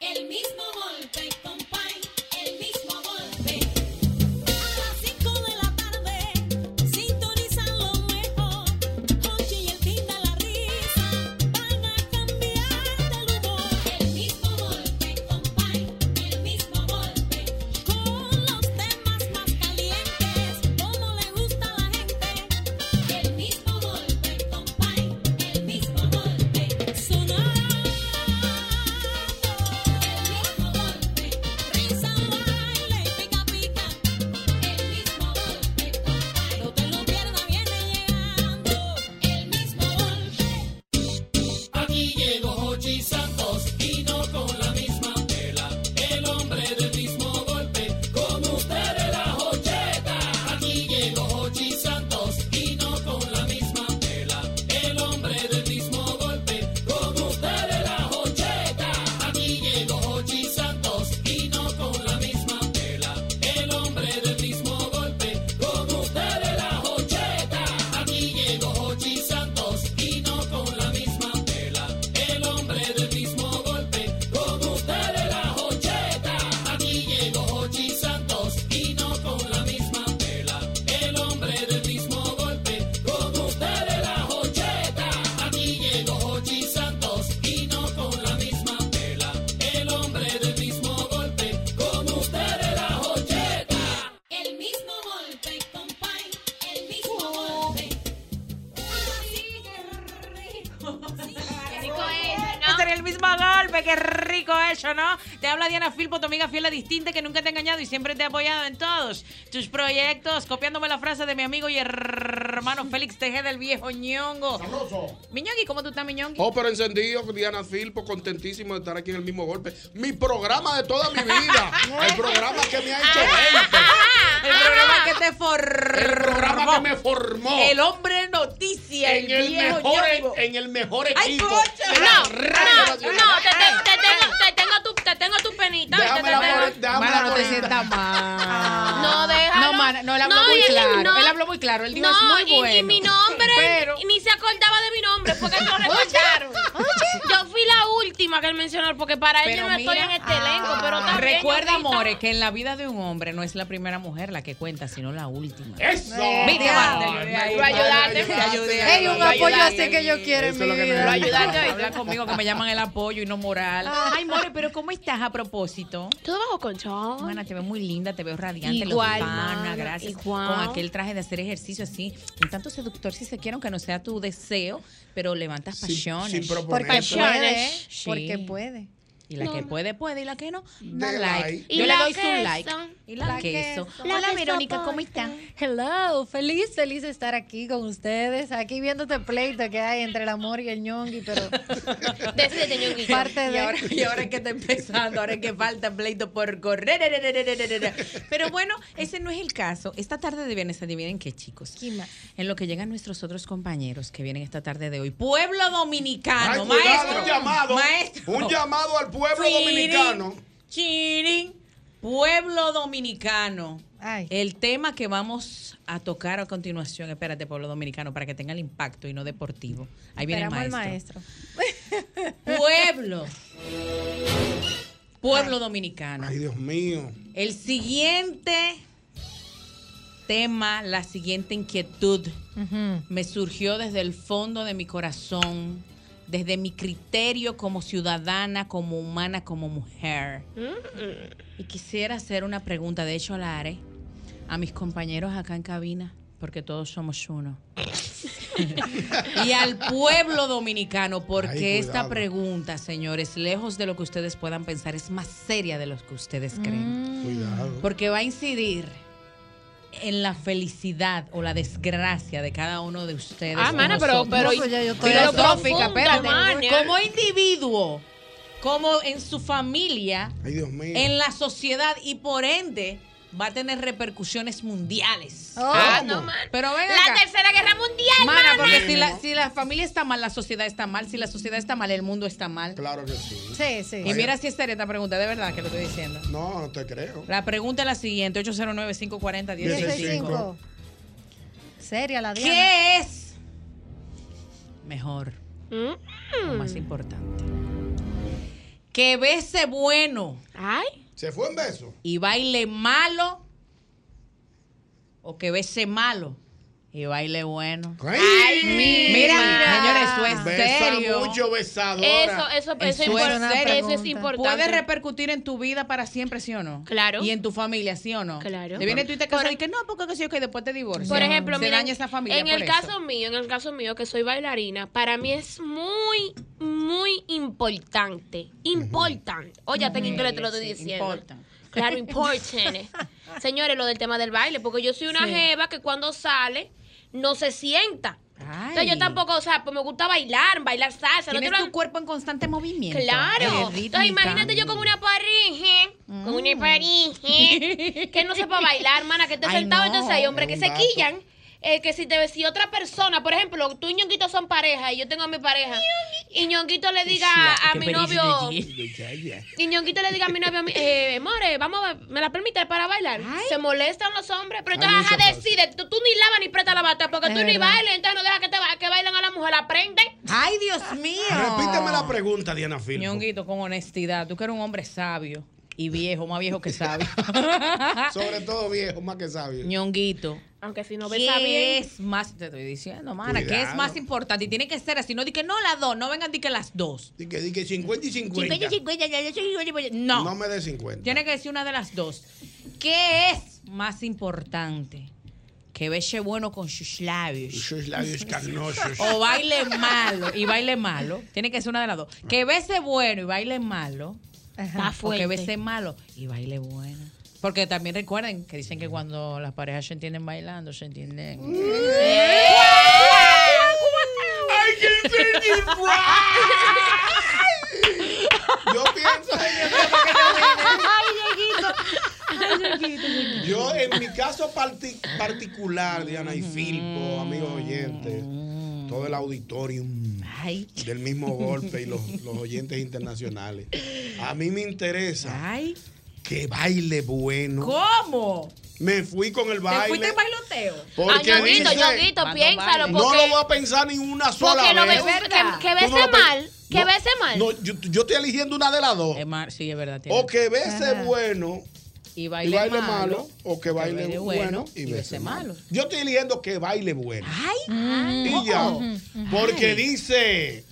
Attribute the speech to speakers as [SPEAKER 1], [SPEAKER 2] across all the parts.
[SPEAKER 1] El mismo golpe, compay, el mismo golpe. Las cinco de la tarde, sintonizan lo mejor. Hochi y el fin de la risa van a cambiar el humor. El mismo golpe, compay, el mismo golpe. Con los temas más calientes, como le gusta a la gente. El mismo golpe, compay, el mismo golpe. Sonar.
[SPEAKER 2] Aquí llegó Hochi Santos y no con la misma tela. El hombre del mismo golpe, con ustedes la jocheta. Aquí llegó Hochi Santos y no con la misma tela. El hombre del mismo golpe, con ustedes la jocheta. Aquí llegó Hochi Santos y no con la misma tela. El hombre del mismo golpe, con ustedes la jocheta. Aquí llegó Hochi Santos y no con la misma tela. El hombre del mismo golpe, con ustedes la jocheta. Aquí llegó Hochi Santos y no con la misma tela. El hombre del mismo golpe, con ustedes la jocheta. Aquí llegó Hochi Santos y no con la misma tela. El hombre del mismo golpe, con ustedes la jocheta.
[SPEAKER 1] El mismo golpe, compay, el mismo golpe.
[SPEAKER 3] Qué rico eso, ¿no? Este es el mismo golpe, qué rico eso, ¿no? Te habla Diana Filpo, tu amiga fiel, la distinta que nunca te ha engañado y siempre te ha apoyado en todos tus proyectos, copiándome la frase de mi amigo y hermano Félix Tejeda, el viejo ñongo. Miñongui, ¿cómo tú estás, Miñongui?
[SPEAKER 4] Oh, pero encendido, Diana Filpo, contentísimo de estar aquí en el mismo golpe. Mi programa de toda mi vida. El programa que me ha hecho
[SPEAKER 3] Ah. El
[SPEAKER 5] Ah,
[SPEAKER 3] programa que te formó.
[SPEAKER 4] El programa que me formó.
[SPEAKER 3] El hombre noticia, el,
[SPEAKER 4] en el,
[SPEAKER 3] viejo
[SPEAKER 4] mejor,
[SPEAKER 3] ñongo.
[SPEAKER 4] en el mejor
[SPEAKER 3] ¡Ay,
[SPEAKER 4] equipo.
[SPEAKER 3] coche!
[SPEAKER 4] de la radio
[SPEAKER 6] No,
[SPEAKER 4] nacional.
[SPEAKER 6] te, te- te tengo, te tengo tu, te tengo tu penita. te-
[SPEAKER 4] Déjame la
[SPEAKER 6] te-
[SPEAKER 4] more- déjame
[SPEAKER 5] Mano,
[SPEAKER 4] la
[SPEAKER 5] no te
[SPEAKER 4] more-
[SPEAKER 5] sientas mal.
[SPEAKER 6] No, déjalo.
[SPEAKER 5] No, mana, no, él habló
[SPEAKER 6] No,
[SPEAKER 5] muy
[SPEAKER 6] y él-
[SPEAKER 5] claro.
[SPEAKER 6] no.
[SPEAKER 5] él habló muy claro. Él dijo, es
[SPEAKER 6] no,
[SPEAKER 5] muy
[SPEAKER 6] y-
[SPEAKER 5] bueno.
[SPEAKER 6] y, mi nombre
[SPEAKER 5] Pero-
[SPEAKER 6] y ni se acordaba de mi nombre porque se lo recordaron. Yo fui la última que él mencionó porque para él
[SPEAKER 5] Pero
[SPEAKER 6] yo no estoy
[SPEAKER 5] mira, ah,
[SPEAKER 6] en este elenco, pero también
[SPEAKER 3] Recuerda,
[SPEAKER 6] yo fui-
[SPEAKER 3] amores, que en la vida de un hombre no es la primera mujer la que cuenta, sino la última.
[SPEAKER 4] Eso.
[SPEAKER 3] Viste, Wander, yo
[SPEAKER 4] Ay,
[SPEAKER 3] te
[SPEAKER 6] Lo ayudaste.
[SPEAKER 4] me
[SPEAKER 6] Te
[SPEAKER 3] ayudé.
[SPEAKER 5] Ey, un
[SPEAKER 4] Lo ayudaste.
[SPEAKER 5] apoyo así que yo quiero en
[SPEAKER 4] Eso
[SPEAKER 5] mi
[SPEAKER 4] es lo que
[SPEAKER 5] vida.
[SPEAKER 4] necesito.
[SPEAKER 3] Habla conmigo que me llaman el apoyo y no moral. Ay, More, pero ¿cómo estás a propósito?
[SPEAKER 6] Todo bajo control.
[SPEAKER 3] Mana, te veo muy linda, te veo radiante,
[SPEAKER 6] Igual,
[SPEAKER 3] los pana,
[SPEAKER 6] mana,
[SPEAKER 3] gracias.
[SPEAKER 6] igual.
[SPEAKER 3] Con aquel traje de hacer ejercicio así, un tanto seductor si se quiere, aunque no sea tu deseo, pero levantas
[SPEAKER 4] Sin-
[SPEAKER 3] pasiones.
[SPEAKER 4] sin proponer.
[SPEAKER 5] Porque puede.
[SPEAKER 3] Sí.
[SPEAKER 5] Porque puede.
[SPEAKER 3] y la que puede, puede, y la que no, da
[SPEAKER 4] De
[SPEAKER 3] like.
[SPEAKER 4] like.
[SPEAKER 6] Y
[SPEAKER 3] Yo le
[SPEAKER 6] la
[SPEAKER 3] doy su
[SPEAKER 6] queso.
[SPEAKER 3] like. Y la,
[SPEAKER 5] La
[SPEAKER 3] queso.
[SPEAKER 5] queso. Hola, Verónica, ¿cómo estás? Hello, feliz, feliz de estar aquí con ustedes, aquí viendo este pleito que hay entre el amor y el ñongui, pero
[SPEAKER 6] Decídete, Ñonguito.
[SPEAKER 5] parte
[SPEAKER 3] Y
[SPEAKER 5] de...
[SPEAKER 3] ahora, y ahora es que está empezando, ahora es que falta pleito por correr. Pero bueno, ese no es el caso. Esta tarde de viernes, adivinen qué, chicos.
[SPEAKER 5] ¿Quién más?
[SPEAKER 3] En lo que llegan nuestros otros compañeros que vienen esta tarde de hoy. Pueblo dominicano,
[SPEAKER 4] Ay, cuidado,
[SPEAKER 3] maestro.
[SPEAKER 4] un llamado.
[SPEAKER 3] Maestro.
[SPEAKER 4] Un llamado al pueblo
[SPEAKER 3] Chirín,
[SPEAKER 4] dominicano.
[SPEAKER 3] chirín, pueblo dominicano.
[SPEAKER 5] Ay.
[SPEAKER 3] El tema que vamos a tocar a continuación, espérate, pueblo dominicano, para que tenga el impacto y no deportivo. Ahí viene el
[SPEAKER 5] Esperamos al
[SPEAKER 3] maestro.
[SPEAKER 5] maestro.
[SPEAKER 3] Pueblo. Pueblo dominicano.
[SPEAKER 4] Ay, Dios mío.
[SPEAKER 3] El siguiente tema, la siguiente inquietud
[SPEAKER 5] Ujú.
[SPEAKER 3] me surgió desde el fondo de mi corazón, desde mi criterio como ciudadana, como humana, como mujer. Y quisiera hacer una pregunta, de hecho la haré, a mis compañeros acá en cabina, porque todos somos uno. y al pueblo dominicano, porque
[SPEAKER 4] Ay,
[SPEAKER 3] esta
[SPEAKER 4] cuidado.
[SPEAKER 3] pregunta, señores, lejos de lo que ustedes puedan pensar, es más seria de lo que ustedes
[SPEAKER 2] Mm.
[SPEAKER 3] creen
[SPEAKER 4] Cuidado.
[SPEAKER 3] porque va a incidir en la felicidad o la desgracia de cada uno de ustedes.
[SPEAKER 6] Ah,
[SPEAKER 3] como
[SPEAKER 6] mana, pero,
[SPEAKER 3] nosotros.
[SPEAKER 6] pero
[SPEAKER 5] No, pues ya yo estoy
[SPEAKER 6] pero
[SPEAKER 5] filosófica,
[SPEAKER 6] profundo,
[SPEAKER 5] espérate.
[SPEAKER 6] mana.
[SPEAKER 3] como individuo, como en su familia,
[SPEAKER 4] Ay, Dios mío.
[SPEAKER 3] en la sociedad y por ende va a tener repercusiones
[SPEAKER 5] Oh.
[SPEAKER 3] mundiales.
[SPEAKER 6] Ah, no, man.
[SPEAKER 3] Pero ven
[SPEAKER 6] La
[SPEAKER 3] acá.
[SPEAKER 6] tercera guerra mundial,
[SPEAKER 3] Mana,
[SPEAKER 6] mana.
[SPEAKER 3] porque si la, si la familia está mal, la sociedad está mal. Si la sociedad está mal, el mundo está mal.
[SPEAKER 4] Claro que sí.
[SPEAKER 5] Sí, sí.
[SPEAKER 3] Y mira si es seria esta pregunta, de verdad que lo estoy diciendo.
[SPEAKER 4] No, no te creo.
[SPEAKER 3] La pregunta es la siguiente, 809-540-1065.
[SPEAKER 5] 15-5. Seria la Diana.
[SPEAKER 3] ¿Qué es mejor
[SPEAKER 6] Mm.
[SPEAKER 3] o más importante? Que bese bueno
[SPEAKER 6] Ay,
[SPEAKER 4] ¿Se fue en beso?
[SPEAKER 3] y baile malo o que bese malo y baile bueno.
[SPEAKER 4] Ay,
[SPEAKER 3] Mira, señores, eso es
[SPEAKER 4] Besa
[SPEAKER 3] serio.
[SPEAKER 4] mucho besadora.
[SPEAKER 6] eso, eso,
[SPEAKER 3] Eso
[SPEAKER 6] eso,
[SPEAKER 3] es
[SPEAKER 6] es impor-
[SPEAKER 3] serio.
[SPEAKER 6] eso es importante.
[SPEAKER 3] Puede repercutir en tu vida para siempre, ¿sí o no?
[SPEAKER 6] Claro.
[SPEAKER 3] Y en tu familia, ¿sí o no?
[SPEAKER 6] Claro.
[SPEAKER 3] Te viene tú y te casas y que no, porque que sí, que después te divorcias.
[SPEAKER 6] Por ejemplo,
[SPEAKER 3] Se
[SPEAKER 6] miren,
[SPEAKER 3] daña esa familia.
[SPEAKER 6] en
[SPEAKER 3] por
[SPEAKER 6] el
[SPEAKER 3] eso.
[SPEAKER 6] caso mío, en el caso mío que soy bailarina, para mí es muy, muy importante, importante. Oye, hasta en inglés te lo estoy
[SPEAKER 3] Sí,
[SPEAKER 6] diciendo.
[SPEAKER 3] important.
[SPEAKER 6] Claro, important. Señores, lo del tema del baile, porque yo soy una
[SPEAKER 3] Sí.
[SPEAKER 6] jeva que cuando sale no se sienta.
[SPEAKER 3] Ay.
[SPEAKER 6] Entonces yo tampoco, o sea, pues me gusta bailar, bailar salsa. No
[SPEAKER 3] Tienes
[SPEAKER 6] te lo-
[SPEAKER 3] tu cuerpo en constante movimiento.
[SPEAKER 6] Claro.
[SPEAKER 3] Eres
[SPEAKER 6] Entonces
[SPEAKER 3] rítmica. Mm.
[SPEAKER 6] imagínate yo con una parrige, con una parrige, que no sepa bailar, hermana, que esté
[SPEAKER 3] Ay,
[SPEAKER 6] sentado.
[SPEAKER 3] no,
[SPEAKER 6] entonces hay hombres que
[SPEAKER 4] es un
[SPEAKER 6] se
[SPEAKER 4] gato.
[SPEAKER 6] quillan. eh, que si te si otra persona, por ejemplo, tú y Ñonguito son pareja y yo tengo a mi pareja, y Ñonguito le diga a, a mi novio, y Ñonguito le diga a mi novio, eh, More, vamos, a- ¿me la permite para bailar? Se molestan los hombres, pero
[SPEAKER 4] Hay
[SPEAKER 6] entonces
[SPEAKER 4] mucho
[SPEAKER 6] ajá,
[SPEAKER 4] aplauso.
[SPEAKER 6] decide, tú, tú ni lavas ni prestas la bata porque
[SPEAKER 5] Es
[SPEAKER 6] tú ni
[SPEAKER 5] verdad.
[SPEAKER 6] bailas, entonces no deja que, te, ba- que bailen a la mujer, la prenden.
[SPEAKER 3] Ay, Dios mío.
[SPEAKER 4] Repíteme la pregunta, Diana Filpo.
[SPEAKER 3] Ñonguito, con honestidad, tú que eres un hombre sabio y viejo, más viejo que sabio.
[SPEAKER 4] Sobre todo viejo, más que sabio.
[SPEAKER 3] Ñonguito,
[SPEAKER 6] Aunque si no ves a
[SPEAKER 3] ¿qué
[SPEAKER 6] bien,
[SPEAKER 3] es más? Te estoy diciendo, mana, ¿qué es
[SPEAKER 4] Cuidado.
[SPEAKER 3] más importante? Y tiene que ser así, no di que no las dos, no vengan di que las dos.
[SPEAKER 4] Di que, di que 50 y 50.
[SPEAKER 3] No,
[SPEAKER 4] No me des 50.
[SPEAKER 3] tiene que decir una de las dos. ¿Qué es más importante? Que beche bueno con sus labios.
[SPEAKER 4] Sus labios carnosos.
[SPEAKER 3] O baile malo y baile malo. Tiene que ser una de las dos. Que bese bueno y baile malo.
[SPEAKER 6] está
[SPEAKER 3] O que
[SPEAKER 6] fuerte.
[SPEAKER 3] bese malo y baile bueno. Porque también recuerden que dicen que cuando las parejas se entienden bailando, se entienden.
[SPEAKER 4] Mm. Yo pienso en eso. Yo, en mi caso parti- particular, Diana y Filpo, amigos oyentes, todo el auditorium
[SPEAKER 3] Ay,
[SPEAKER 4] del mismo golpe y los, los oyentes internacionales. A mí me interesa
[SPEAKER 3] ay.
[SPEAKER 4] que baile bueno.
[SPEAKER 3] ¿Cómo?
[SPEAKER 4] Me fui con el
[SPEAKER 3] ¿Te fuiste
[SPEAKER 4] baile.
[SPEAKER 3] en bailoteo?
[SPEAKER 4] Porque
[SPEAKER 6] Ay, Ah, Ñonguito,
[SPEAKER 4] dice,
[SPEAKER 6] Ñonguito,
[SPEAKER 3] Cuando
[SPEAKER 6] piénsalo.
[SPEAKER 3] baile.
[SPEAKER 4] no
[SPEAKER 6] Porque,
[SPEAKER 4] lo voy a pensar ni una sola
[SPEAKER 6] porque lo
[SPEAKER 4] vez.
[SPEAKER 6] ves- que,
[SPEAKER 3] verdad.
[SPEAKER 6] que
[SPEAKER 4] Tú no
[SPEAKER 6] bese
[SPEAKER 4] lo pe-
[SPEAKER 6] mal. Que
[SPEAKER 4] No,
[SPEAKER 6] bese mal.
[SPEAKER 4] No, yo, yo estoy eligiendo una de las dos.
[SPEAKER 3] Es mar- sí, es verdad. tiene-
[SPEAKER 4] O que bese bueno
[SPEAKER 3] Y
[SPEAKER 4] y
[SPEAKER 3] baile,
[SPEAKER 4] baile malo,
[SPEAKER 3] malo.
[SPEAKER 4] o que baile, bueno, y bese malo. Yo estoy eligiendo que baile bueno.
[SPEAKER 6] Ah.
[SPEAKER 3] Ay,
[SPEAKER 4] y ya. Porque dice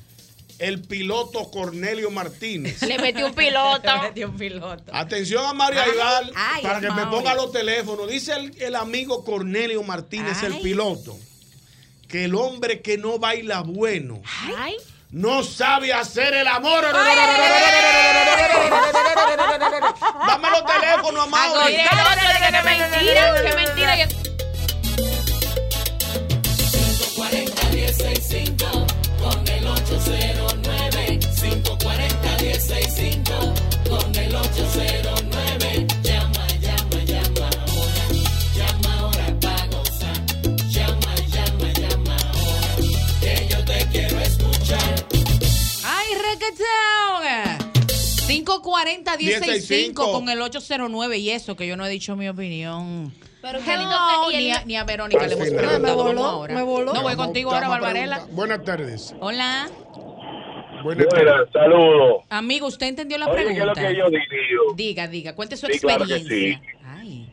[SPEAKER 4] el piloto Cornelio Martínez.
[SPEAKER 6] Le metió un piloto.
[SPEAKER 3] te metió un piloto.
[SPEAKER 4] Atención a María Ival
[SPEAKER 3] ay,
[SPEAKER 4] para que me
[SPEAKER 3] Mauri.
[SPEAKER 4] ponga los teléfonos. Dice el, el amigo Cornelio Martínez, el
[SPEAKER 3] Ay.
[SPEAKER 4] piloto, que el hombre que no baila bueno
[SPEAKER 6] Ay,
[SPEAKER 4] no sabe hacer el amor. Dame los teléfonos, Mauri.
[SPEAKER 6] mire, no, que- que mentira, que mentira. Yo-
[SPEAKER 2] 540-165 con el 809 540-165 con el 809 Llama, llama, llama ahora Llama ahora pa' gozar Llama, llama, llama ahora Que yo te quiero escuchar
[SPEAKER 3] Ay, requetón. 540-165 con el 809 y eso, que yo no he dicho mi opinión.
[SPEAKER 6] Pero
[SPEAKER 3] Hello,
[SPEAKER 6] qué lindo que- y
[SPEAKER 3] ni,
[SPEAKER 6] el-
[SPEAKER 3] a, ni a Verónica
[SPEAKER 4] Al
[SPEAKER 3] le hemos
[SPEAKER 4] final.
[SPEAKER 3] preguntado
[SPEAKER 5] Me voló,
[SPEAKER 3] vamos ahora.
[SPEAKER 5] me voló.
[SPEAKER 3] No voy contigo ahora,
[SPEAKER 4] Vamos a
[SPEAKER 3] Barbarela.
[SPEAKER 4] preguntar. Buenas tardes.
[SPEAKER 3] Hola.
[SPEAKER 4] Buenas tardes.
[SPEAKER 7] Buenas, saludos.
[SPEAKER 3] Amigo, ¿usted entendió la
[SPEAKER 7] Oye, ¿qué es lo
[SPEAKER 3] pregunta?
[SPEAKER 7] que yo digo?
[SPEAKER 3] Diga, diga, cuente su
[SPEAKER 7] Sí, claro que
[SPEAKER 3] experiencia.
[SPEAKER 7] sí.
[SPEAKER 3] Ay.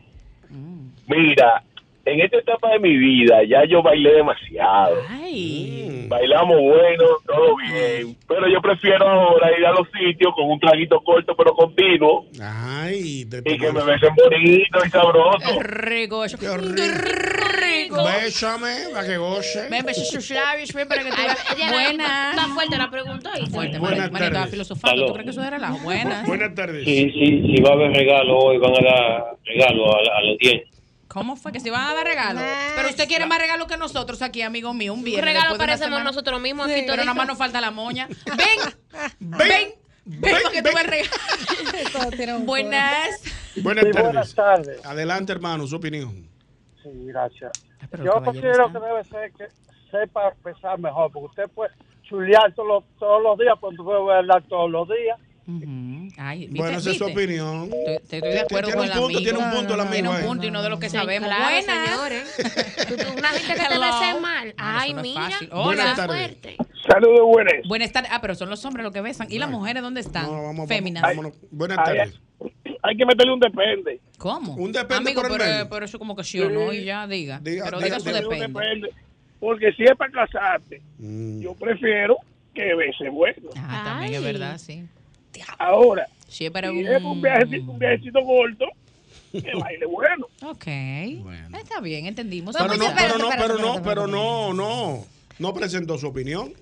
[SPEAKER 3] Mm.
[SPEAKER 7] Mira, en esta etapa de mi vida ya yo bailé demasiado.
[SPEAKER 3] Ay.
[SPEAKER 4] Mm.
[SPEAKER 7] Bailamos bueno, todo bien. Pero yo prefiero ahora ir a los sitios con un traguito corto pero continuo
[SPEAKER 4] Ay, te
[SPEAKER 7] y que me
[SPEAKER 4] tomaron.
[SPEAKER 7] besen bonito y sabroso.
[SPEAKER 3] Qué rico eso.
[SPEAKER 4] Qué rico. Bésame para que goce.
[SPEAKER 3] Ven, besa sus labios, ven para que tú
[SPEAKER 6] Ay,
[SPEAKER 3] veas.
[SPEAKER 6] Diana, Está
[SPEAKER 3] Buenas.
[SPEAKER 6] fuerte la pregunta. ¿oíste?
[SPEAKER 3] Fuerte,
[SPEAKER 4] Buenas
[SPEAKER 3] Mari- Mari, estaba
[SPEAKER 4] tardes.
[SPEAKER 3] filosofando. ¿Tú
[SPEAKER 8] Aló.
[SPEAKER 3] crees que eso era la buena?
[SPEAKER 4] Buenas tardes.
[SPEAKER 8] Si, si, si va a haber regalo hoy, van a dar regalo a, la- a los 10.
[SPEAKER 3] ¿Cómo fue? Que se van a dar regalos. Pero usted quiere más regalos que nosotros aquí, amigo mío. Un
[SPEAKER 6] Un
[SPEAKER 3] viernes.
[SPEAKER 6] regalo
[SPEAKER 3] después de una
[SPEAKER 6] parecemos
[SPEAKER 3] semana.
[SPEAKER 6] nosotros mismos aquí
[SPEAKER 3] Pero
[SPEAKER 6] toditos.
[SPEAKER 3] nada más nos falta la moña. Ven,
[SPEAKER 4] Ven,
[SPEAKER 3] ven, que tú me regalas. Buenas.
[SPEAKER 4] Buenas
[SPEAKER 9] Sí,
[SPEAKER 4] tardes.
[SPEAKER 9] buenas tardes.
[SPEAKER 4] Adelante, hermano, su opinión.
[SPEAKER 9] Sí, gracias.
[SPEAKER 3] Ah,
[SPEAKER 4] pero el
[SPEAKER 9] Yo
[SPEAKER 4] caballero
[SPEAKER 9] considero
[SPEAKER 4] está-
[SPEAKER 9] que debe ser que sepa pesar mejor, porque usted puede chulear todos los, todos los días, pero tú puedes bailar todos los días.
[SPEAKER 3] Ay, ¿viste?
[SPEAKER 4] Bueno, esa es su
[SPEAKER 3] ¿Viste?
[SPEAKER 4] opinión.
[SPEAKER 3] Te- te estoy de acuerdo
[SPEAKER 4] tiene un
[SPEAKER 3] con el
[SPEAKER 4] punto,
[SPEAKER 3] amigo.
[SPEAKER 4] Tiene un punto el amigo.
[SPEAKER 3] Tiene un
[SPEAKER 4] ahí.
[SPEAKER 3] punto y no de lo que sabemos.
[SPEAKER 6] claro,
[SPEAKER 3] Buenas.
[SPEAKER 6] Una gente que te
[SPEAKER 3] Hello.
[SPEAKER 6] bese mal. Ay,
[SPEAKER 3] Ah, no es
[SPEAKER 6] mira.
[SPEAKER 3] fácil. Hola. Buenas tardes.
[SPEAKER 6] Fuerte.
[SPEAKER 8] Saludos, buenas.
[SPEAKER 3] Buenas tardes. Ah, pero son los hombres los que besan. ¿Y las mujeres dónde están? Féminas.
[SPEAKER 4] Buenas
[SPEAKER 8] tardes. Hay que meterle un depende.
[SPEAKER 3] ¿Cómo?
[SPEAKER 8] Un
[SPEAKER 3] Amigo, pero, pero eso como que sí o no, y ya diga. pero diga, su
[SPEAKER 8] un
[SPEAKER 3] depende.
[SPEAKER 8] Porque si es para casarte,
[SPEAKER 4] Mm.
[SPEAKER 8] yo prefiero que bese bueno.
[SPEAKER 3] Ah, también es verdad, sí.
[SPEAKER 8] Ahora,
[SPEAKER 3] Sí, pero
[SPEAKER 8] si es un
[SPEAKER 3] un-
[SPEAKER 8] viajecito, un viajecito corto, que baile bueno.
[SPEAKER 3] Ok.
[SPEAKER 5] Eh,
[SPEAKER 3] Está bien, entendimos.
[SPEAKER 4] Pero no, pero no, pero no,
[SPEAKER 3] pero
[SPEAKER 4] pero no, no. No presentó su opinión.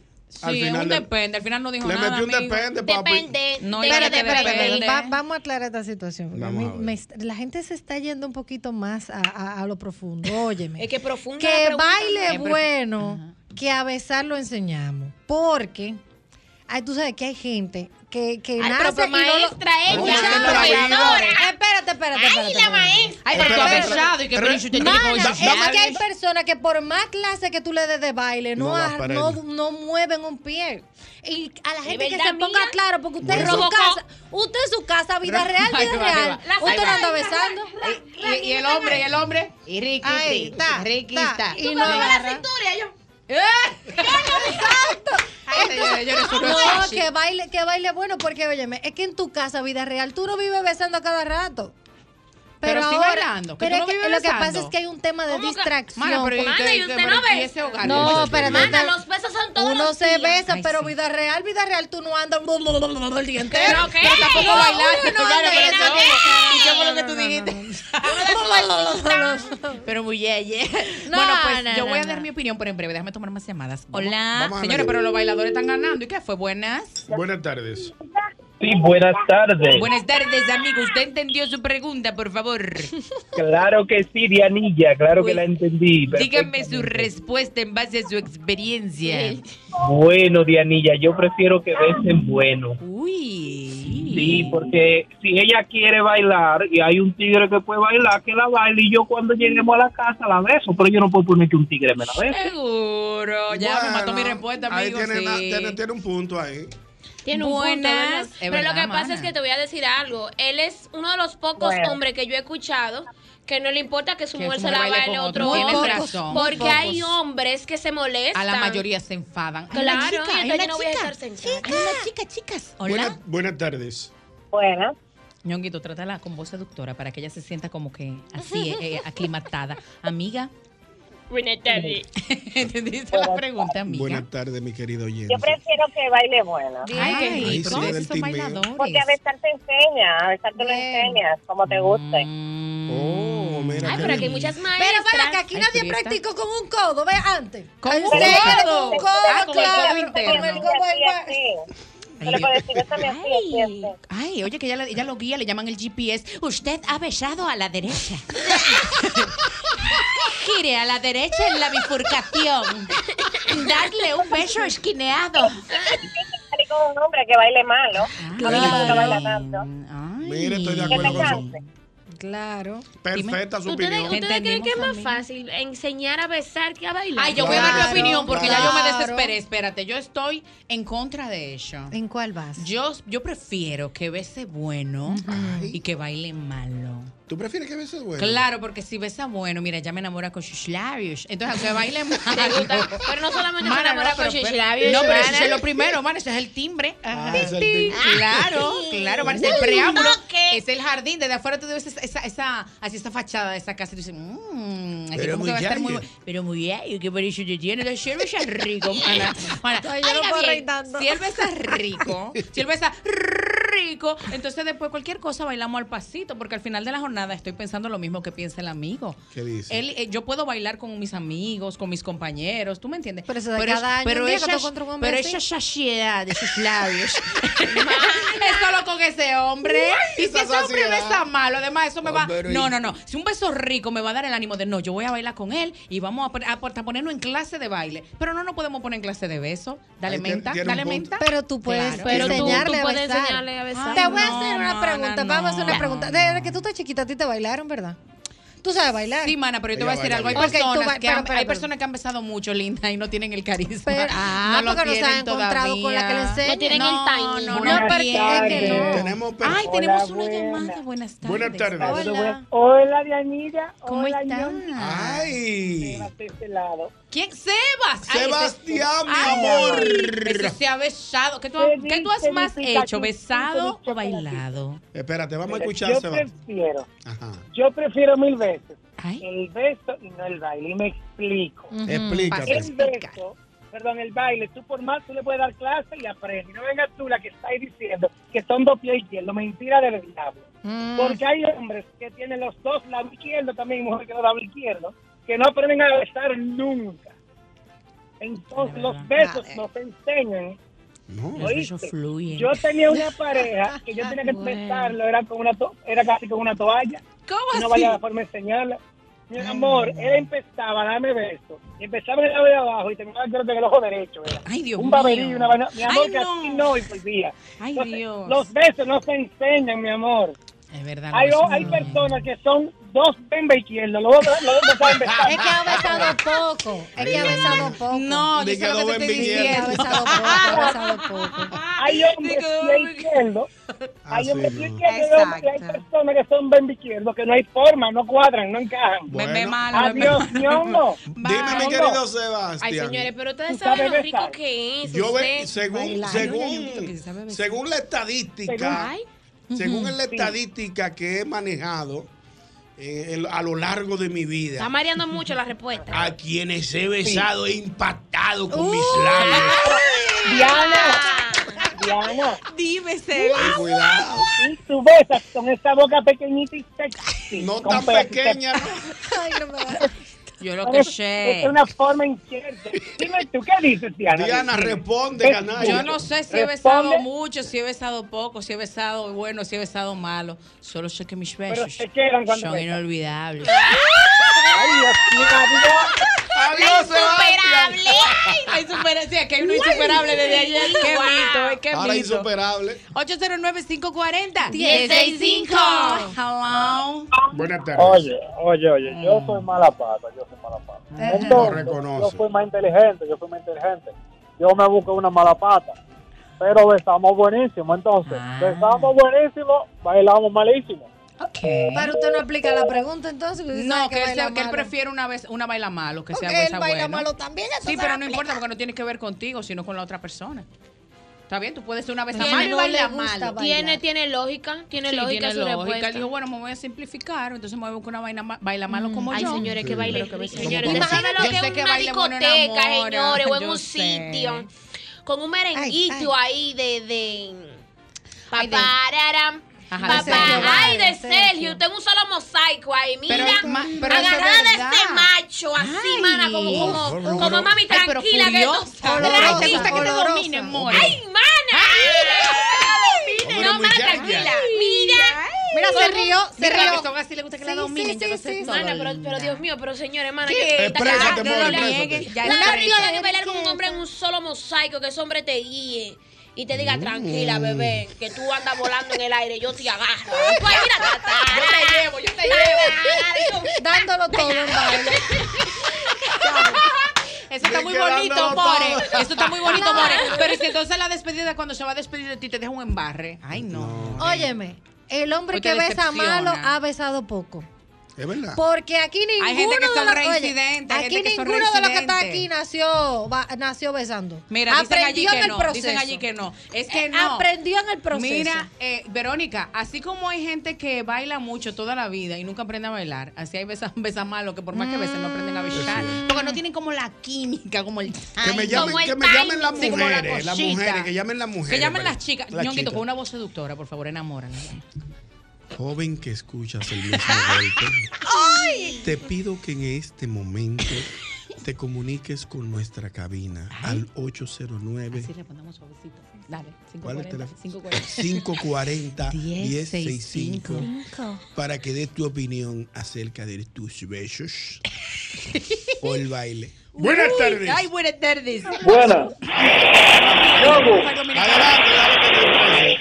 [SPEAKER 4] Al
[SPEAKER 3] Sí, es
[SPEAKER 4] final
[SPEAKER 3] un
[SPEAKER 4] le-
[SPEAKER 3] depende. Al final no dijo
[SPEAKER 4] le
[SPEAKER 3] nada.
[SPEAKER 4] metí un
[SPEAKER 3] amigo.
[SPEAKER 4] depende, papi.
[SPEAKER 6] Depende.
[SPEAKER 3] No,
[SPEAKER 6] de-
[SPEAKER 3] ya
[SPEAKER 5] Espérate,
[SPEAKER 3] que te
[SPEAKER 5] espérate,
[SPEAKER 3] depende.
[SPEAKER 5] espérate. Va- vamos a aclarar esta situación. porque
[SPEAKER 3] Vamos
[SPEAKER 5] me-
[SPEAKER 3] a ver.
[SPEAKER 5] me est- la gente se está yendo un poquito más a, a- a lo profundo. Óyeme.
[SPEAKER 6] Es que profunda la
[SPEAKER 5] que
[SPEAKER 6] pregunta, ¿no?
[SPEAKER 5] baile
[SPEAKER 6] Es profu-
[SPEAKER 5] bueno, que a besar lo enseñamos. Porque, ay, tú sabes que hay gente que, que
[SPEAKER 6] Ay,
[SPEAKER 5] nace
[SPEAKER 6] pero, pero
[SPEAKER 5] y no lo-
[SPEAKER 6] maestra, ella,
[SPEAKER 5] Escucha,
[SPEAKER 6] la
[SPEAKER 5] espérate,
[SPEAKER 6] profesora.
[SPEAKER 5] Espérate, espérate, espérate.
[SPEAKER 6] Ay, la
[SPEAKER 5] espérate.
[SPEAKER 6] maestra. Ay, pero tú has besado y que Pero- Brigitte te tiene que
[SPEAKER 5] Mana,
[SPEAKER 6] besar.
[SPEAKER 5] Es que hay personas que por más clase que tú le des de baile, no,
[SPEAKER 6] No
[SPEAKER 5] ha-
[SPEAKER 6] las paredes.
[SPEAKER 5] no, no mueven un pie. Y a la gente que
[SPEAKER 6] verdad,
[SPEAKER 5] se ponga
[SPEAKER 6] mía?
[SPEAKER 5] claro, porque usted
[SPEAKER 6] Por
[SPEAKER 5] en
[SPEAKER 6] eso.
[SPEAKER 5] su casa, usted en su casa, vida
[SPEAKER 3] Ahí
[SPEAKER 5] real,
[SPEAKER 3] va,
[SPEAKER 5] vida
[SPEAKER 3] ahí
[SPEAKER 5] real.
[SPEAKER 3] va. La
[SPEAKER 5] Usted no
[SPEAKER 3] saca-
[SPEAKER 5] anda besando.
[SPEAKER 3] Y- y- y el hombre, y el hombre.
[SPEAKER 5] Y
[SPEAKER 3] Ricky, Ricky, Ricky está.
[SPEAKER 5] Y
[SPEAKER 3] Tú
[SPEAKER 5] no
[SPEAKER 3] me ves la
[SPEAKER 5] agarra.
[SPEAKER 3] señores, yo no soy
[SPEAKER 5] No,
[SPEAKER 3] Rosashi.
[SPEAKER 5] que baile, que baile bueno, porque óyeme, es que en tu casa, vida real, tú no vives besando a cada rato.
[SPEAKER 3] Pero sí
[SPEAKER 5] ahora-
[SPEAKER 3] bailando, que
[SPEAKER 5] pero
[SPEAKER 3] tú no
[SPEAKER 5] es
[SPEAKER 3] vives
[SPEAKER 5] lo que
[SPEAKER 3] besando.
[SPEAKER 5] pasa es que hay un tema de
[SPEAKER 3] ¿Cómo que-
[SPEAKER 5] distracción.
[SPEAKER 3] Mana, pero y
[SPEAKER 5] porque-
[SPEAKER 3] usted- Mana, y usted pero no y besa. ese hogar. Eso
[SPEAKER 5] No,
[SPEAKER 3] es
[SPEAKER 5] pero
[SPEAKER 3] verdad.
[SPEAKER 6] Mana, los besos son todos
[SPEAKER 5] Uno
[SPEAKER 6] los
[SPEAKER 5] se
[SPEAKER 6] días.
[SPEAKER 5] besa,
[SPEAKER 6] Ay,
[SPEAKER 5] pero
[SPEAKER 6] sí.
[SPEAKER 5] vida real, vida real, tú no andas el día entero.
[SPEAKER 6] Pero qué, tampoco
[SPEAKER 5] No,
[SPEAKER 3] bailaste,
[SPEAKER 5] uno no
[SPEAKER 3] claro,
[SPEAKER 5] anda
[SPEAKER 3] pero
[SPEAKER 5] entero.
[SPEAKER 3] tampoco.
[SPEAKER 5] ¿Y qué fue lo que tú
[SPEAKER 3] Pero muy yeye.
[SPEAKER 5] No,
[SPEAKER 3] bueno, pues
[SPEAKER 5] no,
[SPEAKER 3] yo
[SPEAKER 5] no,
[SPEAKER 3] voy a
[SPEAKER 5] no.
[SPEAKER 3] dar mi opinión, pero en breve déjame tomar más llamadas.
[SPEAKER 4] Vamos a
[SPEAKER 3] Hola.
[SPEAKER 4] analizar.
[SPEAKER 3] Señores, pero los bailadores están ganando. ¿Y qué fue? Buenas.
[SPEAKER 4] Buenas tardes.
[SPEAKER 9] Sí, buenas tardes.
[SPEAKER 3] Buenas tardes, amigo. ¿Usted entendió su pregunta, por favor?
[SPEAKER 9] Claro que sí, Dianilla, claro que la entendí.
[SPEAKER 3] Dígame su respuesta en base a su experiencia.
[SPEAKER 9] Bueno, Dianilla, yo prefiero que besen bueno.
[SPEAKER 3] Uy.
[SPEAKER 9] Sí, porque si ella quiere bailar y hay un tigre que puede bailar, que la baile y yo cuando lleguemos a la casa la beso, pero yo no puedo poner que un tigre me la bese.
[SPEAKER 3] Seguro. Ya me mató mi
[SPEAKER 4] Bueno,
[SPEAKER 3] respuesta,
[SPEAKER 4] ahí
[SPEAKER 3] amigo.
[SPEAKER 4] tiene,
[SPEAKER 3] sí.
[SPEAKER 4] na- tiene- tiene un punto ahí.
[SPEAKER 6] Tiene un punto, ¿verdad?
[SPEAKER 3] Buenas. Es
[SPEAKER 6] Pero
[SPEAKER 3] verdad,
[SPEAKER 6] lo que pasa
[SPEAKER 3] mana.
[SPEAKER 6] es que te voy a decir algo. Él es uno de los pocos
[SPEAKER 3] Bueno.
[SPEAKER 6] hombres que yo he escuchado que no le importa que su
[SPEAKER 3] Que
[SPEAKER 6] mujer
[SPEAKER 3] su
[SPEAKER 6] se la
[SPEAKER 3] mujer baile
[SPEAKER 6] baile
[SPEAKER 3] con
[SPEAKER 6] otro
[SPEAKER 3] otro.
[SPEAKER 6] hombre.
[SPEAKER 3] Tienes razón.
[SPEAKER 6] Porque
[SPEAKER 3] Muy pocos.
[SPEAKER 6] hay hombres que se molestan.
[SPEAKER 3] A la mayoría se enfadan. Ay,
[SPEAKER 6] Claro,
[SPEAKER 3] una chica,
[SPEAKER 6] y
[SPEAKER 3] ay,
[SPEAKER 6] entonces
[SPEAKER 3] una
[SPEAKER 6] yo no voy a
[SPEAKER 3] chica.
[SPEAKER 6] estar sentada.
[SPEAKER 3] Ay, una chica, chicas. Hola.
[SPEAKER 4] Buenas, buenas tardes.
[SPEAKER 10] Buenas.
[SPEAKER 3] Ñonguito, trátala con voz seductora para que ella se sienta como que así, eh, eh, aclimatada. Amiga,
[SPEAKER 10] Buenas tardes.
[SPEAKER 3] ¿entendiste la pregunta, amiga?
[SPEAKER 4] Buenas tardes, mi querido oyente.
[SPEAKER 10] Yo prefiero que baile bueno.
[SPEAKER 3] Bien. Ay, qué
[SPEAKER 4] Ahí
[SPEAKER 3] rico.
[SPEAKER 4] sí le da el
[SPEAKER 3] Esos son
[SPEAKER 4] timbeo.
[SPEAKER 3] bailadores.
[SPEAKER 10] Porque a besar te enseña, a besar te lo enseñas, como te guste.
[SPEAKER 5] Mm.
[SPEAKER 4] Oh,
[SPEAKER 6] Mm.
[SPEAKER 4] mira. qué bien.
[SPEAKER 5] Pero para que aquí
[SPEAKER 4] Ay,
[SPEAKER 5] nadie
[SPEAKER 4] pero esta-
[SPEAKER 5] practicó con un codo, ve antes.
[SPEAKER 3] Con un
[SPEAKER 5] Ustedes,
[SPEAKER 3] codo.
[SPEAKER 5] Con un
[SPEAKER 3] Ah,
[SPEAKER 5] codo,
[SPEAKER 3] con el codo
[SPEAKER 5] claro.
[SPEAKER 3] interno.
[SPEAKER 5] Con el codo ahí va.
[SPEAKER 3] Ay, ay, ay, oye, que ella, la- ella lo guía, le llaman el GPS. Usted ha besado a la derecha. Gire a la derecha en la bifurcación. Dadle un beso esquineado. Ah,
[SPEAKER 10] Salí con un hombre que baile malo. A mí me gusta bailar tanto.
[SPEAKER 4] Mire, estoy de
[SPEAKER 10] ¿Qué
[SPEAKER 4] acuerdo
[SPEAKER 10] te
[SPEAKER 4] con su
[SPEAKER 10] canse?
[SPEAKER 5] Claro.
[SPEAKER 4] perfecta su
[SPEAKER 6] ¿Ustedes,
[SPEAKER 4] opinión.
[SPEAKER 6] ustedes creen que es más fácil enseñar a besar que a bailar?
[SPEAKER 3] Ay, yo voy a dar mi
[SPEAKER 4] Claro,
[SPEAKER 3] opinión porque ya yo me
[SPEAKER 4] claro.
[SPEAKER 3] desesperé. Espérate, yo estoy en contra de eso.
[SPEAKER 5] ¿En cuál vas?
[SPEAKER 3] Yo, yo prefiero que bese bueno y que baile malo.
[SPEAKER 4] ¿Tú prefieres que beses bueno?
[SPEAKER 3] Claro, porque si besa bueno, mira, ya me enamora con sus labios. Entonces, aunque baile malo.
[SPEAKER 6] gusta, pero no solamente se
[SPEAKER 3] Mana,
[SPEAKER 6] enamora con
[SPEAKER 3] pero
[SPEAKER 6] sus
[SPEAKER 3] espera.
[SPEAKER 6] labios,
[SPEAKER 3] No, pero
[SPEAKER 6] Joana.
[SPEAKER 3] eso es lo primero, man, Ah, ese es el timbre. Ajá.
[SPEAKER 6] es el
[SPEAKER 3] Tin, tin. Ah,
[SPEAKER 6] timbre.
[SPEAKER 3] Claro,
[SPEAKER 6] Ay.
[SPEAKER 3] claro, man, es el
[SPEAKER 6] Uy,
[SPEAKER 3] preámbulo.
[SPEAKER 6] ok.
[SPEAKER 3] Es el jardín. Desde afuera tú ves esa, esa, esa- así esta fachada de esa casa y tú dices, mmm, aquí
[SPEAKER 11] Pero
[SPEAKER 3] como que
[SPEAKER 11] muy
[SPEAKER 3] va a estar muy
[SPEAKER 11] yayo.
[SPEAKER 3] bu- Pero muy bien, qué parecido que tiene. El cerveza es rico, mana. Mana,
[SPEAKER 5] Ay, yo no
[SPEAKER 3] oiga
[SPEAKER 5] puedo
[SPEAKER 3] bien,
[SPEAKER 5] reír tanto.
[SPEAKER 3] Si él besa rico, si él besa rico, entonces después cualquier cosa bailamos al pasito, porque al final de la jornada estoy pensando lo mismo que piensa el amigo.
[SPEAKER 4] ¿Qué dice?
[SPEAKER 3] Él, eh, yo puedo bailar con mis amigos, con mis compañeros, ¿tú me entiendes? Pero
[SPEAKER 5] eso de cada año, un día que
[SPEAKER 3] esa-
[SPEAKER 5] tú encuentras un hombre
[SPEAKER 3] pero
[SPEAKER 5] así.
[SPEAKER 3] esa saciedad de sus labios es solo con ese hombre.
[SPEAKER 4] Guay,
[SPEAKER 3] y si
[SPEAKER 4] esa
[SPEAKER 3] ese hombre
[SPEAKER 4] sociedad.
[SPEAKER 3] besa malo, además eso me va.
[SPEAKER 4] Hombre,
[SPEAKER 3] No,
[SPEAKER 4] y-
[SPEAKER 3] no, no. Si un beso rico me va a dar el ánimo de no, yo voy a bailar con él y vamos a, pon- a pon- a ponernos en clase de baile. Pero no nos podemos poner en clase de beso. Dale
[SPEAKER 5] Ahí tiene-
[SPEAKER 3] menta,
[SPEAKER 5] tiene un
[SPEAKER 3] dale
[SPEAKER 5] punto.
[SPEAKER 3] menta.
[SPEAKER 5] Pero tú puedes
[SPEAKER 3] Claro.
[SPEAKER 5] enseñarle, a
[SPEAKER 6] puedes
[SPEAKER 5] besar.
[SPEAKER 6] enseñarle a besar.
[SPEAKER 5] Te voy a
[SPEAKER 3] Ay,
[SPEAKER 5] hacer
[SPEAKER 3] no,
[SPEAKER 5] una pregunta.
[SPEAKER 3] no,
[SPEAKER 5] Vamos a hacer
[SPEAKER 3] no.
[SPEAKER 5] una pregunta. Desde que tú estás chiquita, a ti te bailaron, ¿verdad? Tú sabes bailar.
[SPEAKER 3] Sí, mana, pero yo te voy a
[SPEAKER 5] Ella
[SPEAKER 3] decir algo.
[SPEAKER 5] baila
[SPEAKER 3] Hay
[SPEAKER 5] bien. Ok, tú
[SPEAKER 3] personas,
[SPEAKER 5] ba-
[SPEAKER 3] que
[SPEAKER 5] pero,
[SPEAKER 3] han,
[SPEAKER 5] pero,
[SPEAKER 3] hay
[SPEAKER 5] pero.
[SPEAKER 3] personas que han besado mucho, linda, y no tienen el carisma.
[SPEAKER 5] ah,
[SPEAKER 3] no lo
[SPEAKER 5] porque no se
[SPEAKER 3] tienen
[SPEAKER 5] han encontrado
[SPEAKER 3] todavía.
[SPEAKER 5] con la que le enseñe.
[SPEAKER 3] No tienen
[SPEAKER 5] No,
[SPEAKER 3] el timing.
[SPEAKER 5] no,
[SPEAKER 3] No,
[SPEAKER 5] no,
[SPEAKER 3] porque
[SPEAKER 5] porque es que no.
[SPEAKER 4] Tenemos
[SPEAKER 3] Ay, tenemos una llamada. Buenas tardes.
[SPEAKER 4] Buenas tardes.
[SPEAKER 3] Hola.
[SPEAKER 11] Hola, Dianira.
[SPEAKER 3] ¿Cómo
[SPEAKER 11] Hola,
[SPEAKER 3] están?
[SPEAKER 4] Ay.
[SPEAKER 3] ¿Quién? Sebas. Ay,
[SPEAKER 4] Sebastián, mi
[SPEAKER 3] Ay,
[SPEAKER 4] amor.
[SPEAKER 3] Ese se ha besado. ¿Qué tú,
[SPEAKER 11] Feliz,
[SPEAKER 3] qué tú has más
[SPEAKER 11] feliz,
[SPEAKER 3] hecho?
[SPEAKER 11] feliz,
[SPEAKER 3] ¿Besado o bailado?
[SPEAKER 4] Espérate, vamos a escuchar,
[SPEAKER 11] Yo
[SPEAKER 4] Sebastián.
[SPEAKER 11] prefiero,
[SPEAKER 4] Ajá.
[SPEAKER 11] yo prefiero mil veces el beso y no el baile. Y me explico.
[SPEAKER 4] Ujú. Explícate.
[SPEAKER 11] El beso, perdón, el baile, tú por más, tú le puedes dar clase y aprendes. Y no vengas tú la que estáis diciendo que son dos pies izquierdos. Mentira del diablo. Porque hay hombres que tienen los dos lados izquierdos también, mujer que los lados izquierdos, que no aprenden a besar nunca. Entonces los besos no se enseñan.
[SPEAKER 3] Los besos
[SPEAKER 11] ¿Oíste?
[SPEAKER 3] fluyen.
[SPEAKER 11] Yo tenía una pareja que yo tenía que besarlo, era con una to- era casi con una toalla.
[SPEAKER 3] ¿Cómo
[SPEAKER 11] No
[SPEAKER 3] así?
[SPEAKER 11] vaya la forma de enseñarla. Mi amor, él empezaba a darme besos. Y empezaba en el lado de abajo y terminaba creo que en el ojo derecho. Era.
[SPEAKER 3] Ay, Dios
[SPEAKER 11] Un baberío,
[SPEAKER 3] mío.
[SPEAKER 11] una vaina. Mi amor,
[SPEAKER 3] Ay,
[SPEAKER 11] que así no y volvía.
[SPEAKER 3] Ay,
[SPEAKER 11] Entonces,
[SPEAKER 3] Dios.
[SPEAKER 11] Los besos no se enseñan, mi amor.
[SPEAKER 3] Es verdad.
[SPEAKER 11] Hay,
[SPEAKER 3] no,
[SPEAKER 11] hay
[SPEAKER 3] no.
[SPEAKER 11] personas que son dos bemba izquierdos, los dos los dos no saben besar.
[SPEAKER 5] Es que ha besado poco. Es que ha besado poco.
[SPEAKER 3] No, yo
[SPEAKER 11] Me
[SPEAKER 3] sé lo
[SPEAKER 11] quedo
[SPEAKER 3] que te
[SPEAKER 11] buen
[SPEAKER 3] estoy diciendo.
[SPEAKER 5] Ha
[SPEAKER 11] billete.
[SPEAKER 5] besado poco, ha besado poco.
[SPEAKER 11] Hay hombres pie izquierdo.
[SPEAKER 4] Ah,
[SPEAKER 11] Hay hombres pie izquierdo y hay hombres- hay personas que son bemba izquierdo que no hay forma, no cuadran, no encajan.
[SPEAKER 4] Bueno. Bembe malo,
[SPEAKER 11] Adiós,
[SPEAKER 4] bembe malo.
[SPEAKER 11] ñongo.
[SPEAKER 4] Dime, mi querido Sebastián.
[SPEAKER 6] Ay, señores, pero ustedes
[SPEAKER 11] Tú
[SPEAKER 6] saben lo
[SPEAKER 11] sabes
[SPEAKER 6] rico
[SPEAKER 11] besar.
[SPEAKER 6] que es.
[SPEAKER 4] Yo ve-
[SPEAKER 6] usted
[SPEAKER 4] según,
[SPEAKER 6] bailar.
[SPEAKER 4] según, según la
[SPEAKER 6] Según-
[SPEAKER 4] estadística,
[SPEAKER 6] Ay.
[SPEAKER 4] según
[SPEAKER 6] Ujú.
[SPEAKER 4] la
[SPEAKER 6] Sí.
[SPEAKER 4] estadística que he manejado eh, el- a lo largo de mi
[SPEAKER 6] Está
[SPEAKER 4] vida,
[SPEAKER 6] mareando mucho la respuesta.
[SPEAKER 4] a quienes he besado he impactado con
[SPEAKER 6] Uh.
[SPEAKER 4] mis labios.
[SPEAKER 11] Diana.
[SPEAKER 3] Dime,
[SPEAKER 4] Ten cuidado.
[SPEAKER 11] Y tú besas con esa boca pequeñita y sexy.
[SPEAKER 4] No
[SPEAKER 11] con
[SPEAKER 4] tan
[SPEAKER 11] pe-
[SPEAKER 4] pequeña.
[SPEAKER 5] Ay, no me va.
[SPEAKER 3] Yo
[SPEAKER 11] pe-
[SPEAKER 3] lo que sé.
[SPEAKER 11] Es una forma incierta. Dime tú, ¿qué dices, Diana?
[SPEAKER 4] Diana, responde,
[SPEAKER 11] ¿Qué
[SPEAKER 4] canalla.
[SPEAKER 3] Eh, Yo no sé si he
[SPEAKER 11] Responde.
[SPEAKER 3] besado mucho, si he besado poco, si he besado bueno, si he besado malo. Solo sé que mis besos
[SPEAKER 11] se quedan cuando
[SPEAKER 3] son
[SPEAKER 11] besan.
[SPEAKER 3] inolvidables.
[SPEAKER 11] Ay, Dios mío, adiós.
[SPEAKER 3] ¡La
[SPEAKER 11] Adiós, Sebastián.
[SPEAKER 3] insuperable! ¡La insuperable! Sí, aquí hay uno insuperable desde ayer. ¡Qué
[SPEAKER 11] Wow.
[SPEAKER 3] mito! eh, ¡Qué
[SPEAKER 4] Ahora
[SPEAKER 3] mito!
[SPEAKER 4] insuperable.
[SPEAKER 3] 809-540-1065. Hello.
[SPEAKER 4] Ah. Buenas tardes.
[SPEAKER 11] Oye, oye, oye, yo soy mala pata, yo soy mala pata.
[SPEAKER 3] Ajá.
[SPEAKER 4] Lo
[SPEAKER 11] Entonces,
[SPEAKER 4] reconoce.
[SPEAKER 11] yo fui más inteligente, yo fui más inteligente. Yo me busqué una mala pata, pero besamos buenísimo, entonces, besamos buenísimo, bailamos malísimo.
[SPEAKER 5] Pero usted no aplica la pregunta entonces. porque usted
[SPEAKER 3] No,
[SPEAKER 5] sabe
[SPEAKER 3] que, él,
[SPEAKER 5] baila
[SPEAKER 3] sea- que él
[SPEAKER 5] malo.
[SPEAKER 3] prefiere una, vez, una baila malo, que sea
[SPEAKER 5] Porque él
[SPEAKER 3] esa
[SPEAKER 5] baila
[SPEAKER 3] bueno.
[SPEAKER 5] malo también, eso
[SPEAKER 3] Sí,
[SPEAKER 5] se
[SPEAKER 3] pero no
[SPEAKER 5] aplica.
[SPEAKER 3] importa porque no tiene que ver contigo, sino con la otra persona. Está bien, tú puedes ser una vez
[SPEAKER 6] Tiene-
[SPEAKER 3] malo y
[SPEAKER 6] no
[SPEAKER 3] baila
[SPEAKER 6] le gusta
[SPEAKER 3] malo.
[SPEAKER 6] bailar. Tiene- tiene lógica, tiene lógica su respuesta. Mm.
[SPEAKER 3] Él dijo, bueno, me voy a simplificar, entonces me voy a buscar una vaina ma- baila malo como
[SPEAKER 6] Ay,
[SPEAKER 3] yo.
[SPEAKER 6] señores, que baile
[SPEAKER 3] Pero
[SPEAKER 6] rico.
[SPEAKER 3] que-
[SPEAKER 6] Señores,
[SPEAKER 3] como-
[SPEAKER 6] ustedes saben lo
[SPEAKER 3] Yo
[SPEAKER 6] que
[SPEAKER 3] sé
[SPEAKER 6] es una
[SPEAKER 3] baile bueno
[SPEAKER 6] discoteca,
[SPEAKER 3] enamora,
[SPEAKER 6] señores, o en
[SPEAKER 3] yo
[SPEAKER 6] un
[SPEAKER 3] sé.
[SPEAKER 6] sitio. Con un merenguito ahí de. de... Papararam.
[SPEAKER 3] Ajá,
[SPEAKER 6] Papá,
[SPEAKER 3] de Sergio
[SPEAKER 6] ay,
[SPEAKER 3] Vargas,
[SPEAKER 6] de Sergio, usted es un solo mosaico ahí, mira,
[SPEAKER 3] Pero, ma- pero eso es
[SPEAKER 6] agarrada de
[SPEAKER 3] verdad.
[SPEAKER 6] este macho, así,
[SPEAKER 3] Ay.
[SPEAKER 6] mana, como, como,
[SPEAKER 3] Pero-
[SPEAKER 6] como
[SPEAKER 3] pero-
[SPEAKER 6] mami,
[SPEAKER 3] Ay, pero
[SPEAKER 6] tranquila, que tú-
[SPEAKER 3] furiosa, olorosa,
[SPEAKER 6] Ay, te gusta que te
[SPEAKER 3] olorosa.
[SPEAKER 6] dominen, more.
[SPEAKER 3] Ay.
[SPEAKER 6] Ay, mana, mira, que te dominen.
[SPEAKER 3] Hombre,
[SPEAKER 6] no, mana,
[SPEAKER 3] muchacha.
[SPEAKER 6] tranquila,
[SPEAKER 3] Ay.
[SPEAKER 6] mira,
[SPEAKER 3] Mira, se
[SPEAKER 6] Todo el
[SPEAKER 3] rió,
[SPEAKER 6] mundo-
[SPEAKER 3] se
[SPEAKER 6] mira,
[SPEAKER 3] rió.
[SPEAKER 6] que son así, le gusta que la
[SPEAKER 3] Sí,
[SPEAKER 6] dominen,
[SPEAKER 3] sí,
[SPEAKER 6] que no se
[SPEAKER 3] sí, sí,
[SPEAKER 6] tomen.
[SPEAKER 3] sí.
[SPEAKER 6] Mana, pero, pero, Dios mío, pero señores, mana,
[SPEAKER 3] ¿Qué?
[SPEAKER 6] que-
[SPEAKER 3] Exprésate,
[SPEAKER 6] que-
[SPEAKER 3] more,
[SPEAKER 6] la-
[SPEAKER 3] exprésate. Ya,
[SPEAKER 6] La
[SPEAKER 3] ya,
[SPEAKER 6] prioridad
[SPEAKER 3] ya.
[SPEAKER 6] que bailar con un hombre en un solo mosaico, que ese hombre te guíe. Y te diga, tranquila, bebé, que tú andas volando en el aire, yo te agarro. Tú ahí, mira, yo te llevo, yo te llevo.
[SPEAKER 5] Dándolo todo en baile.
[SPEAKER 3] Eso está
[SPEAKER 5] Me
[SPEAKER 3] muy
[SPEAKER 5] quedan
[SPEAKER 3] bonito,
[SPEAKER 5] dos
[SPEAKER 3] More.
[SPEAKER 5] pavos.
[SPEAKER 3] Eso está muy bonito,
[SPEAKER 5] No.
[SPEAKER 3] More. Pero si entonces la despedida, cuando se va a despedir de ti, te deja un embarre. Ay, no.
[SPEAKER 5] Óyeme, el hombre
[SPEAKER 3] Hoy te
[SPEAKER 5] que besa
[SPEAKER 3] decepciona.
[SPEAKER 5] malo ha besado poco.
[SPEAKER 4] Es verdad.
[SPEAKER 5] Porque aquí ninguno
[SPEAKER 3] gente que son
[SPEAKER 5] de los- oye,
[SPEAKER 3] reincidentes, hay
[SPEAKER 5] aquí
[SPEAKER 3] gente que son
[SPEAKER 5] ninguno de los que está
[SPEAKER 3] reincidentes.
[SPEAKER 5] aquí nació va- nació besando.
[SPEAKER 3] Mira, dicen allí
[SPEAKER 5] aprendió
[SPEAKER 3] que
[SPEAKER 5] en el
[SPEAKER 3] no,
[SPEAKER 5] proceso.
[SPEAKER 3] dicen allí que no. Es que
[SPEAKER 5] Eh,
[SPEAKER 3] no.
[SPEAKER 5] aprendió en el proceso.
[SPEAKER 3] Mira, eh, Verónica, así como hay gente que baila mucho toda la vida y nunca aprende a bailar, así hay besas, besas malos que por más que besen no
[SPEAKER 5] Mm.
[SPEAKER 3] aprenden a bailar. Porque no tienen como la química, como el
[SPEAKER 4] Que me
[SPEAKER 3] timing.
[SPEAKER 4] llamen,
[SPEAKER 3] Como el
[SPEAKER 4] que me llamen las
[SPEAKER 3] timing, sí, como la
[SPEAKER 4] mujeres, las
[SPEAKER 3] cosita.
[SPEAKER 4] mujeres, que llamen las mujeres.
[SPEAKER 3] Que llamen
[SPEAKER 4] para-
[SPEAKER 3] las chicas.
[SPEAKER 4] las
[SPEAKER 3] Ñonguito,
[SPEAKER 4] chicas.
[SPEAKER 3] con una voz seductora, por favor, enamóranos.
[SPEAKER 4] Joven que escuchas el mismo golpe, te pido que en este momento Te comuniques con nuestra cabina al 809
[SPEAKER 3] Así le ponemos suavecito. Dale,
[SPEAKER 4] ¿Cuál es el
[SPEAKER 3] 540.
[SPEAKER 4] teléfono? 540
[SPEAKER 3] 540.
[SPEAKER 4] 1065
[SPEAKER 3] 1065.
[SPEAKER 4] para que des tu opinión acerca de tus besos o el baile. Buenas
[SPEAKER 3] Uy,
[SPEAKER 4] tardes.
[SPEAKER 3] Ay, buenas tardes.
[SPEAKER 4] Buenas.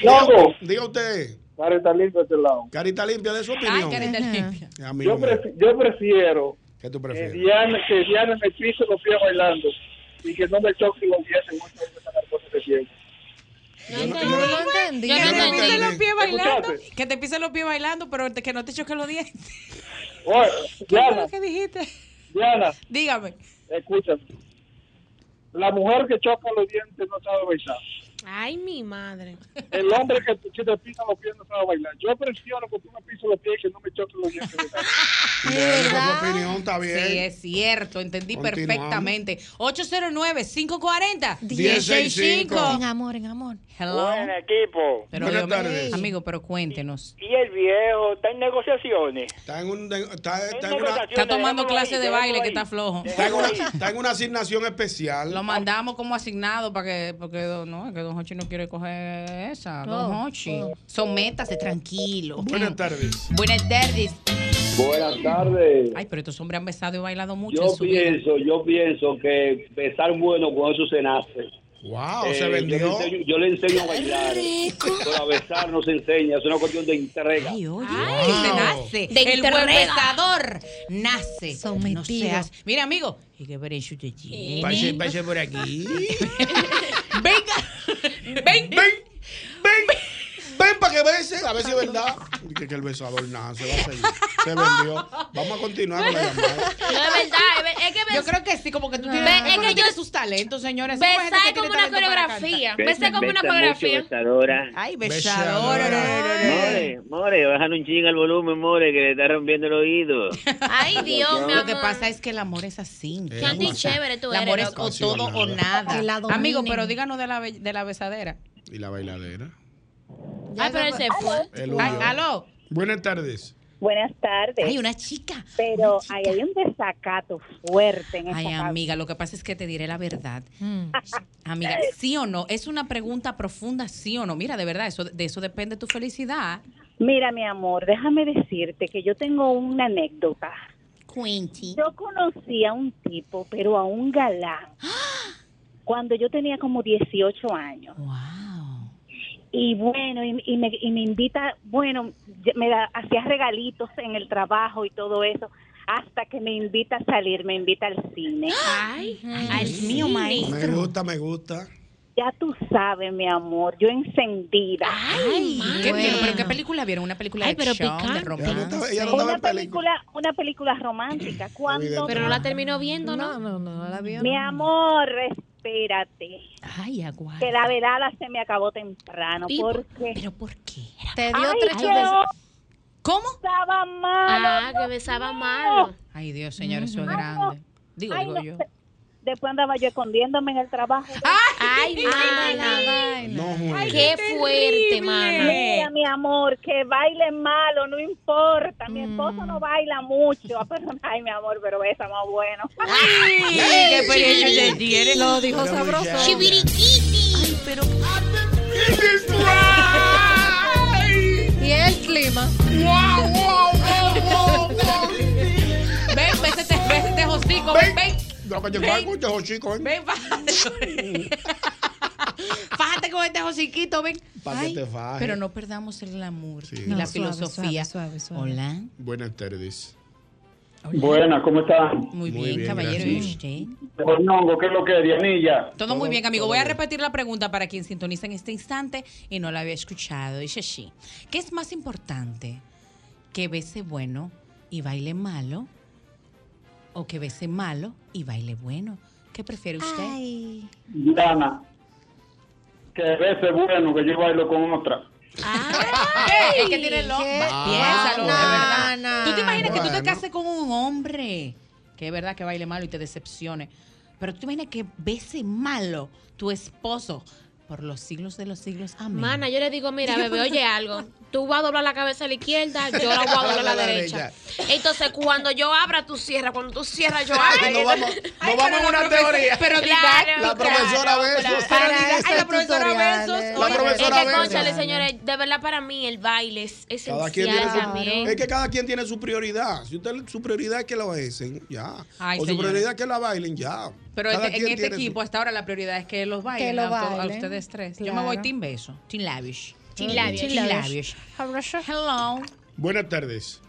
[SPEAKER 8] Loco.
[SPEAKER 4] Diga usted.
[SPEAKER 8] Carita limpia de este lado.
[SPEAKER 4] Carita limpia de su opinión. A mí
[SPEAKER 8] Yo,
[SPEAKER 4] no me-
[SPEAKER 8] prefi- yo prefiero
[SPEAKER 4] ¿Qué tú
[SPEAKER 8] que
[SPEAKER 4] prefieres?
[SPEAKER 8] Diana, que Diana me pise los pies bailando y que no me choque los pies en muchas veces para las cosas que tiene.
[SPEAKER 5] no lo entendí.
[SPEAKER 11] Que te pisen los pies bailando.
[SPEAKER 8] Escuchaste.
[SPEAKER 11] Que te pisen los pies bailando, pero te- que no te choquen los dientes.
[SPEAKER 8] Oye,
[SPEAKER 11] ¿Qué fue
[SPEAKER 8] Diana,
[SPEAKER 11] lo que dijiste?
[SPEAKER 8] Diana,
[SPEAKER 11] Dígame.
[SPEAKER 8] escúchame. La mujer que choca los dientes no sabe bailar.
[SPEAKER 6] Ay, mi madre.
[SPEAKER 8] El hombre que te, que te pisa los pies no sabe bailar. Yo prefiero que tú me pises los pies y que no me choques los dientes.
[SPEAKER 3] ¿Verdad?
[SPEAKER 4] opinión, está bien.
[SPEAKER 3] Sí, es cierto, entendí
[SPEAKER 4] Continuamos.
[SPEAKER 3] perfectamente. 809-540.
[SPEAKER 4] 1065.
[SPEAKER 5] En amor, en amor.
[SPEAKER 12] Buen equipo.
[SPEAKER 3] Pero
[SPEAKER 4] Buenas
[SPEAKER 3] Dios mío,
[SPEAKER 4] tardes.
[SPEAKER 3] Amigo, pero cuéntenos.
[SPEAKER 12] Y el viejo está en negociaciones.
[SPEAKER 4] Está en un. Está, está en una-
[SPEAKER 3] Está tomando clase de baile que está flojo.
[SPEAKER 4] Está en una, está en una asignación especial.
[SPEAKER 3] Lo mandamos como asignado para que, porque don- no, es que Don Hochi no quiere coger esa. Don
[SPEAKER 4] Oh,
[SPEAKER 3] Hochi. Sométase tranquilo.
[SPEAKER 4] Buenas tardes.
[SPEAKER 3] Buenas tardes.
[SPEAKER 13] Buenas tardes.
[SPEAKER 3] Ay, pero estos hombres han besado y bailado mucho en
[SPEAKER 13] Yo
[SPEAKER 3] su vida.
[SPEAKER 13] pienso, yo pienso que besar bueno con eso se nace. Eh,
[SPEAKER 4] Wow,
[SPEAKER 3] se
[SPEAKER 4] vendió.
[SPEAKER 13] Yo le enseño, yo le enseño a bailar, pero a besar no se enseña, es una cuestión de entrega.
[SPEAKER 3] Ay, se nace.
[SPEAKER 6] De
[SPEAKER 3] el buen
[SPEAKER 6] entrega.
[SPEAKER 3] besador nace. No seas- Mira, amigo. Y que ver eso te tiene.
[SPEAKER 4] Pase, pase por aquí.
[SPEAKER 3] Venga. Ven.
[SPEAKER 4] Ven. Ven para que bese, a ver si es verdad. Y Que, que el besador nada, se va a seguir. Se vendió. Vamos a continuar con la llamada.
[SPEAKER 6] No, es verdad. es ver- Es, que
[SPEAKER 11] Yo creo que sí, como que tú tienes,
[SPEAKER 6] Ve- es
[SPEAKER 11] tú
[SPEAKER 6] que yo-
[SPEAKER 11] tienes sus talentos, señores.
[SPEAKER 6] Besar
[SPEAKER 11] Esa gente
[SPEAKER 6] es como
[SPEAKER 11] tiene
[SPEAKER 6] una
[SPEAKER 11] talento para
[SPEAKER 6] coreografía.
[SPEAKER 11] cantar.
[SPEAKER 6] Besar como una coreografía.
[SPEAKER 12] Besadora.
[SPEAKER 11] Ay, besadora.
[SPEAKER 12] More, more, bajan un chingo el volumen, more, que le está rompiendo el oído.
[SPEAKER 6] Ay, Dios, mi
[SPEAKER 3] Lo que Eh,
[SPEAKER 6] amor.
[SPEAKER 3] pasa es que el amor es así.
[SPEAKER 6] Qué anti chévere tú
[SPEAKER 3] el amor
[SPEAKER 6] eres,
[SPEAKER 3] es o todo o nada. Amigo, pero díganos de la, be- de la besadera.
[SPEAKER 4] ¿Y la bailadera?
[SPEAKER 3] Ay, pero él se fue.
[SPEAKER 4] Él huyó. Buenas tardes.
[SPEAKER 14] Buenas tardes.
[SPEAKER 3] Hay una chica.
[SPEAKER 14] Pero ahí hay un desacato fuerte en Ah, esta
[SPEAKER 3] Ay,
[SPEAKER 14] casa.
[SPEAKER 3] amiga, lo que pasa es que te diré la verdad. Amiga, ¿sí o no? Es una pregunta profunda, ¿sí o no? Mira, de verdad, eso, de eso depende tu felicidad.
[SPEAKER 14] Mira, mi amor, déjame decirte que yo tengo una anécdota. Yo conocí a un tipo, pero a un galán, cuando yo tenía como 18 años. Y bueno, y, y me, y me invita, bueno, ya- me da- hacía regalitos en el trabajo y todo eso, hasta que me invita a salir, me invita al cine. Ay, al mío,
[SPEAKER 4] Me gusta, me gusta.
[SPEAKER 14] Ya tú sabes, mi amor, yo encendida. Ay,
[SPEAKER 3] ¿Qué, pero ¿qué película vieron? ¿Una película
[SPEAKER 14] Ay,
[SPEAKER 3] de
[SPEAKER 14] pero
[SPEAKER 3] acción, de
[SPEAKER 14] picante.
[SPEAKER 3] romance?
[SPEAKER 14] una película, una película romántica. Cuando
[SPEAKER 6] Pero no la terminó viendo, ¿no?
[SPEAKER 5] No, no, no la vio.
[SPEAKER 14] Mi amor, espérate.
[SPEAKER 3] Ay, aguanta.
[SPEAKER 14] Que la velada se me acabó temprano.
[SPEAKER 3] Pipo,
[SPEAKER 14] ¿Por qué? ¿Pero
[SPEAKER 3] por qué?
[SPEAKER 5] Te
[SPEAKER 3] dio tres chupes- ¿Cómo?
[SPEAKER 14] Estaba mal.
[SPEAKER 6] Ah, que besaba malo.
[SPEAKER 3] Ay, Dios, señor, eso es grande. Digo,
[SPEAKER 14] Ay,
[SPEAKER 3] digo
[SPEAKER 14] no.
[SPEAKER 3] yo.
[SPEAKER 14] Después andaba yo escondiéndome en el trabajo.
[SPEAKER 6] Ay, mala vaina.
[SPEAKER 4] No juegues.
[SPEAKER 6] Ay, qué fuerte, mana.
[SPEAKER 14] Mira, mi amor, que baile malo, no importa. Mi esposo
[SPEAKER 6] Mm.
[SPEAKER 14] no baila mucho. Ah, pero- Ay, mi amor, pero besa más bueno.
[SPEAKER 3] qué peligro te tiene. Lo dijo
[SPEAKER 14] Pero
[SPEAKER 6] pues
[SPEAKER 14] muy
[SPEAKER 3] sabroso.
[SPEAKER 14] Ay,
[SPEAKER 3] pero.
[SPEAKER 5] Y el clima.
[SPEAKER 3] ¡Wow, wow, wow, wow! Ven, vésete, vésete, Josico, ven, ven.
[SPEAKER 4] Lo que yo
[SPEAKER 3] Ven.
[SPEAKER 4] pago, yo, chico, ¿eh?
[SPEAKER 3] Ven, bájate. Bájate con este Josiquito, ven.
[SPEAKER 4] Pa' que te faje.
[SPEAKER 3] Pero no perdamos el amor
[SPEAKER 4] Sí.
[SPEAKER 3] ni
[SPEAKER 4] No,
[SPEAKER 3] la
[SPEAKER 4] suave,
[SPEAKER 3] filosofía. Hola.
[SPEAKER 4] Buenas tardes.
[SPEAKER 8] Buenas, ¿cómo están?
[SPEAKER 3] Muy, bien, caballero. ¿Y
[SPEAKER 4] gracias.
[SPEAKER 3] usted?
[SPEAKER 8] Hornongo, ¿qué es lo que es, Dianilla?
[SPEAKER 3] Todo muy bien, amigo. Voy a repetir la pregunta para quien sintoniza en este instante y no la había escuchado. Dice sí. ¿Qué es más importante? ¿Que bese bueno y baile malo? ¿O que bese malo y baile bueno? ¿Qué prefiere usted?
[SPEAKER 8] Diana, que veces bueno que yo bailo con otra.
[SPEAKER 3] ¿Qué? Es que tiene loco. Piénsalo, de
[SPEAKER 5] Ah,
[SPEAKER 3] verdad.
[SPEAKER 5] no.
[SPEAKER 3] Tú te imaginas que tú te
[SPEAKER 5] Bueno.
[SPEAKER 3] cases con un hombre que es verdad que baile malo y te decepcione. Pero tú te imaginas que bese malo tu esposo por los siglos de los siglos. Amén.
[SPEAKER 6] Mana, yo le digo, mira, bebé, oye algo. Tú vas a doblar la cabeza a la izquierda, yo la voy a doblar a la derecha. Entonces, cuando yo abra, tú cierras. Cuando tú cierras, yo abro.
[SPEAKER 4] Ay, no vamos- no vamos en una teoría.
[SPEAKER 6] Pero
[SPEAKER 4] Claro, La profesora Besos. Pero diga- ay, la profesora Besos. La profesora
[SPEAKER 6] Es que,
[SPEAKER 4] Besos.
[SPEAKER 6] cónchale, señores, de verdad para mí el baile es
[SPEAKER 4] Cada
[SPEAKER 6] esencial
[SPEAKER 4] quien tiene su-
[SPEAKER 6] también.
[SPEAKER 4] es que cada quien tiene su prioridad. Si usted su prioridad es que la besen, ya.
[SPEAKER 3] Ay,
[SPEAKER 4] o su
[SPEAKER 3] señores.
[SPEAKER 4] prioridad es que la bailen, ya.
[SPEAKER 3] Pero
[SPEAKER 4] Cada
[SPEAKER 3] este-
[SPEAKER 4] quien
[SPEAKER 3] en este
[SPEAKER 4] tiene su-
[SPEAKER 3] equipo hasta ahora la prioridad es que los bailen,
[SPEAKER 5] Que lo
[SPEAKER 3] a, to- a
[SPEAKER 5] bailen.
[SPEAKER 3] ustedes tres. Yo me
[SPEAKER 5] Claro.
[SPEAKER 3] voy team beso, team lavish.
[SPEAKER 5] Team labios.
[SPEAKER 3] Team lavish. Hello.
[SPEAKER 4] Buenas tardes.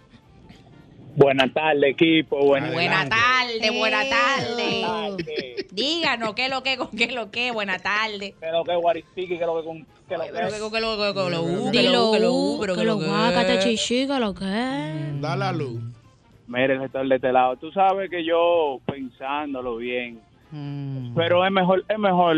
[SPEAKER 15] Buenas tardes, equipo. Buenas,
[SPEAKER 3] Buena
[SPEAKER 15] tardes.
[SPEAKER 3] tarde, buena tarde. Díganos qué es lo que, con qué es lo que, buena tarde.
[SPEAKER 15] Que lo que guaristiqui, que lo que con. Que lo
[SPEAKER 3] Pero que, que lo que, que lo u, que lo
[SPEAKER 6] Dilo,
[SPEAKER 3] u, que lo u, pero
[SPEAKER 6] que
[SPEAKER 3] que
[SPEAKER 6] lo
[SPEAKER 3] lo que.
[SPEAKER 6] guácate, chichica, lo que.
[SPEAKER 4] Da la luz.
[SPEAKER 15] Mire, el gestor de este lado. Tú sabes que yo, pensándolo bien, pero es mejor es mejor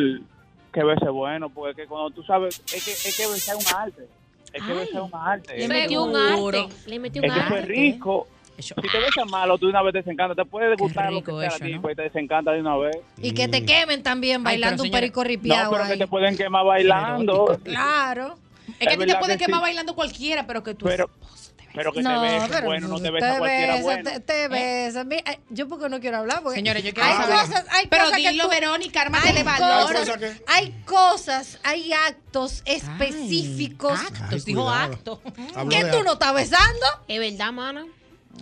[SPEAKER 15] que verse bueno, porque es que cuando tú sabes, es que, es que besar es un arte. Es que besar es un arte.
[SPEAKER 6] Le metió un arte. Le metió un
[SPEAKER 15] Es que eso es
[SPEAKER 6] arte.
[SPEAKER 15] rico. Si te besas malo, tú de una vez te desencanta. Te puede gustar lo que sea a ti, pues te desencanta de una vez.
[SPEAKER 5] Y que
[SPEAKER 8] Mm.
[SPEAKER 5] te quemen también bailando un perico
[SPEAKER 15] No,
[SPEAKER 5] ripiado
[SPEAKER 15] pero que
[SPEAKER 5] ahí.
[SPEAKER 15] te pueden quemar bailando.
[SPEAKER 3] Claro. Es
[SPEAKER 15] Es
[SPEAKER 3] que a ti te
[SPEAKER 15] verdad
[SPEAKER 3] pueden
[SPEAKER 15] que
[SPEAKER 3] quemar
[SPEAKER 15] sí.
[SPEAKER 3] bailando cualquiera, pero que tú.
[SPEAKER 15] Pero, pero que
[SPEAKER 3] No,
[SPEAKER 15] te beses
[SPEAKER 3] pero
[SPEAKER 15] bueno, no te besa
[SPEAKER 5] Te
[SPEAKER 15] cualquiera
[SPEAKER 5] besas,
[SPEAKER 15] bueno.
[SPEAKER 5] te, te besas. Mira, ay, yo porque no quiero hablar. Porque
[SPEAKER 3] Señores, yo quiero
[SPEAKER 5] hay
[SPEAKER 3] saber.
[SPEAKER 5] Cosas, hay
[SPEAKER 3] Pero
[SPEAKER 5] cosas que
[SPEAKER 3] dilo,
[SPEAKER 5] tú-
[SPEAKER 3] Verónica, ármate
[SPEAKER 5] hay
[SPEAKER 3] de valor.
[SPEAKER 5] cosas-
[SPEAKER 3] Hay cosas
[SPEAKER 5] hay cosas, hay actos específicos.
[SPEAKER 3] Actos, dijo
[SPEAKER 4] cuidado.
[SPEAKER 3] acto.
[SPEAKER 4] Habló
[SPEAKER 5] ¿Qué
[SPEAKER 4] de
[SPEAKER 5] tú
[SPEAKER 4] acto.
[SPEAKER 5] no estás besando?
[SPEAKER 6] Es verdad, mana.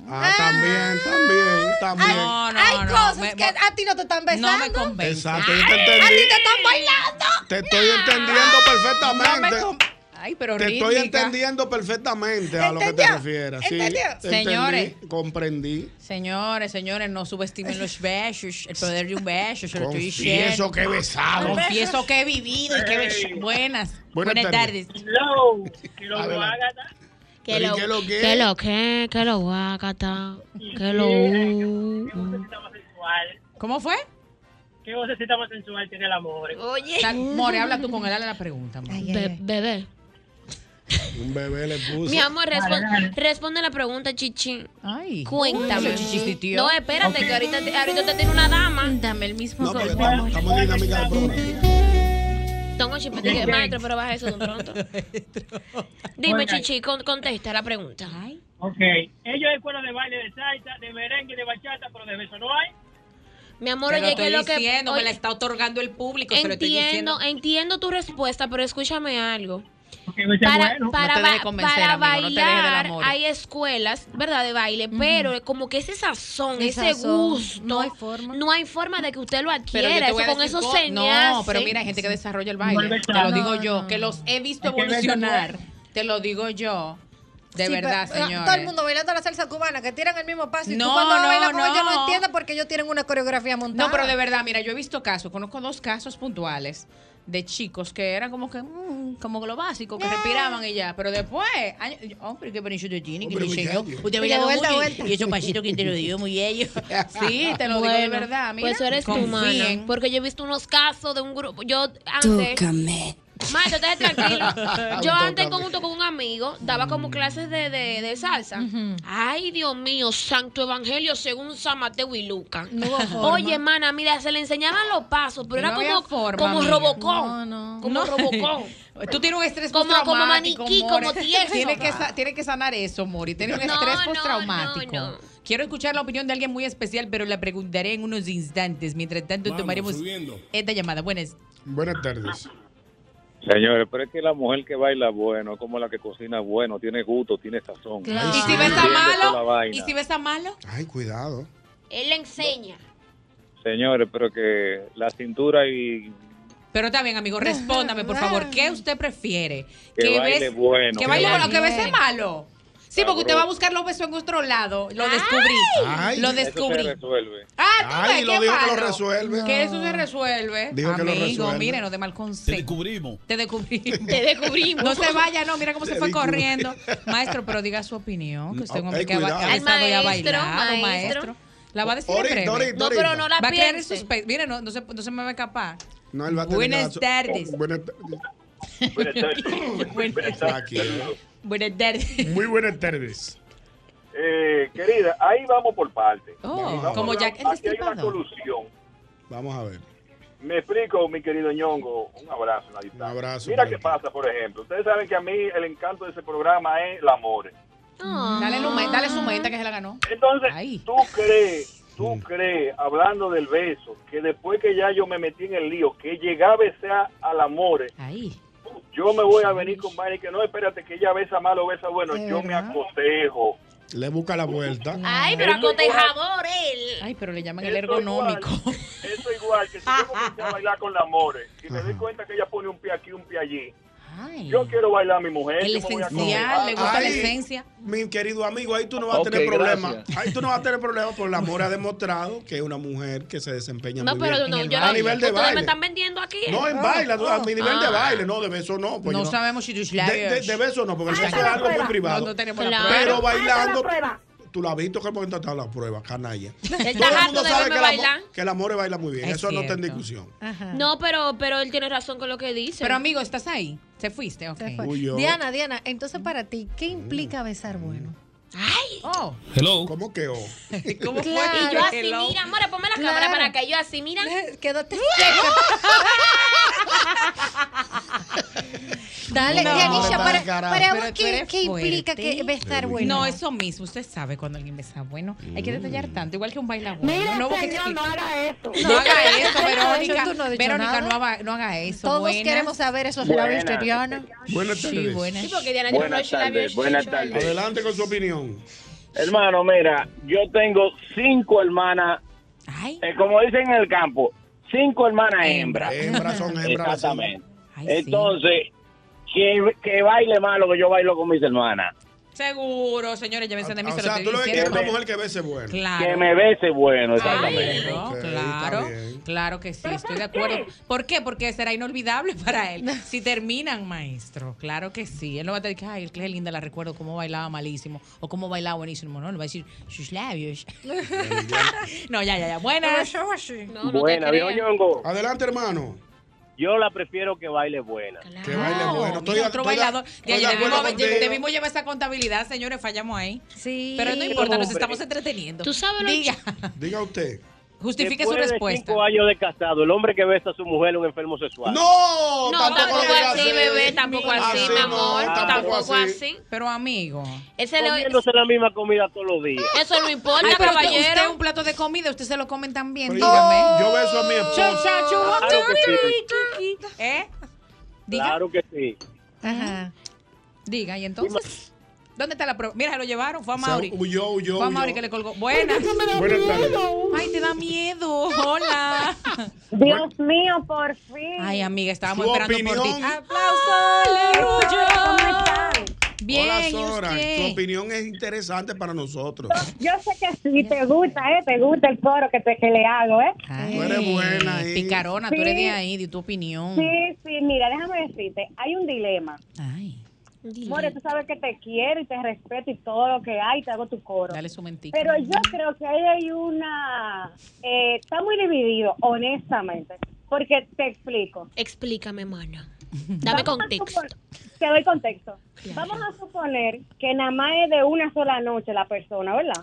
[SPEAKER 4] Ah, también, también, también.
[SPEAKER 3] No, no,
[SPEAKER 5] hay
[SPEAKER 3] no,
[SPEAKER 5] cosas
[SPEAKER 3] me-
[SPEAKER 5] que a ti no te están besando.
[SPEAKER 3] No me convence.
[SPEAKER 4] Exacto, yo te
[SPEAKER 5] A ti
[SPEAKER 4] entendí.
[SPEAKER 5] te están bailando.
[SPEAKER 4] Te estoy entendiendo perfectamente.
[SPEAKER 3] Ay, pero
[SPEAKER 4] Te estoy
[SPEAKER 3] rítmica.
[SPEAKER 4] entendiendo perfectamente a lo que te
[SPEAKER 3] ¿Entendió?
[SPEAKER 4] refieres. Sí,
[SPEAKER 3] ¿Entendió?
[SPEAKER 4] entendí,
[SPEAKER 3] Señores.
[SPEAKER 4] comprendí.
[SPEAKER 3] Señores, señores, no subestimen los besos, el poder de un beso, se lo estoy diciendo.
[SPEAKER 4] Confieso que he besado.
[SPEAKER 3] Confieso que he vivido y que he besado. Buenas.
[SPEAKER 4] Buenas
[SPEAKER 3] Buenas,
[SPEAKER 4] tardes.
[SPEAKER 3] tardes.
[SPEAKER 4] Adelante.
[SPEAKER 6] Que lo,
[SPEAKER 4] ¿Y qué lo que?
[SPEAKER 6] que lo que, que lo guácata, que lo u.
[SPEAKER 3] ¿Cómo fue?
[SPEAKER 16] ¿Qué vocecita más sensual tiene el amor?
[SPEAKER 6] Oye.
[SPEAKER 3] Tal- More, habla tú con él, dale la pregunta. amor.
[SPEAKER 6] Be- bebé.
[SPEAKER 4] Un bebé le
[SPEAKER 3] Pues,
[SPEAKER 4] puso.
[SPEAKER 6] Mi amor, respon- responde la pregunta, Chichi.
[SPEAKER 3] eh, Ay.
[SPEAKER 6] Cuéntame.
[SPEAKER 3] Uy, Chichi, sí, tío.
[SPEAKER 6] No, espérate, que ahorita te, ahorita te tiene una dama. Dame el mismo
[SPEAKER 4] No, porque estamos, estamos en dinámica de programa.
[SPEAKER 6] Tengo chipete que maestro, pero baja eso de un pronto. Dime,
[SPEAKER 16] Bueno.
[SPEAKER 6] Chichi, con- contesta la pregunta.
[SPEAKER 16] Ok. Ellos hay escuela de baile, de salsa, de merengue, de bachata, pero de beso no hay.
[SPEAKER 6] Mi amor,
[SPEAKER 3] Te lo
[SPEAKER 6] oye, que
[SPEAKER 3] estoy
[SPEAKER 6] lo que.
[SPEAKER 3] diciendo, me
[SPEAKER 6] oye,
[SPEAKER 3] la está otorgando el público, se lo estoy
[SPEAKER 6] Entiendo,
[SPEAKER 3] diciendo.
[SPEAKER 6] entiendo tu respuesta, pero escúchame algo.
[SPEAKER 3] me sé
[SPEAKER 6] Para,
[SPEAKER 3] bueno.
[SPEAKER 6] para,
[SPEAKER 3] No te dejes
[SPEAKER 6] ba-
[SPEAKER 3] convencer,
[SPEAKER 6] para
[SPEAKER 3] amigo, no te dejes del
[SPEAKER 6] bailar
[SPEAKER 3] amor.
[SPEAKER 6] hay escuelas, ¿verdad? De baile, pero como que ese sazón,
[SPEAKER 5] Ese
[SPEAKER 6] ese
[SPEAKER 5] sazón.
[SPEAKER 6] gusto, no hay forma, de que usted lo
[SPEAKER 3] Pero yo te
[SPEAKER 6] adquiera.
[SPEAKER 3] voy
[SPEAKER 6] Eso
[SPEAKER 3] a
[SPEAKER 6] con
[SPEAKER 3] decir
[SPEAKER 6] esos
[SPEAKER 3] co-
[SPEAKER 6] señales.
[SPEAKER 3] No, pero mira, hay gente que desarrolla el baile.
[SPEAKER 6] Vuelve
[SPEAKER 3] Te lo
[SPEAKER 6] atrás.
[SPEAKER 3] digo
[SPEAKER 6] No,
[SPEAKER 3] yo, que los he visto
[SPEAKER 6] Hay que ver
[SPEAKER 3] evolucionar.
[SPEAKER 6] también.
[SPEAKER 3] Te lo digo yo. De
[SPEAKER 5] Sí,
[SPEAKER 3] verdad,
[SPEAKER 5] pero, eh,
[SPEAKER 3] señores.
[SPEAKER 5] Todo el mundo bailando la salsa cubana, que tiran el mismo paso. Y tú
[SPEAKER 3] No,
[SPEAKER 5] cuando lo
[SPEAKER 3] no,
[SPEAKER 5] bailas con ellos
[SPEAKER 3] no.
[SPEAKER 5] no entiendes porque ellos tienen una coreografía montada.
[SPEAKER 3] No, pero de verdad, mira, yo he visto casos, conozco dos casos puntuales de chicos que eran como que, mm, como lo básico, que respiraban y ya, pero después, año- hombre, qué bonito tiene, que
[SPEAKER 14] Hombre,
[SPEAKER 3] le enseñó,
[SPEAKER 14] muchacho.
[SPEAKER 3] usted
[SPEAKER 14] Y
[SPEAKER 3] bailando
[SPEAKER 14] la vuelta,
[SPEAKER 3] mucho y-
[SPEAKER 14] vuelta.
[SPEAKER 3] y esos pasitos que te lo dio muy ellos. Sí, te lo digo
[SPEAKER 6] Bueno,
[SPEAKER 3] de verdad, mira.
[SPEAKER 6] Pues eres tu
[SPEAKER 3] confíen.
[SPEAKER 6] mano. Porque yo he visto unos casos de un grupo. Yo antes.
[SPEAKER 3] Tócame.
[SPEAKER 6] Maestro, estés tranquilo. Yo antes
[SPEAKER 3] Tócame.
[SPEAKER 6] junto con un amigo daba
[SPEAKER 4] Mm.
[SPEAKER 6] como clases de, de- de salsa. Ay, Dios mío, Santo Evangelio según San Mateo y Lucas.
[SPEAKER 5] No hubo forma.
[SPEAKER 6] Oye, hermana, mira, se le enseñaban los pasos, pero
[SPEAKER 3] No
[SPEAKER 6] era
[SPEAKER 3] había
[SPEAKER 6] como,
[SPEAKER 3] forma,
[SPEAKER 6] como
[SPEAKER 3] amiga.
[SPEAKER 6] Robocón. Como
[SPEAKER 3] No.
[SPEAKER 6] Robocón.
[SPEAKER 3] Tú tienes un estrés
[SPEAKER 6] Como- como
[SPEAKER 3] postraumático,
[SPEAKER 6] maniquí,
[SPEAKER 3] More.
[SPEAKER 6] como tieso.
[SPEAKER 3] Tienes que, sa- tienes que sanar eso, Mori. Tienes un
[SPEAKER 6] No,
[SPEAKER 3] estrés
[SPEAKER 6] no,
[SPEAKER 3] postraumático. Quiero escuchar la opinión de alguien muy especial, pero la preguntaré en unos instantes. Mientras tanto,
[SPEAKER 17] Vamos,
[SPEAKER 3] tomaremos
[SPEAKER 17] subiendo.
[SPEAKER 3] esta llamada. Buenas.
[SPEAKER 4] Buenas tardes.
[SPEAKER 18] Señores, pero es que la mujer que baila bueno es como la que cocina bueno, tiene gusto, tiene sazón.
[SPEAKER 3] Claro. ¿Y si
[SPEAKER 18] ves
[SPEAKER 3] besa malo? ¿Y si besa malo?
[SPEAKER 4] Ay, cuidado.
[SPEAKER 6] Él le enseña.
[SPEAKER 18] Señores, pero que la cintura y
[SPEAKER 3] Pero está bien, amigo, respóndame, por favor. ¿Qué usted prefiere?
[SPEAKER 18] Que baile
[SPEAKER 3] bes-
[SPEAKER 18] bueno.
[SPEAKER 3] Que baile
[SPEAKER 18] Que
[SPEAKER 3] bueno, que
[SPEAKER 18] baile
[SPEAKER 3] bese malo. Sí, porque usted va a buscar los besos en otro lado.
[SPEAKER 6] Ah.
[SPEAKER 3] Lo descubrí.
[SPEAKER 4] Ay,
[SPEAKER 3] lo
[SPEAKER 18] Eso se
[SPEAKER 3] descubrí.
[SPEAKER 18] resuelve.
[SPEAKER 3] Ah, tú
[SPEAKER 4] Ay,
[SPEAKER 3] ves,
[SPEAKER 4] lo
[SPEAKER 3] qué
[SPEAKER 4] dijo que lo
[SPEAKER 3] malo.
[SPEAKER 4] resuelve.
[SPEAKER 3] Que eso se resuelve.
[SPEAKER 4] Dijo que lo
[SPEAKER 3] Amigo,
[SPEAKER 4] resuelve.
[SPEAKER 3] mire, no de mal
[SPEAKER 17] Te
[SPEAKER 3] consejo.
[SPEAKER 17] descubrimos.
[SPEAKER 3] Te descubrimos.
[SPEAKER 6] Te descubrimos.
[SPEAKER 3] No se vaya, no, mira cómo se
[SPEAKER 17] Te
[SPEAKER 3] fue
[SPEAKER 17] descubrí.
[SPEAKER 3] corriendo. Maestro, pero diga su opinión, que usted es un
[SPEAKER 17] Ok,
[SPEAKER 3] hombre que ha
[SPEAKER 17] cuidado.
[SPEAKER 3] ha besado y ha
[SPEAKER 6] Al maestro,
[SPEAKER 3] bailado,
[SPEAKER 6] maestro.
[SPEAKER 3] maestro. La va a decir en
[SPEAKER 4] Ahorita,
[SPEAKER 3] breve.
[SPEAKER 4] ahorita, No, pero ahorita. no la
[SPEAKER 3] Va a creer en
[SPEAKER 4] piense.
[SPEAKER 3] suspense. Mire, no, no, se, no se me va a escapar.
[SPEAKER 4] No, él va a tener
[SPEAKER 3] Buenas
[SPEAKER 4] que dar su-
[SPEAKER 3] tardes.
[SPEAKER 4] Buenas tardes.
[SPEAKER 3] Buenas
[SPEAKER 4] tardes.
[SPEAKER 3] Buenas tardes.
[SPEAKER 4] Muy buenas tardes.
[SPEAKER 19] Eh, querida, ahí vamos por partes.
[SPEAKER 3] Oh,
[SPEAKER 19] Vamos
[SPEAKER 3] como
[SPEAKER 19] a-
[SPEAKER 3] Jack el
[SPEAKER 19] Aquí hay una
[SPEAKER 3] Destripador.
[SPEAKER 19] solución.
[SPEAKER 4] Vamos a ver.
[SPEAKER 8] Me explico, mi querido ñongo. Un abrazo en la distancia.
[SPEAKER 4] abrazo,
[SPEAKER 8] Mira qué pasa, por ejemplo. Ustedes saben que a mí el encanto de ese programa es el amor.
[SPEAKER 3] Mm.
[SPEAKER 18] Dale, lume- dale su meta que se la ganó.
[SPEAKER 8] Entonces, ¿tú crees,
[SPEAKER 4] Mm.
[SPEAKER 8] tú crees, hablando del beso, que después que ya yo me metí en el lío, que llegaba a besar al amor, yo me voy a venir con Mari que no, espérate, que ella besa mal o besa bueno,
[SPEAKER 4] ¿De
[SPEAKER 8] yo me
[SPEAKER 4] verdad?
[SPEAKER 8] aconsejo.
[SPEAKER 4] Le busca la vuelta.
[SPEAKER 6] Ay, pero acotejador él.
[SPEAKER 18] Ay, pero le llaman
[SPEAKER 8] el ergonómico. Eso igual que si yo comencé a bailar con la More y me doy cuenta que ella pone un pie aquí, un pie allí. Yo quiero bailar a mi mujer.
[SPEAKER 4] El
[SPEAKER 8] yo me voy a
[SPEAKER 4] esencial,
[SPEAKER 8] comer.
[SPEAKER 4] le gusta la
[SPEAKER 8] Ay,
[SPEAKER 4] esencia. Mi querido amigo, ahí tú no vas
[SPEAKER 8] Ok,
[SPEAKER 4] a tener problema.
[SPEAKER 8] gracias.
[SPEAKER 4] Ahí tú no vas a tener problema porque la Mora ha demostrado que es una mujer que se desempeña
[SPEAKER 6] No,
[SPEAKER 4] muy
[SPEAKER 6] pero
[SPEAKER 4] bien.
[SPEAKER 6] no, yo
[SPEAKER 4] a
[SPEAKER 6] no-
[SPEAKER 4] nivel de
[SPEAKER 6] ustedes me
[SPEAKER 4] baile.
[SPEAKER 6] están vendiendo aquí. Ah.
[SPEAKER 4] No, en baile, a mi nivel de baile, no, de beso no. pues
[SPEAKER 3] Ah. No
[SPEAKER 4] yo
[SPEAKER 3] sabemos si tus
[SPEAKER 4] de, de,
[SPEAKER 3] labios-
[SPEAKER 4] de beso no, porque el
[SPEAKER 3] Ahí
[SPEAKER 4] beso
[SPEAKER 3] está
[SPEAKER 4] es
[SPEAKER 3] la
[SPEAKER 4] algo muy
[SPEAKER 3] prueba.
[SPEAKER 4] privado.
[SPEAKER 3] No, no tenemos la
[SPEAKER 4] Claro.
[SPEAKER 3] prueba.
[SPEAKER 8] Ah,
[SPEAKER 4] Pero
[SPEAKER 3] Ahí está la
[SPEAKER 4] bailando.
[SPEAKER 3] prueba.
[SPEAKER 4] Tú la has visto que hemos intentado la prueba, canalla.
[SPEAKER 6] está harto de verme
[SPEAKER 4] que el,
[SPEAKER 6] bailar.
[SPEAKER 4] amor, que el amor baila muy bien.
[SPEAKER 3] Es
[SPEAKER 4] Eso no está en
[SPEAKER 3] cierto.
[SPEAKER 4] discusión.
[SPEAKER 6] No, pero, pero él tiene razón con lo que dice.
[SPEAKER 3] Pero amigo, ¿estás ahí? ¿Se fuiste? Ok.
[SPEAKER 4] Huyó.
[SPEAKER 5] Diana, Diana, entonces para ti, ¿qué implica besar bueno? Oh,
[SPEAKER 6] Ay.
[SPEAKER 4] Hello. ¿Cómo que oh?
[SPEAKER 6] ¿Cómo
[SPEAKER 5] fue?
[SPEAKER 6] Y yo así,
[SPEAKER 5] Hello.
[SPEAKER 6] mira, amor, ponme la
[SPEAKER 5] Claro.
[SPEAKER 6] cámara para acá. Yo así, mira.
[SPEAKER 5] Quédate Dale,
[SPEAKER 3] No,
[SPEAKER 5] Dianisha,
[SPEAKER 3] no,
[SPEAKER 5] para,
[SPEAKER 3] no, carajo.
[SPEAKER 5] para vos,
[SPEAKER 3] Pero tú
[SPEAKER 5] ¿qué,
[SPEAKER 3] eres
[SPEAKER 5] qué implica
[SPEAKER 3] fuerte.
[SPEAKER 5] que besar bueno?
[SPEAKER 3] No, eso mismo. Usted sabe cuando alguien besa bueno. Hay que detallar tanto, igual que un bailador.
[SPEAKER 5] Mira,
[SPEAKER 3] no, porque-
[SPEAKER 5] señor, no haga esto.
[SPEAKER 3] No haga esto, Verónica.
[SPEAKER 5] Tú no has dicho
[SPEAKER 3] Verónica,
[SPEAKER 5] nada.
[SPEAKER 3] no haga, no haga eso.
[SPEAKER 5] Todos
[SPEAKER 3] Buenas.
[SPEAKER 5] queremos saber esos labios de
[SPEAKER 3] Buenas.
[SPEAKER 5] Diana.
[SPEAKER 4] Buenas tardes.
[SPEAKER 3] Sí, buenas.
[SPEAKER 6] Sí, porque Diana tiene
[SPEAKER 8] Buenas
[SPEAKER 6] unos labios
[SPEAKER 8] tardes, buenas
[SPEAKER 6] chichos.
[SPEAKER 8] tardes.
[SPEAKER 4] Adelante con su opinión.
[SPEAKER 8] Hermano, mira, yo tengo cinco hermanas, eh, como dicen en el campo, cinco hermanas hembras.
[SPEAKER 4] Hembras son hembras.
[SPEAKER 8] Exactamente. Entonces, que, que baile malo que yo bailo con mis hermanas.
[SPEAKER 3] Seguro, señores, llévense de mí.
[SPEAKER 4] O
[SPEAKER 3] se lo
[SPEAKER 4] sea,
[SPEAKER 3] estoy
[SPEAKER 4] tú lo que quieres es
[SPEAKER 3] diciendo.
[SPEAKER 4] una mujer que bese bueno.
[SPEAKER 3] Claro.
[SPEAKER 8] Que me bese bueno,
[SPEAKER 3] Ay,
[SPEAKER 8] exactamente.
[SPEAKER 3] no, claro, claro que sí, estoy de acuerdo. ¿Por qué? Porque será inolvidable para él. Si terminan, maestro, claro que sí. Él no va a tener que, ay, el que es linda, la recuerdo cómo bailaba malísimo o cómo bailaba buenísimo. No, él va a decir sus labios. no, ya, ya, ya. Buenas.
[SPEAKER 8] Buena, viejo Ñongo.
[SPEAKER 4] Adelante, hermano.
[SPEAKER 8] Yo la prefiero que baile buena.
[SPEAKER 4] Que baile bueno. Estoy,
[SPEAKER 3] Mira, otro
[SPEAKER 4] estoy-
[SPEAKER 3] bailador.
[SPEAKER 4] estoy
[SPEAKER 3] Ya,
[SPEAKER 4] de
[SPEAKER 3] ya
[SPEAKER 4] acuerdo
[SPEAKER 3] debimos,
[SPEAKER 4] contigo.
[SPEAKER 3] ya debimos llevar esa contabilidad, señores, fallamos ahí.
[SPEAKER 5] Sí.
[SPEAKER 3] Pero no importa, nos
[SPEAKER 8] Hombre.
[SPEAKER 3] estamos entreteniendo.
[SPEAKER 6] Tú sabes lo
[SPEAKER 3] Diga,
[SPEAKER 4] Diga usted.
[SPEAKER 3] justifique su
[SPEAKER 11] Después
[SPEAKER 3] respuesta.
[SPEAKER 11] De cinco años de casado, el hombre que besa a su mujer es un enfermo sexual.
[SPEAKER 4] No,
[SPEAKER 6] No,
[SPEAKER 4] tampoco,
[SPEAKER 6] tampoco
[SPEAKER 4] diga
[SPEAKER 6] así, bebé, tampoco así, mi amor, tampoco, así.
[SPEAKER 3] Pero amigo,
[SPEAKER 6] Ese le-
[SPEAKER 11] Comiéndose la misma comida todos los días.
[SPEAKER 6] Eso no importa,
[SPEAKER 3] Ay, pero usted,
[SPEAKER 6] caballero.
[SPEAKER 3] usted un plato de comida, usted se lo comen también,
[SPEAKER 4] Pero
[SPEAKER 3] dígame.
[SPEAKER 4] Yo Ah, beso a mi
[SPEAKER 3] Chau,
[SPEAKER 4] esposa.
[SPEAKER 3] chau, chau,
[SPEAKER 11] Claro que
[SPEAKER 3] ¿Eh? Diga.
[SPEAKER 11] Claro que sí.
[SPEAKER 3] Ajá. Diga, y entonces, ¿dónde está la prueba? Mira, se lo llevaron, fue a
[SPEAKER 4] Se
[SPEAKER 3] Mauri.
[SPEAKER 4] huyó, huyó,
[SPEAKER 3] Fue a
[SPEAKER 4] huyó.
[SPEAKER 3] Mauri que le colgó. Buenas.
[SPEAKER 4] Buenas tardes.
[SPEAKER 3] Ay, te da miedo. Hola.
[SPEAKER 10] Dios mío, por fin.
[SPEAKER 3] Ay, amiga, estábamos
[SPEAKER 10] Su
[SPEAKER 3] esperando por ti.
[SPEAKER 10] opinión.
[SPEAKER 3] ¡Aplauso! aleluya. Bien,
[SPEAKER 4] Hola,
[SPEAKER 3] ¿y
[SPEAKER 4] Sora.
[SPEAKER 3] usted?
[SPEAKER 4] Tu opinión es interesante para nosotros.
[SPEAKER 10] Yo sé que sí, te gusta, ¿eh? Te gusta el coro que, te, que le hago, ¿eh?
[SPEAKER 3] Ah.
[SPEAKER 4] Tú eres buena ahí.
[SPEAKER 3] Picarona, tú eres
[SPEAKER 10] Sí.
[SPEAKER 3] de ahí, de tu opinión.
[SPEAKER 10] Sí, sí, mira, déjame decirte, hay un dilema. More, tú sabes que te quiero y te respeto y todo lo que hay, te hago tu coro.
[SPEAKER 3] Dale su mentira.
[SPEAKER 10] Pero yo creo que ahí hay una... eh, está muy dividido, honestamente, porque te explico.
[SPEAKER 6] Explícame, mano. Dame contexto.
[SPEAKER 10] Te doy contexto. Vamos a suponer que nada más es de una sola noche la persona, ¿verdad?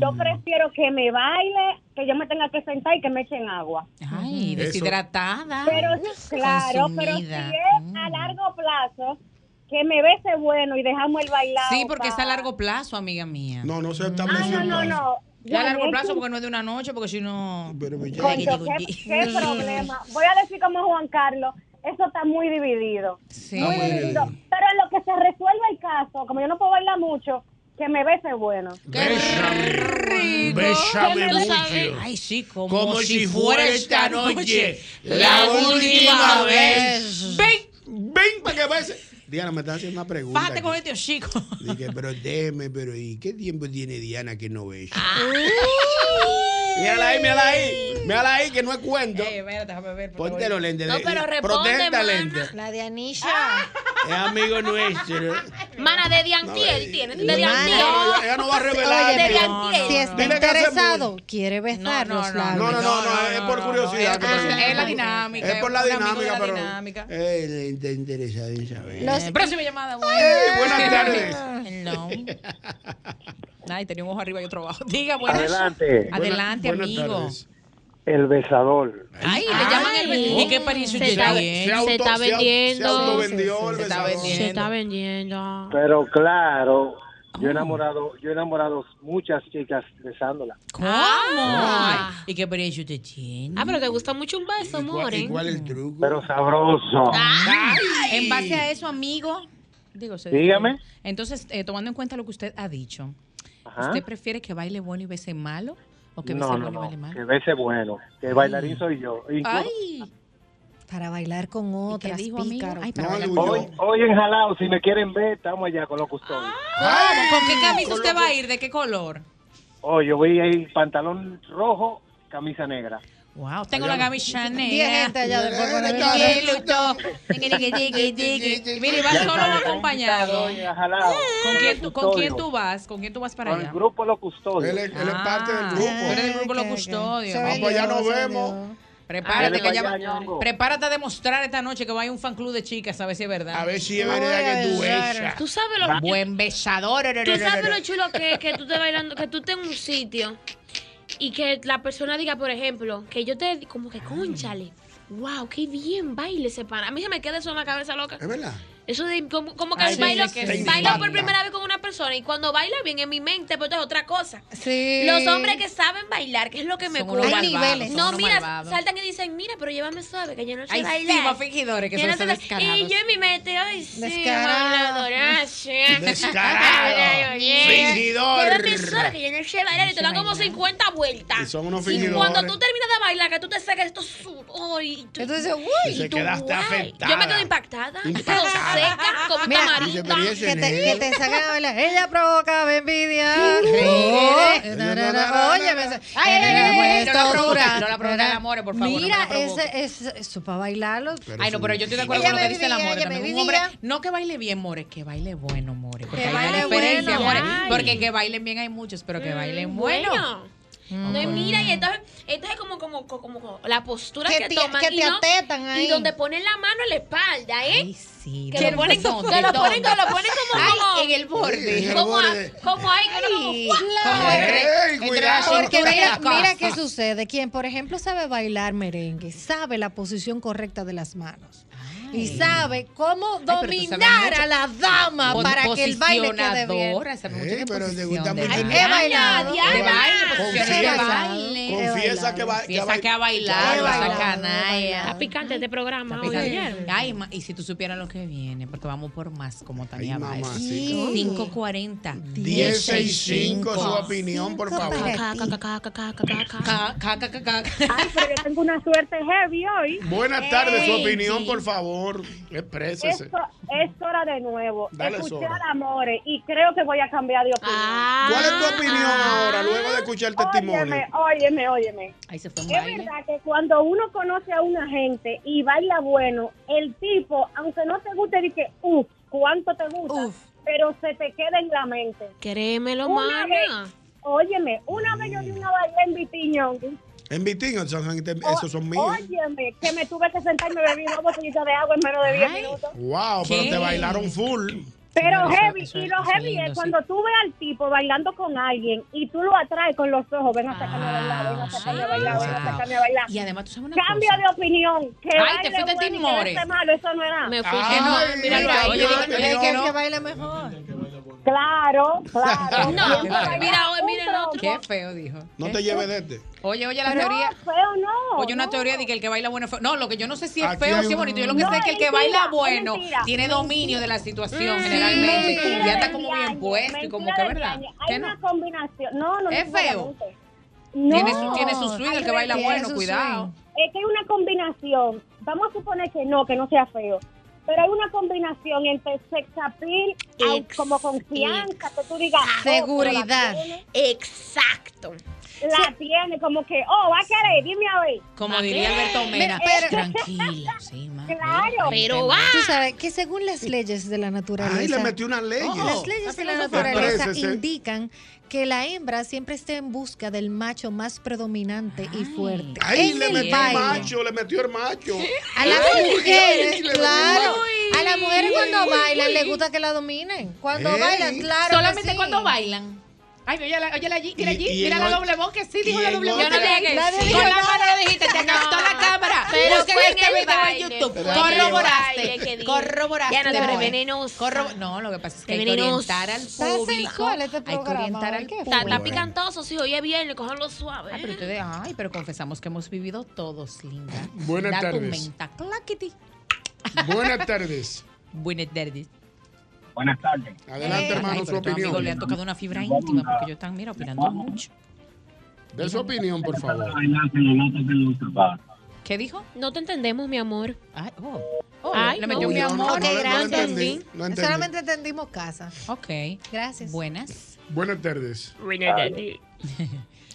[SPEAKER 10] Yo prefiero que me baile, que yo me tenga que sentar y que me echen agua.
[SPEAKER 3] Ay,
[SPEAKER 10] Eso.
[SPEAKER 3] deshidratada.
[SPEAKER 10] Pero sí, claro, pero si
[SPEAKER 3] Consumida. Mm.
[SPEAKER 10] es a largo plazo, que me bese bueno y dejamos el bailar.
[SPEAKER 3] Sí, porque es a largo plazo, amiga mía.
[SPEAKER 4] No, no se
[SPEAKER 10] Ah,
[SPEAKER 4] establece.
[SPEAKER 10] no,
[SPEAKER 4] un
[SPEAKER 10] no,
[SPEAKER 4] plazo.
[SPEAKER 10] no.
[SPEAKER 3] Ya a largo
[SPEAKER 10] Yo-
[SPEAKER 3] plazo, porque no es de una noche, porque si no.
[SPEAKER 10] Concho, qué, qué problema. Voy a decir como Juan Carlos, eso está muy dividido. Muy
[SPEAKER 3] Está muy
[SPEAKER 10] dividido. Pero en lo que se resuelve el caso, como yo no puedo bailar mucho, que me bese bueno.
[SPEAKER 3] Bésame
[SPEAKER 10] Tú
[SPEAKER 3] mucho.
[SPEAKER 10] sabes.
[SPEAKER 3] Ay, sí, como,
[SPEAKER 10] Como
[SPEAKER 3] si,
[SPEAKER 10] si
[SPEAKER 3] fuera
[SPEAKER 10] fuera
[SPEAKER 3] esta
[SPEAKER 10] esta
[SPEAKER 3] noche
[SPEAKER 10] noche
[SPEAKER 3] la última
[SPEAKER 4] vez.
[SPEAKER 3] vez.
[SPEAKER 4] Ven, ven para que bese. Diana, me están haciendo una pregunta.
[SPEAKER 3] Bájate
[SPEAKER 4] aquí.
[SPEAKER 3] con este chico.
[SPEAKER 4] Dije, pero deme, pero ¿y qué tiempo tiene Diana que no besa? Mírala ahí, mírala ahí. Mírala ahí, que no es cuento.
[SPEAKER 3] Eh,
[SPEAKER 4] Ponte los lentes.
[SPEAKER 6] No, pero responde,
[SPEAKER 4] Protege esta
[SPEAKER 6] mana.
[SPEAKER 4] lente.
[SPEAKER 5] La Dianisha.
[SPEAKER 4] Es amigo nuestro.
[SPEAKER 6] Ah. Mana de Diantiel tiene, de Diantiel.
[SPEAKER 4] no, ella no va a revelar.
[SPEAKER 5] Oye,
[SPEAKER 4] el
[SPEAKER 5] pero
[SPEAKER 4] mío.
[SPEAKER 5] si está
[SPEAKER 4] Dile que hace
[SPEAKER 5] interesado, quiere besar los labios.
[SPEAKER 4] No, no, no, no, es por curiosidad. que pasa.
[SPEAKER 3] es la dinámica,
[SPEAKER 4] Es por la
[SPEAKER 3] un amigo de
[SPEAKER 4] dinámica,
[SPEAKER 3] la
[SPEAKER 4] pero.
[SPEAKER 3] dinámica. Eh,
[SPEAKER 4] Eh, le está Eh, interesado en saber.
[SPEAKER 3] Los... Próxima llamada. Buenas,
[SPEAKER 4] Ey, buenas tardes.
[SPEAKER 3] No. Ay, tenía un ojo arriba y otro abajo. Diga, buenas.
[SPEAKER 4] Adelante.
[SPEAKER 3] Adelante,
[SPEAKER 4] Buenas- buenas
[SPEAKER 3] amigo.
[SPEAKER 4] tardes.
[SPEAKER 8] El besador.
[SPEAKER 3] Ay, le llaman el besador. ¿Y qué París
[SPEAKER 6] Se está, se está vendiendo.
[SPEAKER 4] el
[SPEAKER 6] se está
[SPEAKER 4] besador.
[SPEAKER 6] vendiendo. Se está vendiendo.
[SPEAKER 8] Pero claro, yo he enamorado, yo he enamorado muchas chicas besándolas.
[SPEAKER 3] ¿Cómo? Ay, ¿Y qué experiencia usted tiene?
[SPEAKER 6] Ah, pero te gusta mucho un beso, amor. ¿eh?
[SPEAKER 4] el truco?
[SPEAKER 8] Pero sabroso.
[SPEAKER 3] Ah, En base a eso, amigo, digo, se-
[SPEAKER 8] Dígame.
[SPEAKER 3] Entonces, eh, tomando en cuenta lo que usted ha dicho,
[SPEAKER 8] Ajá.
[SPEAKER 3] ¿usted prefiere que baile bueno y bese malo? ¿O que bese
[SPEAKER 8] No,
[SPEAKER 3] bueno
[SPEAKER 8] no,
[SPEAKER 3] y baile
[SPEAKER 8] no.
[SPEAKER 3] malo?
[SPEAKER 8] Que bese bueno. Que bailarín soy yo. Incluso-
[SPEAKER 3] Ay,
[SPEAKER 5] Para bailar con otras,
[SPEAKER 3] dijo, amigo?
[SPEAKER 5] pícaro.
[SPEAKER 3] Ay, para bailar con-
[SPEAKER 8] Hoy, hoy en Jalao, si me quieren ver, estamos allá con los custodios.
[SPEAKER 3] ¿Cómo? ¿Con qué camisa usted va a ir? ¿De qué color?
[SPEAKER 8] Hoy yo voy a ir pantalón rojo, camisa negra.
[SPEAKER 3] Wow, tengo la camisa negra.
[SPEAKER 5] Diez gente allá después con el-
[SPEAKER 3] Tiqui, luto. Tiqui, tiqui, tiqui, tiqui. Mira, y va
[SPEAKER 8] Ya
[SPEAKER 3] solo
[SPEAKER 8] sabe,
[SPEAKER 3] acompañado.
[SPEAKER 8] hoy a Jalao.
[SPEAKER 3] ¿Con quién, tú, ¿Con quién tú
[SPEAKER 8] Custodio.
[SPEAKER 3] vas? ¿Con quién tú vas para
[SPEAKER 8] Con
[SPEAKER 3] allá?
[SPEAKER 8] el grupo Los Custodios. Ah,
[SPEAKER 4] Él es, él es parte del grupo.
[SPEAKER 3] Ah. Tú eres del grupo Los Custodios.
[SPEAKER 4] Ah, pues ya nos vemos.
[SPEAKER 3] Prepárate,
[SPEAKER 4] Dale
[SPEAKER 3] que
[SPEAKER 4] pa'
[SPEAKER 3] ya
[SPEAKER 4] allá,
[SPEAKER 3] va-
[SPEAKER 4] Ñongo.
[SPEAKER 3] prepárate a demostrar esta noche que va a ir un fan club de chicas, a ver si es verdad. A
[SPEAKER 4] ver si es verdad Ay, que tú besas. claro.
[SPEAKER 6] Tú sabes lo-
[SPEAKER 3] Buen besador.
[SPEAKER 6] Tú sabes lo chulo que es que tú estés bailando, que tú estés en un sitio y que la persona diga, por ejemplo, que yo te. Como que, conchale. Wow, qué bien baile ese pana. A mí se me queda eso en la cabeza loca.
[SPEAKER 4] Es verdad.
[SPEAKER 6] Eso de como, como que
[SPEAKER 4] Ay, sí,
[SPEAKER 6] bailo,
[SPEAKER 4] sí, que sí.
[SPEAKER 6] bailo por
[SPEAKER 4] Impacta.
[SPEAKER 6] primera vez con una persona y cuando baila bien en mi mente, pues es otra cosa.
[SPEAKER 5] Sí.
[SPEAKER 6] Los hombres que saben bailar, que es lo que me
[SPEAKER 3] Son unos
[SPEAKER 6] cura.
[SPEAKER 3] malvados, Hay niveles. son
[SPEAKER 6] No,
[SPEAKER 3] unos
[SPEAKER 6] mira,
[SPEAKER 3] malvados.
[SPEAKER 6] saltan y dicen, mira, pero llévame suave, que yo no sé
[SPEAKER 3] Ay, sí,
[SPEAKER 6] bailar.
[SPEAKER 3] más fingidores que
[SPEAKER 6] Yo
[SPEAKER 3] son
[SPEAKER 6] no sé
[SPEAKER 3] esos
[SPEAKER 6] bailar. Y
[SPEAKER 3] descarados.
[SPEAKER 6] yo en mi mente, ay, sí,
[SPEAKER 3] Descarados.
[SPEAKER 6] bailadora, sí.
[SPEAKER 4] Descarado.
[SPEAKER 6] Ay, oye,
[SPEAKER 4] Fingidor.
[SPEAKER 6] Llévame suave, que yo no sé bailar. Y te dan como 50 vueltas.
[SPEAKER 4] Y son unos
[SPEAKER 6] Y
[SPEAKER 4] fingidores.
[SPEAKER 6] cuando tú terminas de bailar, que tú te sacas estos sudor y tú...
[SPEAKER 5] Entonces, uy.
[SPEAKER 4] Y se
[SPEAKER 6] tú,
[SPEAKER 4] quedaste
[SPEAKER 6] guay.
[SPEAKER 4] afectada.
[SPEAKER 6] Yo me quedo impactada. Pero
[SPEAKER 4] Impactada.
[SPEAKER 6] seca, como
[SPEAKER 5] Mira,
[SPEAKER 6] camarita.
[SPEAKER 5] que te, que te sacan a bailar. Ella provoca envidia.
[SPEAKER 3] Uh.
[SPEAKER 5] Oye, me
[SPEAKER 3] Ay, ay, ay,
[SPEAKER 5] Pues,
[SPEAKER 3] no la
[SPEAKER 5] todo
[SPEAKER 3] provoca,
[SPEAKER 5] dura.
[SPEAKER 3] no la provoca el amor, por favor, no
[SPEAKER 5] Mira,
[SPEAKER 3] la provoca.
[SPEAKER 5] ese- ese- eso para bailarlo.
[SPEAKER 3] Ay, no, pero yo estoy de acuerdo
[SPEAKER 5] Ella
[SPEAKER 3] con lo
[SPEAKER 5] me
[SPEAKER 3] que dice el
[SPEAKER 5] vivía,
[SPEAKER 3] amor.
[SPEAKER 5] ella me
[SPEAKER 3] también. Un hombre,
[SPEAKER 5] vivía.
[SPEAKER 3] no que baile bien, more, que baile bueno, more. Porque
[SPEAKER 5] Que
[SPEAKER 3] hay una
[SPEAKER 5] baile
[SPEAKER 3] diferencia,
[SPEAKER 5] bueno.
[SPEAKER 3] more.
[SPEAKER 5] Ay. Mm,
[SPEAKER 3] Porque que bailen bien hay muchos, pero que bailen bueno.
[SPEAKER 6] bueno. No, y mira, y entonces, entonces como, como, como, como la postura
[SPEAKER 5] Que
[SPEAKER 6] que,
[SPEAKER 5] te-
[SPEAKER 6] toman
[SPEAKER 5] que
[SPEAKER 6] y,
[SPEAKER 5] te
[SPEAKER 6] no-
[SPEAKER 5] atetan
[SPEAKER 6] y
[SPEAKER 5] ahí.
[SPEAKER 6] donde ponen la mano en la espalda, ¿eh?
[SPEAKER 3] sí,
[SPEAKER 6] que lo ponen, que lo
[SPEAKER 3] ¿dónde?
[SPEAKER 6] ponen, que lo ponen
[SPEAKER 3] ¿Dónde?
[SPEAKER 6] como,
[SPEAKER 3] Ay,
[SPEAKER 6] como-
[SPEAKER 3] en el borde. En el
[SPEAKER 6] Como, a-
[SPEAKER 3] borde.
[SPEAKER 6] como ahí, como-
[SPEAKER 3] como entre- entre la
[SPEAKER 5] Porque
[SPEAKER 3] cintura y
[SPEAKER 5] mira,
[SPEAKER 3] la cosa.
[SPEAKER 5] mira qué sucede. Quien, por ejemplo, sabe bailar merengue, sabe la posición correcta de las manos. Y sabe cómo
[SPEAKER 3] pero tú sabes
[SPEAKER 5] dominar
[SPEAKER 3] mucho.
[SPEAKER 5] a la dama
[SPEAKER 3] Pos-
[SPEAKER 5] para que el baile quede bien.
[SPEAKER 3] posicionadora, sabe mucho de
[SPEAKER 4] Eh, pero te
[SPEAKER 3] posición,
[SPEAKER 4] gusta
[SPEAKER 3] de
[SPEAKER 4] mucho.
[SPEAKER 3] baile.
[SPEAKER 5] He bailado.
[SPEAKER 3] De baile, posiciones de
[SPEAKER 4] Confiesa,
[SPEAKER 3] baile.
[SPEAKER 4] confiesa que, va, que,
[SPEAKER 3] Confiesa que ha
[SPEAKER 4] que ha
[SPEAKER 3] bailado,
[SPEAKER 4] bailado,
[SPEAKER 3] esa canalla.
[SPEAKER 6] Está picante este programa.
[SPEAKER 3] Mira,
[SPEAKER 6] oye.
[SPEAKER 3] Ay, ma- y si tú supieras lo que viene, porque vamos por más, como Tania Báez.
[SPEAKER 4] mamacita.
[SPEAKER 3] 540.
[SPEAKER 4] 1065, su opinión, por favor.
[SPEAKER 3] Ca- ca- ca- ca- ca-
[SPEAKER 10] Ay, pero yo tengo una suerte heavy hoy.
[SPEAKER 4] Buenas tardes, su
[SPEAKER 10] Ey,
[SPEAKER 4] opinión,
[SPEAKER 10] sí.
[SPEAKER 4] por favor. Exprésese.
[SPEAKER 10] Esto es hora de nuevo.
[SPEAKER 4] Dale,
[SPEAKER 10] Escuché
[SPEAKER 4] Sora.
[SPEAKER 10] al amores y creo que voy a cambiar de opinión.
[SPEAKER 3] Ah.
[SPEAKER 4] ¿Cuál es tu opinión ahora, luego de escuchar el testimonio?
[SPEAKER 10] ah, Óyeme, óyeme, óyeme.
[SPEAKER 3] Ahí se fue un
[SPEAKER 10] Es
[SPEAKER 3] baile.
[SPEAKER 10] verdad que cuando uno conoce a una gente y baila bueno, el tipo, aunque no te guste, dice, uff, cuánto te gusta, pero se te queda en la mente.
[SPEAKER 6] Créemelo,
[SPEAKER 10] Una
[SPEAKER 6] mana.
[SPEAKER 10] vez, óyeme, una vez yo di una baila en Vitiñón.
[SPEAKER 4] En Vitín, esos son- esos son míos.
[SPEAKER 10] Óyeme, que me tuve que sentar y me bebí dos botellitas de agua en menos de 10 minutos.
[SPEAKER 4] Wow, pero
[SPEAKER 10] ¿Qué?
[SPEAKER 4] te bailaron full.
[SPEAKER 10] Pero
[SPEAKER 4] Eso-
[SPEAKER 10] heavy,
[SPEAKER 4] eso
[SPEAKER 10] y
[SPEAKER 4] es-
[SPEAKER 10] lo
[SPEAKER 4] eso es
[SPEAKER 10] heavy
[SPEAKER 4] lindo,
[SPEAKER 10] es
[SPEAKER 4] sí.
[SPEAKER 10] cuando tú ves al tipo bailando con alguien y tú lo atraes con los ojos, ven a sacarme a bailar,
[SPEAKER 6] Ah,
[SPEAKER 10] ven a sacarme a bailar, ven a sacarme a bailar.
[SPEAKER 3] Ah, Y además tú sabes una
[SPEAKER 10] Cambio
[SPEAKER 3] cosa.
[SPEAKER 10] de opinión, que
[SPEAKER 3] Ay, te
[SPEAKER 10] baile
[SPEAKER 3] fuiste
[SPEAKER 10] bueno y que
[SPEAKER 3] timores.
[SPEAKER 10] esté malo, eso no era.
[SPEAKER 3] Me fui Ay, timores, míralo ahí.
[SPEAKER 5] Ah. Oye,
[SPEAKER 3] Yo
[SPEAKER 5] que-
[SPEAKER 3] creo
[SPEAKER 5] que
[SPEAKER 3] no.
[SPEAKER 5] el que baila mejor.
[SPEAKER 10] Claro, claro.
[SPEAKER 3] No,
[SPEAKER 10] Siempre bailar
[SPEAKER 3] mira, oye,
[SPEAKER 10] un
[SPEAKER 3] mira el otro. Qué
[SPEAKER 10] trozo.
[SPEAKER 3] feo, dijo.
[SPEAKER 4] No te
[SPEAKER 3] Qué feo.
[SPEAKER 4] lleves de este.
[SPEAKER 3] Oye, oye, la
[SPEAKER 10] No,
[SPEAKER 3] teoría.
[SPEAKER 10] feo no.
[SPEAKER 3] Oye, una teoría de que el que baila bueno es feo. No, lo que yo no sé si es
[SPEAKER 4] Aquí
[SPEAKER 3] feo o
[SPEAKER 4] hay
[SPEAKER 3] si es
[SPEAKER 4] un-
[SPEAKER 3] bonito. Yo lo que
[SPEAKER 4] No,
[SPEAKER 3] sé es que el que
[SPEAKER 4] es
[SPEAKER 3] baila
[SPEAKER 4] mentira,
[SPEAKER 3] bueno
[SPEAKER 4] es mentira,
[SPEAKER 3] tiene dominio de la situación
[SPEAKER 4] Mm,
[SPEAKER 3] generalmente.
[SPEAKER 4] mentira
[SPEAKER 3] Ya está
[SPEAKER 4] de
[SPEAKER 3] como bien puesto y como que,
[SPEAKER 10] Mentira de
[SPEAKER 3] ¿verdad?
[SPEAKER 10] engaño.
[SPEAKER 3] Que
[SPEAKER 10] Hay
[SPEAKER 3] no.
[SPEAKER 10] una combinación. No, no
[SPEAKER 3] Es feo.
[SPEAKER 10] necesariamente. No.
[SPEAKER 3] Tiene su- tiene su swing, el
[SPEAKER 10] Al
[SPEAKER 3] que baila
[SPEAKER 10] revés.
[SPEAKER 3] bueno,
[SPEAKER 10] Tiene su
[SPEAKER 3] cuidado.
[SPEAKER 10] swing. Es que hay una combinación. Vamos a suponer que no, que no sea feo. Pero hay una combinación entre sex appeal, au- como confianza, que tú digas. oh, pero la
[SPEAKER 5] Seguridad.
[SPEAKER 10] tiene,
[SPEAKER 6] Exacto.
[SPEAKER 10] La tiene, como que, oh, va a querer, dime a ver.
[SPEAKER 3] Como diría Alberto Mena, tranquila, sí, ma.
[SPEAKER 10] Claro.
[SPEAKER 3] Pero
[SPEAKER 10] va.
[SPEAKER 5] Tú sabes que según las leyes de la naturaleza.
[SPEAKER 4] Ay, le metí unas leyes.
[SPEAKER 5] Las leyes de la
[SPEAKER 4] Apenas
[SPEAKER 5] naturaleza
[SPEAKER 4] aparece, se-
[SPEAKER 5] indican que la hembra siempre está en busca del macho más predominante y fuerte.
[SPEAKER 4] Ay,
[SPEAKER 5] en
[SPEAKER 4] le
[SPEAKER 5] el
[SPEAKER 4] metió el
[SPEAKER 5] baile.
[SPEAKER 4] macho, le metió el macho.
[SPEAKER 5] A las
[SPEAKER 4] Ay,
[SPEAKER 5] mujeres,
[SPEAKER 4] ay, le-
[SPEAKER 5] claro.
[SPEAKER 4] Ay.
[SPEAKER 5] A las mujeres
[SPEAKER 4] Ay,
[SPEAKER 5] cuando
[SPEAKER 4] ay,
[SPEAKER 5] bailan
[SPEAKER 4] ay.
[SPEAKER 5] les gusta que la dominen. Cuando
[SPEAKER 4] Ey.
[SPEAKER 5] bailan, claro.
[SPEAKER 3] Solamente cuando bailan. Ay, óyala, óyala allí, mira
[SPEAKER 20] Y-
[SPEAKER 3] allí,
[SPEAKER 20] y
[SPEAKER 3] mira
[SPEAKER 20] en
[SPEAKER 3] la
[SPEAKER 20] ocho-
[SPEAKER 3] doble voz que sí,
[SPEAKER 20] y
[SPEAKER 3] dijo la
[SPEAKER 20] en
[SPEAKER 3] doble voz.
[SPEAKER 20] ocho- Yo no llegué,
[SPEAKER 3] Nadie
[SPEAKER 20] sí.
[SPEAKER 3] dijo
[SPEAKER 20] Con la
[SPEAKER 3] nada.
[SPEAKER 20] mano dijiste, te captó la cámara.
[SPEAKER 6] Pero
[SPEAKER 3] Busca
[SPEAKER 6] fue en
[SPEAKER 3] este
[SPEAKER 6] el
[SPEAKER 3] video en
[SPEAKER 6] baile,
[SPEAKER 3] YouTube.
[SPEAKER 6] fue en el baile que
[SPEAKER 3] Corroboraste,
[SPEAKER 6] dije.
[SPEAKER 3] corroboraste.
[SPEAKER 6] Ya no te
[SPEAKER 3] Moe.
[SPEAKER 6] venenosa.
[SPEAKER 3] Corro- No, lo que pasa es que
[SPEAKER 6] Te
[SPEAKER 3] hay que
[SPEAKER 6] venenosa.
[SPEAKER 3] orientar al
[SPEAKER 6] Está
[SPEAKER 3] público.
[SPEAKER 6] sensual este
[SPEAKER 3] Hay que
[SPEAKER 6] programa,
[SPEAKER 3] orientar
[SPEAKER 6] ¿eh?
[SPEAKER 3] al público.
[SPEAKER 6] Está, está picantoso, sí, hoy es viernes, cójanlo suave.
[SPEAKER 3] Ay, pero ustedes, ay, pero confesamos que hemos vivido todos, linda.
[SPEAKER 4] Buenas
[SPEAKER 3] Da tu
[SPEAKER 4] tardes.
[SPEAKER 3] menta, claquiti.
[SPEAKER 4] Buenas tardes.
[SPEAKER 3] Buenas tardes.
[SPEAKER 4] Buenas tardes. Adelante,
[SPEAKER 3] Ay,
[SPEAKER 4] hermano,
[SPEAKER 3] pero
[SPEAKER 4] su
[SPEAKER 3] a tu amigo
[SPEAKER 4] opinión.
[SPEAKER 3] le han tocado una fibra íntima porque ellos están, mira, opinando mucho.
[SPEAKER 4] De su opinión, por favor.
[SPEAKER 3] ¿Qué dijo?
[SPEAKER 6] No te entendemos, mi amor.
[SPEAKER 3] Ay, oh.
[SPEAKER 6] Oh,
[SPEAKER 3] Ay,
[SPEAKER 6] le
[SPEAKER 3] no.
[SPEAKER 6] metió mi
[SPEAKER 3] Yo no-
[SPEAKER 6] amor.
[SPEAKER 3] no le- no le
[SPEAKER 5] gracias.
[SPEAKER 3] entendí, no entendí.
[SPEAKER 5] Solamente entendimos casa.
[SPEAKER 3] Ok.
[SPEAKER 5] Gracias.
[SPEAKER 3] Buenas.
[SPEAKER 4] Buenas tardes.
[SPEAKER 6] Buenas tardes.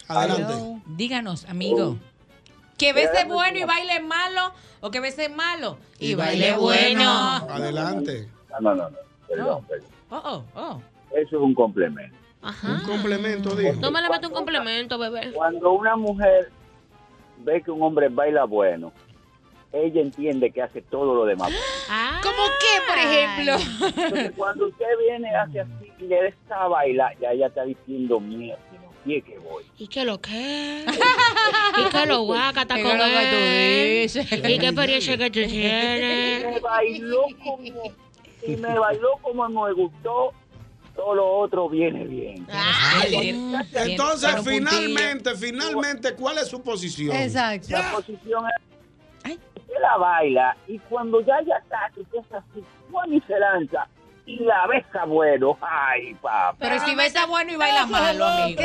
[SPEAKER 4] Adelante.
[SPEAKER 3] Hello. Díganos, amigo. Que bese bueno y baile malo o que bese malo y, baile bueno.
[SPEAKER 4] Adelante.
[SPEAKER 12] No, no, no. no. Perdón, perdón.
[SPEAKER 3] Oh, oh, oh.
[SPEAKER 12] Eso es un complemento.
[SPEAKER 4] Un complemento, dijo.
[SPEAKER 6] No me le meto un complemento, bebé.
[SPEAKER 12] Cuando una mujer ve que un hombre baila bueno, ella entiende que hace todo lo demás.
[SPEAKER 3] ¿Cómo qué, por ejemplo?
[SPEAKER 12] Entonces, cuando usted viene hacia así y le deja bailar, ya ella está diciendo mierda. Y es que voy.
[SPEAKER 6] ¿Y qué lo que? ¿Y qué lo guaca está
[SPEAKER 3] ¿Qué
[SPEAKER 6] con
[SPEAKER 3] lo que tú
[SPEAKER 6] él?
[SPEAKER 3] dices?
[SPEAKER 6] ¿Y qué experiencia que tú tienes?
[SPEAKER 12] Me bailó como, y me bailó como me gustó, todo lo otro viene bien.
[SPEAKER 4] Entonces,
[SPEAKER 12] Pero un puntillo.
[SPEAKER 4] finalmente, finalmente, ¿cuál es su posición?
[SPEAKER 12] La posición es, usted la baila y cuando ya ella está, que usted está así, Juan y se lanza, y la besa bueno, ay, papá.
[SPEAKER 3] Pero si besa bueno y baila malo, amigo.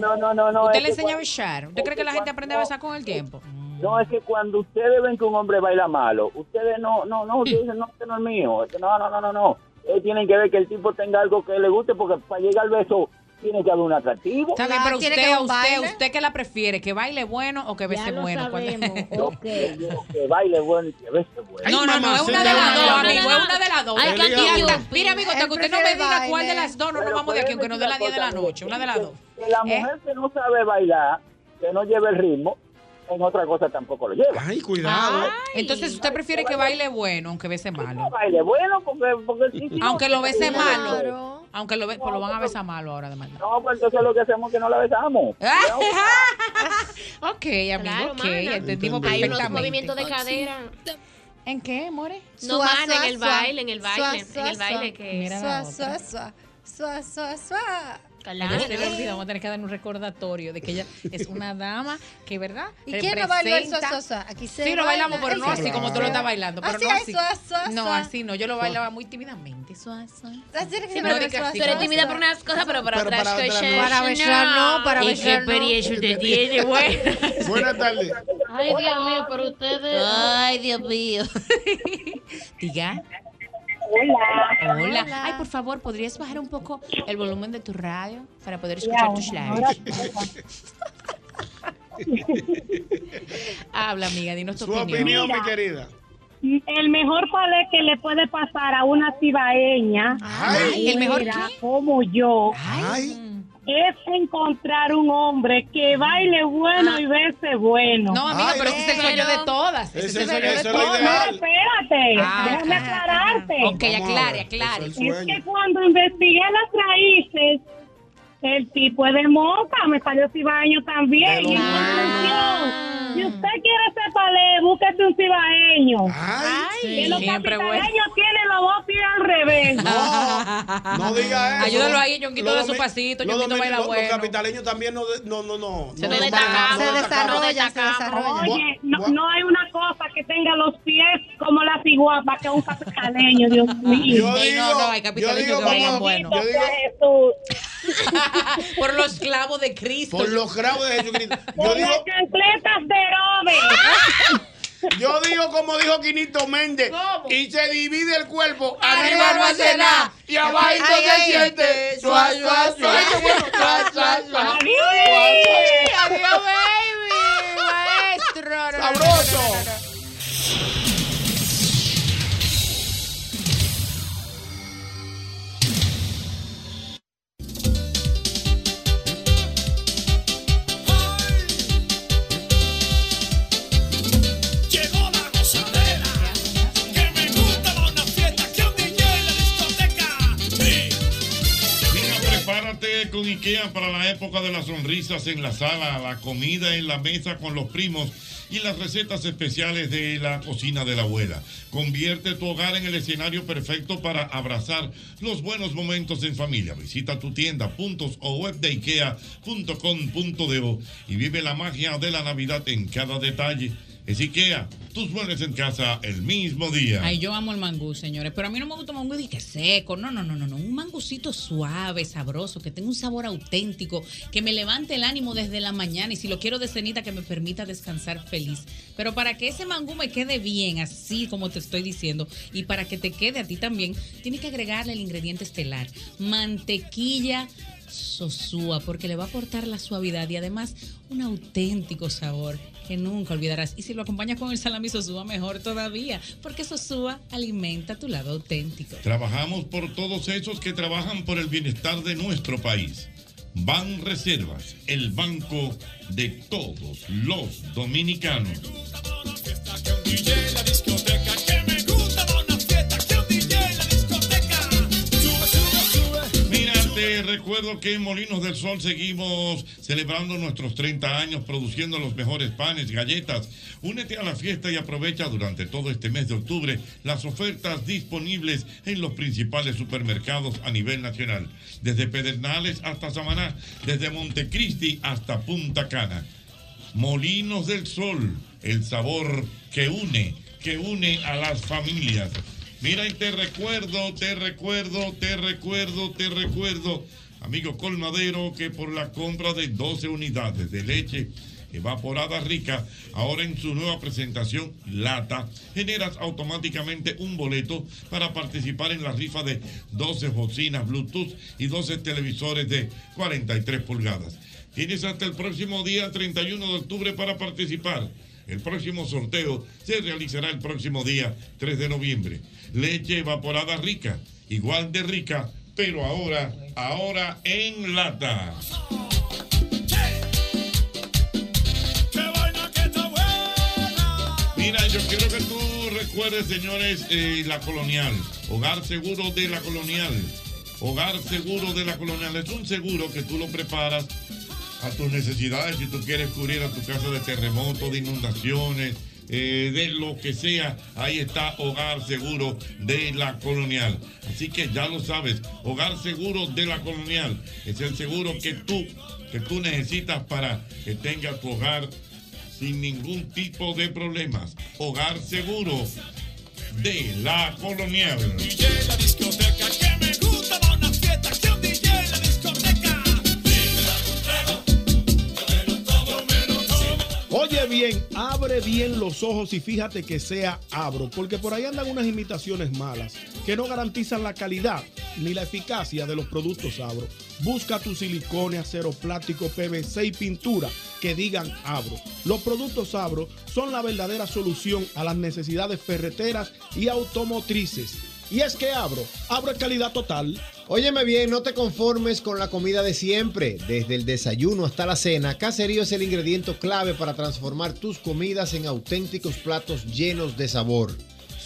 [SPEAKER 12] No, no, no, no, no.
[SPEAKER 3] Usted
[SPEAKER 12] es
[SPEAKER 3] le
[SPEAKER 12] que
[SPEAKER 3] enseña a
[SPEAKER 12] cuando-
[SPEAKER 3] besar. ¿Usted cree que la gente aprende a besar con el tiempo?
[SPEAKER 12] No, es que cuando ustedes ven que un hombre baila malo, ustedes no, no, no, ustedes dicen, no, este no es mío, este no, no, no, no, no. Ustedes tienen que ver que el tipo tenga algo que le guste porque para llegar al beso tiene que haber un atractivo.
[SPEAKER 3] Está bien, pero usted,
[SPEAKER 12] que
[SPEAKER 3] usted, usted que la prefiere, que baile bueno o que bese bueno. ¿Cuál es?
[SPEAKER 12] que baile bueno y que bese bueno.
[SPEAKER 3] No, no, no, es una de las dos, amigo, es una de las dos.
[SPEAKER 12] Ay,
[SPEAKER 3] Y
[SPEAKER 12] Dios.
[SPEAKER 3] hasta- Mira, amigo, hasta que usted no me
[SPEAKER 5] prefiere
[SPEAKER 3] diga cuál
[SPEAKER 5] baile.
[SPEAKER 3] de las dos, no nos vamos de aquí, aunque nos dé las 10 de la noche, una de las dos.
[SPEAKER 12] Que la
[SPEAKER 3] ¿Eh?
[SPEAKER 12] mujer que no sabe bailar, que no lleve el ritmo, en otra cosa tampoco lo lleva. Ah,
[SPEAKER 4] Ay, cuidado.
[SPEAKER 3] Entonces, usted prefiere que baile bueno, aunque bese malo.
[SPEAKER 12] Baile bueno porque... porque sí, sí,
[SPEAKER 3] Aunque lo
[SPEAKER 12] porque-
[SPEAKER 3] bese malo. Aunque lo, be- pues lo van a besar malo ahora, además.
[SPEAKER 12] No, pues entonces lo que hacemos es que no la besamos.
[SPEAKER 3] ¿Eh? Ok, amigo,
[SPEAKER 6] Claro,
[SPEAKER 3] ok,
[SPEAKER 6] mana.
[SPEAKER 3] entendimos
[SPEAKER 6] Hay unos
[SPEAKER 3] perfectamente.
[SPEAKER 6] movimientos de cadera.
[SPEAKER 5] ¿En qué, More?
[SPEAKER 6] No, mana, en el baile, en el baile, en el baile que- Mira
[SPEAKER 5] Suá,
[SPEAKER 6] la
[SPEAKER 5] suá,
[SPEAKER 6] otra.
[SPEAKER 5] suá, suá, suá, suá.
[SPEAKER 3] Claro.
[SPEAKER 5] Eh,
[SPEAKER 3] Se le olvida, este vamos a tener que dar un recordatorio de que ella es una dama que, ¿verdad?
[SPEAKER 5] ¿Y quién no bailó el
[SPEAKER 3] Representa-
[SPEAKER 5] suá, suá, suá? Aquí se
[SPEAKER 3] Sí, lo bailamos,
[SPEAKER 5] baila
[SPEAKER 3] pero
[SPEAKER 5] el
[SPEAKER 3] no
[SPEAKER 5] suá,
[SPEAKER 3] así como tú lo
[SPEAKER 5] suá.
[SPEAKER 3] estás bailando. Pero
[SPEAKER 5] Así
[SPEAKER 3] no
[SPEAKER 5] es,
[SPEAKER 3] así.
[SPEAKER 5] suá, suá,
[SPEAKER 3] no,
[SPEAKER 5] suá.
[SPEAKER 3] así no. Yo lo bailaba muy tímidamente. Suá, suá.
[SPEAKER 5] Así es que
[SPEAKER 6] Sí,
[SPEAKER 5] se
[SPEAKER 6] pero
[SPEAKER 5] baila el
[SPEAKER 6] que-
[SPEAKER 5] suá,
[SPEAKER 6] tú eres
[SPEAKER 5] suá,
[SPEAKER 6] tímida
[SPEAKER 5] suá.
[SPEAKER 6] por unas cosas, pero para
[SPEAKER 5] Pero
[SPEAKER 6] otras
[SPEAKER 5] para otras
[SPEAKER 6] cosas.
[SPEAKER 5] no. Para besar no, para
[SPEAKER 6] ¿Y
[SPEAKER 5] besar no.
[SPEAKER 6] qué experiencia usted tiene, güey?
[SPEAKER 4] Buenas tardes.
[SPEAKER 6] Ay, Dios mío, pero ustedes.
[SPEAKER 3] Ay, Dios mío. Diga.
[SPEAKER 6] Hola.
[SPEAKER 3] Hola.
[SPEAKER 6] Hola.
[SPEAKER 3] Ay, por favor, ¿podrías bajar un poco el volumen de tu radio para poder
[SPEAKER 6] Ya,
[SPEAKER 3] escuchar tus
[SPEAKER 6] ahora
[SPEAKER 3] labios? Habla, amiga, dinos tu
[SPEAKER 4] Su opinión, mi querida.
[SPEAKER 10] El mejor palé que le puede pasar a una cibaeña,
[SPEAKER 4] Ay, ¿el mejor
[SPEAKER 10] mira, como yo, es encontrar un hombre que baile bueno y verse bueno.
[SPEAKER 3] Ah. No, amiga, pero ese es el sueño de todas. Ese es el sueño de
[SPEAKER 4] eso es lo
[SPEAKER 3] todas.
[SPEAKER 4] ideal.
[SPEAKER 10] Espérate,
[SPEAKER 3] Ah,
[SPEAKER 10] déjame
[SPEAKER 3] ah,
[SPEAKER 10] aclararte.
[SPEAKER 3] Ok, aclare, aclare.
[SPEAKER 10] Es que cuando investigué las raíces, el tipo es de moca, me salió cibaeño también. Y en conclusión,
[SPEAKER 3] Ah.
[SPEAKER 10] si usted quiere ser palé, búsquese un cibaeño. que los
[SPEAKER 3] siempre bueno.
[SPEAKER 10] capitaleños tienen los dos pies al revés.
[SPEAKER 4] No, no diga eso.
[SPEAKER 3] Ayúdalo ahí, Ñonguito,
[SPEAKER 4] Los
[SPEAKER 3] de su
[SPEAKER 4] domi-
[SPEAKER 3] pasito,
[SPEAKER 4] los
[SPEAKER 3] Ñonguito
[SPEAKER 4] domi-
[SPEAKER 3] baila
[SPEAKER 4] los-
[SPEAKER 3] bueno.
[SPEAKER 4] Los capitaleños también no, de- no, no, no.
[SPEAKER 3] Se
[SPEAKER 4] no destacan,
[SPEAKER 3] destacamos,
[SPEAKER 4] no
[SPEAKER 3] se
[SPEAKER 4] destacan.
[SPEAKER 10] desarrolla, se desarrolla. Oye, no, no hay una cosa que tenga los pies como la ciguapa que un capitaleño, Dios mío.
[SPEAKER 4] Yo digo, yo digo, vamos, yo
[SPEAKER 10] digo,
[SPEAKER 3] Por los clavos de Cristo.
[SPEAKER 4] por los cravos de Jesucristo. Yo
[SPEAKER 10] Por
[SPEAKER 4] digo,
[SPEAKER 10] las chancletas de Robe.
[SPEAKER 4] yo digo como dijo Quinito Méndez, y se divide el cuerpo,
[SPEAKER 3] Arriba
[SPEAKER 4] arriba no hace nada, y abajo
[SPEAKER 3] Ay,
[SPEAKER 4] se
[SPEAKER 3] ay.
[SPEAKER 4] siente. Suá, suá, suá, suá, suá, suá.
[SPEAKER 3] Adiós, baby. Maestro. No, no, no, no,
[SPEAKER 4] Sabroso.
[SPEAKER 3] no, no, no.
[SPEAKER 2] Llegó la gozadera, que me gusta más una fiesta que un DJ en la discoteca. Y vino
[SPEAKER 21] Prepárate con IKEA para la época de las sonrisas en la sala, la comida en la mesa con los primos y las recetas especiales de la cocina de la abuela. Convierte tu hogar en el escenario perfecto para abrazar los buenos momentos en familia. Visita tu tienda, puntos o web de ikea.com.do y vive la magia de la Navidad en cada detalle. Es IKEA, tus muebles en casa el mismo día.
[SPEAKER 3] Ay, yo amo el mangú, señores. Pero a mí no me gusta el mangú de que seco. No, no, no, no, no. Un mangucito suave, sabroso, que tenga un sabor auténtico, que me levante el ánimo desde la mañana y si lo quiero de cenita, que me permita descansar feliz. Pero para que ese mangú me quede bien, así como te estoy diciendo, y para que te quede a ti también, tienes que agregarle el ingrediente estelar: mantequilla sosúa, porque le va a aportar la suavidad y además un auténtico sabor que nunca olvidarás. Y si lo acompañas con el salami sosúa, mejor todavía, porque sosúa alimenta tu lado auténtico.
[SPEAKER 21] Trabajamos por todos esos que trabajan por el bienestar de nuestro país. Ban Reservas, el banco de todos los dominicanos. Mira, te recuerdo que en Molinos del Sol seguimos celebrando nuestros 30 años produciendo los mejores panes, galletas. Únete a la fiesta y aprovecha durante todo este mes de octubre las ofertas disponibles en los principales supermercados a nivel nacional, desde Pedernales hasta Samaná, desde Montecristi hasta Punta Cana. Molinos del Sol, el sabor que une, que une a las familias. Mira y te recuerdo, te recuerdo, te recuerdo, te recuerdo, amigo Colmadero, que por la compra de 12 unidades de leche evaporada rica, ahora en su nueva presentación lata, generas automáticamente un boleto para participar en la rifa de 12 bocinas Bluetooth y 12 televisores de 43 pulgadas. Tienes hasta el próximo día 31 de octubre para participar. El próximo sorteo se realizará el próximo día 3 de noviembre. Leche evaporada rica, igual de rica, pero ahora, ahora en lata. Mira, yo quiero que tú recuerdes, señores, eh, la colonial, hogar seguro de la colonial. Hogar seguro de la colonial es un seguro que tú lo preparas a tus necesidades, si tú quieres cubrir a tu casa de terremotos, de inundaciones, eh, de lo que sea, ahí está Hogar Seguro de la Colonial. Así que ya lo sabes, Hogar Seguro de la Colonial es el seguro que tú, que tú necesitas para que tengas tu hogar sin ningún tipo de problemas. Hogar Seguro de la Colonial.
[SPEAKER 4] Oye bien, abre bien los ojos y fíjate que sea abro, porque por ahí andan unas imitaciones malas que no garantizan la calidad ni la eficacia de los productos abro. Busca tu silicone, acero plástico, PVC y pintura que digan abro. Los productos abro son la verdadera solución a las necesidades ferreteras y automotrices. Y es que abro, abro es calidad total.
[SPEAKER 22] Óyeme bien, no te conformes con la comida de siempre. Desde el desayuno hasta la cena, Caserío es el ingrediente clave para transformar tus comidas en auténticos platos llenos de sabor.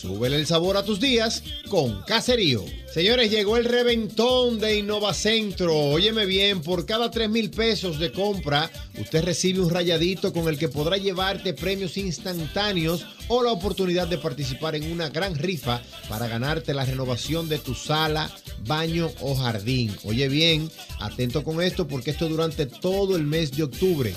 [SPEAKER 22] Súbele el sabor a tus días con Caserío. Señores, llegó el reventón de Innovacentro. Óyeme bien, por cada 3 mil pesos de compra, usted recibe un rayadito con el que podrá llevarte premios instantáneos o la oportunidad de participar en una gran rifa para ganarte la renovación de tu sala, baño o jardín. Oye bien, atento con esto porque esto durante todo el mes de octubre.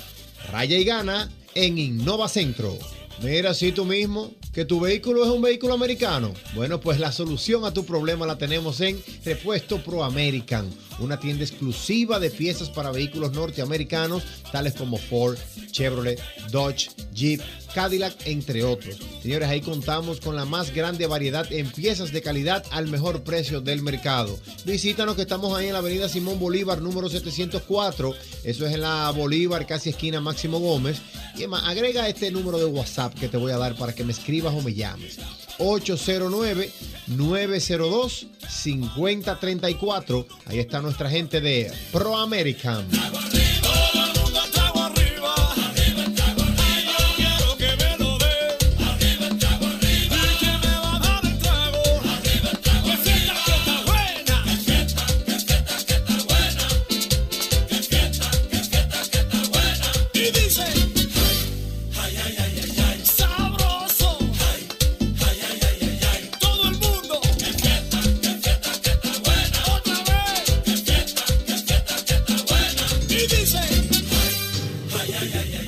[SPEAKER 22] Raya y gana en Innovacentro. Mira, si tú mismo, que tu vehículo es un vehículo americano. Bueno, pues la solución a tu problema la tenemos en Repuesto Pro American, una tienda exclusiva de piezas para vehículos norteamericanos, tales como Ford, Chevrolet, Dodge, Jeep, Cadillac, entre otros. Señores, ahí contamos con la más grande variedad en piezas de calidad al mejor precio del mercado. Visítanos que estamos ahí en la avenida Simón Bolívar, número 704. Eso es en la Bolívar, casi esquina Máximo Gómez. Y además, agrega este número de WhatsApp que te voy a dar para que me escribas o me llames. 809-902-5034. Ahí está nuestra gente de Pro American.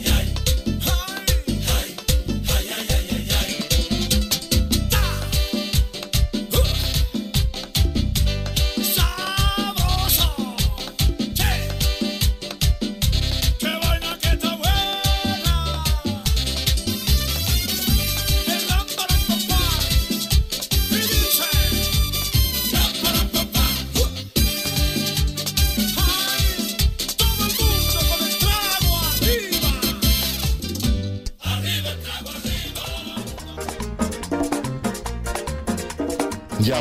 [SPEAKER 2] ah". ¡Uh!
[SPEAKER 21] Ya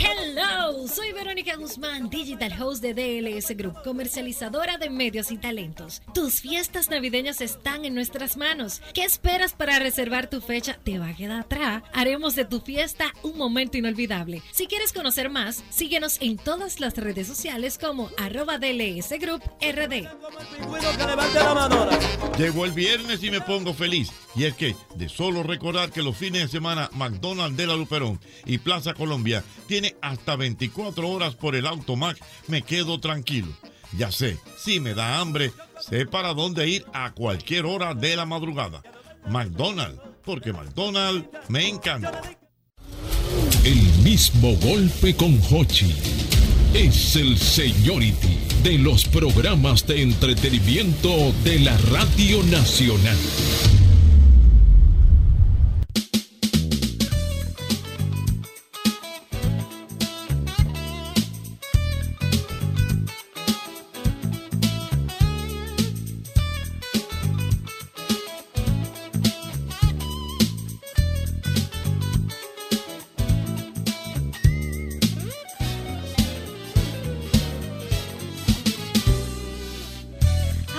[SPEAKER 1] Hello, soy Verónica Guzmán, digital host de DLS Group, comercializadora de medios y talentos. Tus fiestas navideñas están en nuestras manos. ¿Qué esperas para reservar tu fecha? Te va a quedar atrás. Haremos de tu fiesta un momento inolvidable. Si quieres conocer más, síguenos en todas las redes sociales como arroba DLS Group RD.
[SPEAKER 21] Llegó el viernes y me pongo feliz. Y es que, de solo recordar que los fines de semana, McDonald's de la Luperón y Plaza Colombia tiene hasta 24 horas por el Automac, me quedo tranquilo. Ya sé, si me da hambre, sé para dónde ir a cualquier hora de la madrugada. McDonald's, porque McDonald's me encanta.
[SPEAKER 9] El mismo golpe con Hochi es el seniority de los programas de entretenimiento de la Radio Nacional.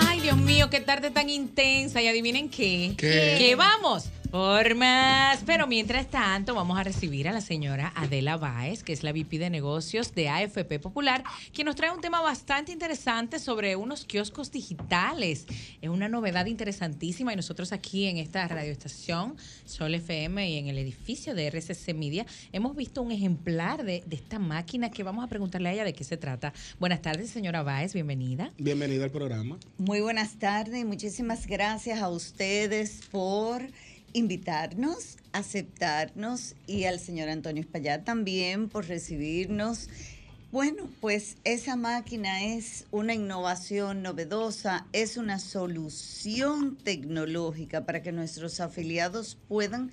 [SPEAKER 3] Ay, Dios mío, qué tarde tan intensa. Y adivinen qué.
[SPEAKER 14] ¿Qué?
[SPEAKER 3] Que vamos. Por más. Pero mientras tanto, vamos a recibir a la señora Adela Báez, que es la VP de negocios de AFP Popular, que nos trae un tema bastante interesante sobre unos kioscos digitales. Es una novedad interesantísima y nosotros aquí en esta radioestación, Sol FM y en el edificio de RCC Media, hemos visto un ejemplar de, de esta máquina que vamos a preguntarle a ella de qué se trata. Buenas tardes, señora Báez, bienvenida.
[SPEAKER 4] Bienvenida al programa.
[SPEAKER 23] Muy buenas tardes, muchísimas gracias a ustedes por invitarnos, aceptarnos y al señor Antonio Espaillat también por recibirnos. Bueno, pues esa máquina es una innovación novedosa, es una solución tecnológica para que nuestros afiliados puedan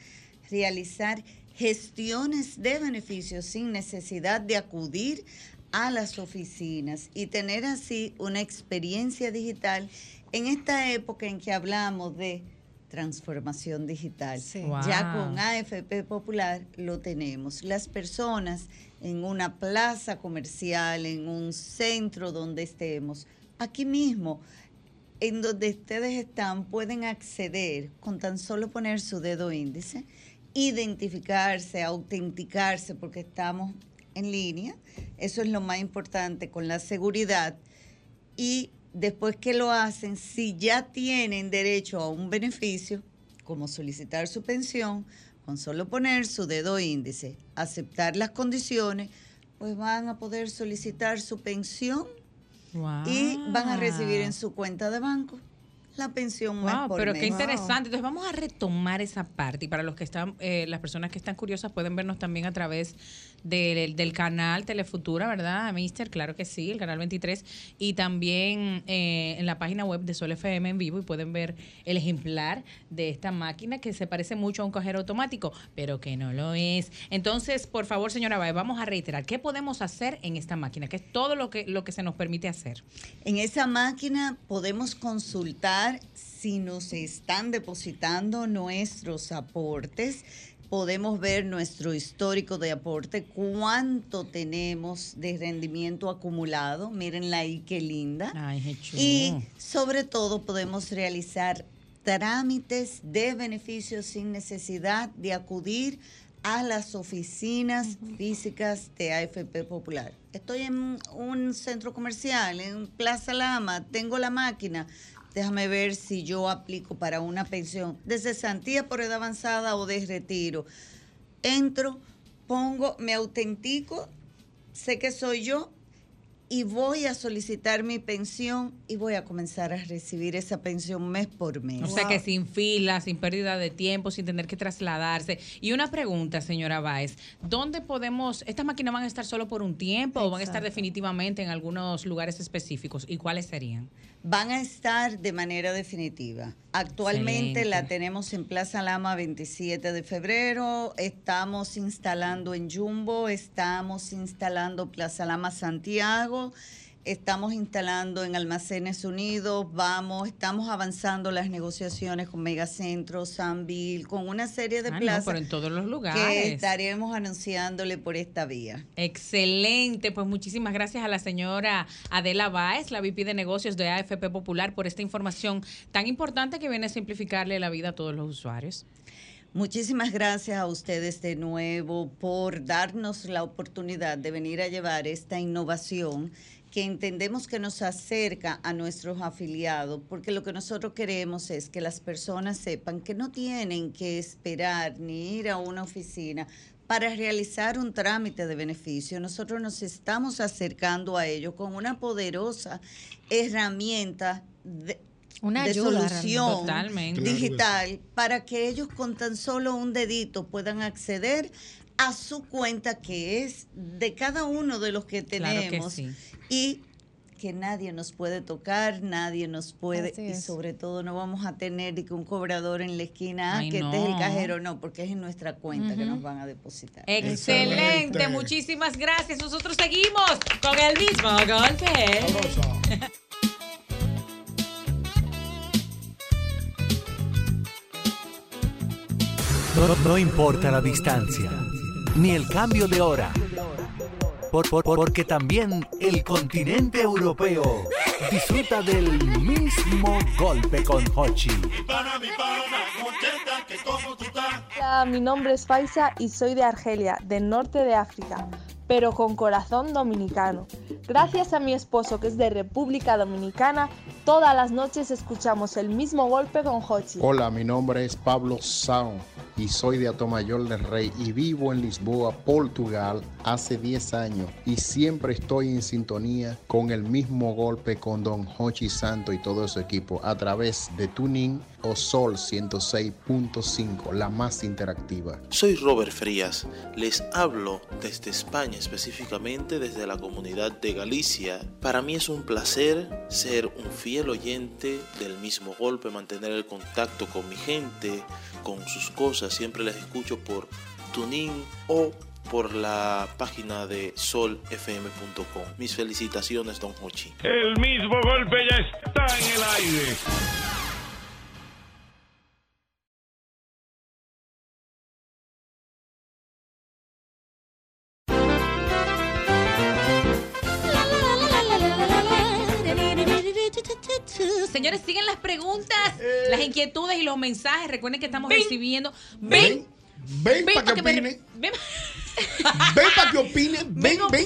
[SPEAKER 23] realizar gestiones de beneficios sin necesidad de acudir a las oficinas y tener así una experiencia digital en esta época en que hablamos de transformación digital. Ya
[SPEAKER 9] Wow.
[SPEAKER 23] con AFP Popular lo tenemos. Las personas en una plaza comercial, en un centro donde estemos, aquí mismo, en donde ustedes están, pueden acceder con tan solo poner su dedo índice, identificarse, autenticarse, porque estamos en línea. Eso es lo más importante con la seguridad. Y después que lo hacen, si ya tienen derecho a un beneficio, como solicitar su pensión, con solo poner su dedo índice, aceptar las condiciones, pues van a poder solicitar su pensión y van a recibir en su cuenta de banco la pensión más
[SPEAKER 3] Ah. Wow, pero qué interesante. Entonces vamos a retomar esa parte y para los que están, eh, las personas que están curiosas pueden vernos también a través del, del canal Telefutura, ¿verdad, Mister? Claro que sí, el canal 23 y también eh, en la página web de Sol FM en vivo y pueden ver el ejemplar de esta máquina que se parece mucho a un cajero automático, pero que no lo es. Entonces, por favor, señora Baez, vamos a reiterar qué podemos hacer en esta máquina, que es todo lo que lo que se nos permite hacer.
[SPEAKER 23] En esa máquina podemos consultar si nos están depositando nuestros aportes. Podemos ver nuestro histórico de aporte, cuánto tenemos de rendimiento acumulado. Mírenla ahí, qué linda. Y sobre todo podemos realizar trámites de beneficios sin necesidad de acudir a las oficinas físicas de AFP Popular. Estoy en un centro comercial, en Plaza Lama, tengo la máquina. Déjame ver si yo aplico para una pensión de cesantía por edad avanzada o de retiro. Entro, pongo, me autentico, sé que soy yo y voy a solicitar mi pensión y voy a comenzar a recibir esa pensión mes por mes.
[SPEAKER 3] O sea que sin fila, sin pérdida de tiempo, sin tener que trasladarse. Y una pregunta, señora Báez, ¿dónde podemos, estas máquinas van a estar solo por un tiempo o van a estar
[SPEAKER 23] Exacto.
[SPEAKER 3] definitivamente en algunos lugares específicos? ¿Y cuáles serían?
[SPEAKER 23] Van a estar de manera definitiva. Actualmente
[SPEAKER 3] Excelente.
[SPEAKER 23] la tenemos en Plaza Lama 27 de febrero, estamos instalando en Jumbo, estamos instalando Plaza Lama Santiago, estamos instalando en Almacenes Unidos, vamos, estamos avanzando las negociaciones con Megacentro, Sanville, con una serie de
[SPEAKER 3] Ah, no,
[SPEAKER 23] plazas
[SPEAKER 3] pero en todos los
[SPEAKER 23] que
[SPEAKER 3] lugares.
[SPEAKER 23] estaremos anunciándole por esta vía.
[SPEAKER 3] Excelente, pues muchísimas gracias a la señora Adela Báez, la VP de negocios de AFP Popular, por esta información tan importante que viene a simplificarle la vida a todos los usuarios.
[SPEAKER 23] Muchísimas gracias a ustedes de nuevo por darnos la oportunidad de venir a llevar esta innovación que entendemos que nos acerca a nuestros afiliados, porque lo que nosotros queremos es que las personas sepan que no tienen que esperar ni ir a una oficina para realizar un trámite de beneficio. Nosotros nos estamos acercando a ello con una poderosa herramienta de,
[SPEAKER 5] Una
[SPEAKER 23] de
[SPEAKER 5] ayuda, realmente.
[SPEAKER 23] solución
[SPEAKER 5] Totalmente. Claro que sí.
[SPEAKER 23] digital digital para que ellos con tan solo un dedito puedan acceder a su cuenta que es de cada uno de los que
[SPEAKER 3] Claro que
[SPEAKER 23] tenemos
[SPEAKER 3] sí.
[SPEAKER 23] y que nadie nos puede tocar, nadie nos puede
[SPEAKER 3] Así
[SPEAKER 23] y
[SPEAKER 3] es.
[SPEAKER 23] sobre todo no vamos a tener ni que un cobrador en la esquina, ah,
[SPEAKER 3] Ay,
[SPEAKER 23] que este es el
[SPEAKER 3] no.
[SPEAKER 23] cajero, no, porque es en nuestra cuenta que
[SPEAKER 3] Ujú.
[SPEAKER 23] nos van a depositar.
[SPEAKER 3] Excelente, muchísimas gracias. Nosotros seguimos con el mismo golpe.
[SPEAKER 7] No, no importa la distancia, ni el cambio de hora, por- por- porque también el continente europeo disfruta del mismo golpe con Hochi.
[SPEAKER 11] Hola, mi nombre es Faisa y soy de Argelia, del norte de África, pero con corazón dominicano. Gracias a mi esposo que es de República Dominicana, todas las noches escuchamos el mismo golpe con Hochi.
[SPEAKER 24] Hola, mi nombre es Pablo Sao y soy de Atomayor del Rey y vivo en Lisboa, Portugal, hace 10 años y siempre estoy en sintonía con el mismo golpe con Don Hochi Santo y todo su equipo a través de Tuning o Sol 106.5, la más interactiva.
[SPEAKER 25] Soy Robert Frías. Les hablo desde España, específicamente desde la comunidad de Galicia. Para mí es un placer ser un fiel oyente del mismo golpe, mantener el contacto con mi gente, con sus cosas. Siempre les escucho por Tuning o por la página de solfm.com. Mis felicitaciones, don Hochi.
[SPEAKER 21] El mismo golpe ya está en el aire.
[SPEAKER 3] Señores, siguen las preguntas,
[SPEAKER 4] Eh.
[SPEAKER 3] las inquietudes y los mensajes. Recuerden que estamos recibiendo.
[SPEAKER 4] Ven, ven,
[SPEAKER 3] Ven
[SPEAKER 4] para que
[SPEAKER 3] me-
[SPEAKER 4] opine.
[SPEAKER 3] Ven,
[SPEAKER 4] Ven para que opine. Ven, ven.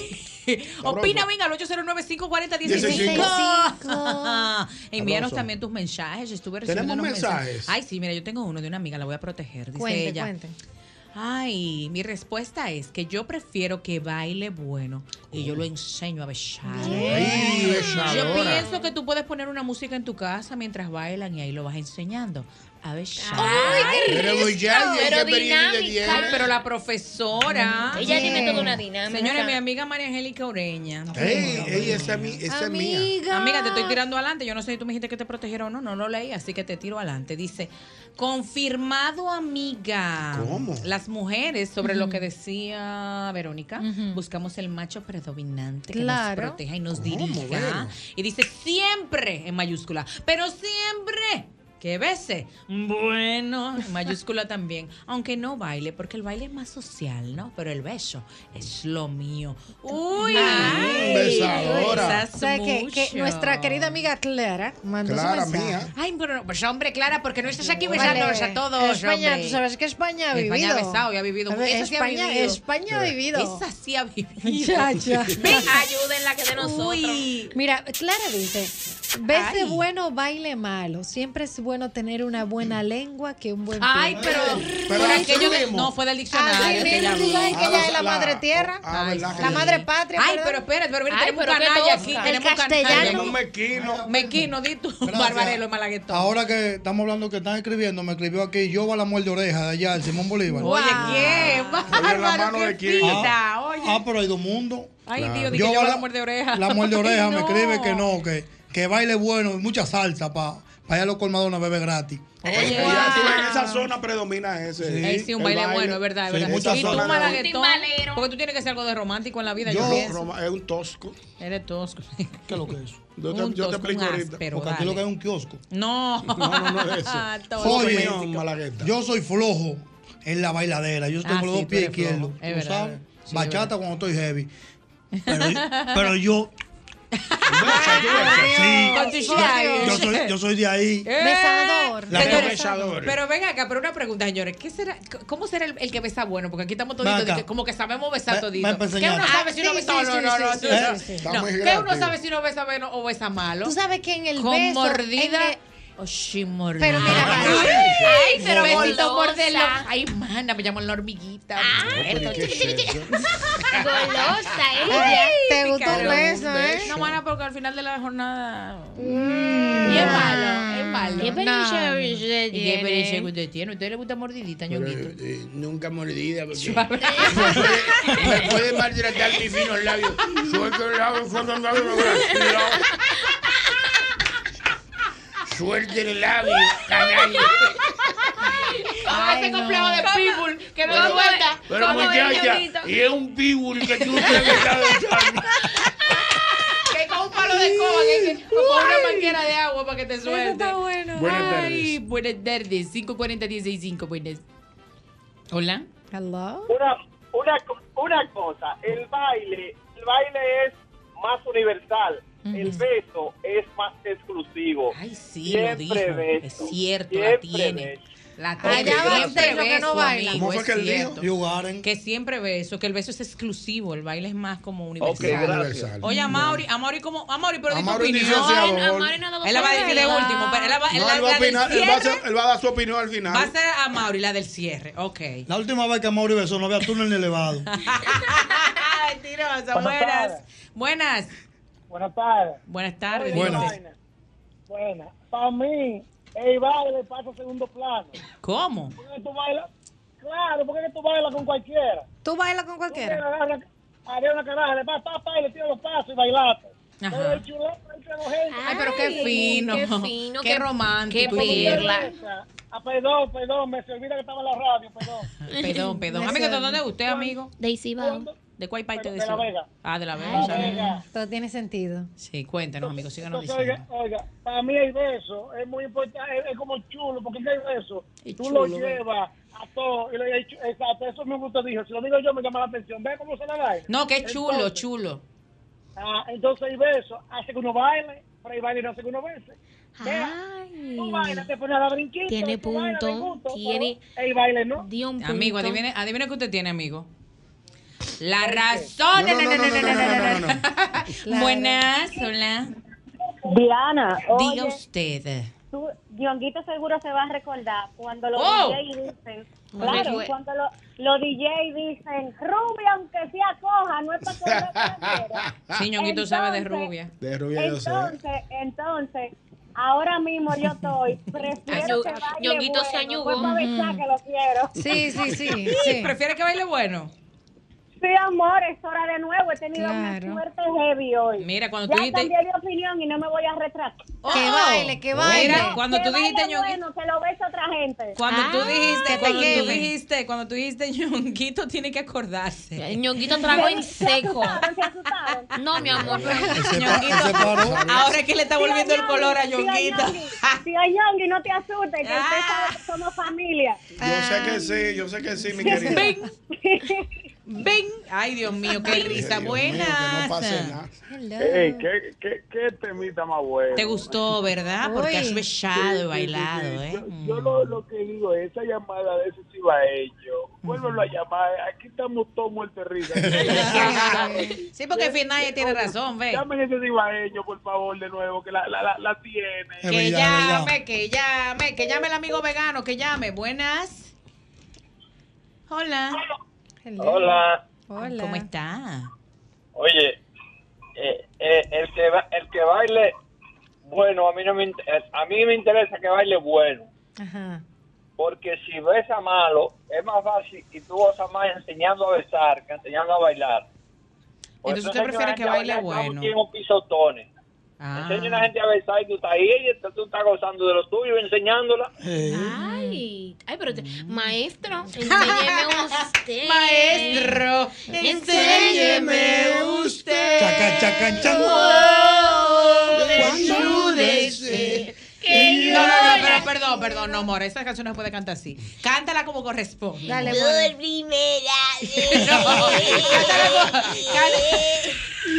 [SPEAKER 3] opina, venga, al 809-540-165.
[SPEAKER 4] 165.
[SPEAKER 3] Envíanos
[SPEAKER 4] Sabroso.
[SPEAKER 3] también tus mensajes. Yo estuve recibiendo
[SPEAKER 4] ¿Tenemos
[SPEAKER 3] unos mensajes.
[SPEAKER 4] mensajes?
[SPEAKER 3] Ay, sí, mira, yo tengo uno de una amiga, la voy a proteger. Dice
[SPEAKER 5] Cuente,
[SPEAKER 3] ella.
[SPEAKER 5] cuente.
[SPEAKER 3] Ay, mi respuesta es que yo prefiero que baile bueno y yo lo enseño a besar.
[SPEAKER 4] Ay,
[SPEAKER 3] Yo
[SPEAKER 4] besadora.
[SPEAKER 3] pienso que tú puedes poner una música en tu casa mientras bailan y ahí lo vas enseñando a besar.
[SPEAKER 4] Ay, qué Pero rico. muchacha,
[SPEAKER 3] Pero
[SPEAKER 4] esa experiencia de diez.
[SPEAKER 3] Ay, pero la profesora.
[SPEAKER 4] Ella tiene toda una
[SPEAKER 3] dinámica. Señores, mi amiga María Angélica Ureña.
[SPEAKER 4] Ey, ey, esa, es mi- esa es mía.
[SPEAKER 3] Amiga, te estoy tirando adelante. Yo no sé si tú me dijiste que te protegieron o no, no lo leí, así que te tiro adelante. Dice, confirmado, amiga.
[SPEAKER 4] ¿Cómo?
[SPEAKER 3] Las mujeres, sobre lo que decía Verónica, buscamos el macho predominante que
[SPEAKER 5] Claro.
[SPEAKER 3] nos proteja y nos
[SPEAKER 5] ¿Cómo,
[SPEAKER 3] dirija.
[SPEAKER 5] Vero?
[SPEAKER 3] Y dice, siempre, en mayúscula, pero siempre. Que bese. Bueno, en mayúscula también. Aunque no baile, porque el baile es más social, ¿no? Pero el beso es lo mío. Uy,
[SPEAKER 5] Ay,
[SPEAKER 3] Besas
[SPEAKER 5] O sea, que, que
[SPEAKER 3] mucho.
[SPEAKER 5] nuestra querida amiga Clara mandó
[SPEAKER 3] Clara
[SPEAKER 5] su mensaje.
[SPEAKER 3] mía.
[SPEAKER 5] Ay,
[SPEAKER 3] pero no, pues hombre, Clara, porque no estás aquí
[SPEAKER 14] besándonos a todos,
[SPEAKER 5] España,
[SPEAKER 14] hombre.
[SPEAKER 5] tú sabes que España ha vivido.
[SPEAKER 3] España ha besado y ha vivido.
[SPEAKER 5] A ver,
[SPEAKER 3] Esa sí ha
[SPEAKER 5] España,
[SPEAKER 3] vivido.
[SPEAKER 5] España ha vivido.
[SPEAKER 3] Esa sí ha vivido.
[SPEAKER 5] Ya, ya.
[SPEAKER 3] Ven,
[SPEAKER 14] Ayúdenla que de nosotros.
[SPEAKER 5] Mira, Clara dice, Vese bueno, baile malo. Siempre es bueno tener una buena lengua que un buen pie. Ah,
[SPEAKER 3] Ay, pero, Ah, por aquello de- no fue del diccionario.
[SPEAKER 5] Así
[SPEAKER 3] que
[SPEAKER 5] mismo,
[SPEAKER 3] ya
[SPEAKER 5] tú
[SPEAKER 3] vi.
[SPEAKER 5] sabes que ella es
[SPEAKER 4] Ah,
[SPEAKER 5] la madre
[SPEAKER 3] Ah,
[SPEAKER 5] tierra, la madre patria.
[SPEAKER 3] Ay,
[SPEAKER 5] perdón.
[SPEAKER 3] pero espérate, pero mira,
[SPEAKER 5] Ay,
[SPEAKER 3] tenemos
[SPEAKER 5] pero qué
[SPEAKER 3] canalla
[SPEAKER 5] cosa.
[SPEAKER 3] aquí.
[SPEAKER 5] El
[SPEAKER 3] Tenemos
[SPEAKER 5] castellano.
[SPEAKER 3] canalla aquí. Mequino, di tú, Barbarelo, Malaguetón.
[SPEAKER 4] Ahora que estamos hablando que están escribiendo, me escribió aquí yo a la muerte de oreja de allá, el Simón Bolívar.
[SPEAKER 3] Oye, ¿quién? Bárbaro, qué fina,
[SPEAKER 4] Ah,
[SPEAKER 3] oye.
[SPEAKER 4] ah, pero hay dos mundos.
[SPEAKER 3] Ay,
[SPEAKER 4] Claro.
[SPEAKER 3] Dios, di
[SPEAKER 4] Yo
[SPEAKER 3] que yo
[SPEAKER 4] la-
[SPEAKER 3] la muerde oreja.
[SPEAKER 4] La muerte de oreja me
[SPEAKER 3] No.
[SPEAKER 4] escribe que no, que, que baile bueno y mucha salsa para pa allá a los colmadones a beber gratis.
[SPEAKER 8] Oye, ya tú ves, en esa zona predomina ese.
[SPEAKER 4] Sí,
[SPEAKER 3] Sí, un baile, bueno, es verdad, es
[SPEAKER 4] Sí,
[SPEAKER 3] verdad.
[SPEAKER 4] muchas
[SPEAKER 3] y tú,
[SPEAKER 4] zonas de-
[SPEAKER 3] malaguetón, porque tú tienes que ser algo de romántico en la vida, yo,
[SPEAKER 4] Yo,
[SPEAKER 3] pienso.
[SPEAKER 4] es un tosco.
[SPEAKER 3] Eres tosco.
[SPEAKER 4] ¿Qué es lo que es?
[SPEAKER 3] Yo te- Un yo te tosco, explico un ahorita. áspero,
[SPEAKER 4] Porque aquí
[SPEAKER 3] dale.
[SPEAKER 4] lo que es un kiosco.
[SPEAKER 3] No.
[SPEAKER 4] No, no, no es
[SPEAKER 3] Todo
[SPEAKER 4] eso.
[SPEAKER 3] es
[SPEAKER 4] Oye,
[SPEAKER 3] doméstico.
[SPEAKER 4] yo soy flojo en la bailadera. Yo
[SPEAKER 3] Ah,
[SPEAKER 4] tengo los dos
[SPEAKER 3] sí, tú
[SPEAKER 4] pies
[SPEAKER 3] eres flojo.
[SPEAKER 4] izquierdos.
[SPEAKER 3] Es
[SPEAKER 4] ¿Tú
[SPEAKER 3] verdad,
[SPEAKER 4] sabes?
[SPEAKER 3] sí,
[SPEAKER 4] Bachata cuando estoy heavy. Pero, pero yo.
[SPEAKER 3] Con tu
[SPEAKER 4] Sí,
[SPEAKER 3] shaggy.
[SPEAKER 4] yo, soy, yo soy de ahí.
[SPEAKER 3] Eh,
[SPEAKER 4] Besador. La
[SPEAKER 3] señores,
[SPEAKER 4] besador.
[SPEAKER 3] Pero ven acá, pero una pregunta, señores. ¿Qué será, c- ¿Cómo será el, el que besa bueno? Porque aquí estamos toditos,
[SPEAKER 4] Ven acá.
[SPEAKER 3] de que como que sabemos besar
[SPEAKER 4] Ven-
[SPEAKER 3] todito.
[SPEAKER 4] ven pa'
[SPEAKER 3] ¿Qué
[SPEAKER 4] enseñar.
[SPEAKER 3] uno sabe si uno
[SPEAKER 4] Ah,
[SPEAKER 3] besa
[SPEAKER 4] sí,
[SPEAKER 3] no,
[SPEAKER 4] sí,
[SPEAKER 3] no,
[SPEAKER 4] sí,
[SPEAKER 3] no,
[SPEAKER 4] sí,
[SPEAKER 3] no,
[SPEAKER 4] sí,
[SPEAKER 3] no.
[SPEAKER 4] sí. Está
[SPEAKER 3] No,
[SPEAKER 4] muy
[SPEAKER 3] ¿Qué
[SPEAKER 4] gratis.
[SPEAKER 3] uno sabe si uno besa bueno o besa malo?
[SPEAKER 5] Tú sabes que en el
[SPEAKER 3] Con
[SPEAKER 5] beso,
[SPEAKER 3] mordida.
[SPEAKER 5] en
[SPEAKER 3] Oye, mordida.
[SPEAKER 5] Pero mira,
[SPEAKER 3] ay,
[SPEAKER 5] ay,
[SPEAKER 3] pero
[SPEAKER 5] pero
[SPEAKER 3] besito
[SPEAKER 5] golosa. Ah,
[SPEAKER 3] mordelo. Ay, mana, me llaman la hormiguita. Muerto.
[SPEAKER 5] Golosa ¿eh?
[SPEAKER 3] ella.
[SPEAKER 5] Te gustó el
[SPEAKER 3] Picarón,
[SPEAKER 5] beso,
[SPEAKER 3] un
[SPEAKER 5] ¿eh?
[SPEAKER 3] No, mana, porque al final de la jornada. Y es malo, es malo.
[SPEAKER 5] Qué
[SPEAKER 3] No.
[SPEAKER 5] experiencia usted
[SPEAKER 3] ¿Y qué experiencia
[SPEAKER 5] tiene?
[SPEAKER 3] que usted tiene? ¿Usted le gusta mordidita, ñonguito?
[SPEAKER 2] eh, nunca mordida, porque
[SPEAKER 3] Suave.
[SPEAKER 2] me puede maltratar mis finos labios. Suelto el labio, suelto el labio, Suelte el labio, canalla.
[SPEAKER 3] Ah, ese complejo de people que no da vuelta.
[SPEAKER 2] Pero
[SPEAKER 3] cuando ve el
[SPEAKER 2] muchacha,
[SPEAKER 3] ñonguito.
[SPEAKER 2] y es un pibul que tú te has besado.
[SPEAKER 3] Que con un palo de escoba, que, que- o con una manguera de agua para que te suelte. bueno.
[SPEAKER 2] Buenas
[SPEAKER 3] Ay, buenas tardes. 540 165, buenas. Hola.
[SPEAKER 5] Hello.
[SPEAKER 11] Una, una, co- una cosa, el baile, el baile es más universal, el beso es más exclusivo. Ay,
[SPEAKER 3] Sí, lo dijo. Es cierto, la tiene. La tiene.
[SPEAKER 5] Allá va
[SPEAKER 3] Siempre
[SPEAKER 5] usted, lo que
[SPEAKER 3] beso,
[SPEAKER 5] no baila.
[SPEAKER 3] amigo,
[SPEAKER 4] ¿Cómo fue
[SPEAKER 3] es
[SPEAKER 4] que él dijo?
[SPEAKER 3] Pues cierto. Que siempre beso, que el beso es exclusivo, el baile es más como universal.
[SPEAKER 4] gracias.
[SPEAKER 3] Oye, a Mauri, a Mauri, ¿cómo? A Mauri, pero di tu
[SPEAKER 8] Amaury
[SPEAKER 3] opinión.
[SPEAKER 8] dice así, a favor.
[SPEAKER 3] Él la va a decir de último, pero él la va, él
[SPEAKER 8] No,
[SPEAKER 3] la-
[SPEAKER 8] él va a
[SPEAKER 3] la del
[SPEAKER 8] opinar, él va a
[SPEAKER 3] cierre
[SPEAKER 8] hacer- él va a dar su opinión al final.
[SPEAKER 3] va a ser a Mauri, la del cierre. Ok.
[SPEAKER 4] La última vez que Mauri besó no había túnel ni elevado.
[SPEAKER 3] Ay, mentirosa.
[SPEAKER 4] Buenas
[SPEAKER 3] Buenas.
[SPEAKER 4] tardes.
[SPEAKER 3] Buenas.
[SPEAKER 11] Buenas tardes.
[SPEAKER 3] Buenas tardes.
[SPEAKER 4] Buenas.
[SPEAKER 3] dígame.
[SPEAKER 11] Bueno, para mí, el baile pasa a segundo plano.
[SPEAKER 3] ¿Cómo?
[SPEAKER 11] ¿Por qué tú bailas? Claro, porque tú bailas con cualquiera.
[SPEAKER 5] ¿Tú bailas con cualquiera?
[SPEAKER 11] Tú bailas, agarra- agarra una caraja, le pa, pa, pa, y le tira los pasos y bailaste.
[SPEAKER 3] Ajá.
[SPEAKER 11] Pero el chulón, entre dos gente.
[SPEAKER 3] Ay, pero qué fino.
[SPEAKER 11] Qué fino,
[SPEAKER 3] Qué
[SPEAKER 11] qué-
[SPEAKER 3] romántico.
[SPEAKER 11] Cuando
[SPEAKER 3] y
[SPEAKER 11] usted
[SPEAKER 3] perla.
[SPEAKER 11] besa- Ah, perdón, perdón, me se olvida que estaba en la radio, perdón.
[SPEAKER 3] Perdón, perdón.
[SPEAKER 11] Me
[SPEAKER 3] Amigo, ¿de
[SPEAKER 11] suena.
[SPEAKER 3] dónde es usted, amigo?
[SPEAKER 5] De Isibao.
[SPEAKER 3] ¿De cuál parte de
[SPEAKER 11] De La
[SPEAKER 3] Ciudad?
[SPEAKER 11] Vega.
[SPEAKER 3] Ah, de la Vega.
[SPEAKER 11] La
[SPEAKER 3] sabe.
[SPEAKER 11] Vega.
[SPEAKER 5] Todo tiene sentido.
[SPEAKER 3] Sí, cuéntanos, amigo, síganos
[SPEAKER 11] Entonces,
[SPEAKER 3] diciendo.
[SPEAKER 11] oiga, oiga, para mí el beso es muy importante, es, es como chulo, porque es que el beso, tú
[SPEAKER 3] chulo,
[SPEAKER 11] lo
[SPEAKER 3] ¿no?
[SPEAKER 11] llevas a todo, y lo, y- exacto, eso mismo usted dijo, si lo digo yo me llama la atención, ve cómo se la baila.
[SPEAKER 3] No, qué chulo,
[SPEAKER 11] Entonces,
[SPEAKER 3] chulo.
[SPEAKER 11] ah, entonces el beso hace que uno baile, pero el baile no hace que uno bese. Vea, Tú bailas, te pones a dar brinquitos,
[SPEAKER 3] Tiene
[SPEAKER 11] tú bailas,
[SPEAKER 3] punto,
[SPEAKER 11] brinquitos,
[SPEAKER 3] tiene-
[SPEAKER 11] pero el baile no.
[SPEAKER 3] Amigo, adivine, adivine qué usted tiene, amigo. La
[SPEAKER 11] ¿El qué?
[SPEAKER 3] razón.
[SPEAKER 11] No, no,
[SPEAKER 3] na, na,
[SPEAKER 11] no,
[SPEAKER 3] na,
[SPEAKER 11] no,
[SPEAKER 3] na,
[SPEAKER 11] no,
[SPEAKER 3] na,
[SPEAKER 11] no,
[SPEAKER 3] na, na. Buenas, hola.
[SPEAKER 10] Diana,
[SPEAKER 3] Diga
[SPEAKER 10] oye.
[SPEAKER 3] usted.
[SPEAKER 10] Tú, Dionguito seguro se va a recordar cuando los
[SPEAKER 3] Oh.
[SPEAKER 10] DJ dicen,
[SPEAKER 3] Me
[SPEAKER 10] claro,
[SPEAKER 3] recue-
[SPEAKER 10] cuando lo- los DJ dicen, rubia aunque sea coja, no es para correr cualquiera".
[SPEAKER 3] Sí, Ñonguito sabe de
[SPEAKER 10] Entonces,
[SPEAKER 3] rubia.
[SPEAKER 8] De rubia yo sé.
[SPEAKER 10] Entonces, entonces, ahora mismo yo estoy,
[SPEAKER 3] Añu-
[SPEAKER 10] prefiero que baile
[SPEAKER 3] Ñonguito se
[SPEAKER 10] bueno,
[SPEAKER 3] añugó.
[SPEAKER 10] voy pa' besar que lo quiero.
[SPEAKER 3] ¿Prefiere que baile bueno?
[SPEAKER 10] Sí, amor, es hora de nuevo. He tenido una suerte heavy hoy.
[SPEAKER 3] Mira, cuando
[SPEAKER 10] ya
[SPEAKER 3] tú dijiste-
[SPEAKER 10] cambié de opinión y no me voy a retractar.
[SPEAKER 3] Oh. Que baile, que baile. Mira, cuando
[SPEAKER 10] Que
[SPEAKER 3] tú dijiste,
[SPEAKER 10] baile bueno, que lo besa otra gente.
[SPEAKER 3] Cuando tú dijiste, cuando tú
[SPEAKER 10] quede.
[SPEAKER 3] dijiste, cuando tú dijiste, Ñonguito tiene que acordarse.
[SPEAKER 10] Ñonguito
[SPEAKER 3] trago
[SPEAKER 10] trago
[SPEAKER 3] en
[SPEAKER 10] seco.
[SPEAKER 3] No, mi amor.
[SPEAKER 10] se paró.
[SPEAKER 3] Ahora es que le está volviendo el color a Ñonguito. Ah.
[SPEAKER 10] Si hay Yongi, no te asustes, que usted sabe que somos familia.
[SPEAKER 8] Yo sé que sí, yo sé que sí, mi
[SPEAKER 10] Ven.
[SPEAKER 8] querida.
[SPEAKER 3] Ven. Ay, Dios mío, qué risa. Buenas.
[SPEAKER 8] Ey, qué, qué, qué temita más bueno.
[SPEAKER 3] Te gustó, ¿verdad? Porque has besado y bailado, ¿eh?
[SPEAKER 8] Yo lo, lo que digo es, esa llamada de eso sí va a ello. Vuélvelo a llamar. Aquí estamos todos muertos de risa.
[SPEAKER 3] Sí, porque al final ella tiene razón, ve.
[SPEAKER 8] Llamen ese sí va a ello, por favor, de nuevo, que la, la, la, la tiene.
[SPEAKER 3] Que llame, que llame, que llame el amigo vegano, que llame. Buenas. Hola.
[SPEAKER 8] Hola.
[SPEAKER 3] Hola. ¿Cómo está?
[SPEAKER 8] Oye, eh, eh, el, que ba- el que baile bueno, a mí, no me, in- eh, a mí me interesa que baile bueno.
[SPEAKER 25] Ajá.
[SPEAKER 8] Porque si besa malo, es más fácil y tú vas a más enseñando a besar que enseñando a bailar. Por
[SPEAKER 3] Entonces
[SPEAKER 8] eso
[SPEAKER 3] usted
[SPEAKER 8] enseño a
[SPEAKER 3] prefiere
[SPEAKER 8] la
[SPEAKER 3] que
[SPEAKER 8] gente a
[SPEAKER 3] baile
[SPEAKER 8] bailar, estamos
[SPEAKER 3] bueno.
[SPEAKER 8] aquí en un pisotones.
[SPEAKER 3] Ah.
[SPEAKER 8] Enseña a la gente a besar y tú estás ahí y tú, tú estás gozando de lo tuyo enseñándola.
[SPEAKER 3] Ah,
[SPEAKER 6] Ay, ay, pero te- maestro, enséñeme usted.
[SPEAKER 3] Maestro,
[SPEAKER 25] enséñeme
[SPEAKER 3] usted.
[SPEAKER 4] Chaca, chaca, chaca.
[SPEAKER 6] Oh,
[SPEAKER 3] No, no, no, pero perdón, perdón, no, amor, esa canción no se puede cantar así. Cántala como corresponde.
[SPEAKER 25] Dale,
[SPEAKER 3] amor.
[SPEAKER 25] Por
[SPEAKER 6] primera
[SPEAKER 25] vez.
[SPEAKER 3] No, cántala como-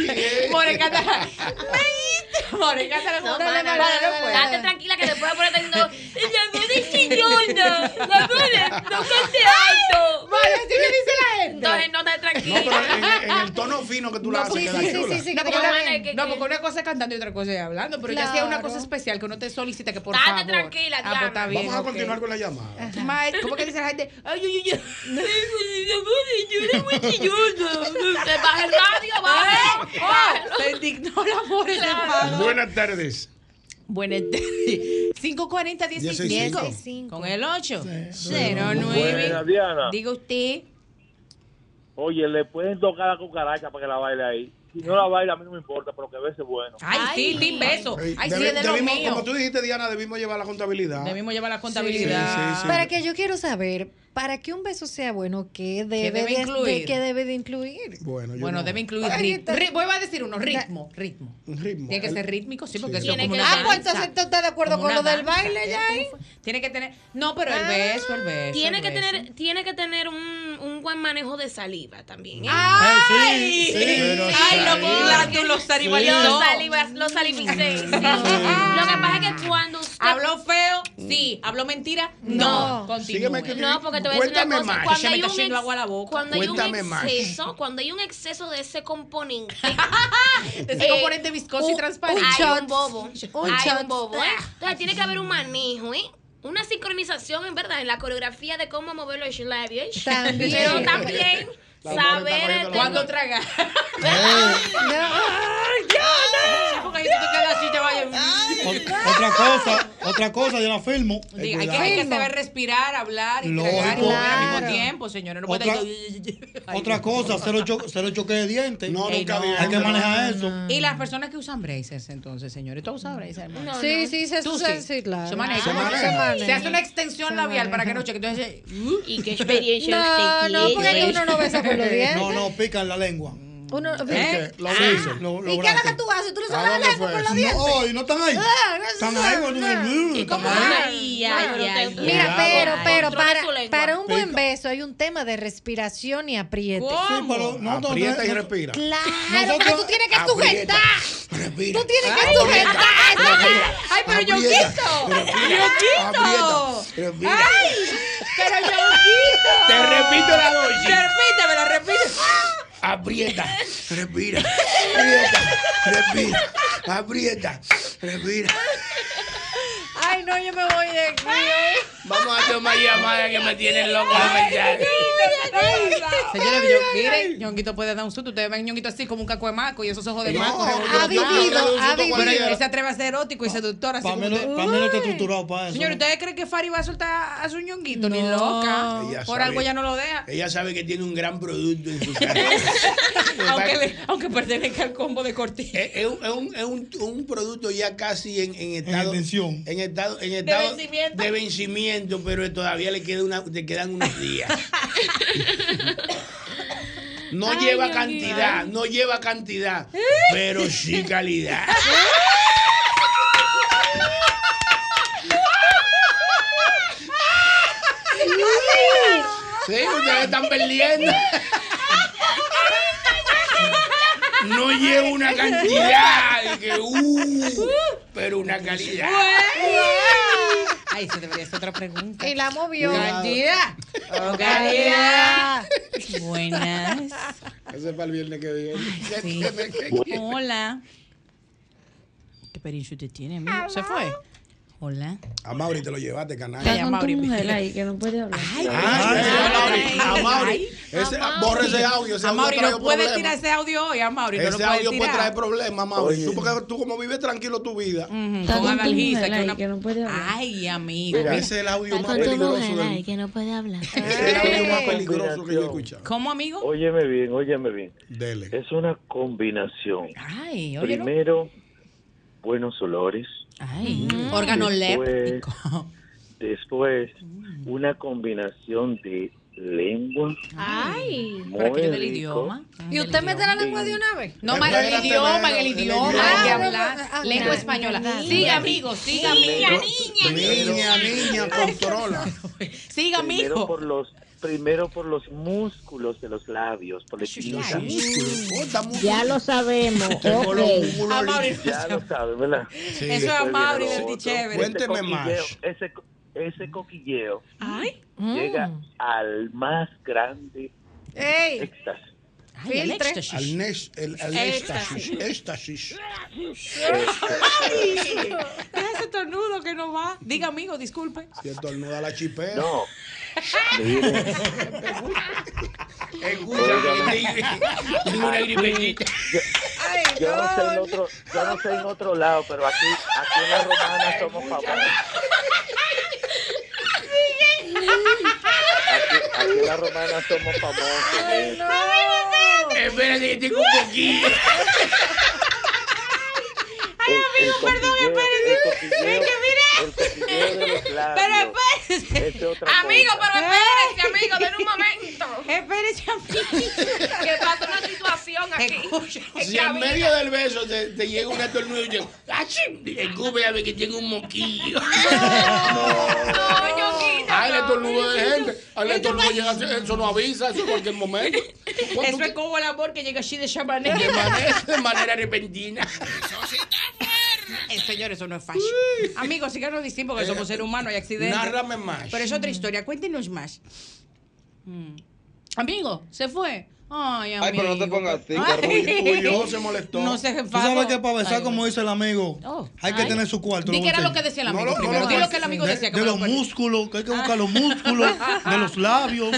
[SPEAKER 3] cántala- More, cántala. Maestro, More, cántala como
[SPEAKER 6] No, mana,
[SPEAKER 3] Vale,
[SPEAKER 6] mana,
[SPEAKER 3] no puedo.
[SPEAKER 6] date tranquila que después por estar diciendo la duda es chillona, la duda no cante alto.
[SPEAKER 3] Vale, así me dice la
[SPEAKER 2] este.
[SPEAKER 3] gente.
[SPEAKER 6] Entonces no date
[SPEAKER 4] No, pero en,
[SPEAKER 6] tranquila.
[SPEAKER 4] en el tono fino que tú la haces, queda chula.
[SPEAKER 3] No, porque
[SPEAKER 6] que
[SPEAKER 3] una-
[SPEAKER 6] gane, que-
[SPEAKER 3] no, porque una cosa es cantando y otra cosa es hablando. Pero ya sea una
[SPEAKER 6] Claro.
[SPEAKER 3] cosa especial que uno te solicita que por
[SPEAKER 6] Date
[SPEAKER 3] favor.
[SPEAKER 6] tranquila,
[SPEAKER 3] Ah, pues,
[SPEAKER 6] Diana.
[SPEAKER 3] está bien,
[SPEAKER 4] Vamos a
[SPEAKER 3] ok.
[SPEAKER 4] continuar con la llamada.
[SPEAKER 3] Ma- ¿Cómo que dice la gente? Ay, ay, ay, ay.
[SPEAKER 6] Se baja el radio, baja.
[SPEAKER 3] Ah, Se indignó la pobre se enfadó.
[SPEAKER 4] Buenas tardes.
[SPEAKER 3] Buenas tardes. 540
[SPEAKER 4] Dieciséis,
[SPEAKER 3] 165. Con el 8.
[SPEAKER 8] Buena,
[SPEAKER 3] 09.
[SPEAKER 8] Diana.
[SPEAKER 3] Diga usted.
[SPEAKER 8] Oye, le pueden tocar la cucaracha para que la baile ahí. Si no la baila, a mí no me importa, pero que veces bueno.
[SPEAKER 3] Ay, sí, Tim Beso. Ay, sí, es de lo
[SPEAKER 4] debimos-
[SPEAKER 3] mío.
[SPEAKER 4] Como tú dijiste, Diana, debimos llevar la contabilidad.
[SPEAKER 3] Debimos llevar la Ah.
[SPEAKER 4] contabilidad. Sí, sí, sí.
[SPEAKER 5] Para que yo quiero saber, para que un beso sea bueno, ¿qué debe,
[SPEAKER 3] debe
[SPEAKER 5] de- de-
[SPEAKER 3] incluir?
[SPEAKER 5] ¿qué debe de incluir?
[SPEAKER 4] Bueno, yo
[SPEAKER 3] Bueno,
[SPEAKER 4] no.
[SPEAKER 3] debe incluir
[SPEAKER 5] Ay,
[SPEAKER 3] ritmo.
[SPEAKER 5] está-
[SPEAKER 3] Ri- Voy a decir uno, ritmo, ritmo.
[SPEAKER 4] Ritmo.
[SPEAKER 3] Tiene que
[SPEAKER 4] El-
[SPEAKER 3] ser rítmico, sí, porque
[SPEAKER 4] Sí.
[SPEAKER 3] eso
[SPEAKER 4] Tiene
[SPEAKER 3] es como
[SPEAKER 4] que
[SPEAKER 3] una
[SPEAKER 4] ser- Ah, pues,
[SPEAKER 3] danza.
[SPEAKER 5] entonces, ¿tú estás de acuerdo
[SPEAKER 3] Como
[SPEAKER 5] con
[SPEAKER 3] una
[SPEAKER 5] lo del
[SPEAKER 3] danza,
[SPEAKER 5] baile,
[SPEAKER 3] ¿eh?
[SPEAKER 5] Yair?
[SPEAKER 3] Tiene que tener, no, pero el beso, el beso.
[SPEAKER 6] Tiene
[SPEAKER 3] el
[SPEAKER 6] que
[SPEAKER 3] beso.
[SPEAKER 6] tener, tiene que tener un, un buen manejo de saliva también. ¿eh?
[SPEAKER 3] ¡Ay!
[SPEAKER 6] Sí, pero
[SPEAKER 3] ¡Ay, los
[SPEAKER 6] saliva.
[SPEAKER 3] glándulos salivalizó.
[SPEAKER 6] Los salivas, los salivisé, sí. Lo que pasa es que cuando usted Mm.
[SPEAKER 3] ¿Habló feo? Sí. ¿Habló mentira? No.
[SPEAKER 6] No.
[SPEAKER 3] Continúe.
[SPEAKER 6] No, porque te voy a decir una cosa.
[SPEAKER 3] Que
[SPEAKER 6] Cuando
[SPEAKER 3] se me
[SPEAKER 6] hay
[SPEAKER 3] está
[SPEAKER 6] un
[SPEAKER 3] yendo
[SPEAKER 6] ex-
[SPEAKER 3] agua a la boca.
[SPEAKER 6] Cuando hay un
[SPEAKER 3] Cuéntame más.
[SPEAKER 6] exceso, cuando hay un exceso de ese componente. Eh,
[SPEAKER 3] De ese componente viscoso y
[SPEAKER 6] un-
[SPEAKER 3] transparente.
[SPEAKER 6] Hay
[SPEAKER 3] Un
[SPEAKER 6] un bobo.
[SPEAKER 3] Un
[SPEAKER 6] hay
[SPEAKER 3] shot.
[SPEAKER 6] un bobo, ¿eh? Entonces tiene que haber un manejo, ¿eh? Una sincronización, en verdad, en la coreografía de cómo mover los labios.
[SPEAKER 25] También.
[SPEAKER 6] Pero también
[SPEAKER 3] La pobre está
[SPEAKER 6] saber...
[SPEAKER 3] cogiendo la Cuando tragar. Sí, porque ahí se te queda así, te vaya.
[SPEAKER 4] Otra cosa, otra cosa, yo la firmo.
[SPEAKER 3] Diga, hay, que, hay que saber respirar, hablar y tragar y
[SPEAKER 4] Lógico.
[SPEAKER 3] comer al mismo
[SPEAKER 4] Claro.
[SPEAKER 3] tiempo, señores. No puede
[SPEAKER 4] Otra-
[SPEAKER 3] Ay,
[SPEAKER 4] Otra cosa, cero, cho- cero choque de dientes. No,
[SPEAKER 3] Ey, no,
[SPEAKER 4] Hay que
[SPEAKER 3] no,
[SPEAKER 4] manejar
[SPEAKER 3] no,
[SPEAKER 4] eso.
[SPEAKER 3] no. Y las personas que usan braces, entonces, señores, ¿tú usas braces, hermano?
[SPEAKER 5] No, Sí, no. sí, se
[SPEAKER 3] Tú
[SPEAKER 5] usa- sí, claro.
[SPEAKER 3] Se maneja.
[SPEAKER 5] Se maneja. Se maneja.
[SPEAKER 3] Se hace una extensión labial para que no cheque. Entonces,
[SPEAKER 6] ¿Y qué
[SPEAKER 5] experiencia No, usted no, tiene? porque uno no besa por los dientes.
[SPEAKER 4] No, no, pican la lengua.
[SPEAKER 3] Mm.
[SPEAKER 5] Uno,
[SPEAKER 4] ¿Eh?
[SPEAKER 5] ¿Eh?
[SPEAKER 4] Lo
[SPEAKER 5] Ah.
[SPEAKER 4] hizo, lo- lo
[SPEAKER 5] ¿Y qué es lo que
[SPEAKER 4] brazo.
[SPEAKER 5] tú haces? ¿Tú no
[SPEAKER 4] ¿A
[SPEAKER 5] usas la
[SPEAKER 4] dónde
[SPEAKER 5] lengua
[SPEAKER 4] fue
[SPEAKER 5] por los
[SPEAKER 4] eso?
[SPEAKER 5] dientes?
[SPEAKER 4] No, ay, no están ahí.
[SPEAKER 5] Ah, eso
[SPEAKER 4] Están
[SPEAKER 5] es-
[SPEAKER 4] ahí, bueno, mm, están ahí.
[SPEAKER 3] Ay, ay, ay, ay.
[SPEAKER 5] Mira, pero, pero,
[SPEAKER 3] Controle
[SPEAKER 5] para,
[SPEAKER 3] tu lengua.
[SPEAKER 5] para un buen beso hay un tema de respiración y apriete.
[SPEAKER 4] ¿Cómo? Sí, pero no, no, Aprieta y no, no. respira.
[SPEAKER 5] Claro,
[SPEAKER 4] Nosotros-
[SPEAKER 5] pero tú tienes que
[SPEAKER 4] Aprieta.
[SPEAKER 5] sujetar. Tú tienes que
[SPEAKER 4] Ay,
[SPEAKER 5] sujetar.
[SPEAKER 4] aprieta.
[SPEAKER 5] Ay, pero yo
[SPEAKER 4] Aprieta,
[SPEAKER 5] quito.
[SPEAKER 4] respira, aprieta, respira.
[SPEAKER 3] Pero yo quito.
[SPEAKER 2] Te repito la dosis.
[SPEAKER 3] Repíteme, la repito.
[SPEAKER 2] Aprieta, respira, aprieta, respira, aprieta, respira.
[SPEAKER 5] Ay, no, yo me voy de aquí. ¿eh?
[SPEAKER 2] Vamos a tomar llamada que me tienen loco los mensajes.
[SPEAKER 3] Señores, yo, miren, Ñonguito puede dar un susto. Ustedes ven Ñonguito así como un caco de maco y esos ojos de
[SPEAKER 4] No,
[SPEAKER 3] maco.
[SPEAKER 4] ha vivido, ha vivido.
[SPEAKER 3] Pero él se atreve a ser erótico y seductor. Así como
[SPEAKER 4] Pamela,
[SPEAKER 3] usted-
[SPEAKER 4] Pamela está estructurado para eso.
[SPEAKER 3] Señor,
[SPEAKER 4] ¿no?
[SPEAKER 3] ¿ustedes creen que Fari va a soltar a su ñonguito? Ni
[SPEAKER 4] No.
[SPEAKER 3] loca.
[SPEAKER 4] Ella
[SPEAKER 3] Por
[SPEAKER 4] sabe.
[SPEAKER 3] algo ya no lo deja.
[SPEAKER 2] Ella sabe que tiene un gran producto en su casa.
[SPEAKER 3] aunque, le- aunque pertenezca al combo de Cortés.
[SPEAKER 2] Es, es un- es un, es un- un producto ya casi en, en estado. En estado, en estado
[SPEAKER 3] vencimiento.
[SPEAKER 2] de vencimiento, pero todavía le, queda una, le quedan unos días. No
[SPEAKER 25] Ay,
[SPEAKER 2] lleva
[SPEAKER 25] Dios mío.
[SPEAKER 2] cantidad, no lleva cantidad, pero sí calidad. Sí, ustedes están perdiendo.
[SPEAKER 4] Oye, una cantidad que, uh, pero una calidad.
[SPEAKER 3] Ay, se debería hacer otra pregunta.
[SPEAKER 5] Y la movió.
[SPEAKER 3] Cantidad.
[SPEAKER 5] Oh,
[SPEAKER 3] Cantidad. Buenas.
[SPEAKER 4] Ese es para el viernes que
[SPEAKER 3] Sí.
[SPEAKER 4] viene.
[SPEAKER 3] Hola. ¿Qué pericho te tiene, amigo? ¿Se fue? Hola.
[SPEAKER 8] A Mauri te lo llevaste, canal.
[SPEAKER 3] Está con tu mujer
[SPEAKER 8] ahí
[SPEAKER 5] que no puede hablar.
[SPEAKER 8] Ay, ay, a Mauri. Ese- Borra ese audio. Ese
[SPEAKER 3] A Mauri
[SPEAKER 8] audio trae
[SPEAKER 3] no puedes
[SPEAKER 8] problemas.
[SPEAKER 3] tirar ese audio hoy, a Mauri. No lo
[SPEAKER 8] Ese
[SPEAKER 3] puedes
[SPEAKER 8] audio puede
[SPEAKER 3] tirar.
[SPEAKER 8] traer problemas, Mauri.
[SPEAKER 3] Oye.
[SPEAKER 8] Tú, porque tú como vives tranquilo tu vida.
[SPEAKER 3] Está con Adalgisa, que
[SPEAKER 8] Mira,
[SPEAKER 3] una- Ay, amigo.
[SPEAKER 8] Mira, ese es el audio más peligroso del
[SPEAKER 3] que no puede hablar.
[SPEAKER 8] audio más peligroso que yo he escuchado.
[SPEAKER 3] ¿Cómo, amigo?
[SPEAKER 2] Óyeme bien, óyeme bien.
[SPEAKER 8] Dele.
[SPEAKER 2] Es una combinación.
[SPEAKER 3] Ay, óyelo.
[SPEAKER 2] Primero, buenos olores.
[SPEAKER 3] Ay,
[SPEAKER 8] Mm.
[SPEAKER 3] órgano
[SPEAKER 8] Pues,
[SPEAKER 2] después,
[SPEAKER 3] léptico. Mm.
[SPEAKER 2] después, una combinación de lengua.
[SPEAKER 5] Ay.
[SPEAKER 2] Muy rico.
[SPEAKER 5] ¿Y usted mete la lengua de una vez?
[SPEAKER 3] No, más en el idioma, en el idioma, hay que
[SPEAKER 5] Ah, no,
[SPEAKER 3] hablar.
[SPEAKER 5] no, ah,
[SPEAKER 3] Lengua
[SPEAKER 5] claro.
[SPEAKER 3] española.
[SPEAKER 5] Niña.
[SPEAKER 3] Siga, amigo, siga, amigo.
[SPEAKER 2] Niña, niña,
[SPEAKER 8] controla.
[SPEAKER 3] Siga,
[SPEAKER 2] Primero
[SPEAKER 3] amigo.
[SPEAKER 2] por los, primero por los músculos de los labios, por la espinita.
[SPEAKER 26] Ya lo sabemos. ok.
[SPEAKER 2] Ya lo sabes, ¿verdad?
[SPEAKER 8] Sí.
[SPEAKER 2] Después viene
[SPEAKER 8] Amaury
[SPEAKER 2] lo
[SPEAKER 8] del
[SPEAKER 2] otro.
[SPEAKER 8] Dichévere.
[SPEAKER 2] Ese
[SPEAKER 8] Cuénteme más.
[SPEAKER 2] coquilleo, Ese, co- ese coquilleo
[SPEAKER 3] Mm.
[SPEAKER 2] llega al más grande
[SPEAKER 5] Ey.
[SPEAKER 2] éxtasis.
[SPEAKER 5] Ay, el Filtre. éxtasis.
[SPEAKER 8] Al nes- el- al éxtasis. Éxtasis.
[SPEAKER 3] Ay, ese tornudo que no va. Diga, amigo, disculpe.
[SPEAKER 8] Si estornuda la chipera.
[SPEAKER 2] No.
[SPEAKER 4] una gripecita.
[SPEAKER 2] Yo no, sé en otro, yo no sé en otro lado, pero aquí, aquí en la romana somos famosos. Aquí, aquí en la romana somos famosos. ¿eh?
[SPEAKER 4] Espérate que tengo un poquito.
[SPEAKER 2] El- el coquilleo, el coquilleo de los labios.
[SPEAKER 27] Amigo,
[SPEAKER 3] Eh.
[SPEAKER 27] pero espérese, amigo, den un momento.
[SPEAKER 3] espérese,
[SPEAKER 27] amigo. Que pasa una situación aquí. Es
[SPEAKER 4] Si
[SPEAKER 27] que
[SPEAKER 4] en
[SPEAKER 27] había-
[SPEAKER 4] medio del beso te, te llega un estornudo y te escupe a ver que tengo un moquillo.
[SPEAKER 27] No, Ñonguito,
[SPEAKER 4] Ay, el
[SPEAKER 27] no.
[SPEAKER 4] estornudo de gente. Al estornudo llega, eso no avisa, eso en cualquier momento.
[SPEAKER 27] Eso es como el amor que llega así de esa manera.
[SPEAKER 4] De manera, de manera repentina.
[SPEAKER 3] Eh, señor, eso no es fácil. Amigo, síganos diciendo porque somos seres humanos, hay accidentes.
[SPEAKER 4] Nárrame más.
[SPEAKER 3] Pero es otra historia, cuéntenos más. Mm. Amigo, se fue. Ay, amigo.
[SPEAKER 28] Ay, pero no te pongas así,
[SPEAKER 3] Ay.
[SPEAKER 28] Carlos.
[SPEAKER 3] Uy, yo se molestó. No se
[SPEAKER 29] Tú
[SPEAKER 3] enfadó.
[SPEAKER 29] sabes que para besar,
[SPEAKER 3] Ay,
[SPEAKER 29] como dice el amigo,
[SPEAKER 3] Oh,
[SPEAKER 29] hay que
[SPEAKER 3] ay.
[SPEAKER 29] tener su cuarto.
[SPEAKER 3] Di
[SPEAKER 29] ¿no?
[SPEAKER 3] que era
[SPEAKER 29] Usted.
[SPEAKER 3] lo que decía el amigo
[SPEAKER 29] lo-
[SPEAKER 3] primero. Di lo que el amigo
[SPEAKER 29] de-
[SPEAKER 3] decía, que Ah.
[SPEAKER 29] De
[SPEAKER 3] me lo
[SPEAKER 29] los músculos, que hay que buscar los músculos, de los labios,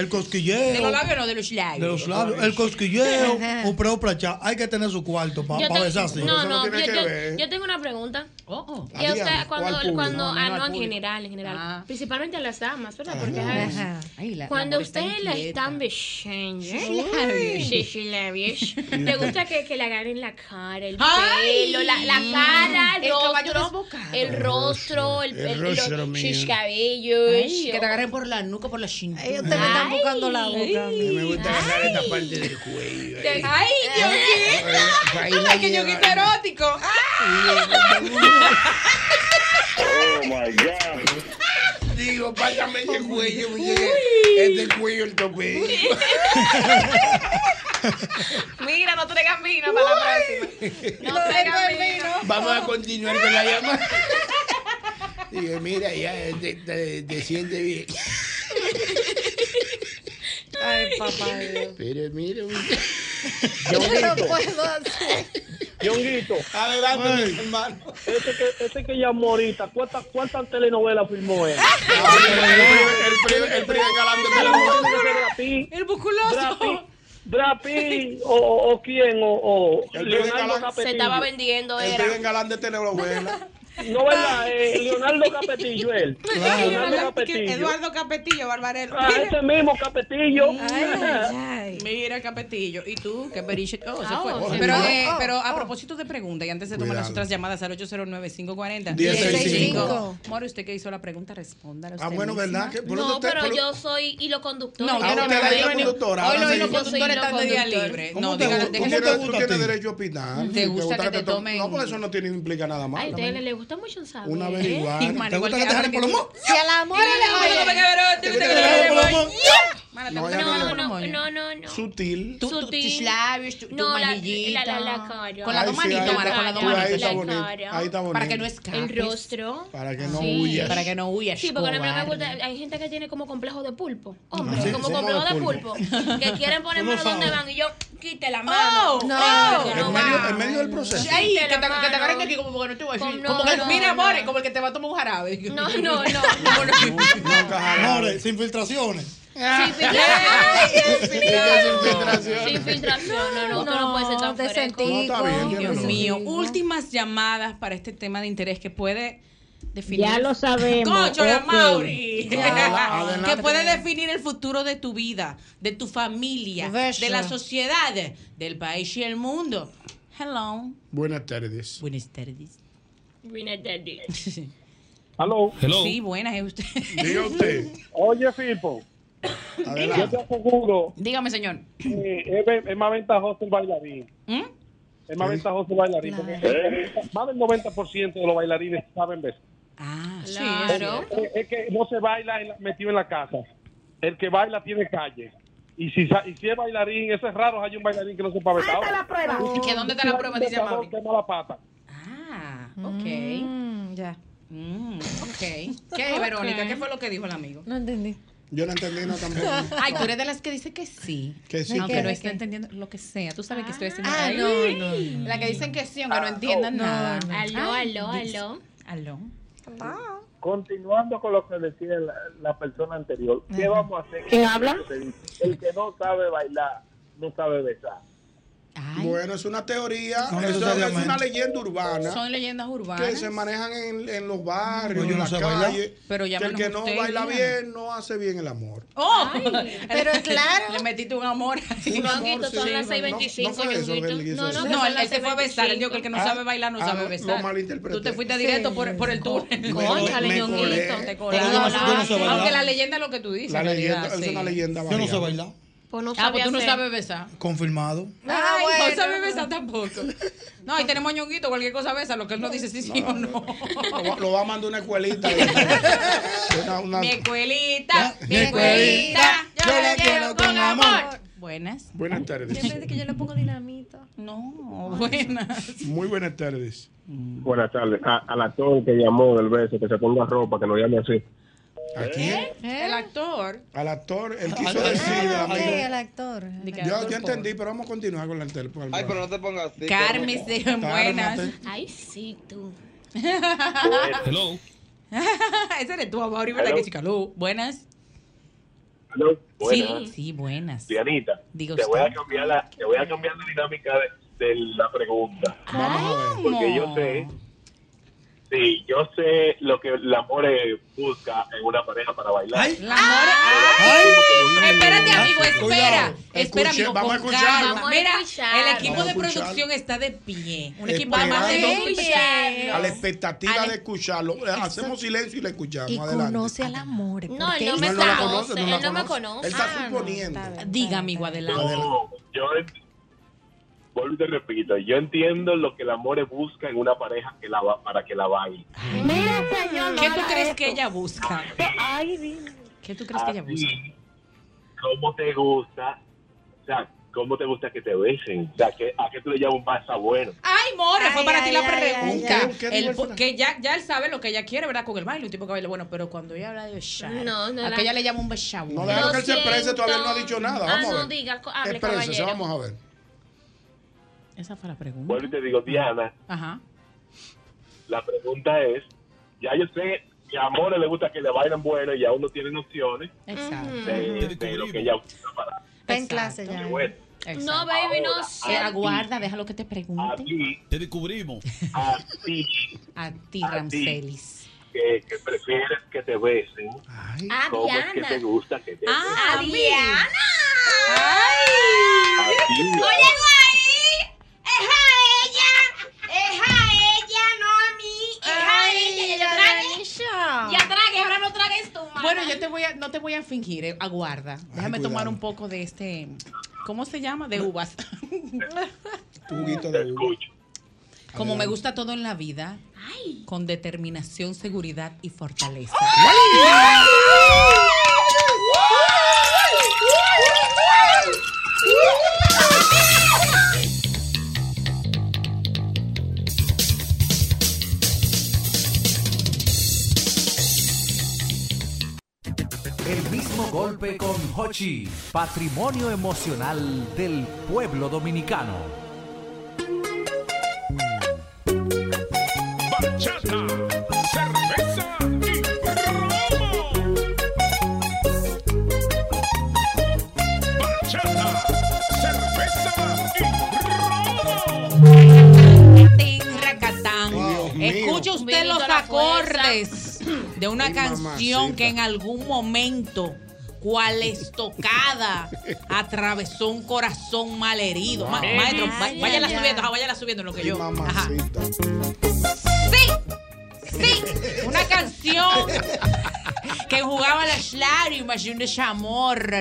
[SPEAKER 29] el cosquilleo.
[SPEAKER 3] De los labios no, de los labios.
[SPEAKER 29] De los labios, el cosquilleo, o preo placha. Hay que tener su cuarto para
[SPEAKER 6] Yo te-
[SPEAKER 29] besarse.
[SPEAKER 6] No, no, yo, yo- yo tengo una pregunta.
[SPEAKER 3] Oh,
[SPEAKER 6] Y a
[SPEAKER 29] Adiós.
[SPEAKER 6] usted, cuando,
[SPEAKER 29] Ah, ¿Cuál público?
[SPEAKER 6] cuando
[SPEAKER 29] No, no,
[SPEAKER 6] ah, no,
[SPEAKER 29] al
[SPEAKER 6] en
[SPEAKER 29] público.
[SPEAKER 6] general, en general,
[SPEAKER 3] Ah.
[SPEAKER 6] principalmente a las damas, ¿verdad? Porque
[SPEAKER 3] Ajá.
[SPEAKER 6] ajá.
[SPEAKER 3] Ay, la- la
[SPEAKER 6] cuando
[SPEAKER 3] mujer está
[SPEAKER 6] ustedes la
[SPEAKER 3] inquieta.
[SPEAKER 6] están besando, ¿eh?
[SPEAKER 3] Sus labios.
[SPEAKER 6] sí, sus labios, le gusta que, que le agarren la cara, el
[SPEAKER 3] Ay.
[SPEAKER 6] pelo, la, la cara, el,
[SPEAKER 3] El caballo
[SPEAKER 6] rostro, Eh, el rostro, el,
[SPEAKER 3] El
[SPEAKER 6] el-
[SPEAKER 3] rostro
[SPEAKER 6] los-
[SPEAKER 3] mío.
[SPEAKER 6] sus cabellos,
[SPEAKER 3] Ay, que te agarren por la nuca, por la cintura. Ellos
[SPEAKER 6] me están buscando la boca.
[SPEAKER 4] Me gusta agarrar esta parte del cuello. eh.
[SPEAKER 3] Ay,
[SPEAKER 4] Ahí
[SPEAKER 3] Ñonguito.
[SPEAKER 4] la
[SPEAKER 3] Ay, que
[SPEAKER 4] lleva.
[SPEAKER 3] Ñonguito erótico.
[SPEAKER 4] Oh my God. Digo, pásame ese cuello, muñeca. Este cuello el tope.
[SPEAKER 27] Mira, no traigan vino para la próxima. No, traigan vino.
[SPEAKER 4] Vamos a continuar con la llamada. Digo, mira, ya te, te- te sientes bien.
[SPEAKER 5] Ay, papá.
[SPEAKER 4] Pero mira,
[SPEAKER 5] Yo no puedo hacer.
[SPEAKER 4] Yonguito.
[SPEAKER 8] Adelante,
[SPEAKER 4] mi
[SPEAKER 8] hermano.
[SPEAKER 11] Ese Este que, E-, ese que llamó ahorita, ¿cuántas, cuántas telenovelas filmó él?
[SPEAKER 4] El el primer galán
[SPEAKER 11] Este
[SPEAKER 4] de
[SPEAKER 11] Drapi.
[SPEAKER 3] El musculoso.
[SPEAKER 11] Drapi. Drapi, o, o, o quién, o, o
[SPEAKER 8] El
[SPEAKER 11] Leonardo
[SPEAKER 8] primer galán.
[SPEAKER 11] Capetillo.
[SPEAKER 8] Se estaba
[SPEAKER 6] vendiendo,
[SPEAKER 8] El primer galán de telenovela.
[SPEAKER 11] No, ¿verdad? Eh, Leonardo Capetillo, eh. él.
[SPEAKER 8] Claro.
[SPEAKER 11] Leonardo
[SPEAKER 3] Eduardo
[SPEAKER 11] Capetillo.
[SPEAKER 3] Eduardo Capetillo, Barbarelo.
[SPEAKER 11] Ah,
[SPEAKER 3] Mira.
[SPEAKER 11] ese mismo Capetillo.
[SPEAKER 3] Mira, Capetillo. ¿Y tú? ¿Qué periche? Oh, se
[SPEAKER 11] Ah,
[SPEAKER 3] fue.
[SPEAKER 11] oh, se
[SPEAKER 3] pero,
[SPEAKER 11] fue.
[SPEAKER 3] eh,
[SPEAKER 11] Oh,
[SPEAKER 3] pero a propósito de pregunta, y antes de tomar las
[SPEAKER 8] Cuidado.
[SPEAKER 3] otras llamadas al 809-540.
[SPEAKER 8] 1065.
[SPEAKER 3] More, usted que hizo la pregunta, respóndala.
[SPEAKER 8] Ah,
[SPEAKER 3] usted
[SPEAKER 8] bueno,
[SPEAKER 3] misma.
[SPEAKER 8] ¿verdad? Que por
[SPEAKER 6] No,
[SPEAKER 8] eso te-
[SPEAKER 6] pero
[SPEAKER 8] por-
[SPEAKER 6] yo soy hilo conductor.
[SPEAKER 3] No,
[SPEAKER 8] Ah,
[SPEAKER 3] yo no
[SPEAKER 8] usted
[SPEAKER 3] me
[SPEAKER 8] era
[SPEAKER 3] veo
[SPEAKER 8] yo
[SPEAKER 3] ni-
[SPEAKER 8] conductora.
[SPEAKER 3] Hoy
[SPEAKER 8] Ahora
[SPEAKER 3] los
[SPEAKER 8] sí.
[SPEAKER 3] conductores están de día libre.
[SPEAKER 8] ¿Cómo
[SPEAKER 3] No,
[SPEAKER 8] te,
[SPEAKER 3] dígale,
[SPEAKER 8] gusta? ¿Cómo
[SPEAKER 3] déjelo-
[SPEAKER 8] te gusta? Tú tienes derecho a opinar.
[SPEAKER 3] ¿Te gusta que te
[SPEAKER 8] to-
[SPEAKER 3] tomen?
[SPEAKER 8] No, porque eso no tiene, implica nada más.
[SPEAKER 6] Ay, a ustedes les gusta mucho saber.
[SPEAKER 8] Una
[SPEAKER 6] ¿eh?
[SPEAKER 8] averiguada.
[SPEAKER 3] Y, mano,
[SPEAKER 8] ¿Te
[SPEAKER 3] igual
[SPEAKER 8] gusta
[SPEAKER 3] que
[SPEAKER 8] que
[SPEAKER 3] ahora
[SPEAKER 8] te jalen
[SPEAKER 3] que
[SPEAKER 8] por los
[SPEAKER 3] tú-
[SPEAKER 8] mocos?
[SPEAKER 3] Si al amor
[SPEAKER 6] Sí,
[SPEAKER 3] le
[SPEAKER 6] oye.
[SPEAKER 3] gusta que te agarren por los mocos,
[SPEAKER 6] Hermana,
[SPEAKER 30] No,
[SPEAKER 6] ¿te
[SPEAKER 30] ya
[SPEAKER 6] gusta?
[SPEAKER 30] no,
[SPEAKER 6] no,
[SPEAKER 30] ya
[SPEAKER 6] no, no, no.
[SPEAKER 30] Sutil.
[SPEAKER 6] Tú- tú- tus labios, tu- tu No, la- manillita. la- la- la cara. Con las dos manitos, Mara, con las dos
[SPEAKER 4] Ahí
[SPEAKER 6] manitos.
[SPEAKER 4] está
[SPEAKER 6] La
[SPEAKER 4] bonito.
[SPEAKER 6] cara.
[SPEAKER 4] Ahí está bonito.
[SPEAKER 6] Para que no escapes. El rostro.
[SPEAKER 4] Para que no
[SPEAKER 6] Sí.
[SPEAKER 4] huyas.
[SPEAKER 6] Para que
[SPEAKER 3] no huyas.
[SPEAKER 6] Sí, porque a mí no me gusta. Hay gente que tiene como complejo de pulpo. Hombre,
[SPEAKER 4] Ah, sí,
[SPEAKER 6] como
[SPEAKER 4] sí.
[SPEAKER 6] complejo de
[SPEAKER 4] Como de
[SPEAKER 6] pulpo. que quieren poner
[SPEAKER 4] Tú no
[SPEAKER 6] mano donde
[SPEAKER 4] sabes.
[SPEAKER 6] van y yo quite la mano.
[SPEAKER 3] Oh,
[SPEAKER 6] no,
[SPEAKER 3] oh.
[SPEAKER 6] que
[SPEAKER 4] En
[SPEAKER 6] no
[SPEAKER 4] medio-
[SPEAKER 6] va.
[SPEAKER 4] en medio del proceso.
[SPEAKER 3] Ay, que
[SPEAKER 6] Te
[SPEAKER 3] te,
[SPEAKER 6] la
[SPEAKER 3] que te
[SPEAKER 6] mano.
[SPEAKER 3] agarren de aquí como que no te voy a decir.
[SPEAKER 6] Como no,
[SPEAKER 3] como que,
[SPEAKER 6] no,
[SPEAKER 3] mira,
[SPEAKER 6] no.
[SPEAKER 3] amores, como el que te va a tomar un jarabe. No,
[SPEAKER 6] no, no.
[SPEAKER 4] Amores, sin filtraciones.
[SPEAKER 6] Sin
[SPEAKER 4] Ay, Dios
[SPEAKER 6] filtración.
[SPEAKER 4] mío.
[SPEAKER 6] Sin filtración. No, no, no, no puede ser tan
[SPEAKER 5] te
[SPEAKER 6] fresco.
[SPEAKER 5] sentí No, está bien, con- tiene
[SPEAKER 3] Dios
[SPEAKER 5] razón.
[SPEAKER 3] mío, últimas llamadas para este tema de interés que puede definir.
[SPEAKER 31] Ya lo sabemos,
[SPEAKER 3] Concho, la
[SPEAKER 31] ok.
[SPEAKER 3] Mauri.
[SPEAKER 31] Ya, adelante.
[SPEAKER 3] que puede definir el futuro de tu vida, de tu familia, de la sociedad, del país y el mundo. Hello.
[SPEAKER 4] Buenas tardes.
[SPEAKER 3] Buenas tardes.
[SPEAKER 6] Buenas tardes.
[SPEAKER 8] Hello.
[SPEAKER 3] Sí, buenas, es usted.
[SPEAKER 8] Diga usted. Oye, Fipo. Yo te aseguro.
[SPEAKER 3] Dígame, señor.
[SPEAKER 8] es, ve- es más ventajoso el bailarín. Es más ventajoso el bailarín. porque Más del 90% de los bailarines saben besar.
[SPEAKER 3] Ah,
[SPEAKER 8] Es, es que no se baila en la- metido en la casa. El que baila tiene calle. Y si, sa- y si es bailarín, eso es raro. Hay un bailarín que no sepa besar.
[SPEAKER 3] está la prueba. ¿Que dónde está la prueba? Dice
[SPEAKER 8] Besador
[SPEAKER 3] Mauri.
[SPEAKER 8] que mala pata.
[SPEAKER 3] Ah, ok.
[SPEAKER 5] Mm, ya.
[SPEAKER 3] ok. Mm. ¿Qué, Verónica?
[SPEAKER 5] Ok.
[SPEAKER 3] ¿Qué fue lo que dijo el amigo?
[SPEAKER 5] No entendí.
[SPEAKER 4] Yo no entendí no tampoco.
[SPEAKER 3] Ay, tú eres de las que dice que sí.
[SPEAKER 4] Que sí,
[SPEAKER 3] Aunque
[SPEAKER 4] que-
[SPEAKER 3] no esté entendiendo lo que sea. Tú sabes que estoy haciendo.
[SPEAKER 5] Ah,
[SPEAKER 3] Ay.
[SPEAKER 5] no, no, Ah, oh,
[SPEAKER 3] La que dicen que sí, aunque no entiendan
[SPEAKER 5] no,
[SPEAKER 3] nada.
[SPEAKER 5] no.
[SPEAKER 6] Aló,
[SPEAKER 3] Ay, Ah.
[SPEAKER 6] aló,
[SPEAKER 3] Dios.
[SPEAKER 6] aló.
[SPEAKER 3] Aló.
[SPEAKER 8] Continuando con lo que decía la, la persona anterior, ¿qué vamos a hacer?
[SPEAKER 4] ¿Quién habla?
[SPEAKER 8] El que no sabe bailar, no sabe besar.
[SPEAKER 4] Bueno, es una teoría,
[SPEAKER 8] No
[SPEAKER 4] eso es,
[SPEAKER 8] necesariamente.
[SPEAKER 4] una leyenda urbana
[SPEAKER 3] Son leyendas urbanas.
[SPEAKER 4] que se manejan en, en los barrios,
[SPEAKER 3] Pues yo
[SPEAKER 4] en
[SPEAKER 3] no
[SPEAKER 4] las
[SPEAKER 3] sé bailar.
[SPEAKER 4] calles.
[SPEAKER 3] Pero
[SPEAKER 4] eh, que el
[SPEAKER 3] llámenos
[SPEAKER 4] que no
[SPEAKER 3] usted,
[SPEAKER 4] baila
[SPEAKER 3] díganos.
[SPEAKER 4] bien no hace bien el amor.
[SPEAKER 3] ¡Oh!
[SPEAKER 5] pero claro.
[SPEAKER 3] Le metiste un amor. ahí.
[SPEAKER 4] Un amor, Ñonguito, son sí. las 6:25,
[SPEAKER 3] No, no, fue eso,
[SPEAKER 4] Ñonguito.
[SPEAKER 3] él hizo
[SPEAKER 4] No, no,
[SPEAKER 3] eso.
[SPEAKER 4] que
[SPEAKER 3] no
[SPEAKER 4] son
[SPEAKER 3] él,
[SPEAKER 4] las
[SPEAKER 3] él se fue a besar. Él dijo que el que no
[SPEAKER 4] Ah,
[SPEAKER 3] sabe bailar no
[SPEAKER 4] ah,
[SPEAKER 3] sabe
[SPEAKER 4] lo
[SPEAKER 3] besar.
[SPEAKER 4] malinterpreté.
[SPEAKER 3] Tú te fuiste directo por, por el túnel.
[SPEAKER 4] Me colé, Cónchale, me Ñonguito, colé.
[SPEAKER 3] Te
[SPEAKER 4] te
[SPEAKER 3] colaste.
[SPEAKER 4] colaste. Yo no sé- yo no sé bailar.
[SPEAKER 3] Aunque la leyenda es lo que tú dices.
[SPEAKER 4] La
[SPEAKER 3] en realidad,
[SPEAKER 4] leyenda, es
[SPEAKER 3] sí.
[SPEAKER 4] una leyenda
[SPEAKER 3] Yo no sé
[SPEAKER 4] bailar.
[SPEAKER 6] Pues no
[SPEAKER 3] Ah, pues
[SPEAKER 6] sabía
[SPEAKER 3] tú no
[SPEAKER 6] hacer.
[SPEAKER 3] sabes besar.
[SPEAKER 4] Confirmado.
[SPEAKER 3] Ay, no sabe besar tampoco. No, ahí tenemos a Ñonguito, cualquier cosa besa, lo que él no dice sí, sí o no.
[SPEAKER 4] Lo va- Lo va a mandar una escuelita. Una- una-
[SPEAKER 3] Mi escuelita, mi
[SPEAKER 4] Mi escuelita,
[SPEAKER 3] escuelita, yo
[SPEAKER 4] yo
[SPEAKER 3] la
[SPEAKER 4] la
[SPEAKER 3] quiero
[SPEAKER 4] quiero
[SPEAKER 3] con
[SPEAKER 4] con
[SPEAKER 3] amor. Buenas.
[SPEAKER 4] Buenas tardes.
[SPEAKER 5] que yo le pongo dinamita.
[SPEAKER 3] No, buenas.
[SPEAKER 4] Muy buenas tardes.
[SPEAKER 18] Buenas tardes. A, al actor que llamó del beso, que se ponga ropa, que lo llame así.
[SPEAKER 4] ¿A quién?
[SPEAKER 3] ¿Eh? El actor.
[SPEAKER 4] Al actor, él quiso decir.
[SPEAKER 5] Ah, ok,
[SPEAKER 4] amigo.
[SPEAKER 5] el actor.
[SPEAKER 4] Yo, yo entendí, pero vamos a continuar con la tele. Ay, pero no te pongas así.
[SPEAKER 3] Carmen, sí, buenas.
[SPEAKER 6] Ay, sí, tú.
[SPEAKER 4] Hello.
[SPEAKER 3] Ese eres tú, Amaury, ¿verdad
[SPEAKER 18] Hello.
[SPEAKER 3] que chica? Lu, Buenas.
[SPEAKER 18] Buenas.
[SPEAKER 3] Sí, sí, buenas.
[SPEAKER 18] Dianita,
[SPEAKER 3] Diga
[SPEAKER 18] te
[SPEAKER 3] usted.
[SPEAKER 18] voy, a cambiar la, te voy a cambiar la dinámica de, de la pregunta. Porque yo sé, sí, yo sé lo que el amor eh, busca en una pareja para bailar.
[SPEAKER 3] La amor- ¡Ay! Espérate, amigo, espera.
[SPEAKER 18] Cuidado.
[SPEAKER 3] Espera,
[SPEAKER 18] Escuche,
[SPEAKER 3] amigo,
[SPEAKER 18] vamos a
[SPEAKER 3] con
[SPEAKER 18] escucharlo.
[SPEAKER 3] calma.
[SPEAKER 18] Vamos a
[SPEAKER 3] Mira,
[SPEAKER 18] escucharlo.
[SPEAKER 3] el equipo
[SPEAKER 18] Vamos a
[SPEAKER 3] de
[SPEAKER 18] escucharlo.
[SPEAKER 3] producción está de pie. Un equipo de más de
[SPEAKER 4] Esperando a la
[SPEAKER 3] 20.
[SPEAKER 4] expectativa de escucharlo. Eh, Hacemos silencio y le escuchamos.
[SPEAKER 5] Y
[SPEAKER 4] Adelante.
[SPEAKER 5] conoce al amor.
[SPEAKER 6] No, él no me
[SPEAKER 4] No, no la
[SPEAKER 6] conoce.
[SPEAKER 4] conoce, no la
[SPEAKER 6] Él no me
[SPEAKER 4] conoce.
[SPEAKER 6] conoce.
[SPEAKER 4] Él
[SPEAKER 3] Ah,
[SPEAKER 4] está suponiendo.
[SPEAKER 3] Diga, amigo, adelante.
[SPEAKER 18] No, yo en- vuelvo y te repito, yo entiendo lo que el amor busca en una pareja que la va- para que la baile.
[SPEAKER 3] ¿Qué tú crees que ella busca? ¿Qué tú crees que ella busca?
[SPEAKER 18] Así, ¿Cómo te gusta? O sea, ¿cómo te gusta que te besen? O sea, que, ¿a qué tú le llamas un pasa bueno?
[SPEAKER 3] Ay, More, fue
[SPEAKER 5] Ay,
[SPEAKER 3] para ti
[SPEAKER 5] ay,
[SPEAKER 3] la
[SPEAKER 5] ay,
[SPEAKER 3] pregunta.
[SPEAKER 5] ay, ay. ¿Qué- qué
[SPEAKER 3] El
[SPEAKER 5] dijo
[SPEAKER 3] po- que ya, ya él sabe lo que ella quiere, ¿verdad? Con el baile, un tipo que baile bueno, pero cuando ella habla de besar,
[SPEAKER 6] No, no
[SPEAKER 3] a
[SPEAKER 6] la-
[SPEAKER 3] que ella le llama un besar.
[SPEAKER 4] No, déjalo que él se exprese, todavía él no ha dicho nada.
[SPEAKER 6] Ah,
[SPEAKER 4] Vamos a
[SPEAKER 6] no,
[SPEAKER 4] ver.
[SPEAKER 6] diga, co- hable,
[SPEAKER 4] Exprésese,
[SPEAKER 6] caballero.
[SPEAKER 4] vamos a ver.
[SPEAKER 3] Esa fue la pregunta.
[SPEAKER 18] Vuelvo y te digo, Diana,
[SPEAKER 3] Ajá.
[SPEAKER 18] la pregunta es, ya yo sé que a More le gusta que le bailen bueno y ya uno tiene opciones
[SPEAKER 3] Exacto.
[SPEAKER 18] de, de lo que ella busca para
[SPEAKER 5] Está en clase ya.
[SPEAKER 18] que bueno.
[SPEAKER 6] No, baby, no sé.
[SPEAKER 3] aguarda, déjalo que te pregunte.
[SPEAKER 32] Te descubrimos.
[SPEAKER 18] A ti,
[SPEAKER 3] A
[SPEAKER 18] A
[SPEAKER 3] ti,
[SPEAKER 18] ti.
[SPEAKER 3] Ramselis.
[SPEAKER 18] que, que prefieres que te besen,
[SPEAKER 3] Ah,
[SPEAKER 18] ¿cómo es que
[SPEAKER 3] Diana.
[SPEAKER 18] te gusta que te besen?
[SPEAKER 3] Ah, a mí.
[SPEAKER 18] A ti,
[SPEAKER 2] Oye, ahí! ¡Es a ella! ¡Es a ella, no a mí! ¡Es a ella! ¡Ya tragues! ¡Ya tragues! ¡Ahora no tragues tú, mamá!
[SPEAKER 3] Bueno, yo te voy a, no te voy a fingir, eh, aguarda. Déjame
[SPEAKER 4] cuidado.
[SPEAKER 3] tomar un poco de este, ¿cómo se llama? De uvas.
[SPEAKER 4] Tu juguito de uva.
[SPEAKER 3] Como me gusta todo en la vida, con determinación, seguridad y fortaleza.
[SPEAKER 2] ¡Ay!
[SPEAKER 7] El mismo golpe con Hochi, patrimonio emocional del pueblo dominicano.
[SPEAKER 2] Bachata, cerveza y romo. Bachata, cerveza y romo.
[SPEAKER 3] Tin, racatán. Escucha usted
[SPEAKER 6] Vinito
[SPEAKER 3] los
[SPEAKER 6] a la fuerza.
[SPEAKER 3] acordes de una
[SPEAKER 6] Ay,
[SPEAKER 3] canción
[SPEAKER 6] mamacita.
[SPEAKER 3] que en algún momento, cual estocada, atravesó un corazón malherido. Ma-
[SPEAKER 2] Wow.
[SPEAKER 3] maestro, va-
[SPEAKER 2] Ay,
[SPEAKER 3] váyala
[SPEAKER 2] ay,
[SPEAKER 3] subiendo,
[SPEAKER 2] ay.
[SPEAKER 3] ajá, váyala subiendo en lo que
[SPEAKER 2] Ay,
[SPEAKER 3] yo. ajá.
[SPEAKER 2] mamacita.
[SPEAKER 3] Sí, sí, una canción que jugaba las lágrimas y un desamor.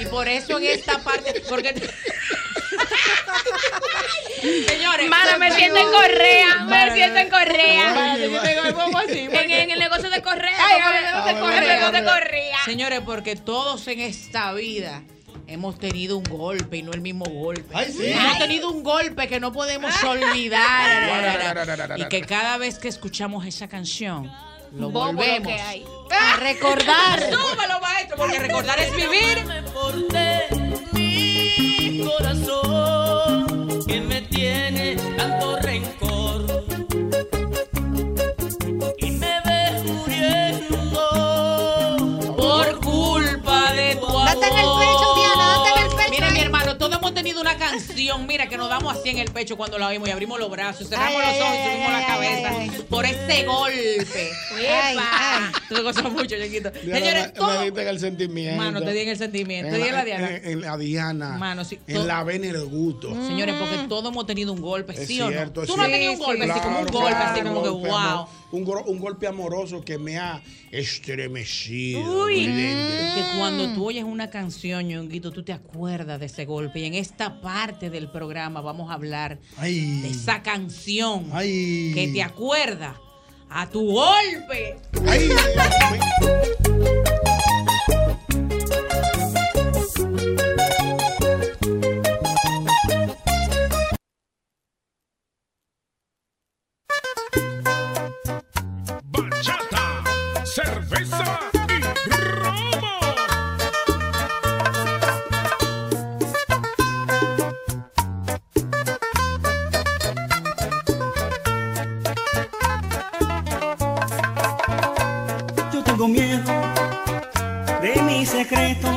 [SPEAKER 3] Y por eso en esta parte, porque... Señores,
[SPEAKER 6] Mano, me siento en Correa, me
[SPEAKER 3] Mano,
[SPEAKER 6] siento en Correa.
[SPEAKER 3] Mano, yo me digo, ¿cómo así?
[SPEAKER 6] En, en el negocio de Correa.
[SPEAKER 3] Ay,
[SPEAKER 6] como en
[SPEAKER 3] ay,
[SPEAKER 6] el
[SPEAKER 3] ay,
[SPEAKER 6] negocio de
[SPEAKER 3] ay,
[SPEAKER 6] Correa.
[SPEAKER 3] ay,
[SPEAKER 6] en el negocio de
[SPEAKER 3] ay.
[SPEAKER 6] Correa.
[SPEAKER 3] Señores, porque todos en esta vida hemos tenido un golpe y no el mismo golpe.
[SPEAKER 2] sí.
[SPEAKER 3] Hemos tenido un golpe que no podemos
[SPEAKER 6] Ah.
[SPEAKER 3] olvidar.
[SPEAKER 2] Ay.
[SPEAKER 3] y que cada vez que escuchamos esa canción, lo
[SPEAKER 2] Bobo lo
[SPEAKER 3] volvemos
[SPEAKER 2] que hay.
[SPEAKER 3] a recordar.
[SPEAKER 2] Súbelo,
[SPEAKER 3] maestro, porque recordar es vivir.
[SPEAKER 2] Mi corazón que me tiene tanto rencor y me ves muriendo por culpa de tu amor.
[SPEAKER 3] Date en el pecho, Diana, date en el pecho. Mira,
[SPEAKER 2] ahí.
[SPEAKER 3] mi hermano, todos hemos tenido una canción, mira, que nos damos así en el pecho cuando la oímos y abrimos los brazos, cerramos
[SPEAKER 2] Ay,
[SPEAKER 3] los ojos
[SPEAKER 2] ay,
[SPEAKER 3] y subimos
[SPEAKER 2] ay,
[SPEAKER 3] la
[SPEAKER 2] ay,
[SPEAKER 3] cabeza por ese golpe.
[SPEAKER 2] Ay,
[SPEAKER 3] ¡Epa! Tú te gozas mucho, Yoquito. Señores,
[SPEAKER 4] Diana, me, me
[SPEAKER 3] todo...
[SPEAKER 4] diste en el sentimiento.
[SPEAKER 3] Mano, te di en el sentimiento,
[SPEAKER 4] En
[SPEAKER 3] te di en la Diana.
[SPEAKER 4] En, en la Diana.
[SPEAKER 3] Mano, sí, todo- Mm.
[SPEAKER 4] En la vena y en el gusto.
[SPEAKER 3] Señores, porque todos hemos tenido un golpe,
[SPEAKER 4] Es
[SPEAKER 3] Pues ¿sí
[SPEAKER 4] cierto,
[SPEAKER 3] o no?
[SPEAKER 4] es
[SPEAKER 3] Tú no
[SPEAKER 4] cierto.
[SPEAKER 3] has tenido un golpe, así como un
[SPEAKER 4] Claro,
[SPEAKER 3] golpe, así
[SPEAKER 4] claro,
[SPEAKER 3] como que,
[SPEAKER 4] golpe
[SPEAKER 3] wow.
[SPEAKER 4] amor- Un, gro- un golpe amoroso que me ha estremecido.
[SPEAKER 3] Uy,
[SPEAKER 4] muy
[SPEAKER 3] mm,
[SPEAKER 4] lindo.
[SPEAKER 3] que cuando tú oyes una canción, ñonguito, tú te acuerdas de ese golpe. Y en esta parte del programa vamos a hablar de esa canción que te acuerda a tu golpe.
[SPEAKER 2] Bachata, cerveza y romo.
[SPEAKER 1] Yo tengo miedo de mi secreto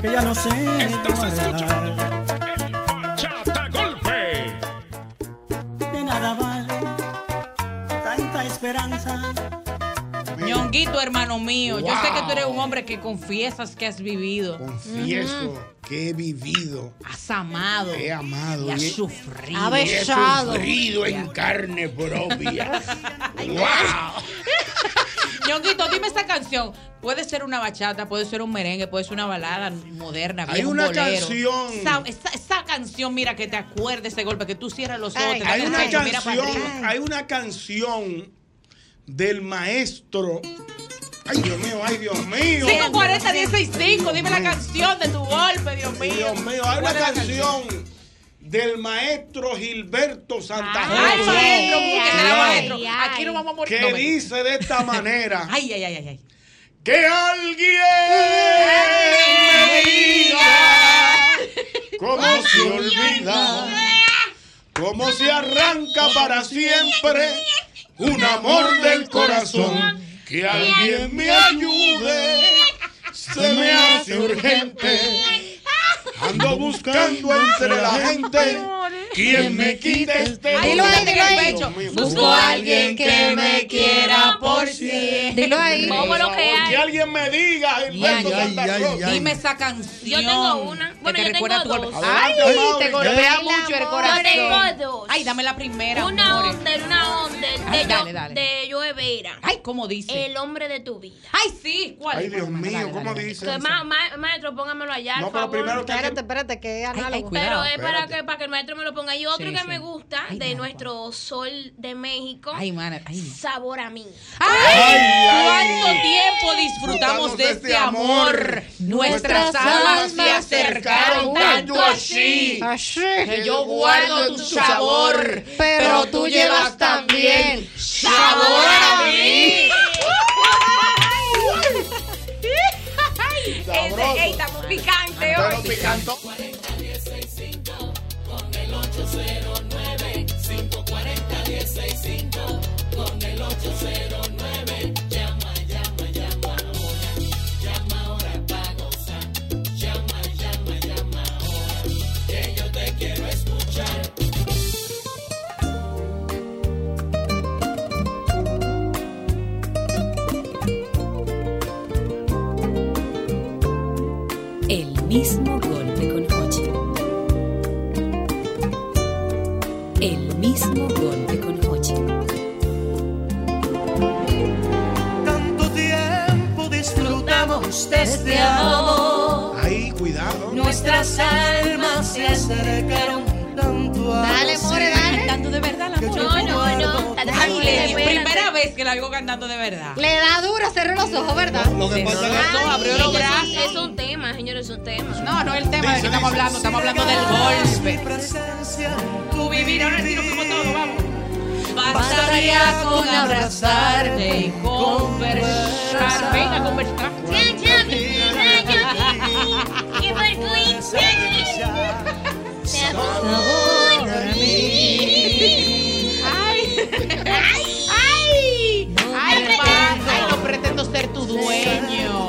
[SPEAKER 1] que ya no sé guardar.
[SPEAKER 2] Bachata golpe.
[SPEAKER 1] De nada vale tanta esperanza.
[SPEAKER 3] ñonguito, hermano mío, yo sé que tú eres
[SPEAKER 1] Wow.
[SPEAKER 3] un hombre que confiesas que has vivido.
[SPEAKER 4] Confieso
[SPEAKER 3] Ujú.
[SPEAKER 4] que he vivido.
[SPEAKER 3] Has amado.
[SPEAKER 4] He amado.
[SPEAKER 3] Y has
[SPEAKER 1] ¿eh?
[SPEAKER 4] he-
[SPEAKER 3] sufrido.
[SPEAKER 4] y he sufrido en
[SPEAKER 3] Ya.
[SPEAKER 4] carne propia.
[SPEAKER 3] Ñonguito, dime esta canción. Puede ser una bachata, puede ser un merengue, puede ser una balada moderna.
[SPEAKER 4] Hay
[SPEAKER 3] vieja, un
[SPEAKER 4] una
[SPEAKER 3] bolero.
[SPEAKER 4] canción.
[SPEAKER 3] Esa, esa- esa canción, mira, que te acuerde ese golpe, que tú cierras los ojos.
[SPEAKER 4] Hay
[SPEAKER 3] te das el
[SPEAKER 4] una
[SPEAKER 3] pecho, mira para
[SPEAKER 4] canción,
[SPEAKER 3] arriba.
[SPEAKER 4] hay una canción del maestro. Ay, Dios mío, ay, Dios mío.
[SPEAKER 3] 540 165, dime la canción de tu golpe, Dios mío.
[SPEAKER 4] Dios mío, hay una
[SPEAKER 3] ¿Cuál es la
[SPEAKER 4] canción del maestro Gilberto Santa Cruz.
[SPEAKER 3] Ay, maestro, búsquesela,
[SPEAKER 4] Claro.
[SPEAKER 3] maestro. Aquí no vamos a morir.
[SPEAKER 4] que
[SPEAKER 3] No, mentira.
[SPEAKER 4] dice de esta manera.
[SPEAKER 3] ay, ay, ay, ay.
[SPEAKER 4] Que alguien me diga cómo se olvida, cómo se arranca para siempre un amor del corazón. Que alguien me ayude, se me hace urgente. Ando buscando entre la gente quien me quite este
[SPEAKER 2] Dilo ahí, dilo ahí.
[SPEAKER 4] Dios mío.
[SPEAKER 2] Busco a alguien que me quiera por
[SPEAKER 3] siempre.
[SPEAKER 2] Dilo ahí.
[SPEAKER 3] Vamos lo que hay.
[SPEAKER 4] Que alguien me diga, Gilberto
[SPEAKER 3] Ay, ay,
[SPEAKER 4] Santa
[SPEAKER 3] ay,
[SPEAKER 4] Cruz.
[SPEAKER 3] ay. Dime esa canción.
[SPEAKER 6] Yo tengo una.
[SPEAKER 3] que
[SPEAKER 6] Bueno,
[SPEAKER 3] te
[SPEAKER 6] yo
[SPEAKER 3] recuerda
[SPEAKER 6] tengo
[SPEAKER 3] tu golpe.
[SPEAKER 6] dos.
[SPEAKER 3] Ay,
[SPEAKER 6] Adelante,
[SPEAKER 3] te
[SPEAKER 6] amor.
[SPEAKER 3] golpea
[SPEAKER 6] Yo
[SPEAKER 3] mucho el
[SPEAKER 6] tengo
[SPEAKER 3] corazón.
[SPEAKER 6] dos.
[SPEAKER 3] Ay, dame la primera.
[SPEAKER 6] Una
[SPEAKER 3] amores.
[SPEAKER 6] onda, una onda
[SPEAKER 3] Ay,
[SPEAKER 6] de,
[SPEAKER 3] dale,
[SPEAKER 6] Yo-
[SPEAKER 3] dale.
[SPEAKER 6] de Joe Vera.
[SPEAKER 3] Ay, ¿cómo dice?
[SPEAKER 6] El hombre de tu vida.
[SPEAKER 3] Ay, sí, ¿cuál? Pues,
[SPEAKER 4] Ay, Dios mío, ¿cómo dice?
[SPEAKER 6] Que ma- ma- maestro, póngamelo allá.
[SPEAKER 4] No,
[SPEAKER 6] al
[SPEAKER 4] pero
[SPEAKER 6] favor.
[SPEAKER 4] primero que- Espérate,
[SPEAKER 5] espérate, que es
[SPEAKER 6] Pero
[SPEAKER 5] análogo.
[SPEAKER 6] es para que, para que el maestro me lo ponga. Y otro
[SPEAKER 5] Sí,
[SPEAKER 6] que
[SPEAKER 5] sí.
[SPEAKER 6] me gusta de nuestro sol de México.
[SPEAKER 3] pues. Ay, mana, ay.
[SPEAKER 6] Sabor a mí.
[SPEAKER 3] Ay, ¿Cuánto tiempo disfrutamos de este amor? Nuestras almas se acercaron tanto así. Que yo guardo tu sabor, pero tú llevas también sabor a mí.
[SPEAKER 9] mismo golpe con Hochi. El mismo golpe con Hochi.
[SPEAKER 2] Tanto tiempo disfrutamos de este amor.
[SPEAKER 4] Ahí, cuidado. Ah,
[SPEAKER 2] Nuestras almas se acercaron tanto a
[SPEAKER 3] Dale, more, dale.
[SPEAKER 2] Tanto de verdad
[SPEAKER 3] la
[SPEAKER 2] amor.
[SPEAKER 3] No, no, no.
[SPEAKER 14] Ay, Lady, primera vez que la oigo cantando de verdad.
[SPEAKER 5] Le da duro cerrar los ojos, ¿verdad?
[SPEAKER 14] Lo que pasa
[SPEAKER 6] Ay,
[SPEAKER 14] es que abrió los brazos.
[SPEAKER 6] Es un tema, señores, es un tema.
[SPEAKER 14] No, no es el tema de que estamos hablando, estamos hablando del golpe. Tu vivir, ahora sí, como todo, vamos.
[SPEAKER 2] Bastaría con abrazarte y
[SPEAKER 14] conversar. Venga, conversar.
[SPEAKER 2] Y por
[SPEAKER 25] Sabor a
[SPEAKER 2] mí.
[SPEAKER 3] Ay, ay, ay, me- ay, no pretendo ser tu dueño.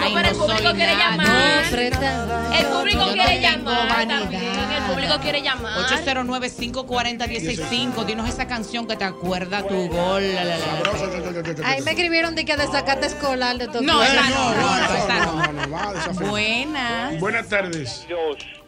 [SPEAKER 3] Ay,
[SPEAKER 6] pero el
[SPEAKER 3] no soy
[SPEAKER 6] público quiere
[SPEAKER 3] nada.
[SPEAKER 6] llamar.
[SPEAKER 3] No pretendo.
[SPEAKER 6] El público
[SPEAKER 3] Yo no
[SPEAKER 6] quiere
[SPEAKER 3] tengo
[SPEAKER 6] llamar
[SPEAKER 3] vanidad.
[SPEAKER 6] también, el público quiere llamar.
[SPEAKER 14] 809-540-165. Dinos esa canción que te acuerda tu gol. La, la, la, la.
[SPEAKER 5] Ahí me escribieron de que desacate escolar de todo. Ah,
[SPEAKER 14] No, esa no, no, no, esa no.
[SPEAKER 3] Buenas.
[SPEAKER 12] Buenas tardes.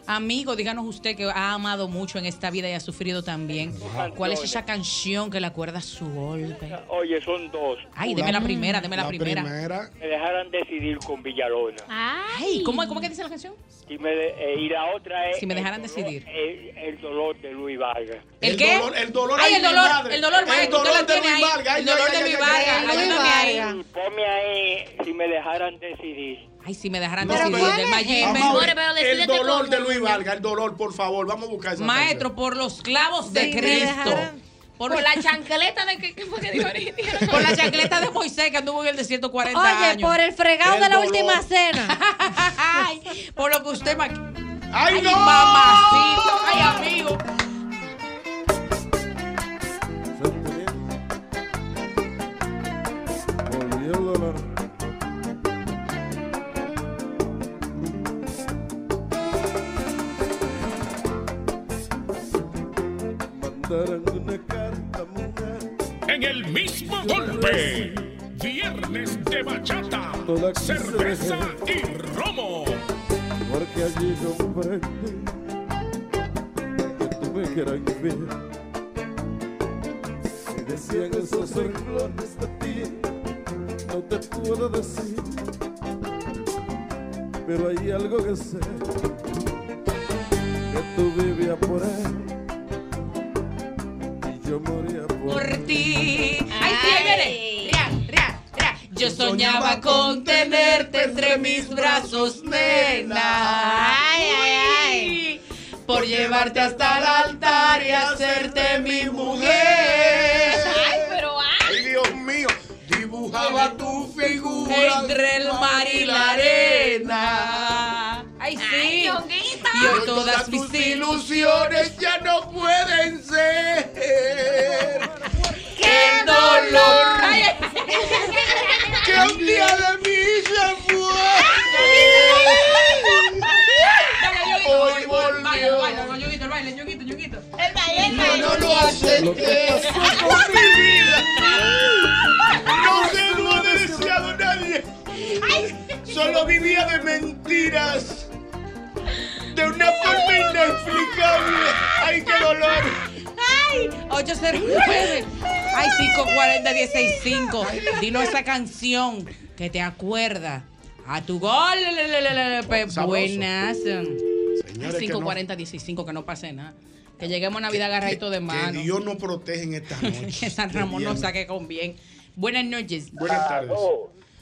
[SPEAKER 3] Amigo, díganos usted que ha amado mucho en esta vida y ha sufrido también. ¿Cuál es esa canción que le acuerda su golpe?
[SPEAKER 17] Oye, son dos.
[SPEAKER 3] Ay, deme la primera, deme la La primera.
[SPEAKER 17] Me dejaron decidir con Villalona.
[SPEAKER 3] Ay, ¿cómo, cómo que dice la canción?
[SPEAKER 17] Y, me de- eh, y la otra es.
[SPEAKER 3] Si me dejaran
[SPEAKER 17] el dolor-
[SPEAKER 3] decidir.
[SPEAKER 17] El, el dolor de Luis Vargas.
[SPEAKER 3] ¿El El qué? dolor- el dolor, Ay, ay, el mi dolor, madre. el dolor, El maestro, usted dolor la de tiene Luis ahí. Vargas, El ay, dolor ay, de ay, Luis ay, Vargas, ay, ay, ayúdame Luis ahí. Vargas.
[SPEAKER 17] Ponme ahí, si me dejaran decidir.
[SPEAKER 3] Ay, si me dejaran
[SPEAKER 17] Pero
[SPEAKER 3] decidir
[SPEAKER 17] ¿cuál
[SPEAKER 3] del
[SPEAKER 17] es?
[SPEAKER 3] Mayembe.
[SPEAKER 17] Ajá,
[SPEAKER 4] El dolor de Luis Vargas, el dolor, por favor, vamos a buscar esa
[SPEAKER 3] Maestro, por los clavos de
[SPEAKER 4] Si me
[SPEAKER 3] Cristo.
[SPEAKER 4] dejaran-
[SPEAKER 6] Por, la chancleta de que, que fue que dijo ahorita.
[SPEAKER 3] Por la chancleta de Moisés que anduvo en el desierto 40
[SPEAKER 5] Oye,
[SPEAKER 3] años.
[SPEAKER 5] por el fregado de la última cena.
[SPEAKER 3] Ay, por lo que usted ma-
[SPEAKER 5] ¡Ay,
[SPEAKER 3] Ay,
[SPEAKER 5] no!
[SPEAKER 3] mamacito, ay, amigo.
[SPEAKER 12] Volvió el dolor.
[SPEAKER 2] Mandaron una carta, mujer. En el mismo golpe. Viernes de bachata. Cerveza y romo.
[SPEAKER 12] Porque allí comprendí que tú me quieras bien. Si decían esos renglones de ti, no te puedo decir. Pero hay algo que sé, que tú vivías por él y yo moría por,
[SPEAKER 3] Por ti. Ay, sí, ahí viene. Real, real, real. Yo soñaba con tenerte entre mis brazos, nena. Ay, ay, ay. Por llevarte hasta el altar y hacerte mi mujer.
[SPEAKER 2] Ay,
[SPEAKER 6] pero
[SPEAKER 2] ay. Dios mío, dibujaba tu figura
[SPEAKER 3] Entre el mar y la arena. Ay, sí. Y hoy todas mis ilusiones
[SPEAKER 2] ya no pueden ser. ¡Qué
[SPEAKER 3] dolor!
[SPEAKER 2] ¡Que un día de mí se fue! Hoy volvió. Yo no lo
[SPEAKER 4] eh.
[SPEAKER 2] acepté. con mi vida. No se lo ha deseado a nadie. Solo vivía de mentiras. De una forma inexplicable. ¡Ay, qué dolor!
[SPEAKER 3] ¡Ay! 809. ¡Ay, 540 165! Dilo esa canción que te acuerda a tu gol. le, le, le, le, le, pe-
[SPEAKER 4] Sabroso.
[SPEAKER 3] Buenas.
[SPEAKER 4] Señores, que no-
[SPEAKER 3] 540 165, que no pase nada. Que lleguemos a Navidad agarradito de
[SPEAKER 4] Que
[SPEAKER 3] mano.
[SPEAKER 4] Dios nos protege en esta noche.
[SPEAKER 3] Que San Ramón nos saque con bien. Buenas noches.
[SPEAKER 4] Buenas tardes.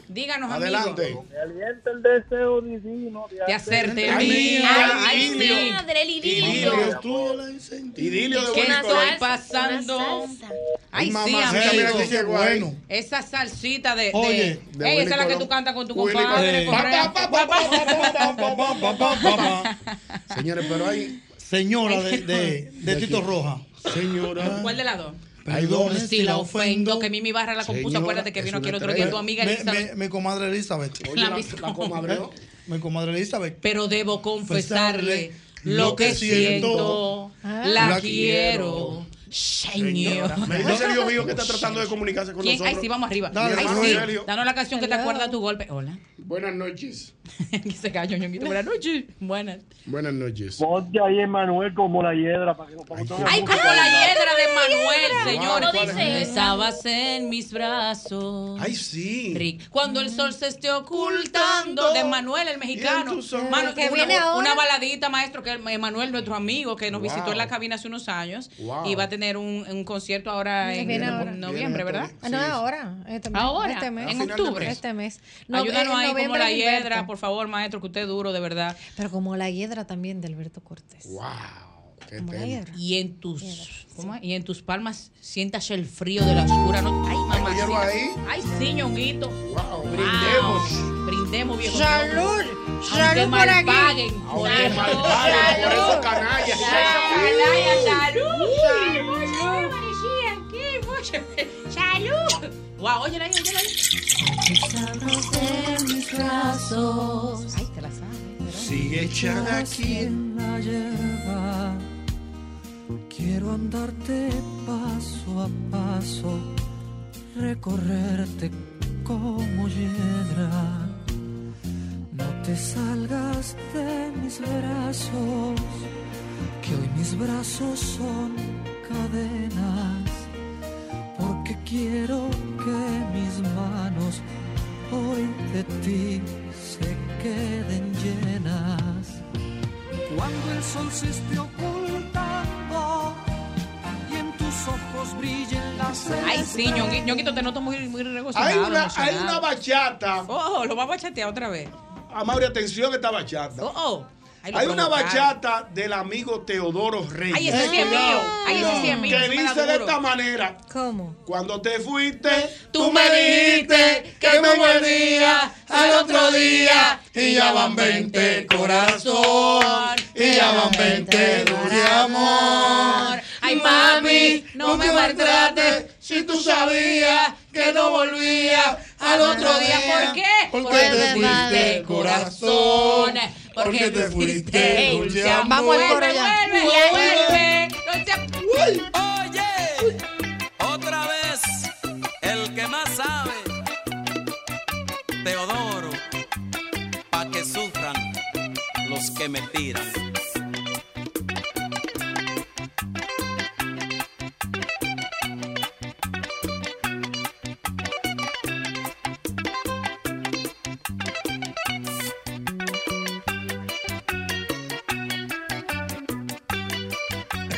[SPEAKER 3] Díganos,
[SPEAKER 4] Adelante.
[SPEAKER 3] amigo.
[SPEAKER 10] Alienta el deseo divino
[SPEAKER 3] De hacerte
[SPEAKER 4] Ay,
[SPEAKER 3] mía.
[SPEAKER 4] mira,
[SPEAKER 3] Ay,
[SPEAKER 4] idilio.
[SPEAKER 3] sí.
[SPEAKER 6] Madre, el idilio.
[SPEAKER 4] Idilio, tú la incentivo. Idilio de
[SPEAKER 3] ¿Qué
[SPEAKER 4] buen
[SPEAKER 3] estoy
[SPEAKER 4] color.
[SPEAKER 3] pasando? Ay,
[SPEAKER 4] Ay,
[SPEAKER 3] sí,
[SPEAKER 4] mamacita, mira
[SPEAKER 3] amigo.
[SPEAKER 4] que qué bueno.
[SPEAKER 3] Esa salsita de. de-
[SPEAKER 4] Oye, de
[SPEAKER 3] Ey,
[SPEAKER 4] Willy
[SPEAKER 3] esa es la que
[SPEAKER 4] Colón.
[SPEAKER 3] tú cantas con tu
[SPEAKER 4] Willy
[SPEAKER 3] compadre.
[SPEAKER 4] Colón.
[SPEAKER 3] correcto.
[SPEAKER 15] Señores, pero hay. Señora de, de, de Tito Roja. Señora.
[SPEAKER 3] ¿Cuál de las dos?
[SPEAKER 15] Perdón si la ofendo.
[SPEAKER 3] Que Mimi Barra la compuso.
[SPEAKER 15] Señora,
[SPEAKER 3] Acuérdate que
[SPEAKER 15] es
[SPEAKER 3] vino
[SPEAKER 15] una
[SPEAKER 3] aquí el otro día.
[SPEAKER 15] estrella.
[SPEAKER 3] Tu amiga
[SPEAKER 15] Me-
[SPEAKER 3] Elizabeth.
[SPEAKER 15] me- Mi comadre Elizabeth.
[SPEAKER 3] Oye, la- la comadre.
[SPEAKER 15] Mi comadre Elizabeth.
[SPEAKER 3] Pero debo confesarle lo que siento. Ah. La, quiero. Señor.
[SPEAKER 4] Me dice Sergio Vivo que está tratando de comunicarse con
[SPEAKER 3] ¿Quién?
[SPEAKER 4] nosotros.
[SPEAKER 3] Ay, sí, vamos arriba.
[SPEAKER 4] Dale,
[SPEAKER 3] Ay,
[SPEAKER 4] hermano
[SPEAKER 3] sí.
[SPEAKER 4] Sergio.
[SPEAKER 3] Danos la canción que te acuerda a tu golpe. Hola.
[SPEAKER 12] Buenas noches.
[SPEAKER 3] que se cayó, ñonguito. Buenas noches. Buenas.
[SPEAKER 11] Buenas noches.
[SPEAKER 24] Ponte ahí Emanuel como la hiedra para que no
[SPEAKER 8] Ah,
[SPEAKER 3] Ay, como la hiedra de Manuel,
[SPEAKER 24] Hiedra.
[SPEAKER 3] señor.
[SPEAKER 24] Wow, ¿cuál es?
[SPEAKER 3] Besabas en mis brazos.
[SPEAKER 15] Ay, sí.
[SPEAKER 3] Rick. Cuando el sol se esté ocultando. De Manuel, el mexicano. Mano,
[SPEAKER 5] Que
[SPEAKER 3] una,
[SPEAKER 5] viene ahora.
[SPEAKER 3] una baladita, maestro, que Manuel, nuestro amigo, que nos
[SPEAKER 5] Wow.
[SPEAKER 3] visitó en la cabina hace unos años.
[SPEAKER 5] Wow.
[SPEAKER 3] Y va a tener un, un concierto ahora
[SPEAKER 5] Que
[SPEAKER 3] en
[SPEAKER 5] viene ahora.
[SPEAKER 3] noviembre, ¿verdad?
[SPEAKER 5] Ah, No, ahora. Este mes,
[SPEAKER 3] Ahora,
[SPEAKER 5] este mes.
[SPEAKER 3] a final de octubre.
[SPEAKER 5] Este mes.
[SPEAKER 3] Ayúdanos
[SPEAKER 5] eh,
[SPEAKER 3] ahí como
[SPEAKER 5] noviembre
[SPEAKER 3] la
[SPEAKER 5] es Gilberto.
[SPEAKER 3] hiedra, por favor, maestro, que usted es duro, de verdad.
[SPEAKER 5] Pero como la hiedra también de Alberto Cortés.
[SPEAKER 11] ¡Wow! ¡Qué
[SPEAKER 5] Como la hiedra.
[SPEAKER 3] Y en tus ¿cómo es? y en tus palmas sientas el frío de la oscura noche. Ay, mamá.
[SPEAKER 2] ¿Hay algo ahí?
[SPEAKER 3] Ay, sí, ñonguito.
[SPEAKER 2] brindemos.
[SPEAKER 3] Wow. Brindemos, viejo.
[SPEAKER 2] Salud,
[SPEAKER 3] Aunque
[SPEAKER 2] salud por
[SPEAKER 3] mal
[SPEAKER 2] aquí.
[SPEAKER 3] paguen.
[SPEAKER 2] Aunque mal
[SPEAKER 3] Salud,
[SPEAKER 2] paguen Ah, por
[SPEAKER 3] salud.
[SPEAKER 2] esos canallas.
[SPEAKER 3] Salud,
[SPEAKER 2] Uy.
[SPEAKER 3] salud, salud. Qué emoción, qué emoción. Salud. Wow, óyela ahí, óyela ahí.
[SPEAKER 2] mis brazos.
[SPEAKER 3] Ay, te la sabes.
[SPEAKER 2] Sigue echada aquí.
[SPEAKER 33] la lleva. Quiero andarte paso a paso, recorrerte como hiedra. No te salgas de mis brazos, que hoy mis brazos son cadenas, porque quiero que mis manos hoy de ti se queden llenas. Cuando el sol se esté ocultando y en tus ojos brillen las
[SPEAKER 3] Ay, sí, Ñongui- ñonguito, te noto muy, muy regocijado.
[SPEAKER 15] Hay una-
[SPEAKER 3] emocionado.
[SPEAKER 15] hay una bachata.
[SPEAKER 3] Pues Oh, lo va a bachatear otra vez. Oh,
[SPEAKER 15] Amaury, atención a esta bachata.
[SPEAKER 3] Ahí lo
[SPEAKER 15] Hay una
[SPEAKER 3] provocaron.
[SPEAKER 15] bachata del amigo Teodoro Reyes.
[SPEAKER 3] Ay, ese sí es mío. Ay, ese sí es mío.
[SPEAKER 15] Que
[SPEAKER 3] Ese me da
[SPEAKER 15] dice de
[SPEAKER 3] duro.
[SPEAKER 15] esta manera.
[SPEAKER 5] ¿Cómo?
[SPEAKER 15] Cuando te fuiste,
[SPEAKER 2] Tú me dijiste que me volvía al otro día y ya van 20 corazón y ya van 20 dure amor. Ay mami, no me maltrates si tú sabías que no volvía al otro día.
[SPEAKER 3] ¿Por qué?
[SPEAKER 2] Porque te fuiste corazón. Porque te fuiste dulce amor.
[SPEAKER 3] Vamos al coro ya.
[SPEAKER 2] Vuelve,
[SPEAKER 3] Vuelve.
[SPEAKER 2] vuelve.
[SPEAKER 33] Oye, otra vez, el que más sabe, Teodoro, pa' que sufran los que me tiran.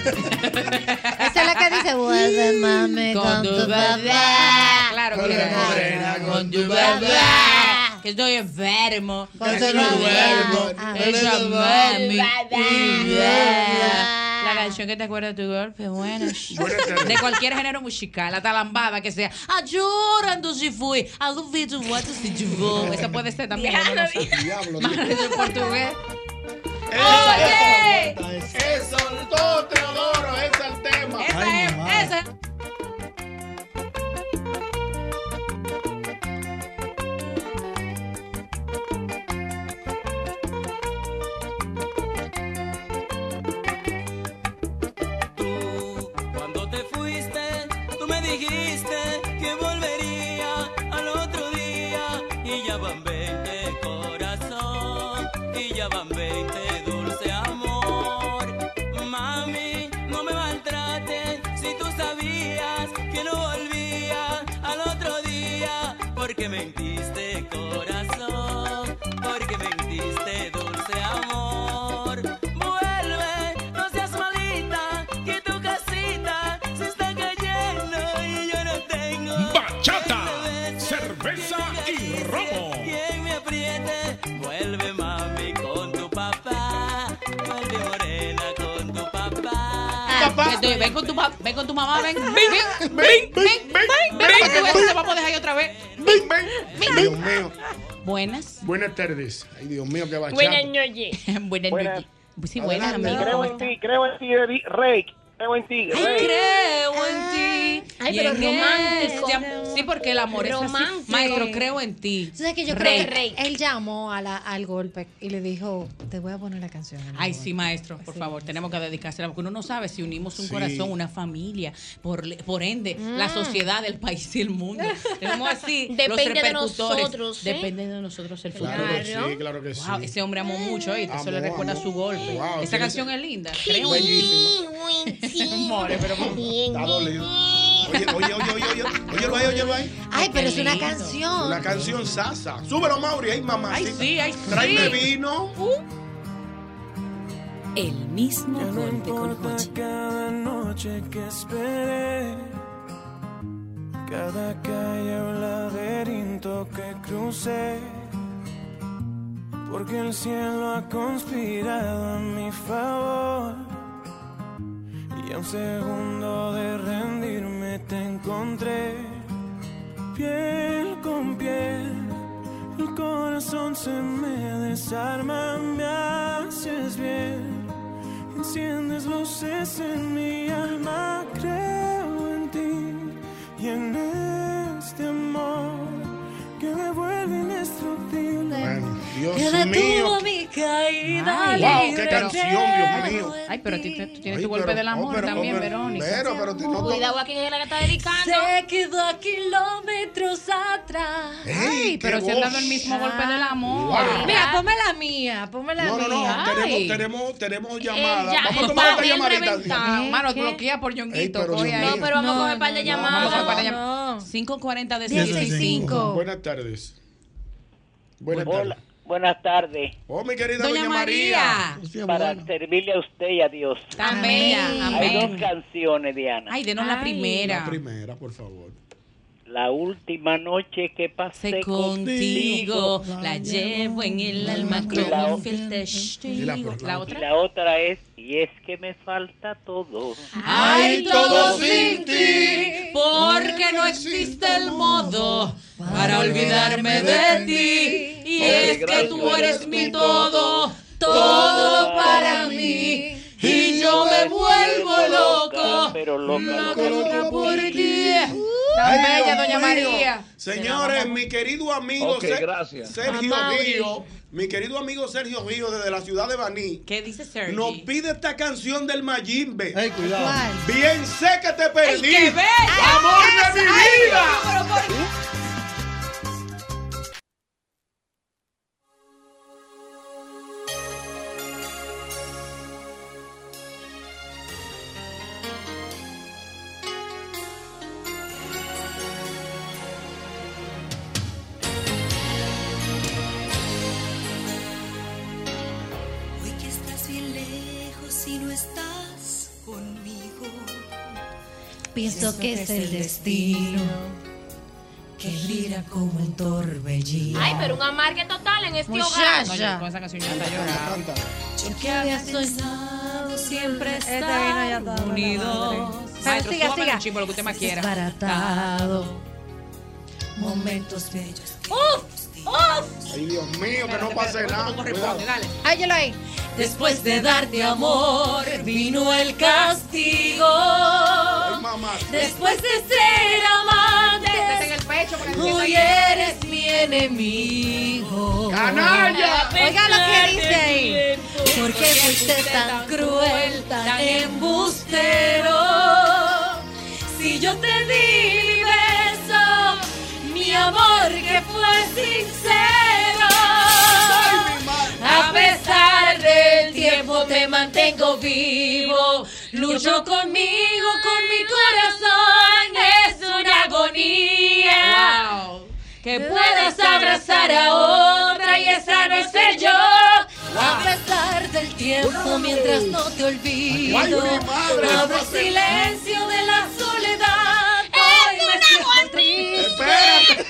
[SPEAKER 5] Esa es la que dice, vuelve mami con tu papá.
[SPEAKER 3] Claro que
[SPEAKER 5] Morena,
[SPEAKER 3] sí.
[SPEAKER 5] morena,
[SPEAKER 3] con tu papá. Que estoy enfermo. Que estoy enfermo. Ella mami. La canción que te acuerda de tu golpe, bueno. De cualquier género musical, la talambada que sea. Ah, llorando si fui. A un vídeo, what is it you go? Esa puede ser también.
[SPEAKER 2] Diablo,
[SPEAKER 3] Diablo, diablo. portugués.
[SPEAKER 2] Oye.
[SPEAKER 15] Eso, todo Teodoro, ese es el tema.
[SPEAKER 2] Esa es, esa
[SPEAKER 33] Cuando te fuiste, tú me dijiste que volvería al otro día. Y ya van 20 corazón, y ya van 20 dulce amor. Mami, no me maltrates si tú sabías que no volvía al otro día. Porque mentiste, corazón, porque mentiste, dulce amor. Vuelve, no seas malita, que tu casita se está cayendo y yo no tengo.
[SPEAKER 2] Bachata, cerveza y romo.
[SPEAKER 33] Quien me apriete, vuelve mami con tu papá, vuelve morena con tu papá.
[SPEAKER 3] Ah, estoy- Ven con tu papá, ven con tu mamá, ven. Ven, ven, ven, ven, ven, porque tú ves que te vamos a dejar ahí otra vez. Ven, ven,
[SPEAKER 11] Dios mío.
[SPEAKER 3] Buenas.
[SPEAKER 11] Buenas tardes. Ay, Dios mío, qué bachata.
[SPEAKER 3] noches. Buenas noches. Sí, buenas,
[SPEAKER 11] Adelante.
[SPEAKER 3] amigo.
[SPEAKER 11] Creo
[SPEAKER 3] ¿cómo
[SPEAKER 11] en
[SPEAKER 3] está?
[SPEAKER 11] ti,
[SPEAKER 24] Creo en ti, Rey.
[SPEAKER 34] Creo en ti.
[SPEAKER 3] Ay, creo en ti.
[SPEAKER 34] Ay,
[SPEAKER 3] Y
[SPEAKER 34] pero
[SPEAKER 3] en
[SPEAKER 34] romántico.
[SPEAKER 3] este- Sí, porque el amor es así.
[SPEAKER 5] Romántico.
[SPEAKER 3] Maestro, creo en ti.
[SPEAKER 5] O sea, que yo
[SPEAKER 3] Rey.
[SPEAKER 5] creo que él llamó a la- al golpe y le dijo, te voy a poner la canción. amor".
[SPEAKER 3] Ay, sí, maestro, por favor, tenemos que dedicársela, porque uno no sabe si unimos un
[SPEAKER 5] Sí.
[SPEAKER 3] corazón, una familia, por, le- por ende, la
[SPEAKER 5] Mm.
[SPEAKER 3] sociedad, el país y el mundo. Tenemos así los
[SPEAKER 6] Depende de
[SPEAKER 3] repercutores.
[SPEAKER 6] nosotros, ¿eh?
[SPEAKER 3] Depende de nosotros el futuro.
[SPEAKER 6] Claro que sí, Claro.
[SPEAKER 4] claro que
[SPEAKER 3] Wow,
[SPEAKER 4] sí.
[SPEAKER 3] ese hombre amó mucho, ¿oíste? Eso le
[SPEAKER 4] Amó,
[SPEAKER 3] recuerda
[SPEAKER 4] amó.
[SPEAKER 3] su golpe.
[SPEAKER 4] Wow,
[SPEAKER 3] Esa
[SPEAKER 4] tiene-
[SPEAKER 3] canción es linda. Creo en ti.
[SPEAKER 4] Bellísima.
[SPEAKER 3] More, pero
[SPEAKER 4] Está dolido. Oye, oye, oye, oye, oye. Óyelo ahí, óyelo ahí.
[SPEAKER 5] Ay, pero es una
[SPEAKER 4] Es
[SPEAKER 5] canción.
[SPEAKER 4] Una canción sasa. Súbelo, Mauri. Ay, mamá.
[SPEAKER 35] Ay, sí, ay,
[SPEAKER 4] Tráeme
[SPEAKER 35] sí.
[SPEAKER 4] vino.
[SPEAKER 35] El mismo golpe con Jochi.
[SPEAKER 19] Cada noche que esperé, cada calle o laberinto que crucé, porque el cielo ha conspirado a mi favor. Y a un segundo de rendirme te encontré, piel con piel. El corazón se me desarma, me haces bien. Enciendes luces en mi alma, creo en ti y en este amor que me vuelve indestructible.
[SPEAKER 4] Dios mío.
[SPEAKER 19] mi
[SPEAKER 4] Ay, wow, qué canción, Dios mío.
[SPEAKER 3] Ay, pero a ti te- tú tienes
[SPEAKER 4] Ay,
[SPEAKER 3] tu golpe
[SPEAKER 4] pero-
[SPEAKER 3] del
[SPEAKER 4] oh,
[SPEAKER 3] amor
[SPEAKER 4] pero- oh,
[SPEAKER 3] también,
[SPEAKER 4] pero-
[SPEAKER 3] Verónica.
[SPEAKER 4] pero- pero te noto-
[SPEAKER 6] Cuidado aquí que es la que está dedicando.
[SPEAKER 5] Se quedó a kilómetros atrás.
[SPEAKER 3] Ay, pero
[SPEAKER 4] qué
[SPEAKER 3] se han dado
[SPEAKER 4] voz.
[SPEAKER 3] el mismo golpe del amor.
[SPEAKER 4] Wow.
[SPEAKER 5] Mira, ponme la mía, ponme la
[SPEAKER 4] No, no,
[SPEAKER 5] mía.
[SPEAKER 4] no. Tenemos,
[SPEAKER 5] Ay.
[SPEAKER 4] tenemos, tenemos
[SPEAKER 3] Eh,
[SPEAKER 4] llamada.
[SPEAKER 5] ya,
[SPEAKER 4] Vamos
[SPEAKER 5] el
[SPEAKER 4] a tomar otra
[SPEAKER 5] papel
[SPEAKER 4] llamadita.
[SPEAKER 5] reventado.
[SPEAKER 3] Mano, bloquea por Yonguito.
[SPEAKER 4] Ey, pero
[SPEAKER 3] coge
[SPEAKER 4] Dios
[SPEAKER 3] ahí.
[SPEAKER 4] mío. No, pero vamos a
[SPEAKER 6] coger par de llamadas.
[SPEAKER 3] Vamos a coger par de llamadas. 540 de 65.
[SPEAKER 4] Buenas tardes. Buenas
[SPEAKER 2] Hola,
[SPEAKER 4] tardes.
[SPEAKER 2] buenas tardes.
[SPEAKER 4] Oh, mi querida
[SPEAKER 2] Doña
[SPEAKER 4] Doña, María.
[SPEAKER 2] Para servirle a usted y a Dios.
[SPEAKER 3] Tan bella,
[SPEAKER 2] Hay
[SPEAKER 3] amén.
[SPEAKER 2] dos canciones, Diana.
[SPEAKER 3] Ay, denos la primera.
[SPEAKER 4] La primera, por favor.
[SPEAKER 2] La última noche que pasé
[SPEAKER 3] Sé contigo, la llevo en el alma como un fiel
[SPEAKER 2] Y la,
[SPEAKER 4] pues,
[SPEAKER 3] testigo. La otra.
[SPEAKER 2] la otra es, y es que me falta todo.
[SPEAKER 3] Ay, todo sin ti, porque no existe el modo para olvidarme de ti. Y es que tú eres mi todo, todo para mí. Y yo me vuelvo loco,
[SPEAKER 2] Pero loca,
[SPEAKER 3] loca, loca por ti.
[SPEAKER 4] Ay,
[SPEAKER 3] Tan bella,
[SPEAKER 4] Dios
[SPEAKER 3] doña
[SPEAKER 4] mío.
[SPEAKER 3] María.
[SPEAKER 4] Señores, mi querido amigo
[SPEAKER 3] Ok,
[SPEAKER 4] Se-
[SPEAKER 3] gracias.
[SPEAKER 4] Sergio
[SPEAKER 3] A Mauri.
[SPEAKER 4] Río, mi querido amigo Sergio Río desde la ciudad de Baní.
[SPEAKER 3] ¿Qué dice Sergio?
[SPEAKER 4] Nos pide esta canción del Mayimbe.
[SPEAKER 8] cuidado. ¿Cuál?
[SPEAKER 4] Bien sé que te perdí.
[SPEAKER 8] qué bella!
[SPEAKER 4] Amor
[SPEAKER 8] Esa-
[SPEAKER 3] Ah,
[SPEAKER 4] de mi
[SPEAKER 8] ay,
[SPEAKER 4] vida.
[SPEAKER 8] no,
[SPEAKER 23] Hoy que estás bien lejos y no estás conmigo.
[SPEAKER 5] Pienso que es el destino que gira como un torbellino.
[SPEAKER 6] Ay, pero un amargue total en este hogar. Este
[SPEAKER 5] Muchacha.
[SPEAKER 3] Con esa canción ya está llorando.
[SPEAKER 5] Yo que había pensado siempre estar
[SPEAKER 3] Unidos. Maestro,
[SPEAKER 5] siga,
[SPEAKER 3] súbame
[SPEAKER 5] siga.
[SPEAKER 3] un chimbo, lo que usted más quiera.
[SPEAKER 5] Desbaratado. Momentos bellos.
[SPEAKER 3] ¡Uf! ¡Uf!
[SPEAKER 4] Ay, Dios mío, que no pase nada. Cuidado.
[SPEAKER 5] Ay, yo lo ahí.
[SPEAKER 3] Después de darte amor,
[SPEAKER 5] vino el
[SPEAKER 3] castigo.
[SPEAKER 5] Después de ser amante,
[SPEAKER 3] hoy
[SPEAKER 36] ¿eh?
[SPEAKER 5] eres mi enemigo.
[SPEAKER 3] ¡Canalla!
[SPEAKER 5] Oiga lo que dice ahí. ¿Por qué
[SPEAKER 3] Porque
[SPEAKER 5] fuiste
[SPEAKER 3] fuiste
[SPEAKER 5] tan
[SPEAKER 3] tan
[SPEAKER 5] cruel,
[SPEAKER 3] cruel,
[SPEAKER 5] tan
[SPEAKER 3] tan
[SPEAKER 5] embustero? Si yo te di mi beso, mi amor que fue sincero.
[SPEAKER 3] A pesar del tiempo te mantengo vivo. Lucho conmigo, con mi corazón. Es una agonía. Que puedas abrazar a otra y esa no es ser yo.
[SPEAKER 5] A pesar del tiempo, mientras no te olvido,
[SPEAKER 3] Ay, mi madre,
[SPEAKER 5] abro el
[SPEAKER 3] pase.
[SPEAKER 15] pues,
[SPEAKER 5] silencio de la soledad. Es una triste.
[SPEAKER 4] Espérate.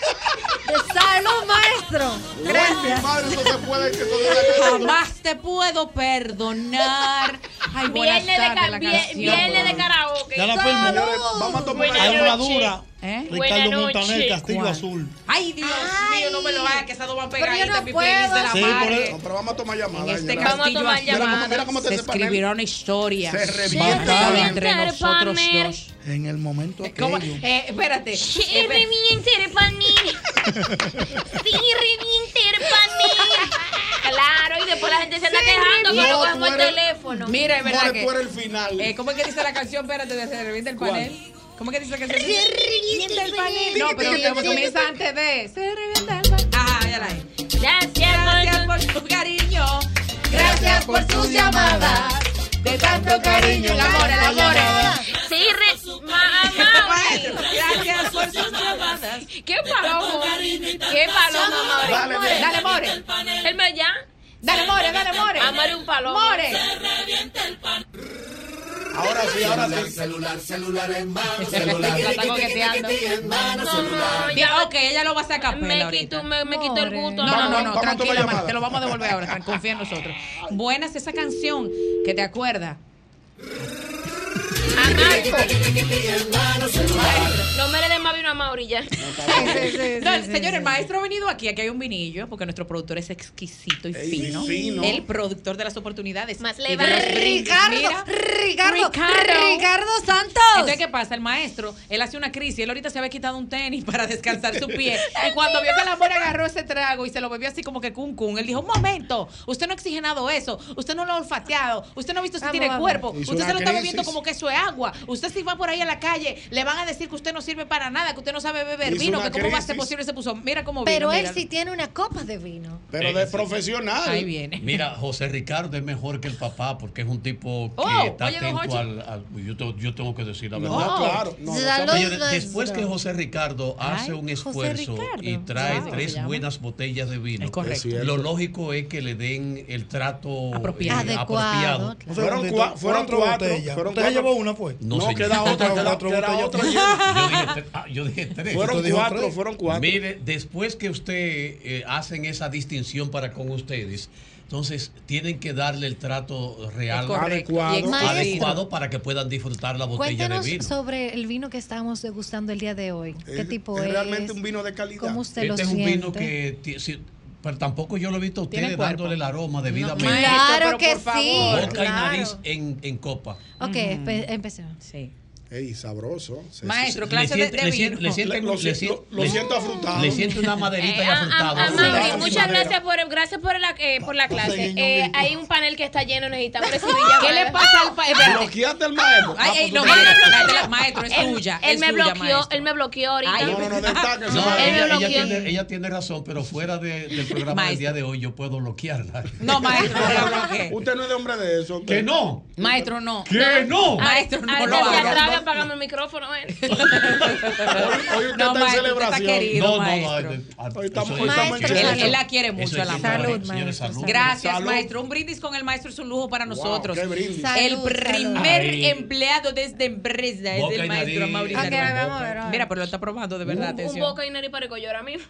[SPEAKER 5] Te salvo, maestro.
[SPEAKER 4] Ay, mi madre, no se puede que todavía-
[SPEAKER 3] Jamás te puedo perdonar
[SPEAKER 37] Ay, buenas
[SPEAKER 6] Viernes de,
[SPEAKER 37] tardes,
[SPEAKER 6] ca-
[SPEAKER 37] la
[SPEAKER 6] vie-
[SPEAKER 37] canción.
[SPEAKER 6] viernes de karaoke.
[SPEAKER 4] Ya la firmo. Señores, vamos a tomar
[SPEAKER 6] Buenas
[SPEAKER 4] una
[SPEAKER 6] noches.
[SPEAKER 4] armadura.
[SPEAKER 6] Buenas
[SPEAKER 4] Ricardo Montaner,
[SPEAKER 6] noches.
[SPEAKER 4] Castillo
[SPEAKER 6] Juan.
[SPEAKER 4] Azul.
[SPEAKER 3] ¿Eh? Ay, Dios mío, no me lo hagas, que esas dos van
[SPEAKER 4] Pero yo
[SPEAKER 3] pegaditas
[SPEAKER 4] no
[SPEAKER 3] en mi playlist de
[SPEAKER 4] puedo.
[SPEAKER 3] la
[SPEAKER 4] Sí, por
[SPEAKER 3] madre.
[SPEAKER 4] eso. pero vamos a tomar llamadas.
[SPEAKER 3] En este
[SPEAKER 4] señora.
[SPEAKER 3] castillo azul.
[SPEAKER 37] se escribirá una historia.
[SPEAKER 4] Se
[SPEAKER 37] Batalla
[SPEAKER 4] revienta
[SPEAKER 37] entre nosotros dos.
[SPEAKER 4] En el momento
[SPEAKER 37] ¿Cómo?
[SPEAKER 4] aquello.
[SPEAKER 3] Eh, espérate.
[SPEAKER 6] Che, reviente, repaní. Sí, reviente, repaní. Claro, y después la gente se anda quejando que no cogemos el teléfono.
[SPEAKER 3] Mira, es verdad. que-
[SPEAKER 4] final.
[SPEAKER 3] Eh, ¿Cómo es que dice la canción? Espérate, de se revienta el panel. ¿Cómo es que dice la canción?
[SPEAKER 6] Se revienta el panel.
[SPEAKER 3] No, pero como comienza antes de. Se revienta el panel. Ajá, ya la hay.
[SPEAKER 6] Gracias
[SPEAKER 3] por tu cariño.
[SPEAKER 6] Gracias por tus llamadas.
[SPEAKER 3] De tanto cariño, el amor, el amor.
[SPEAKER 6] Sí, re, ma- mami.
[SPEAKER 3] Gracias por sus llamadas.
[SPEAKER 6] Qué palomo. Qué palomo, amore.
[SPEAKER 3] Dale,
[SPEAKER 6] More.
[SPEAKER 3] dale.
[SPEAKER 6] Dale, more. El me ya. Dale, more, dale, more. Amore un palomo.
[SPEAKER 3] More.
[SPEAKER 4] Ahora sí, ahora sí.
[SPEAKER 8] Celular, celular en mano,
[SPEAKER 3] celular. La está coqueteando. Ya, ok, ella lo va a sacar.
[SPEAKER 6] Me quito, me, me quito el gusto.
[SPEAKER 3] No, no, no, no,
[SPEAKER 6] amore.
[SPEAKER 3] tranquila, Mar, te lo vamos a devolver ahora, tran- confía en nosotros. Buenas esa canción que te acuerda.
[SPEAKER 6] No me le den más vino a Mauri ya.
[SPEAKER 3] No, señor, el maestro ha venido aquí, aquí hay un vinillo, porque nuestro productor es exquisito y fino.
[SPEAKER 6] fino.
[SPEAKER 3] El productor de las oportunidades. Más
[SPEAKER 6] le vale.
[SPEAKER 5] Ricardo, Ricardo, Ricardo Santos.
[SPEAKER 3] Entonces, ¿qué pasa? El maestro, él hace una crisis, él ahorita se había quitado un tenis para descansar su pie. Y cuando vio que la mujer agarró ese trago y se lo bebió así como que cum cum, él dijo, un momento, usted no ha oxigenado eso, usted no lo ha olfateado, usted no ha visto si
[SPEAKER 5] Vamos,
[SPEAKER 3] tiene
[SPEAKER 5] vamos.
[SPEAKER 3] cuerpo,
[SPEAKER 5] Hizo
[SPEAKER 3] usted
[SPEAKER 5] una
[SPEAKER 3] se lo está
[SPEAKER 5] crisis.
[SPEAKER 3] bebiendo como que eso es agua, usted si va por ahí a la calle, le van a decir que usted no sirve para nada, que usted no sabe beber
[SPEAKER 4] Hizo
[SPEAKER 3] vino,
[SPEAKER 4] una
[SPEAKER 3] que cómo va a ser
[SPEAKER 4] crisis.
[SPEAKER 3] posible, se puso, mira cómo vino.
[SPEAKER 5] Pero él
[SPEAKER 3] mira.
[SPEAKER 5] sí tiene una copa de vino.
[SPEAKER 4] Pero de profesional.
[SPEAKER 3] Ahí viene.
[SPEAKER 15] Mira, José Ricardo es mejor que el papá porque es un tipo que
[SPEAKER 3] Oh,
[SPEAKER 15] está
[SPEAKER 3] oye, don
[SPEAKER 15] atento
[SPEAKER 3] Jochi.
[SPEAKER 15] al, al- yo, te- yo tengo que decir la
[SPEAKER 4] No,
[SPEAKER 15] verdad.
[SPEAKER 4] claro, no, no,
[SPEAKER 15] Oye,
[SPEAKER 4] Saludos,
[SPEAKER 15] de- después que
[SPEAKER 4] Ricardo.
[SPEAKER 15] José Ricardo
[SPEAKER 4] Ay,
[SPEAKER 15] hace un
[SPEAKER 4] José
[SPEAKER 15] esfuerzo
[SPEAKER 4] Ricardo,
[SPEAKER 15] y trae
[SPEAKER 4] claro, se
[SPEAKER 15] tres
[SPEAKER 4] llama.
[SPEAKER 15] buenas botellas de vino,
[SPEAKER 4] correcto. Es cierto.
[SPEAKER 15] lo lógico es que le den el trato
[SPEAKER 4] Apropiado.
[SPEAKER 15] eh,
[SPEAKER 4] Adecuado,
[SPEAKER 15] apropiado.
[SPEAKER 4] claro. Fueron cua- fueron
[SPEAKER 15] Cuatro
[SPEAKER 4] cuatro.
[SPEAKER 15] botellas.
[SPEAKER 4] Fueron
[SPEAKER 15] ¿Usted
[SPEAKER 4] cuatro.
[SPEAKER 15] llevó una, fue?
[SPEAKER 4] pues? No,
[SPEAKER 15] señor.
[SPEAKER 4] queda otra, queda- queda otra.
[SPEAKER 15] Yo dije tre- ah, Yo dije tres.
[SPEAKER 4] Fueron
[SPEAKER 15] Usted dijo
[SPEAKER 4] cuatro, fueron cuatro.
[SPEAKER 15] Mire, después que usted eh, hacen esa distinción para con ustedes, entonces tienen que darle el trato real
[SPEAKER 5] Es correcto.
[SPEAKER 15] adecuado,
[SPEAKER 5] Y exquisito.
[SPEAKER 15] adecuado para que puedan disfrutar la botella
[SPEAKER 5] Cuéntanos
[SPEAKER 15] de vino.
[SPEAKER 5] sobre el vino que estamos degustando el día de hoy. ¿Qué
[SPEAKER 15] Es-
[SPEAKER 5] tipo
[SPEAKER 15] es
[SPEAKER 5] es?
[SPEAKER 15] realmente
[SPEAKER 4] un vino de calidad.
[SPEAKER 5] ¿Cómo usted lo
[SPEAKER 15] este es un
[SPEAKER 5] siente?
[SPEAKER 15] vino que ti- si- pero tampoco yo lo he visto a
[SPEAKER 5] Tiene
[SPEAKER 15] ustedes
[SPEAKER 5] cuerpo.
[SPEAKER 15] dándole el aroma debidamente.
[SPEAKER 5] Claro que sí.
[SPEAKER 15] Boca y
[SPEAKER 5] Claro. Mm.
[SPEAKER 15] nariz en, en copa.
[SPEAKER 5] Ok, empe- empecemos.
[SPEAKER 3] Sí.
[SPEAKER 4] Ey, sabroso. Sí,
[SPEAKER 5] Maestro,
[SPEAKER 4] sí, sí.
[SPEAKER 5] clase
[SPEAKER 15] le
[SPEAKER 5] de-
[SPEAKER 15] siente- le
[SPEAKER 5] de
[SPEAKER 15] siente-
[SPEAKER 5] vino. Eh,
[SPEAKER 15] Le siente,
[SPEAKER 4] Lo- lo
[SPEAKER 15] le
[SPEAKER 4] siento-
[SPEAKER 15] siento-
[SPEAKER 4] lo
[SPEAKER 15] le-
[SPEAKER 4] siento afrutado.
[SPEAKER 15] Le siente una maderita y
[SPEAKER 5] ah,
[SPEAKER 6] A- a- a-
[SPEAKER 15] afrutado.
[SPEAKER 6] Ah, Mauri, muchas gracias por, gracias por la, eh, por la clase. Eh, hay un panel que está lleno, necesitamos recibir llamadas.
[SPEAKER 3] ¿Qué le pasa
[SPEAKER 4] Ah,
[SPEAKER 3] al pa- espérate.
[SPEAKER 4] Bloqueaste al maestro.
[SPEAKER 3] Ay,
[SPEAKER 4] Ah,
[SPEAKER 3] ay,
[SPEAKER 4] pues
[SPEAKER 3] no,
[SPEAKER 4] tú
[SPEAKER 3] maestro,
[SPEAKER 4] también.
[SPEAKER 3] espérate, maestro, es tuya.
[SPEAKER 6] Él
[SPEAKER 3] es
[SPEAKER 6] me
[SPEAKER 3] tuya,
[SPEAKER 6] bloqueó,
[SPEAKER 3] maestro.
[SPEAKER 6] él me bloqueó ahorita.
[SPEAKER 3] Ay, no, no, no, destaca,
[SPEAKER 15] No,
[SPEAKER 6] Él me
[SPEAKER 15] ella, ella
[SPEAKER 6] bloqueó.
[SPEAKER 15] tiene, ella tiene razón, pero fuera de- del programa del día de hoy yo puedo bloquearla.
[SPEAKER 3] No, maestro, no la bloqueé.
[SPEAKER 4] Usted no es de hombre de eso.
[SPEAKER 15] Que no.
[SPEAKER 3] Maestro, no.
[SPEAKER 15] ¿Qué? No.
[SPEAKER 3] Maestro, no
[SPEAKER 6] Ahorita
[SPEAKER 3] lo
[SPEAKER 6] se
[SPEAKER 3] haga.
[SPEAKER 6] atreve, apagame el micrófono. eh.
[SPEAKER 4] Hoy usted
[SPEAKER 3] No,
[SPEAKER 4] está en
[SPEAKER 3] maestro, usted está
[SPEAKER 4] celebración.
[SPEAKER 3] querido, No, no, maestro.
[SPEAKER 4] este, Hoy estamos, hoy estamos en
[SPEAKER 3] Maestro, él,
[SPEAKER 4] celebración.
[SPEAKER 3] él la quiere mucho a la madre.
[SPEAKER 15] Señores, salud.
[SPEAKER 3] Gracias,
[SPEAKER 15] Salud.
[SPEAKER 3] maestro. Un brindis con el maestro es un lujo para nosotros.
[SPEAKER 15] qué brindis.
[SPEAKER 3] el
[SPEAKER 15] Salud,
[SPEAKER 3] primer
[SPEAKER 15] salud.
[SPEAKER 3] empleado de esta empresa es
[SPEAKER 15] Boca y
[SPEAKER 3] el maestro
[SPEAKER 15] nariz.
[SPEAKER 3] Mauricio.
[SPEAKER 15] Ok,
[SPEAKER 3] Armando.
[SPEAKER 15] vamos a ver, vamos a ver.
[SPEAKER 3] Mira, pero lo está probando de verdad.
[SPEAKER 6] Un
[SPEAKER 3] atención.
[SPEAKER 6] boca y nariz para yo ahora mismo.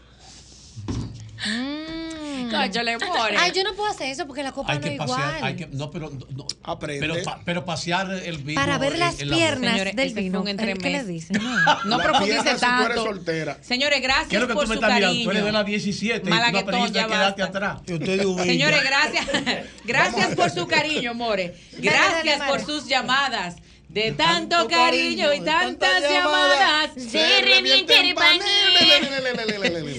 [SPEAKER 6] Mm.
[SPEAKER 3] Cónchale, more.
[SPEAKER 5] Ay, yo no puedo hacer eso porque la copa
[SPEAKER 15] Hay
[SPEAKER 5] no es
[SPEAKER 15] que pasear, hay
[SPEAKER 5] igual.
[SPEAKER 15] que, no, pero, no, pero, pa- pero pasear el vino.
[SPEAKER 5] Para ver
[SPEAKER 15] el-
[SPEAKER 5] las
[SPEAKER 15] el aroma.
[SPEAKER 5] piernas del
[SPEAKER 3] fue
[SPEAKER 5] vino.
[SPEAKER 3] un
[SPEAKER 5] ¿Qué le
[SPEAKER 3] entremés.
[SPEAKER 5] dicen?
[SPEAKER 3] No
[SPEAKER 15] La
[SPEAKER 3] profundice
[SPEAKER 15] pierna si tú eres
[SPEAKER 3] tanto.
[SPEAKER 15] soltera.
[SPEAKER 3] Señores,
[SPEAKER 15] ¿Qué es
[SPEAKER 3] gracias
[SPEAKER 15] lo que tú
[SPEAKER 3] por
[SPEAKER 15] me
[SPEAKER 3] su
[SPEAKER 15] estás mirando?
[SPEAKER 3] cariño.
[SPEAKER 15] Tú eres de la 17 y tú
[SPEAKER 3] Malaguetón,
[SPEAKER 15] aprendiste
[SPEAKER 3] ya
[SPEAKER 15] a quedarte atrás.
[SPEAKER 3] Señores, gracias. Gracias por su cariño, More.
[SPEAKER 5] dale,
[SPEAKER 3] Gracias
[SPEAKER 5] Mara.
[SPEAKER 3] por sus llamadas. De tanto cariño y tantas llamadas.
[SPEAKER 6] Se revienta el panel.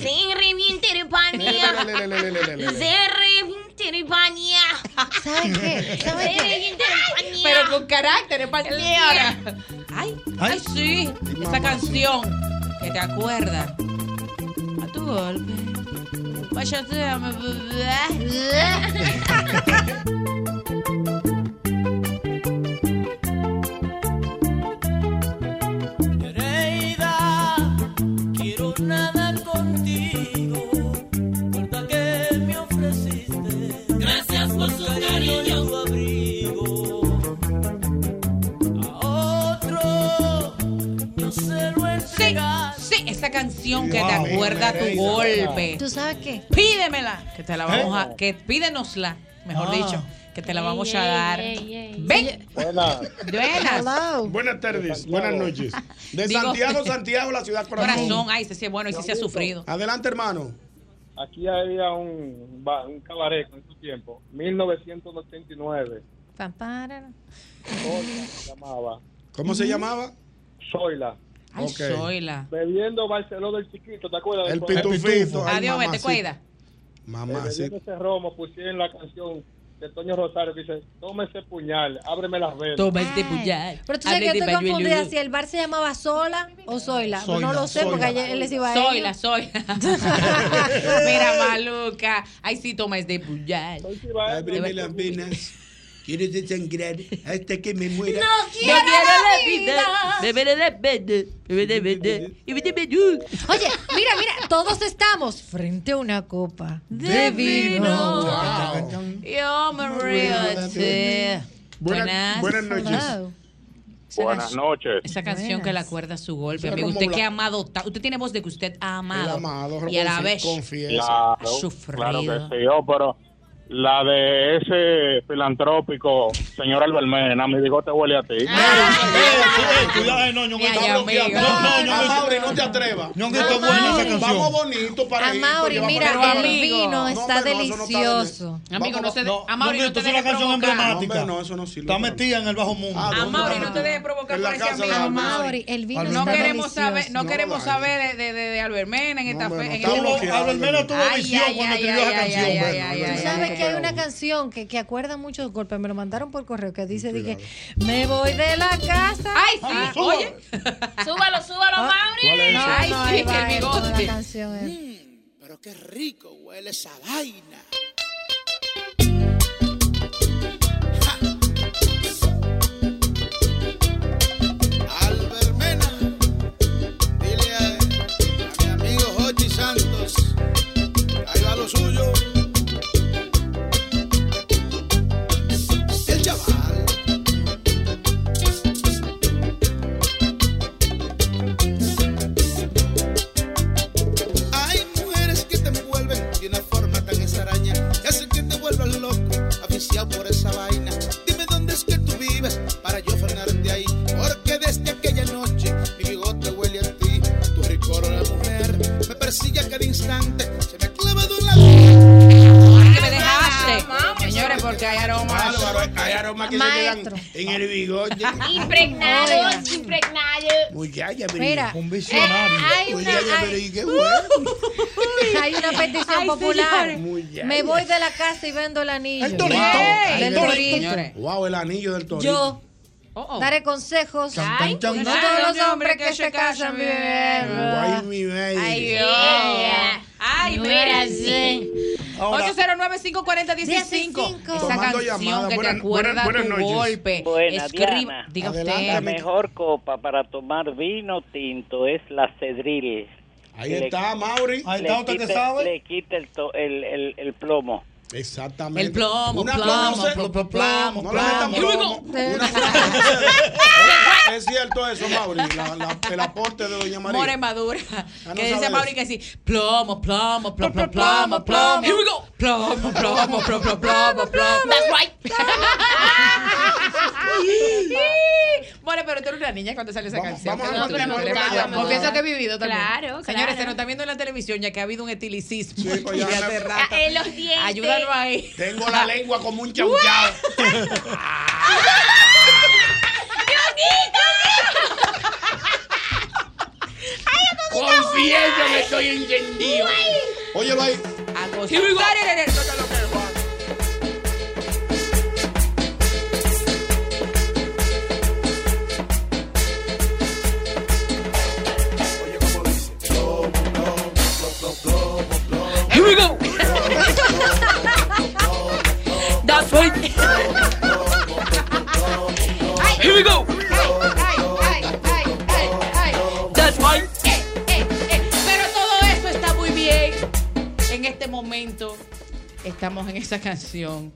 [SPEAKER 6] Se revienta el panel. Se revienta el panel.
[SPEAKER 5] ¿Saben qué? ¿Saben
[SPEAKER 6] Se
[SPEAKER 5] qué?
[SPEAKER 6] revienta el panel.
[SPEAKER 3] Pero con carácter, es para ti
[SPEAKER 6] Sí.
[SPEAKER 3] ahora. Ay, ay, sí. Esa canción que te acuerda a tu golpe. Váyate a
[SPEAKER 2] Nereida, quiero nada contigo. Cuenta que me ofreciste. Gracias por su cariño. Tu abrigo. A otro, no se lo
[SPEAKER 3] Sí, sí, esa canción que te
[SPEAKER 2] Wow.
[SPEAKER 3] acuerda a tu golpe.
[SPEAKER 5] ¿Tú sabes qué?
[SPEAKER 3] ¿Eh? Pídemela, que te la vamos a, que pídenosla, mejor
[SPEAKER 5] Ah.
[SPEAKER 3] dicho, que te la vamos a dar. Ven.
[SPEAKER 38] Buenas.
[SPEAKER 3] Buenas.
[SPEAKER 4] Buenas tardes, buenas noches. De
[SPEAKER 3] Digo-
[SPEAKER 4] Santiago, Santiago, la ciudad corazón.
[SPEAKER 3] Corazón, ay, sí, sí, bueno, y sí se ha sufrido.
[SPEAKER 4] Adelante, hermano.
[SPEAKER 8] Aquí había un, ba- un cabaret en su tiempo, 1989. Zoila se llamaba.
[SPEAKER 4] ¿Cómo se llamaba?
[SPEAKER 8] Zoila.
[SPEAKER 4] Ay, Ok. Zoila.
[SPEAKER 8] Bebiendo Barcelona del chiquito, ¿te acuerdas?
[SPEAKER 4] El
[SPEAKER 8] Del-
[SPEAKER 4] pitufito. Ay,
[SPEAKER 3] Adiós, vete,
[SPEAKER 4] mamacita.
[SPEAKER 3] cuida.
[SPEAKER 4] Mamá,
[SPEAKER 8] Eh,
[SPEAKER 4] sí.
[SPEAKER 8] bebiendo ese romo, pusieron la canción de Toño Rosario, dice, toma ese puñal, ábreme las venas.
[SPEAKER 3] Toma este puñal.
[SPEAKER 5] Pero tú sabes que
[SPEAKER 8] Hable
[SPEAKER 5] yo
[SPEAKER 8] de
[SPEAKER 5] estoy
[SPEAKER 8] Bayuelu.
[SPEAKER 5] confundida si el bar se llamaba Sola o Zoila. Ah, pues no
[SPEAKER 3] Zoila,
[SPEAKER 5] lo sé porque
[SPEAKER 3] Zoila.
[SPEAKER 5] ayer él les iba a
[SPEAKER 3] Zoila, Zoila. Mira, maluca. Ay, sí, toma este puñal.
[SPEAKER 2] Ábreme las venas. Quiero desangrar
[SPEAKER 4] este
[SPEAKER 2] hasta que me muera.
[SPEAKER 39] No quiero la vida.
[SPEAKER 2] Beberé la vida. Beberé la vida. Y vete, vete.
[SPEAKER 5] Oye, mira, mira, todos estamos frente a una copa de vino.
[SPEAKER 3] Yo me río. sí. Buenas.
[SPEAKER 18] Hello.
[SPEAKER 12] Buenas noches.
[SPEAKER 3] Esa canción que le acuerda su golpe,
[SPEAKER 12] Suena
[SPEAKER 3] amigo.
[SPEAKER 12] como
[SPEAKER 3] Usted que
[SPEAKER 12] la-
[SPEAKER 3] ha amado, ta- usted tiene voz de que usted ha amado.
[SPEAKER 12] amado,
[SPEAKER 3] y a la
[SPEAKER 12] confi-
[SPEAKER 3] vez
[SPEAKER 12] confiesa.
[SPEAKER 3] ha
[SPEAKER 12] Claro,
[SPEAKER 3] sufrido.
[SPEAKER 12] Claro que sí, oh, pero la de ese filantrópico, señor Albermena, mi bigote huele a ti.
[SPEAKER 3] Ah.
[SPEAKER 2] Cuidado, eh, no, ñongo,
[SPEAKER 12] Ay,
[SPEAKER 2] está
[SPEAKER 12] amigo.
[SPEAKER 2] bloqueado.
[SPEAKER 12] No,
[SPEAKER 2] No,
[SPEAKER 4] A
[SPEAKER 2] ñongo,
[SPEAKER 4] Mauri, no te atrevas.
[SPEAKER 2] ñongo, está buena esa canción.
[SPEAKER 4] Vamos bonito para
[SPEAKER 5] A
[SPEAKER 4] ir,
[SPEAKER 5] Mauri,
[SPEAKER 4] porque
[SPEAKER 5] mira,
[SPEAKER 4] vamos a-
[SPEAKER 5] el vino
[SPEAKER 4] hombre,
[SPEAKER 5] está
[SPEAKER 4] no, eso no está bien.
[SPEAKER 5] delicioso.
[SPEAKER 3] Amigo, no se de- a Mauri
[SPEAKER 2] Ñongo,
[SPEAKER 3] no te
[SPEAKER 2] esto es una
[SPEAKER 3] dejes
[SPEAKER 2] canción
[SPEAKER 3] provocar.
[SPEAKER 2] emblemática.
[SPEAKER 4] No, hombre, no, eso no sirve.
[SPEAKER 2] Está metida en el bajo mundo.
[SPEAKER 3] A Mauri, no te dejes provocar
[SPEAKER 2] En
[SPEAKER 3] por
[SPEAKER 2] la
[SPEAKER 3] ese
[SPEAKER 2] casa de
[SPEAKER 3] amigo.
[SPEAKER 2] Albermena. Mauri,
[SPEAKER 5] el
[SPEAKER 2] vino
[SPEAKER 3] No
[SPEAKER 2] está
[SPEAKER 3] queremos saber, no,
[SPEAKER 2] delicioso.
[SPEAKER 3] queremos
[SPEAKER 2] No,
[SPEAKER 3] saber de, de, de, de Albermena en esta fe. en
[SPEAKER 2] está
[SPEAKER 3] este-
[SPEAKER 2] bloqueado, Albermena tuvo
[SPEAKER 3] Ay,
[SPEAKER 2] visión
[SPEAKER 3] ay,
[SPEAKER 2] cuando
[SPEAKER 3] ay,
[SPEAKER 2] escribió
[SPEAKER 3] ay,
[SPEAKER 2] esa
[SPEAKER 3] ay,
[SPEAKER 2] canción,
[SPEAKER 3] ay,
[SPEAKER 2] bueno,
[SPEAKER 3] ay,
[SPEAKER 5] Tú
[SPEAKER 3] ay,
[SPEAKER 5] sabes
[SPEAKER 3] ay,
[SPEAKER 5] que hay una canción que, que acuerda muchos golpes. Me lo mandaron por correo que dice, dije, me voy de la casa.
[SPEAKER 6] Ay, sí, oye. Súbalo, súbalo, Mauri.
[SPEAKER 5] ¿Cuál
[SPEAKER 6] Ah,
[SPEAKER 5] es
[SPEAKER 6] No,
[SPEAKER 5] esa?
[SPEAKER 6] ay,
[SPEAKER 5] No,
[SPEAKER 6] sí,
[SPEAKER 5] ahí va,
[SPEAKER 6] el
[SPEAKER 5] ahí va la
[SPEAKER 6] bigote.
[SPEAKER 5] canción es.
[SPEAKER 39] Mm, Pero qué rico huele esa vaina.
[SPEAKER 12] Albermena, dile a, a mi amigo Jochi Santos, ahí va lo suyo. El chaval.
[SPEAKER 40] Hay mujeres que te envuelven de una forma tan extraña que hace que te vuelvas loco, aficiado por esa vaina. Dime dónde es que tú vives para yo frenarte ahí, porque desde aquella noche mi bigote huele a ti. Tu ricor la mujer me persigue a cada instante, se me ha clavado en la
[SPEAKER 3] que me dejaste.
[SPEAKER 2] pues,
[SPEAKER 3] Señores, porque hay aroma.
[SPEAKER 4] Álvaro, Hay aromas que
[SPEAKER 5] Maestro.
[SPEAKER 4] se quedan en el bigote.
[SPEAKER 6] Impregnados, impregnados.
[SPEAKER 4] Muchacha, pero
[SPEAKER 5] Mira,
[SPEAKER 4] un visionario.
[SPEAKER 5] eh, hay una-
[SPEAKER 4] Muchacha,
[SPEAKER 5] hay-
[SPEAKER 4] pero ¿y qué bueno?
[SPEAKER 5] Hay una petición
[SPEAKER 4] Ay,
[SPEAKER 5] popular.
[SPEAKER 4] señores. Muy ya,
[SPEAKER 5] Me
[SPEAKER 4] ya.
[SPEAKER 5] voy de la casa y vendo el anillo.
[SPEAKER 4] El torito.
[SPEAKER 5] Ey,
[SPEAKER 4] El
[SPEAKER 5] Del torito.
[SPEAKER 4] torito. Wow, el anillo del torito.
[SPEAKER 5] Yo daré consejos
[SPEAKER 4] Chan, chan,
[SPEAKER 5] a
[SPEAKER 4] chan,
[SPEAKER 5] todos
[SPEAKER 4] chan.
[SPEAKER 5] los hombres que se casan
[SPEAKER 4] Ay,
[SPEAKER 5] bien.
[SPEAKER 4] mi baby.
[SPEAKER 3] Ay,
[SPEAKER 5] No
[SPEAKER 3] mira,
[SPEAKER 5] era
[SPEAKER 3] sí.
[SPEAKER 4] Ahora-
[SPEAKER 3] 809-540-165. Esa
[SPEAKER 12] Tomando
[SPEAKER 3] canción
[SPEAKER 12] llamadas.
[SPEAKER 3] que
[SPEAKER 12] Buenas-
[SPEAKER 3] te acuerda
[SPEAKER 12] buenas-
[SPEAKER 3] tu
[SPEAKER 12] buenas noches.
[SPEAKER 3] golpe.
[SPEAKER 12] Buena,
[SPEAKER 3] Escriba-
[SPEAKER 12] Diana.
[SPEAKER 3] Diga
[SPEAKER 12] La
[SPEAKER 3] usted.
[SPEAKER 12] mejor copa para tomar vino tinto es la cedril.
[SPEAKER 4] Ahí
[SPEAKER 12] Que le-
[SPEAKER 4] está, Mauri.
[SPEAKER 12] le quita- Le quita el, to- el, el, el plomo.
[SPEAKER 4] Exactamente.
[SPEAKER 12] El plomo,
[SPEAKER 4] Una
[SPEAKER 12] plomo,
[SPEAKER 4] conoce-
[SPEAKER 12] plomo,
[SPEAKER 4] plomo,
[SPEAKER 12] plomo,
[SPEAKER 4] No le metan
[SPEAKER 12] plomo.
[SPEAKER 4] plomo. Una- Es cierto eso, Mauri. la- la- el aporte de Doña María.
[SPEAKER 3] More madura.
[SPEAKER 4] no
[SPEAKER 3] Ah, que dice
[SPEAKER 4] sabe
[SPEAKER 3] Mauri que sí. Plomo, plomo, plomo, plomo, plomo. Here we go. Plomo, plomo, plomo, plomo, plomo. That's right. More, pero tú eres una niña cuando salió esa canción.
[SPEAKER 6] vamos a
[SPEAKER 3] No, tú eres
[SPEAKER 6] continuar,
[SPEAKER 3] madura.
[SPEAKER 6] vamos a
[SPEAKER 3] Confieso
[SPEAKER 6] continuar.
[SPEAKER 3] que he vivido también.
[SPEAKER 6] Claro,
[SPEAKER 3] Señores,
[SPEAKER 6] claro.
[SPEAKER 3] se nos está viendo en la televisión ya que ha habido un etilicismo.
[SPEAKER 4] pues ya
[SPEAKER 3] de
[SPEAKER 4] me-
[SPEAKER 3] hace rato.
[SPEAKER 6] Ah, En los dientes.
[SPEAKER 3] Ayúdalo ahí.
[SPEAKER 4] Tengo la lengua como un chau chau. Confieso que estoy encendido. Óyelo ahí.
[SPEAKER 3] Here we go. That's right. Here we go. That's right. Eh, Pero todo eso está muy bien. En este momento estamos en esa canción.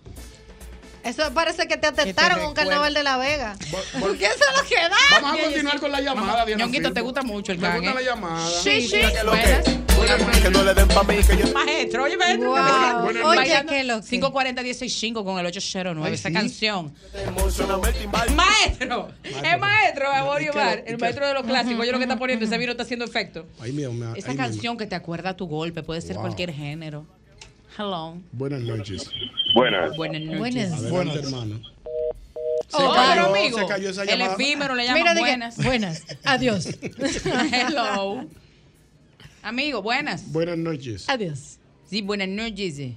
[SPEAKER 5] Eso parece que te atestaron en un
[SPEAKER 3] recuerda.
[SPEAKER 5] carnaval de La Vega. ¿Por qué eso lo que da?
[SPEAKER 4] Vamos a continuar con la llamada, Diana
[SPEAKER 3] Ñonguito,
[SPEAKER 4] Filpo.
[SPEAKER 3] te gusta mucho el
[SPEAKER 4] Me
[SPEAKER 3] can,
[SPEAKER 4] gusta
[SPEAKER 3] ¿eh?
[SPEAKER 4] la llamada.
[SPEAKER 3] Sí, sí.
[SPEAKER 4] Mira que lo que-
[SPEAKER 41] Que no le den pa' mí, que yo.
[SPEAKER 3] Maestro, oye, maestro.
[SPEAKER 41] Wow. Oye,
[SPEAKER 3] qué loco. 540 165 con el 809, esa canción. Maestro, el maestro, Aborio Bar, el maestro de los clásicos. Oye, lo que está poniendo, ese vino está haciendo efecto.
[SPEAKER 4] Ay, mío, me-
[SPEAKER 2] Esa
[SPEAKER 4] ay, mi
[SPEAKER 2] canción que te acuerda a tu golpe puede ser
[SPEAKER 4] Wow.
[SPEAKER 2] cualquier género. Hello.
[SPEAKER 4] ma- Buenas noches.
[SPEAKER 12] Buenas.
[SPEAKER 2] Buenas noches.
[SPEAKER 4] Buenas.
[SPEAKER 2] Buenas.
[SPEAKER 4] Adelante, hermano.
[SPEAKER 2] Se Oh, cayó, pero amigo,
[SPEAKER 4] se cayó esa
[SPEAKER 3] el
[SPEAKER 4] llamada.
[SPEAKER 3] efímero le llaman
[SPEAKER 5] Mira de que-
[SPEAKER 3] buenas.
[SPEAKER 5] buenas. Adiós.
[SPEAKER 2] Hello. Amigo, buenas.
[SPEAKER 4] Buenas noches.
[SPEAKER 2] Adiós. Sí, buenas noches.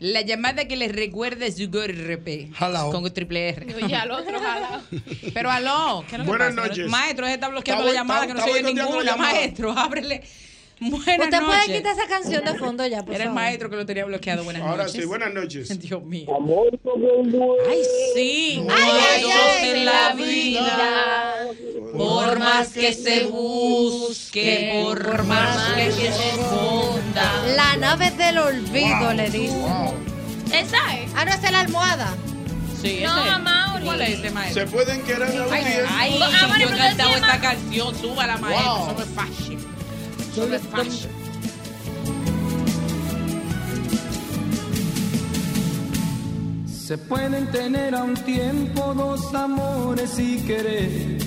[SPEAKER 2] La llamada que les recuerda su golpe.
[SPEAKER 3] Hello.
[SPEAKER 2] Con triple R.
[SPEAKER 3] Oye, al otro, ojalá. Pero aló, ¿qué es lo que
[SPEAKER 2] Buenas
[SPEAKER 3] pasa? Pero-
[SPEAKER 2] noches.
[SPEAKER 3] Maestro, ese está bloqueando
[SPEAKER 2] Está
[SPEAKER 3] la
[SPEAKER 2] boi-
[SPEAKER 3] llamada
[SPEAKER 2] está-
[SPEAKER 3] que no
[SPEAKER 2] está
[SPEAKER 3] se oye
[SPEAKER 2] boicoteando la
[SPEAKER 3] ninguna.
[SPEAKER 2] llamada.
[SPEAKER 3] Maestro, ábrele. Buenas
[SPEAKER 5] Usted
[SPEAKER 3] noches.
[SPEAKER 5] puede quitar esa canción de fondo ya, por
[SPEAKER 3] Era el
[SPEAKER 5] favor.
[SPEAKER 3] maestro que lo tenía bloqueado. Buenas
[SPEAKER 4] Ahora
[SPEAKER 3] noches.
[SPEAKER 4] sí, buenas noches.
[SPEAKER 3] Dios mío.
[SPEAKER 2] Ay, sí.
[SPEAKER 3] Ay,
[SPEAKER 42] ay, ay,
[SPEAKER 3] en la vida. Por más que se busque, por más que se esconda.
[SPEAKER 5] La nave del olvido, le dice.
[SPEAKER 6] Esa es.
[SPEAKER 5] Ah, no, esa es la almohada.
[SPEAKER 3] Sí,
[SPEAKER 5] No,
[SPEAKER 3] ese es.
[SPEAKER 5] Amaury.
[SPEAKER 3] ¿Cuál es ese, maestro?
[SPEAKER 5] Se pueden querer a un
[SPEAKER 3] Ay,
[SPEAKER 5] día.
[SPEAKER 3] ay,
[SPEAKER 5] Amaury,
[SPEAKER 3] si yo
[SPEAKER 5] pero
[SPEAKER 3] he
[SPEAKER 5] se
[SPEAKER 3] cantado
[SPEAKER 5] llama-
[SPEAKER 3] esta canción, súbala, maestro.
[SPEAKER 5] Wow.
[SPEAKER 3] Eso no es fácil. Eso no es fácil.
[SPEAKER 33] Se pueden tener a un tiempo dos amores y querer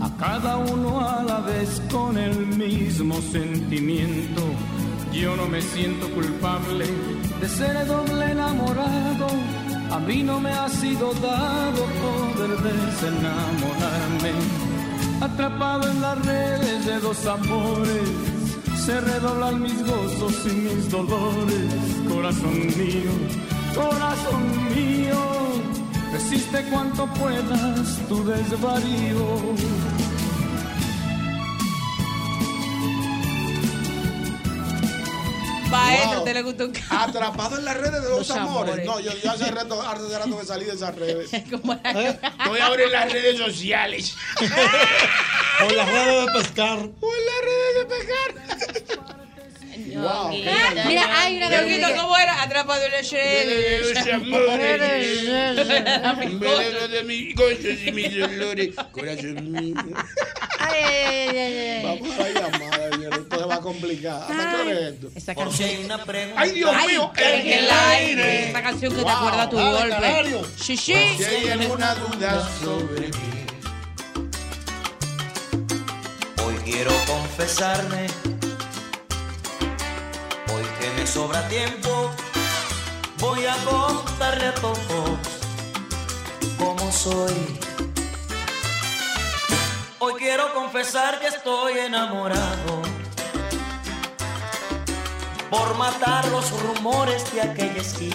[SPEAKER 33] a cada uno a la vez con el mismo sentimiento. Yo no me siento culpable de ser doble enamorado. A mí no me ha sido dado poder desenamorarme. Atrapado en las redes de dos amores, se redoblan mis gozos y mis dolores. Corazón mío, corazón mío, resiste cuanto puedas tu desvarío.
[SPEAKER 41] este,
[SPEAKER 3] Maestro, ¿te le gustó un
[SPEAKER 4] Atrapado en las redes de los,
[SPEAKER 3] Los
[SPEAKER 4] amores.
[SPEAKER 3] amores.
[SPEAKER 4] No, yo, yo hace rato, hace rato me salí de esas redes.
[SPEAKER 12] Estoy ahora en las redes sociales.
[SPEAKER 11] O las redes de pescar.
[SPEAKER 4] Wow.
[SPEAKER 3] Mira, hay una
[SPEAKER 42] Pero
[SPEAKER 3] canción
[SPEAKER 42] quito,
[SPEAKER 3] que-
[SPEAKER 42] ¿cómo
[SPEAKER 3] era? Atrapado en la
[SPEAKER 12] De los amores. Me alegro de mis gozos y mis dolores. Corazón mío.
[SPEAKER 5] Ay, ay, ay, ay, ay.
[SPEAKER 4] Vamos a la llamada, señor. Esto se va a complicar. ¿Hasta qué hora es esto?
[SPEAKER 42] Ay, Dios mío, en el aire.
[SPEAKER 3] Esa canción que te acuerda a tu
[SPEAKER 42] dale,
[SPEAKER 3] golpe.
[SPEAKER 42] canario.
[SPEAKER 3] Sí, sí.
[SPEAKER 42] Si hay alguna
[SPEAKER 12] duda sobre mí.
[SPEAKER 7] Hoy quiero confesarme, hoy que me sobra tiempo, voy a contarle a todos cómo soy. Hoy quiero confesar que estoy enamorado por matar los rumores de aquella esquina.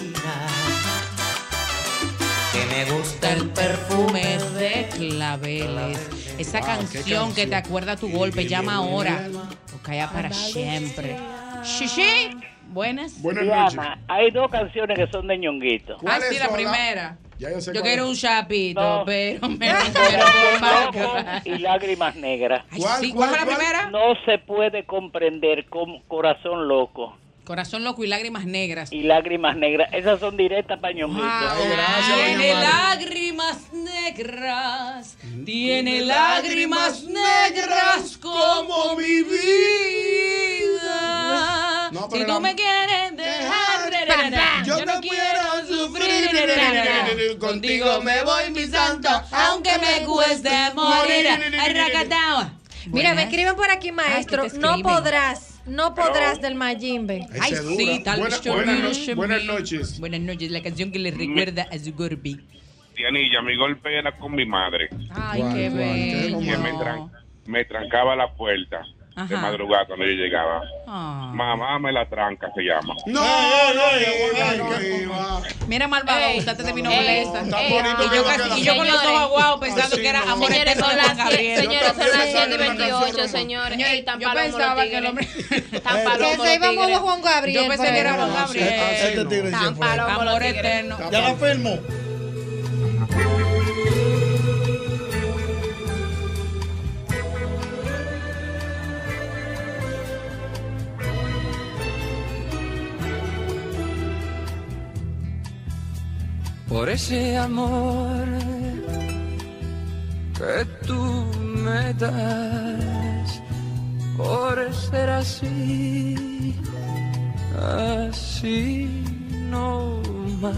[SPEAKER 7] Que me gusta el
[SPEAKER 2] Perfume de claveles. Esa canción que te acuerda a tu golpe. Llama ahora. O calla para siempre. Shishi. Buenas.
[SPEAKER 12] Diana, hay dos canciones que son de ñonguito.
[SPEAKER 2] Ah, sí, la primera. Yo quiero un chapito,
[SPEAKER 12] No.
[SPEAKER 2] pero me
[SPEAKER 12] Pero
[SPEAKER 2] muero por
[SPEAKER 12] con
[SPEAKER 2] marca.
[SPEAKER 12] ojos y lágrimas negras.
[SPEAKER 2] ¿Cuál, sí, ¿cuál cuál, fue la cuál? primera?
[SPEAKER 12] No se puede comprender con corazón loco
[SPEAKER 2] Corazón loco y lágrimas negras.
[SPEAKER 12] y lágrimas negras. Esas son directas para ñonguito.
[SPEAKER 2] Tiene lágrimas negras. Tiene lágrimas negras como mi vida.
[SPEAKER 42] No, pero
[SPEAKER 2] si tú
[SPEAKER 42] la-
[SPEAKER 2] me quieres dejar, ra, ra, ra, yo no quiero sufrir. ra, ra, ra, ra. Contigo me voy, mi santo, aunque me cueste morir. Ay, racatao.
[SPEAKER 5] Mira, me escriben por aquí, maestro.
[SPEAKER 2] Ay, que te
[SPEAKER 5] no
[SPEAKER 2] escriben.
[SPEAKER 5] podrás, no podrás del Mayimbe.
[SPEAKER 2] Ay, sí, tal
[SPEAKER 4] Buena-
[SPEAKER 2] vez yo
[SPEAKER 4] buenas
[SPEAKER 2] no
[SPEAKER 4] no-
[SPEAKER 2] sé
[SPEAKER 4] buenas
[SPEAKER 2] mí.
[SPEAKER 4] noches.
[SPEAKER 2] Buenas noches, la canción que le recuerda a su gorbi.
[SPEAKER 18] Dianilla, mi golpe era con mi madre.
[SPEAKER 2] Ay, qué bello.
[SPEAKER 18] Que me, tran- me trancaba la puerta de
[SPEAKER 2] Ajá.
[SPEAKER 18] madrugada cuando yo llegaba.
[SPEAKER 2] Ah.
[SPEAKER 18] Mamá me la tranca, se llama.
[SPEAKER 4] No, no, no,
[SPEAKER 3] Mira, malvado, usted te terminó
[SPEAKER 2] no,
[SPEAKER 3] molesta.
[SPEAKER 2] está
[SPEAKER 3] Ey,
[SPEAKER 2] bonito
[SPEAKER 3] y
[SPEAKER 2] que
[SPEAKER 3] yo,
[SPEAKER 2] va a
[SPEAKER 3] casi-
[SPEAKER 2] quedar.
[SPEAKER 3] y yo con los ojos
[SPEAKER 2] Señores.
[SPEAKER 3] aguados pensando
[SPEAKER 2] Así
[SPEAKER 3] que era
[SPEAKER 2] no.
[SPEAKER 3] amor
[SPEAKER 2] Señores,
[SPEAKER 3] eterno de
[SPEAKER 2] son
[SPEAKER 3] Juan
[SPEAKER 2] las-
[SPEAKER 3] Gabriel.
[SPEAKER 6] Señores, son las 7 y 28, señores. Ey, tan
[SPEAKER 3] Yo
[SPEAKER 6] palomo los
[SPEAKER 3] pensaba que el
[SPEAKER 6] tigres.
[SPEAKER 3] hombre.
[SPEAKER 6] Tan
[SPEAKER 5] Que
[SPEAKER 6] palomo
[SPEAKER 5] se
[SPEAKER 6] los
[SPEAKER 5] iba
[SPEAKER 6] tigres.
[SPEAKER 5] modo Juan Gabriel.
[SPEAKER 3] Yo
[SPEAKER 5] por
[SPEAKER 3] pensé que era
[SPEAKER 5] ahí.
[SPEAKER 3] Pues, Juan Gabriel.
[SPEAKER 11] Este tigre
[SPEAKER 3] Tan
[SPEAKER 11] siempre.
[SPEAKER 3] palomo los Amor tigres. eterno.
[SPEAKER 11] Ya la firmó.
[SPEAKER 33] por ese amor que tú me das, por ser así, así no más.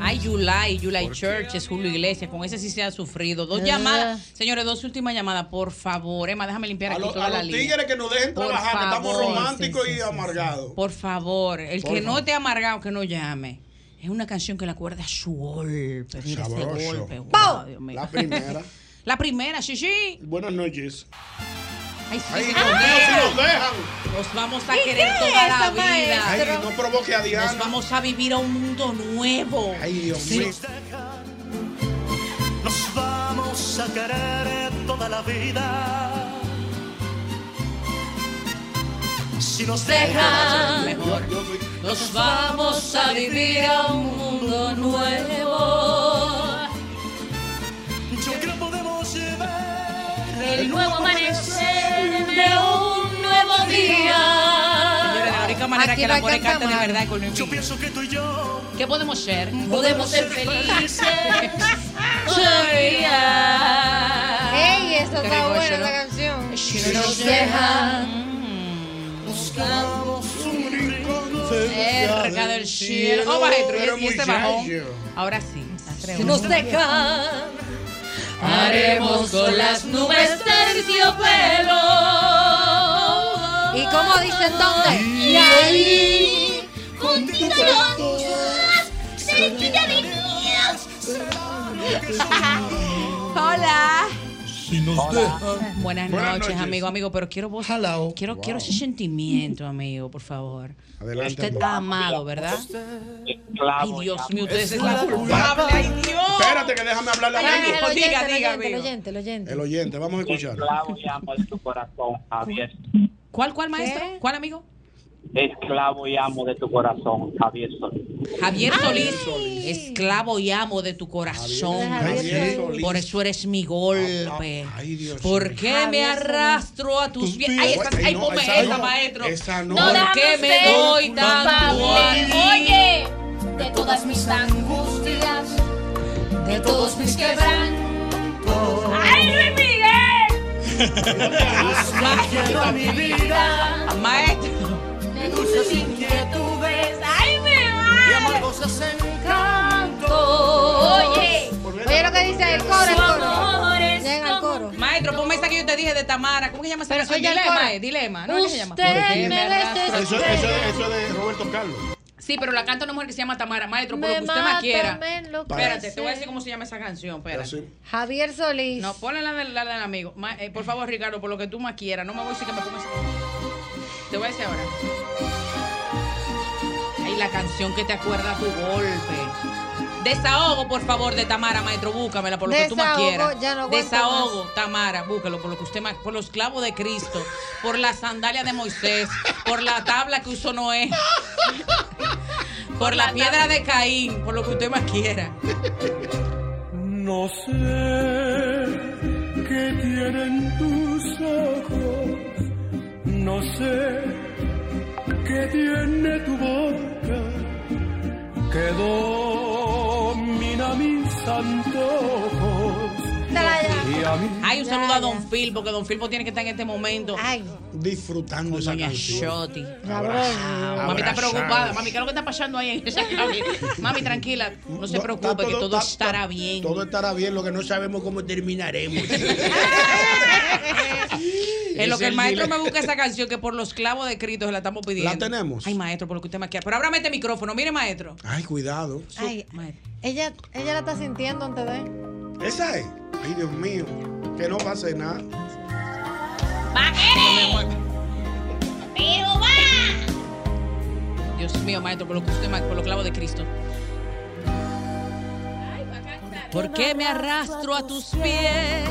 [SPEAKER 3] Ay, July, July Church, es Julio Iglesias. Con ese sí se ha sufrido. Dos
[SPEAKER 33] Ah.
[SPEAKER 3] llamadas. Señores, dos últimas llamadas, por favor. Emma, déjame limpiar aquí
[SPEAKER 15] los-
[SPEAKER 3] toda
[SPEAKER 15] a
[SPEAKER 3] la
[SPEAKER 15] los
[SPEAKER 3] línea.
[SPEAKER 15] tigres que nos dejen
[SPEAKER 3] Por
[SPEAKER 15] trabajar, que estamos
[SPEAKER 3] favor,
[SPEAKER 15] románticos y amargados.
[SPEAKER 3] Por favor, el
[SPEAKER 15] Por
[SPEAKER 3] que
[SPEAKER 15] favor.
[SPEAKER 3] no te ha amargado, que no llame. Es una canción que le acuerda a su golpe. Mira ese
[SPEAKER 15] Sabroso.
[SPEAKER 3] golpe.
[SPEAKER 15] ¡Pum!
[SPEAKER 3] guau, Dios mío.
[SPEAKER 15] La primera.
[SPEAKER 3] La primera, sí, sí.
[SPEAKER 15] Buenas noches.
[SPEAKER 3] Ay, sí,
[SPEAKER 15] Ay,
[SPEAKER 3] sí,
[SPEAKER 15] Dios
[SPEAKER 3] nos
[SPEAKER 15] mío,
[SPEAKER 3] dejan.
[SPEAKER 15] sí nos dejan.
[SPEAKER 3] Nos vamos a
[SPEAKER 15] ¿Y
[SPEAKER 3] querer
[SPEAKER 15] qué es
[SPEAKER 3] toda
[SPEAKER 15] eso,
[SPEAKER 3] la vida.
[SPEAKER 15] maestro? Ay, no provoque a Diana.
[SPEAKER 3] Nos vamos a vivir a un mundo nuevo.
[SPEAKER 15] Ay, Dios
[SPEAKER 3] Sí.
[SPEAKER 15] mío.
[SPEAKER 23] Nos vamos a querer toda la vida. Si nos dejan,
[SPEAKER 2] Nos vamos a vivir a un mundo nuevo.
[SPEAKER 23] yo creo que podemos llevar
[SPEAKER 2] El nuevo amanecer de un nuevo día.
[SPEAKER 3] Señores, la única manera
[SPEAKER 2] Aquí
[SPEAKER 3] que
[SPEAKER 2] no
[SPEAKER 3] el
[SPEAKER 2] hay
[SPEAKER 3] amor encante de
[SPEAKER 2] cantamar.
[SPEAKER 3] verdad es con Luis Miguel. ¿Qué podemos ser?
[SPEAKER 2] Podemos ser felices. Todavía.
[SPEAKER 5] ¡Ey, eso está
[SPEAKER 2] Queremos,
[SPEAKER 5] buena
[SPEAKER 2] ¿no?
[SPEAKER 5] esa canción!
[SPEAKER 2] Si nos dejan,
[SPEAKER 23] buscamos un rincón
[SPEAKER 3] Cerca del cielo. Oh, maestro, y- y este bajón. Ahora sí.
[SPEAKER 2] si nos dejan, haremos con las nubes terciopelo.
[SPEAKER 5] ¿Y cómo dicen dónde?
[SPEAKER 2] Y ahí, juntitos los dos, cerquita de
[SPEAKER 3] Hola.
[SPEAKER 2] Hola.
[SPEAKER 3] Buenas,
[SPEAKER 2] Buenas
[SPEAKER 3] noches,
[SPEAKER 2] noches.
[SPEAKER 3] amigo, amigo, pero quiero vos. Quiero,
[SPEAKER 2] Wow.
[SPEAKER 3] quiero ese sentimiento, amigo, por favor.
[SPEAKER 2] Adelante,
[SPEAKER 3] Usted
[SPEAKER 2] amor.
[SPEAKER 3] está amado, ¿verdad? Ay, Dios mío, usted es
[SPEAKER 15] Es
[SPEAKER 3] la
[SPEAKER 15] la
[SPEAKER 3] culpable. Ay, Dios.
[SPEAKER 15] Espérate que déjame hablarle a
[SPEAKER 5] Ay,
[SPEAKER 15] mí.
[SPEAKER 5] el oyente,
[SPEAKER 3] diga, diga,
[SPEAKER 5] el oyente, el
[SPEAKER 3] amigo.
[SPEAKER 5] oyente, el oyente.
[SPEAKER 15] El oyente, vamos a escuchar.
[SPEAKER 10] Esclavo llamo de tu corazón, Javier.
[SPEAKER 3] ¿Cuál, cuál, maestro? ¿Cuál, amigo?
[SPEAKER 10] Esclavo y amo de tu corazón, Javier Solís.
[SPEAKER 3] Javier Solís, esclavo y amo de tu corazón.
[SPEAKER 10] Javier Javier Solís.
[SPEAKER 3] Por eso eres mi golpe. ¿Por qué me
[SPEAKER 2] Javier Solís.
[SPEAKER 3] arrastro a tus pies?
[SPEAKER 2] pies.
[SPEAKER 3] Ay, esa,
[SPEAKER 2] Ay,
[SPEAKER 3] ay,
[SPEAKER 2] no,
[SPEAKER 3] ponme
[SPEAKER 2] esa
[SPEAKER 3] esa,
[SPEAKER 2] no.
[SPEAKER 3] maestro.
[SPEAKER 2] Esa no.
[SPEAKER 3] ¿Por
[SPEAKER 2] No,
[SPEAKER 3] qué
[SPEAKER 2] dame
[SPEAKER 3] me
[SPEAKER 2] usted
[SPEAKER 3] doy tanto
[SPEAKER 2] culpable.
[SPEAKER 3] a-
[SPEAKER 2] Oye, de todas mis angustias, de todos mis quebrantos. ¡Ay, Luis Miguel! Busca mi vida,
[SPEAKER 3] Ah, maestro.
[SPEAKER 2] De dulces inquietudes, ¡ay, me va! Y amargos desencantos.
[SPEAKER 5] Oye, oye lo que dice el coro, el
[SPEAKER 3] Su
[SPEAKER 5] coro.
[SPEAKER 3] amor es
[SPEAKER 5] Llega el coro.
[SPEAKER 3] Maestro, ponme esa que yo te dije de Tamara. ¿Cómo que se llama esa
[SPEAKER 5] Pero
[SPEAKER 3] canción?
[SPEAKER 5] oye, el coro.
[SPEAKER 3] Dilema, eh, dilema. ¿no? ¿Qué se llama?
[SPEAKER 5] Usted
[SPEAKER 3] ¿Por qué
[SPEAKER 5] me
[SPEAKER 3] arrastra a tus
[SPEAKER 15] Eso, eso,
[SPEAKER 3] pies?
[SPEAKER 15] de- eso de Roberto Carlos.
[SPEAKER 3] Sí, pero la canta una mujer que se llama Tamara. Maestro, por lo
[SPEAKER 5] Me
[SPEAKER 3] que usted más
[SPEAKER 5] mata,
[SPEAKER 3] quiera.
[SPEAKER 5] me enloquece.
[SPEAKER 3] Espérate, te voy a decir cómo se llama esa canción. Espérate.
[SPEAKER 5] Javier Solís.
[SPEAKER 3] No, ponle la, del- la del amigo. Ma- eh, por favor, Ricardo, por lo que tú más quieras. No me voy a decir que me pongas. Te voy a decir ahora. Ay, la canción que te acuerda a tu golpe. Desahogo, por favor, de Tamara, maestro. Búscamela por lo que tú más
[SPEAKER 5] Desahogo,
[SPEAKER 3] quieras.
[SPEAKER 5] ya no aguanto
[SPEAKER 3] Desahogo, Tamara, búscalo por lo que usted más. Por los clavos de Cristo, por la sandalia de Moisés, por la tabla que usó Noé, por, la, piedra de Caín, por lo que usted más quiera.
[SPEAKER 2] No sé qué tienen tus ojos, no sé qué tiene tu boca, que domina mis antojos. Y a mí
[SPEAKER 3] Ay, un saludo a Don Filpo, que Don Filpo tiene que estar en este momento.
[SPEAKER 15] Disfrutando esa
[SPEAKER 3] Doña
[SPEAKER 15] canción.
[SPEAKER 3] Shorty.
[SPEAKER 15] Abrazado.
[SPEAKER 3] Mami está
[SPEAKER 15] Abrazados.
[SPEAKER 3] preocupada. Mami, ¿qué es lo que está pasando ahí en esa cabina? Mami, tranquila, no se preocupe, que todo estará bien.
[SPEAKER 15] Todo estará bien, lo que no sabemos cómo terminaremos.
[SPEAKER 3] En lo
[SPEAKER 15] Es
[SPEAKER 3] que el
[SPEAKER 15] el
[SPEAKER 3] maestro me
[SPEAKER 15] dile-
[SPEAKER 3] busca esa canción que por los clavos de Cristo se la estamos pidiendo.
[SPEAKER 15] La tenemos.
[SPEAKER 3] Ay, maestro, por lo que usted más quiera. Pero ábrame este micrófono, mire, maestro.
[SPEAKER 15] Ay, cuidado.
[SPEAKER 5] Ay, ella, ella la está sintiendo antes de.
[SPEAKER 15] Esa es. Ay, Dios mío. Que no pase nada.
[SPEAKER 2] Pero va.
[SPEAKER 3] Dios mío, maestro, por lo que usted más, por los clavos de Cristo. ¿Por qué me arrastro a tus pies?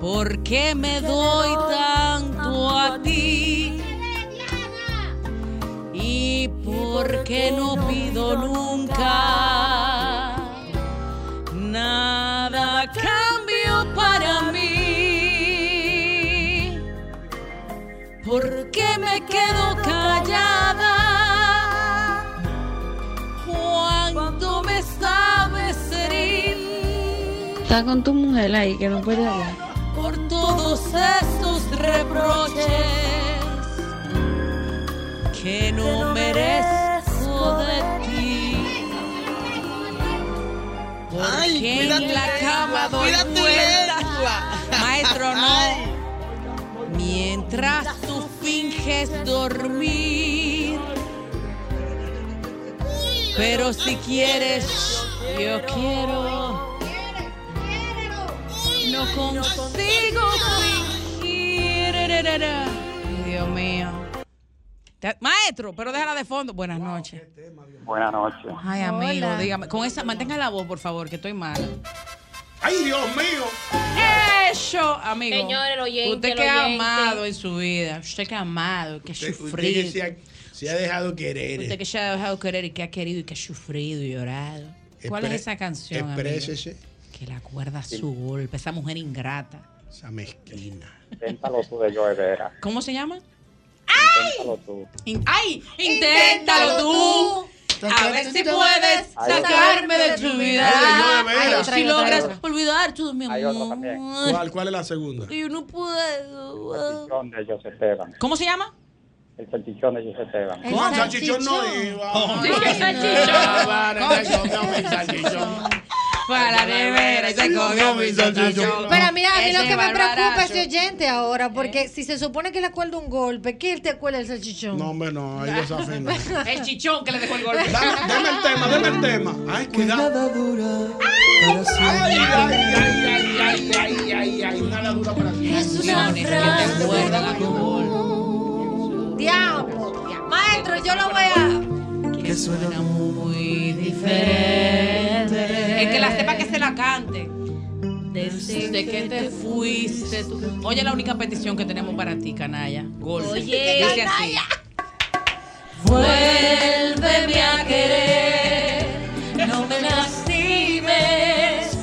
[SPEAKER 3] ¿Por qué me doy tanto a ti? ¿Y por qué no pido nunca nada a cambio para mí? ¿Por qué me quedo callada cuando me sabes herir?
[SPEAKER 9] Está con tu mujer ahí que no puede hablar.
[SPEAKER 3] por todos estos reproches. Oh, Que en la cama doy
[SPEAKER 2] cuídate
[SPEAKER 3] vueltas.
[SPEAKER 2] lengua.
[SPEAKER 3] Maestro,
[SPEAKER 2] Ay.
[SPEAKER 3] no. Mientras tú finges dormir. Pero si quieres, yo quiero. No consigo fingir. Dios mío. Te- Maestro, pero déjala de fondo. Buenas noches.
[SPEAKER 9] Buenas noches.
[SPEAKER 3] Ay, amigo,
[SPEAKER 9] Hola.
[SPEAKER 3] dígame. Con esa, mantenga la voz, por favor, que estoy mala.
[SPEAKER 4] ¡Ay, Dios mío!
[SPEAKER 3] Eso, amigo.
[SPEAKER 6] Señor, el oyente,
[SPEAKER 3] Usted
[SPEAKER 6] el
[SPEAKER 3] que ha
[SPEAKER 6] oyente.
[SPEAKER 3] amado en su vida. Usted que ha amado, que ha
[SPEAKER 1] Usted- usted
[SPEAKER 3] sufrido.
[SPEAKER 1] que se ha- se ha dejado querer.
[SPEAKER 3] Usted que se ha dejado querer y que ha querido y que ha sufrido y llorado. ¿Cuál
[SPEAKER 1] Expre-
[SPEAKER 3] es esa canción, amigo?
[SPEAKER 1] exprésese.
[SPEAKER 3] Que la cuerda su golpe. Esa mujer ingrata.
[SPEAKER 1] Esa mezquina.
[SPEAKER 9] Inténtalo tú de Joe Vera.
[SPEAKER 3] ¿Cómo se llama?
[SPEAKER 9] Inténtalo tú.
[SPEAKER 3] In- ¡Ay! ¡Inténtalo tú! A ver si puedes
[SPEAKER 9] Hay otra.
[SPEAKER 3] sacarme de tu vida.
[SPEAKER 4] Ay, de Joe
[SPEAKER 3] A
[SPEAKER 4] Vera.
[SPEAKER 3] ver si
[SPEAKER 4] Hay otra, hay
[SPEAKER 3] logras
[SPEAKER 4] otra.
[SPEAKER 3] olvidar tu mi
[SPEAKER 9] Hay otra
[SPEAKER 3] amor.
[SPEAKER 9] también.
[SPEAKER 4] ¿Cuál, cuál es la segunda?
[SPEAKER 3] Yo no puedo.
[SPEAKER 9] Salchichón de José Esteban.
[SPEAKER 3] ¿Cómo se llama?
[SPEAKER 9] El salchichón de José Esteban.
[SPEAKER 3] El ¿Cómo? Salchichón no salchichón. iba. Oh, Sí, que salchichón. Para la nevera y se comió mi salchichón.
[SPEAKER 5] Pero mira, a mí lo
[SPEAKER 3] Ese
[SPEAKER 5] que me preocupa es
[SPEAKER 3] barbarazo.
[SPEAKER 5] ese oyente ahora, porque si se supone que le acuerda un golpe, ¿qué él te acuerda el salchichón?
[SPEAKER 4] No, hombre, no, ahí desafinó.
[SPEAKER 14] El chichón que le dejó el golpe.
[SPEAKER 4] Dame, dame el tema, dame el tema. Ay, cuidado.
[SPEAKER 1] Ay, ay, ay, ay, ay, ay, ay, una ladura para ti.
[SPEAKER 5] Es una
[SPEAKER 2] que
[SPEAKER 5] frase.
[SPEAKER 3] Diablo.
[SPEAKER 5] Maestro, yo lo voy a.
[SPEAKER 3] Que suena muy diferente.
[SPEAKER 14] El que la sepa que se la cante.
[SPEAKER 3] Desde que te fuiste tú. Oye, la única petición que tenemos para ti, canalla. Golpe.
[SPEAKER 2] Oye,
[SPEAKER 3] Dice así.
[SPEAKER 2] canalla.
[SPEAKER 3] Vuélveme a
[SPEAKER 2] querer,
[SPEAKER 3] no me lastimes.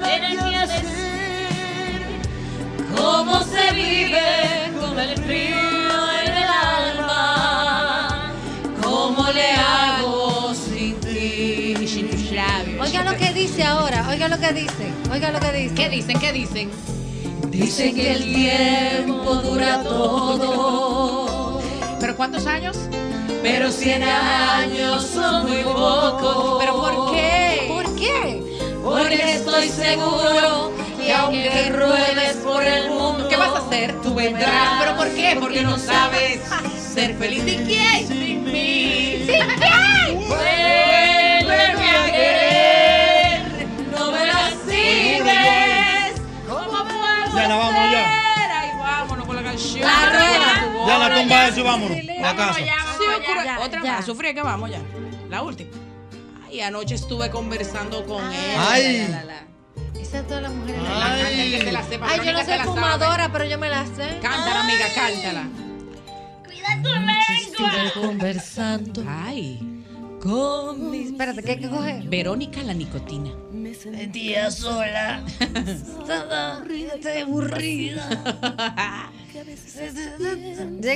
[SPEAKER 2] Ven aquí a decir cómo se vive con el frío en el alma, cómo le hago sin ti.
[SPEAKER 5] Oiga lo que dice ahora, oiga lo que dice, oiga lo que dice. ¿Qué dicen? ¿Qué dicen?
[SPEAKER 3] Dicen que el tiempo dura todo.
[SPEAKER 14] ¿Pero cuántos años?
[SPEAKER 3] Pero 100 años son muy pocos.
[SPEAKER 14] ¿Pero por qué?
[SPEAKER 5] ¿Por qué?
[SPEAKER 3] Porque estoy seguro que aunque ruedes por el mundo, ¿qué vas a hacer? Tú vendrás. ¿Pero por qué? Porque no sabes ser feliz sin quién. Sin mí.
[SPEAKER 2] ¿Sin quién?
[SPEAKER 3] Vuélveme a querer. No me lastimes. ¿Cómo puedo
[SPEAKER 15] Ya la vamos, ya.
[SPEAKER 3] hacer? Ay, vámonos con la canción.
[SPEAKER 15] Ya la tumba eso y vámonos. La
[SPEAKER 3] Vámonos
[SPEAKER 15] casa.
[SPEAKER 3] ya, vámonos
[SPEAKER 14] Sí,
[SPEAKER 3] ya,
[SPEAKER 14] ocurre-
[SPEAKER 3] ya,
[SPEAKER 14] otra
[SPEAKER 3] ya.
[SPEAKER 14] más,
[SPEAKER 3] sufrí que vamos ya. La última. Ay, anoche estuve conversando con él.
[SPEAKER 15] Ay.
[SPEAKER 3] La, la, la,
[SPEAKER 5] Esa es toda la mujer.
[SPEAKER 3] la. La gente que se la sepa,
[SPEAKER 5] Ay, yo
[SPEAKER 3] Verónica
[SPEAKER 5] no
[SPEAKER 3] se
[SPEAKER 5] soy
[SPEAKER 3] la sabe.
[SPEAKER 5] fumadora, pero yo me la sé.
[SPEAKER 3] Cántala, amiga, cántala.
[SPEAKER 5] Estuve conversando.
[SPEAKER 3] Ay.
[SPEAKER 5] Con mis. Espérate, ¿qué hay que coger?
[SPEAKER 3] Verónica la nicotina.
[SPEAKER 5] Me sentía sola. Estaba aburrida.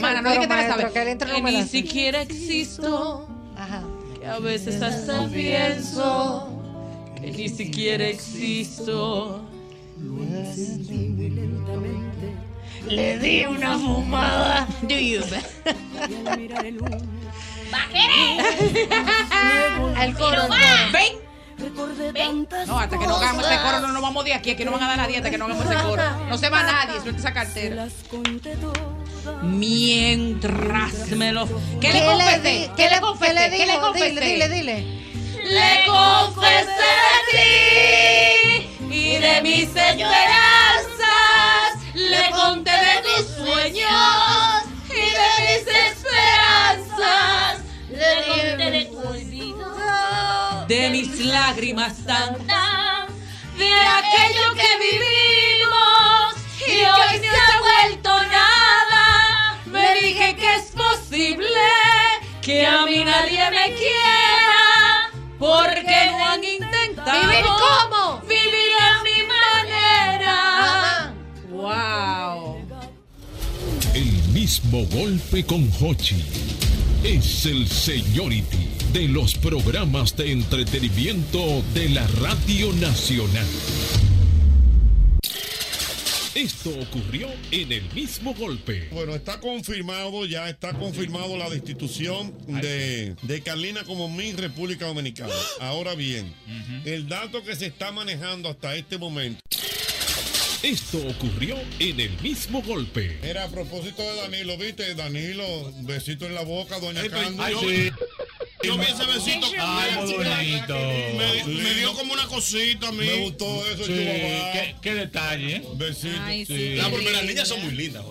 [SPEAKER 3] Mana, no es que te la sabes.
[SPEAKER 5] Que el intro no
[SPEAKER 3] Que
[SPEAKER 5] me
[SPEAKER 3] ni
[SPEAKER 5] la sé.
[SPEAKER 3] siquiera existo.
[SPEAKER 5] Ajá.
[SPEAKER 3] Que a veces hasta pienso que ni siquiera existo.
[SPEAKER 2] Le di una fumada.
[SPEAKER 3] Do you?
[SPEAKER 5] El coro.
[SPEAKER 14] Ven.
[SPEAKER 2] Ven.
[SPEAKER 14] No, hasta que no hagamos ese coro, no nos vamos de aquí. Aquí no van a dar la dieta, que no hagamos ese coro. No se va nadie, suelta esa cartera.
[SPEAKER 3] Mientras me lo.
[SPEAKER 14] ¿Qué le confesé? ¿Qué le confesé? ¿Qué le
[SPEAKER 5] digo?
[SPEAKER 14] confesé?
[SPEAKER 5] Dile, dile, dile.
[SPEAKER 2] Le confesé de ti y de mis esperanzas. Le conté de tus sueños y de mis esperanzas. Le conté de tu olvido,
[SPEAKER 3] De mis lágrimas tan.
[SPEAKER 2] de aquello que vivimos y hoy se ha vuelto nada. Me dije que es posible que a mí nadie me quiera porque no han intentado
[SPEAKER 3] ¿Vivir cómo?
[SPEAKER 2] vivir a mi manera.
[SPEAKER 3] ¡Wow!
[SPEAKER 24] El mismo golpe con Hochi es el seniority de los programas de entretenimiento de la Radio Nacional.
[SPEAKER 9] Esto ocurrió en el mismo golpe.
[SPEAKER 21] Bueno, está confirmado, ya está confirmado la destitución de, de Carlina como Miss República Dominicana. Ahora bien, el dato que se está manejando hasta este momento.
[SPEAKER 9] Esto ocurrió en el mismo golpe.
[SPEAKER 21] Era a propósito de Danilo, ¿viste? Danilo, besito en la boca, doña Candy.
[SPEAKER 8] ay,
[SPEAKER 21] Yo-
[SPEAKER 8] Yo vi ese besito.
[SPEAKER 21] Ay, muy bonito.
[SPEAKER 8] Me, me dio como una cosita a mí.
[SPEAKER 21] Me gustó eso,
[SPEAKER 8] Sí,
[SPEAKER 21] Chihuahua.
[SPEAKER 8] Qué,
[SPEAKER 21] qué detalle, ¿eh? Besito.
[SPEAKER 8] Ay, sí, Sí. qué Ah, pero las linda. niñas son muy
[SPEAKER 21] lindas.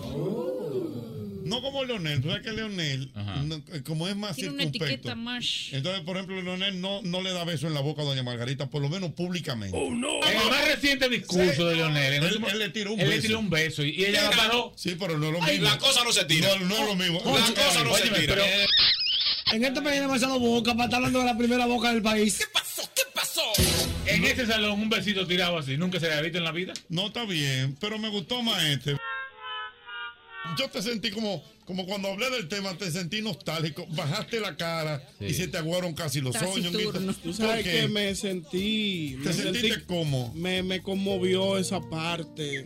[SPEAKER 21] No como Leonel, tú sabes que Leonel, no, eh, como es más
[SPEAKER 18] Tiene una
[SPEAKER 21] circunspecto.
[SPEAKER 18] etiqueta más.
[SPEAKER 21] Entonces, por ejemplo, Leonel no, no le da beso en la boca a doña Margarita, por lo menos públicamente. ¡Oh, no!
[SPEAKER 18] En el más
[SPEAKER 21] reciente
[SPEAKER 18] discurso de Leonel, en el
[SPEAKER 21] él,
[SPEAKER 18] último-
[SPEAKER 21] él le tiró un
[SPEAKER 18] él
[SPEAKER 21] beso.
[SPEAKER 18] le tiró un beso y- y ella la paró.
[SPEAKER 21] Sí, pero no es lo
[SPEAKER 18] Ay,
[SPEAKER 21] mismo.
[SPEAKER 18] la cosa no se tira.
[SPEAKER 21] No, no es lo mismo.
[SPEAKER 18] La cosa no se tira.
[SPEAKER 11] En este país hay demasiado boca para estar hablando de la primera boca del país.
[SPEAKER 18] En ese salón, un besito tirado así, nunca se le había visto en la vida.
[SPEAKER 21] No está bien, pero me gustó más este. Yo te sentí como, como cuando hablé del tema, te sentí nostálgico, bajaste la cara y se te aguaron casi los ojos. ñonguito.
[SPEAKER 4] Tú
[SPEAKER 21] ¿Por
[SPEAKER 4] sabes
[SPEAKER 21] qué?
[SPEAKER 4] que me sentí.
[SPEAKER 21] ¿Te sentiste cómo?
[SPEAKER 4] Me, me conmovió esa parte.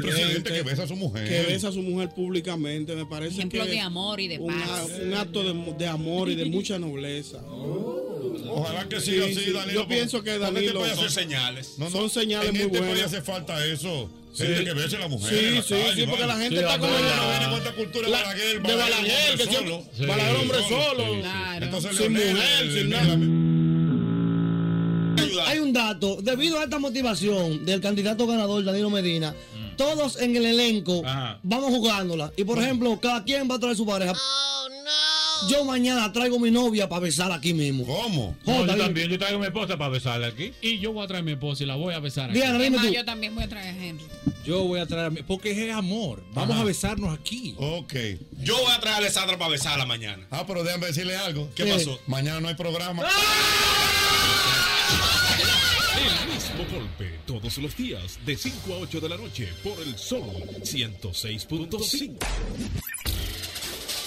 [SPEAKER 21] Presidente que besa a su mujer.
[SPEAKER 4] Que besa a su mujer públicamente. Me parece
[SPEAKER 3] Ejemplo
[SPEAKER 4] que
[SPEAKER 3] de amor y de
[SPEAKER 4] un, a-
[SPEAKER 3] paz.
[SPEAKER 4] un acto de, de amor y de mucha nobleza.
[SPEAKER 21] Oh. Ojalá que siga así, Danilo. este
[SPEAKER 4] Yo pienso que Danilo.
[SPEAKER 21] Son
[SPEAKER 4] No, no, son señales
[SPEAKER 21] en
[SPEAKER 4] muy
[SPEAKER 21] este
[SPEAKER 4] buenas.
[SPEAKER 21] país hace falta eso.
[SPEAKER 4] Sí.
[SPEAKER 21] Gente que bese a la mujer.
[SPEAKER 4] Sí,
[SPEAKER 21] en la
[SPEAKER 4] sí,
[SPEAKER 21] calle,
[SPEAKER 4] sí, porque
[SPEAKER 21] vale.
[SPEAKER 4] la gente está como
[SPEAKER 21] hombre,
[SPEAKER 4] la-
[SPEAKER 21] ya ven cuánta cultura
[SPEAKER 4] la-
[SPEAKER 21] Balaguer,
[SPEAKER 4] de Balaguer, que
[SPEAKER 21] hombre
[SPEAKER 4] siempre- Balaguer, hombre solo. Claro.
[SPEAKER 21] Entonces,
[SPEAKER 4] Sin
[SPEAKER 21] Leonel,
[SPEAKER 4] mujer,
[SPEAKER 21] el-
[SPEAKER 4] sin
[SPEAKER 21] el-
[SPEAKER 4] nada.
[SPEAKER 11] Hay un dato, debido a esta motivación del candidato ganador Danilo Medina,
[SPEAKER 18] Mm.
[SPEAKER 11] todos en el elenco vamos jugándola. Y por ejemplo, cada quien va a traer su pareja. Yo mañana traigo mi novia para besar aquí mismo.
[SPEAKER 21] ¿Cómo?
[SPEAKER 18] No, yo también, yo traigo a mi esposa para besarla aquí.
[SPEAKER 4] Y yo voy a traer a mi esposa y la voy a besar. aquí.
[SPEAKER 3] Es más, yo también voy a traer a Henry.
[SPEAKER 4] Yo voy a traer a mi. Porque es amor. Vamos a besarnos aquí.
[SPEAKER 21] Ok.
[SPEAKER 4] Yo voy a traer a Alessandra para besarla mañana.
[SPEAKER 21] Ah, pero déjame decirle algo.
[SPEAKER 4] ¿Qué pasó?
[SPEAKER 21] Mañana no hay programa.
[SPEAKER 9] El mismo golpe todos los días de 5 a 8 de la noche por el Sol 106.5.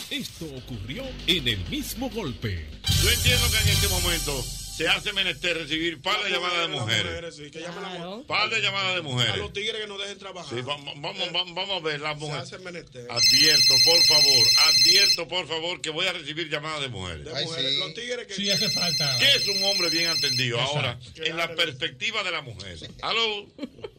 [SPEAKER 9] Esto ocurrió en el mismo golpe.
[SPEAKER 21] Yo entiendo que en este momento se hace menester recibir par de llamadas de mujeres.
[SPEAKER 4] Sí, que llaman a-
[SPEAKER 21] Par de llamadas de
[SPEAKER 4] A
[SPEAKER 21] mujeres.
[SPEAKER 4] los tigres que no dejen trabajar. Eh,
[SPEAKER 21] Sí, vamos, vamos, vamos, vamos a ver las
[SPEAKER 4] Se
[SPEAKER 21] mujeres.
[SPEAKER 4] hace menester.
[SPEAKER 21] Advierto, por favor, advierto, por favor, que voy a recibir llamadas de mujeres.
[SPEAKER 4] De mujeres. Los tigres que.
[SPEAKER 21] hace falta. Que es un hombre bien entendido. Ahora, en la perspectiva de la mujer. Aló.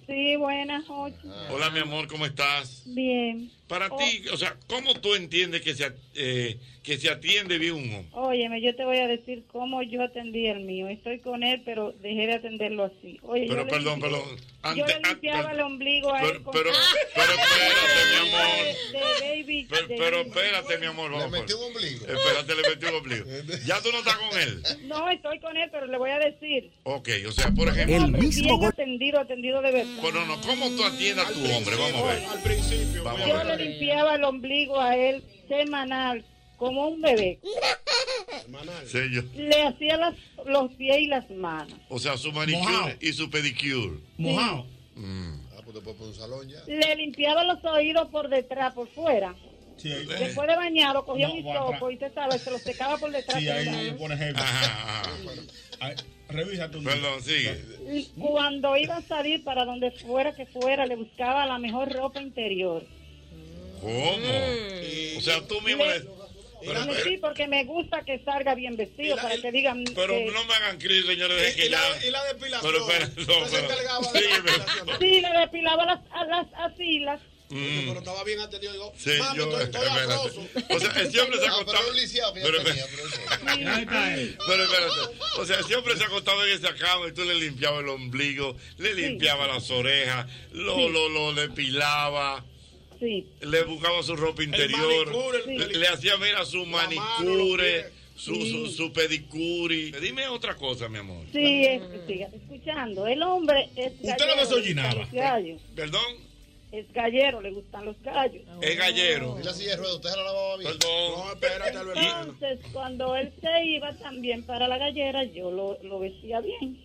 [SPEAKER 36] Sí, buenas, Jochi.
[SPEAKER 21] Hola, mi amor, ¿cómo estás?
[SPEAKER 36] Bien.
[SPEAKER 21] Para
[SPEAKER 36] Oh.
[SPEAKER 21] ti, o sea, ¿cómo tú entiendes que se, at- eh, que se atiende bien un hombre?
[SPEAKER 36] Óyeme, yo te voy a decir cómo yo atendí el mío. Estoy con él, pero dejé de atenderlo así. Oye, yo
[SPEAKER 21] Pero
[SPEAKER 36] le-
[SPEAKER 21] perdón, perdón.
[SPEAKER 36] yo
[SPEAKER 21] Ante- ah,
[SPEAKER 36] le limpiaba el ombligo a él con
[SPEAKER 21] pero, pero espérate, mi amor.
[SPEAKER 36] de baby.
[SPEAKER 21] Pero,
[SPEAKER 36] de
[SPEAKER 21] pero
[SPEAKER 36] baby.
[SPEAKER 21] espérate, mi amor. Vamos, le metió un ombligo. Espérate, le metió un ombligo. Ya tú no estás con él.
[SPEAKER 36] No, estoy con él, pero le voy a decir.
[SPEAKER 21] Ok, o sea, por ejemplo.
[SPEAKER 36] Bien atendido, atendido de verdad.
[SPEAKER 21] Bueno, no, ¿cómo tú atiendes a tu hombre? Vamos a ver. Al principio. Vamos
[SPEAKER 36] Yo
[SPEAKER 21] a
[SPEAKER 36] le
[SPEAKER 21] ver.
[SPEAKER 36] limpiaba el ombligo a él semanal, como un bebé.
[SPEAKER 21] Señor.
[SPEAKER 36] Le hacía las, los pies y las manos.
[SPEAKER 21] O sea, su manicure
[SPEAKER 36] Mojao.
[SPEAKER 21] y su pedicure.
[SPEAKER 36] Mojao.
[SPEAKER 21] Ah, pues después por un salón ya.
[SPEAKER 36] Le limpiaba los oídos por detrás, por fuera.
[SPEAKER 21] Eh,
[SPEAKER 36] Después de bañarlo, cogía
[SPEAKER 8] Eh. No,
[SPEAKER 36] mi
[SPEAKER 8] bueno,
[SPEAKER 36] sopo y usted sabe, se lo secaba por detrás.
[SPEAKER 8] Sí,
[SPEAKER 36] por
[SPEAKER 8] ahí no
[SPEAKER 36] la-
[SPEAKER 8] le pones el. Ay, Revisa tu.
[SPEAKER 21] Perdón, sigue.
[SPEAKER 36] Y cuando iba a salir para donde fuera que fuera, le buscaba la mejor ropa interior.
[SPEAKER 21] ¿Cómo? O sea, tú mismo le. Pero,
[SPEAKER 8] eh.
[SPEAKER 36] Dígame, sí, porque me gusta que salga bien vestido, para que digan...
[SPEAKER 21] pero
[SPEAKER 36] eh,
[SPEAKER 21] no me hagan crisis, señores. de que ya. Pero espera, no, pero-
[SPEAKER 36] Sí, le depilaba las, a las asilas.
[SPEAKER 21] Mm.
[SPEAKER 36] Pero estaba bien atendido, digo,
[SPEAKER 21] Sí, yo, espérate. O sea, ese hombre se ha acostado. Pero, espérate. Pero espérate. O sea, ese hombre se acostaba en esa cama y tú le limpiabas el ombligo, le limpiaba las orejas, lo,
[SPEAKER 36] Sí.
[SPEAKER 21] lo, lo depilaba.
[SPEAKER 36] Sí.
[SPEAKER 21] Le buscaba su ropa interior.
[SPEAKER 36] manicure, el-
[SPEAKER 21] le, le hacía, mira, su manicure, su, su, su pedicure. Dime otra cosa, mi amor.
[SPEAKER 36] Sí, es- siga escuchando. El hombre es
[SPEAKER 21] Usted
[SPEAKER 36] gallero,
[SPEAKER 21] lo desollinaba.
[SPEAKER 36] le gustan los gallos.
[SPEAKER 21] Perdón.
[SPEAKER 36] Es gallero, le gustan los gallos.
[SPEAKER 21] Es gallero.
[SPEAKER 36] la silla de ruedas, usted la lavaba bien.
[SPEAKER 21] Perdón. No, espérate,
[SPEAKER 36] Entonces, cuando él se iba también para la gallera, yo lo, lo vestía bien.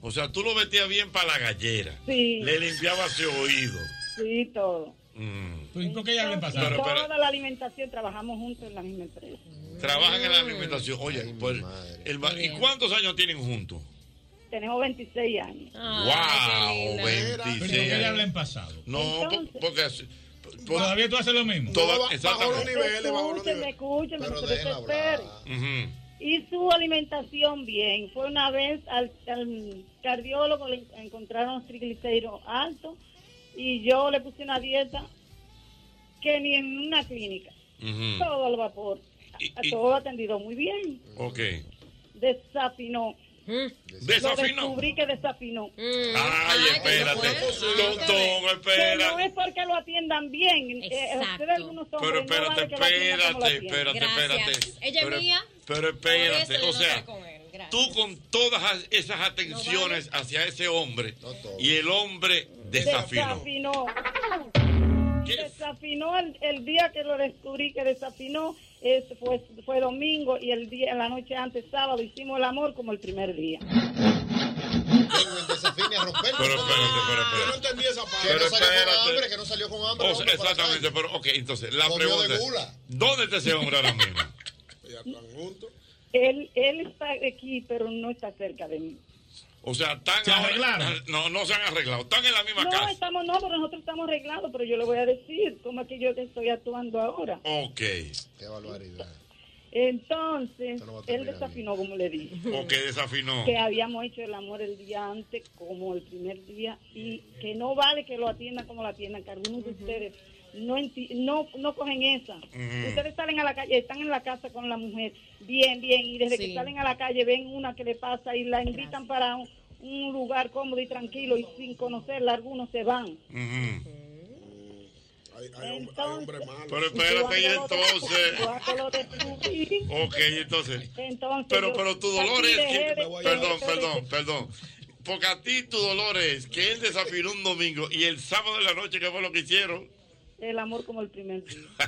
[SPEAKER 21] O sea, tú lo vestías bien para la gallera.
[SPEAKER 36] Sí.
[SPEAKER 21] Le limpiaba su oído. Mm.
[SPEAKER 36] Sí, todo.
[SPEAKER 21] ¿Por qué ya le Pero, Ah, pero,
[SPEAKER 36] Toda la alimentación, trabajamos juntos en la misma empresa.
[SPEAKER 21] trabajan en la alimentación. Oye, pues, el ma- ¿y cuántos años tienen juntos?
[SPEAKER 36] tenemos 26 años.
[SPEAKER 21] ¡Wow! 26
[SPEAKER 8] Pero él
[SPEAKER 21] años.
[SPEAKER 8] habla en pasado.
[SPEAKER 21] No, po- porque. así- po-
[SPEAKER 8] Todavía tú haces lo mismo.
[SPEAKER 21] Toda- exactamente.
[SPEAKER 36] Escúcheme, escúcheme, pero espere.
[SPEAKER 21] Ujú.
[SPEAKER 36] Y su alimentación bien. Fue una vez al, al cardiólogo, le encontraron triglicéridos altos y yo le puse una dieta que ni en una clínica.
[SPEAKER 21] Ujú.
[SPEAKER 36] Todo al vapor. A- Todo atendido muy bien.
[SPEAKER 21] Ok.
[SPEAKER 36] Desafinó.
[SPEAKER 21] Desafinó.
[SPEAKER 36] Lo descubrí que desafinó.
[SPEAKER 6] Mm.
[SPEAKER 21] Ay, espérate. Tontón,
[SPEAKER 36] Que
[SPEAKER 21] espérate.
[SPEAKER 36] no es porque lo atiendan bien. Eh, ustedes algunos son
[SPEAKER 21] Pero
[SPEAKER 36] muy
[SPEAKER 21] espérate,
[SPEAKER 36] normales que lo atiendan como lo
[SPEAKER 21] espérate,
[SPEAKER 36] atienden.
[SPEAKER 21] espérate, espérate.
[SPEAKER 6] Ella es
[SPEAKER 21] Pero-
[SPEAKER 6] mía.
[SPEAKER 21] Pero
[SPEAKER 6] Por eso
[SPEAKER 21] espérate,
[SPEAKER 6] yo
[SPEAKER 21] o
[SPEAKER 6] no
[SPEAKER 21] sea,
[SPEAKER 6] estoy con él. Gracias.
[SPEAKER 21] tú con todas esas atenciones hacia ese hombre y el hombre desafinó.
[SPEAKER 36] Desafinó. Desafinó el, el día que lo descubrí que desafinó. es- fue, fue domingo y el día, la noche antes, sábado, hicimos el amor como el primer día.
[SPEAKER 21] Pero espérate, pero espérate.
[SPEAKER 11] no entendí esa parte.
[SPEAKER 21] Pero
[SPEAKER 11] Que no salió
[SPEAKER 21] espérate.
[SPEAKER 11] con hambre, que no salió con hambre.
[SPEAKER 21] O sea,
[SPEAKER 11] hombre, para la
[SPEAKER 21] exactamente, pero ok, entonces la
[SPEAKER 11] Comió de
[SPEAKER 21] pregunta es,
[SPEAKER 11] gula.
[SPEAKER 21] ¿dónde está ese hombre ahora mismo?
[SPEAKER 36] Él, él está aquí, pero no está cerca de mí.
[SPEAKER 21] O sea, están ahora- no, no se han arreglado, están en la misma
[SPEAKER 36] No,
[SPEAKER 21] casa.
[SPEAKER 36] estamos, no, pero nosotros estamos arreglados, pero yo le voy a decir cómo es que yo estoy actuando ahora.
[SPEAKER 21] Ok.
[SPEAKER 11] Qué barbaridad.
[SPEAKER 36] Entonces,
[SPEAKER 21] va a
[SPEAKER 36] él
[SPEAKER 21] terminar
[SPEAKER 36] desafinó, como le dije.
[SPEAKER 21] Ok, desafinó.
[SPEAKER 36] que habíamos hecho el amor el día antes como el primer día y que no vale que lo atiendan como lo atiendan, que algunos de ustedes no, enti- no no cogen esa.
[SPEAKER 2] Ujú.
[SPEAKER 36] Ustedes salen a la calle, están en la casa con la mujer, bien, bien, y desde
[SPEAKER 2] Sí.
[SPEAKER 36] que salen a la calle ven una que le pasa y la invitan para un, un lugar cómodo y tranquilo y sin conocerla, algunos se van.
[SPEAKER 21] Pero espérate, y entonces. Ok, entonces.
[SPEAKER 36] Entonces,
[SPEAKER 21] Pero,
[SPEAKER 36] yo
[SPEAKER 21] pero tu
[SPEAKER 36] aquí
[SPEAKER 21] dolor es
[SPEAKER 36] dejé
[SPEAKER 21] que.
[SPEAKER 36] de- dejé
[SPEAKER 21] Perdón,
[SPEAKER 36] de-
[SPEAKER 21] perdón, perdón. Porque a ti tu dolor es que él desafinó un domingo y el sábado de la noche, que fue lo que hicieron?
[SPEAKER 36] El amor como el primer día. Que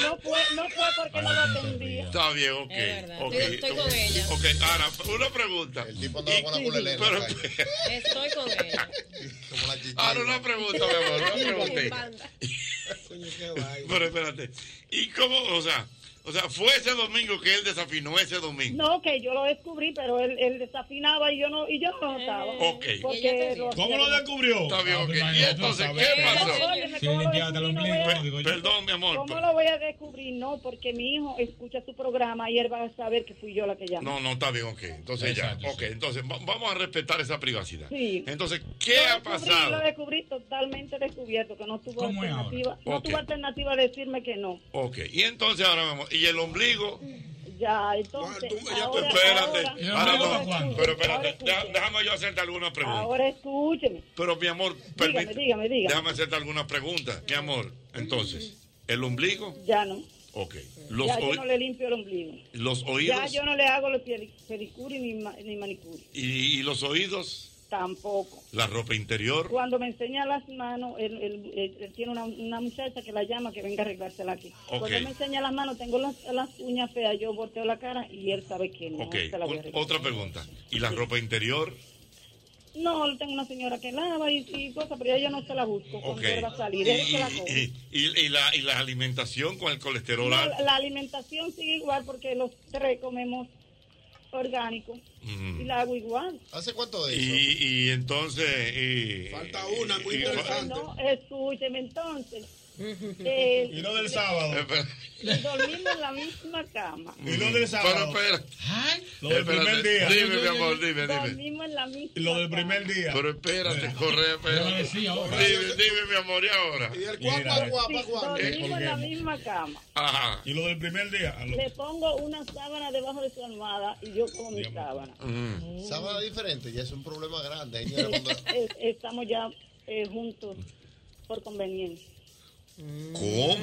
[SPEAKER 36] no fue, no fue porque no lo atendía.
[SPEAKER 21] Está bien, ok.
[SPEAKER 36] Es verdad.
[SPEAKER 21] ok.
[SPEAKER 36] Estoy- estoy con ella.
[SPEAKER 21] Ok, ahora, una pregunta. El tipo andaba con la Pero,
[SPEAKER 2] Estoy con él.
[SPEAKER 21] ahora una pregunta, mi amor, una pregunta. Pero espérate. ¿Y cómo, o sea, o sea, fue ese domingo que él desafinó ese domingo?
[SPEAKER 36] No, que yo lo descubrí, pero él, él desafinaba y yo no y yo no lo notaba.
[SPEAKER 21] Ok.
[SPEAKER 36] Porque
[SPEAKER 21] ¿Cómo lo descubrió? Ah, pues, Está bien, ok. ¿Y entonces qué pasó?
[SPEAKER 36] Sí, limpiaste el ombligo,
[SPEAKER 21] Per- Perdón, mi amor.
[SPEAKER 36] ¿Cómo lo voy a descubrir? No, porque mi hijo escucha su programa y él va a saber que fui yo la que llamó.
[SPEAKER 21] No, no, está bien, ok. Entonces ya, ok. Entonces va- vamos a respetar esa privacidad.
[SPEAKER 36] Sí.
[SPEAKER 21] Entonces, ¿qué ha
[SPEAKER 36] Descubrí, lo
[SPEAKER 21] pasado?
[SPEAKER 36] descubrí totalmente descubierto, que no tuvo alternativa. No
[SPEAKER 21] Ok.
[SPEAKER 36] tuvo alternativa a decirme que no.
[SPEAKER 21] Ok. Y entonces ahora, mi amor, ¿y el ombligo?
[SPEAKER 36] Ya, entonces. ahora, ahora-
[SPEAKER 21] Espérate. Ahora
[SPEAKER 36] ahora
[SPEAKER 21] no. Pero espérate, deja- déjame yo hacerte alguna pregunta.
[SPEAKER 36] Ahora escúcheme.
[SPEAKER 21] Pero mi amor, permíteme.
[SPEAKER 36] dígame, dígame.
[SPEAKER 21] Déjame hacerte alguna pregunta. Mi amor, entonces, ¿el ombligo?
[SPEAKER 36] Ya no.
[SPEAKER 21] Ok. Los,
[SPEAKER 36] ya yo
[SPEAKER 21] oí-
[SPEAKER 36] no le limpio el ombligo.
[SPEAKER 21] los
[SPEAKER 36] Ya
[SPEAKER 21] oídos
[SPEAKER 36] yo no le hago los pedi- pedicuri ni, ma- ni manicuri.
[SPEAKER 21] y, y los oídos,
[SPEAKER 36] Tampoco.
[SPEAKER 21] la ropa interior.
[SPEAKER 36] Cuando me enseña las manos, él, él- él- él tiene una, una muchacha que la llama que venga a arreglársela aquí.
[SPEAKER 21] Ok.
[SPEAKER 36] Cuando me enseña las manos, tengo las, las uñas feas, yo volteo la cara y él sabe que no
[SPEAKER 21] Ok,
[SPEAKER 36] se la voy a
[SPEAKER 21] un-
[SPEAKER 36] arreglar.
[SPEAKER 21] otra pregunta. ¿Y la ropa interior?
[SPEAKER 36] No, tengo una señora que lava y, y cosas, pero ya yo no se la busco.
[SPEAKER 21] Ok.
[SPEAKER 36] Cuando él va a
[SPEAKER 21] ¿Y,
[SPEAKER 36] salir, él se la coge.
[SPEAKER 21] y, y- y la, y la alimentación con el colesterol
[SPEAKER 36] No,
[SPEAKER 21] alto?
[SPEAKER 36] la alimentación sigue igual porque los tres comemos orgánico
[SPEAKER 21] Mm.
[SPEAKER 36] y la hago igual.
[SPEAKER 11] ¿Hace cuánto de eso?
[SPEAKER 21] Y, y entonces... y-
[SPEAKER 11] Falta una, muy
[SPEAKER 21] y-
[SPEAKER 11] interesante.
[SPEAKER 36] Eh, No, escúcheme entonces. Eh,
[SPEAKER 21] Y no del sábado. Espera.
[SPEAKER 36] Dormimos en la misma cama.
[SPEAKER 21] Y no del sábado. Pero espera. Eh,
[SPEAKER 2] lo del
[SPEAKER 21] Espérate,
[SPEAKER 2] primer día.
[SPEAKER 21] Dime, mi amor, dime, dime.
[SPEAKER 36] Dormimos en la misma
[SPEAKER 21] Lo del primer día. Pero espérate, corre, espérate. Dime, dime, mi amor, y ahora.
[SPEAKER 36] Y el
[SPEAKER 21] cuapa,
[SPEAKER 36] cama.
[SPEAKER 21] cuapa,
[SPEAKER 36] Sí,
[SPEAKER 21] cuapa.
[SPEAKER 36] Dormimos en la misma cama.
[SPEAKER 21] Ajá.
[SPEAKER 8] Y lo del primer día. a lo-
[SPEAKER 36] Le pongo una sábana debajo de su almohada y yo como mi sábana.
[SPEAKER 11] Sábado diferente, ya es un problema grande. señora, cuando-
[SPEAKER 36] Es- Estamos ya eh, juntos por conveniencia.
[SPEAKER 21] ¿Cómo?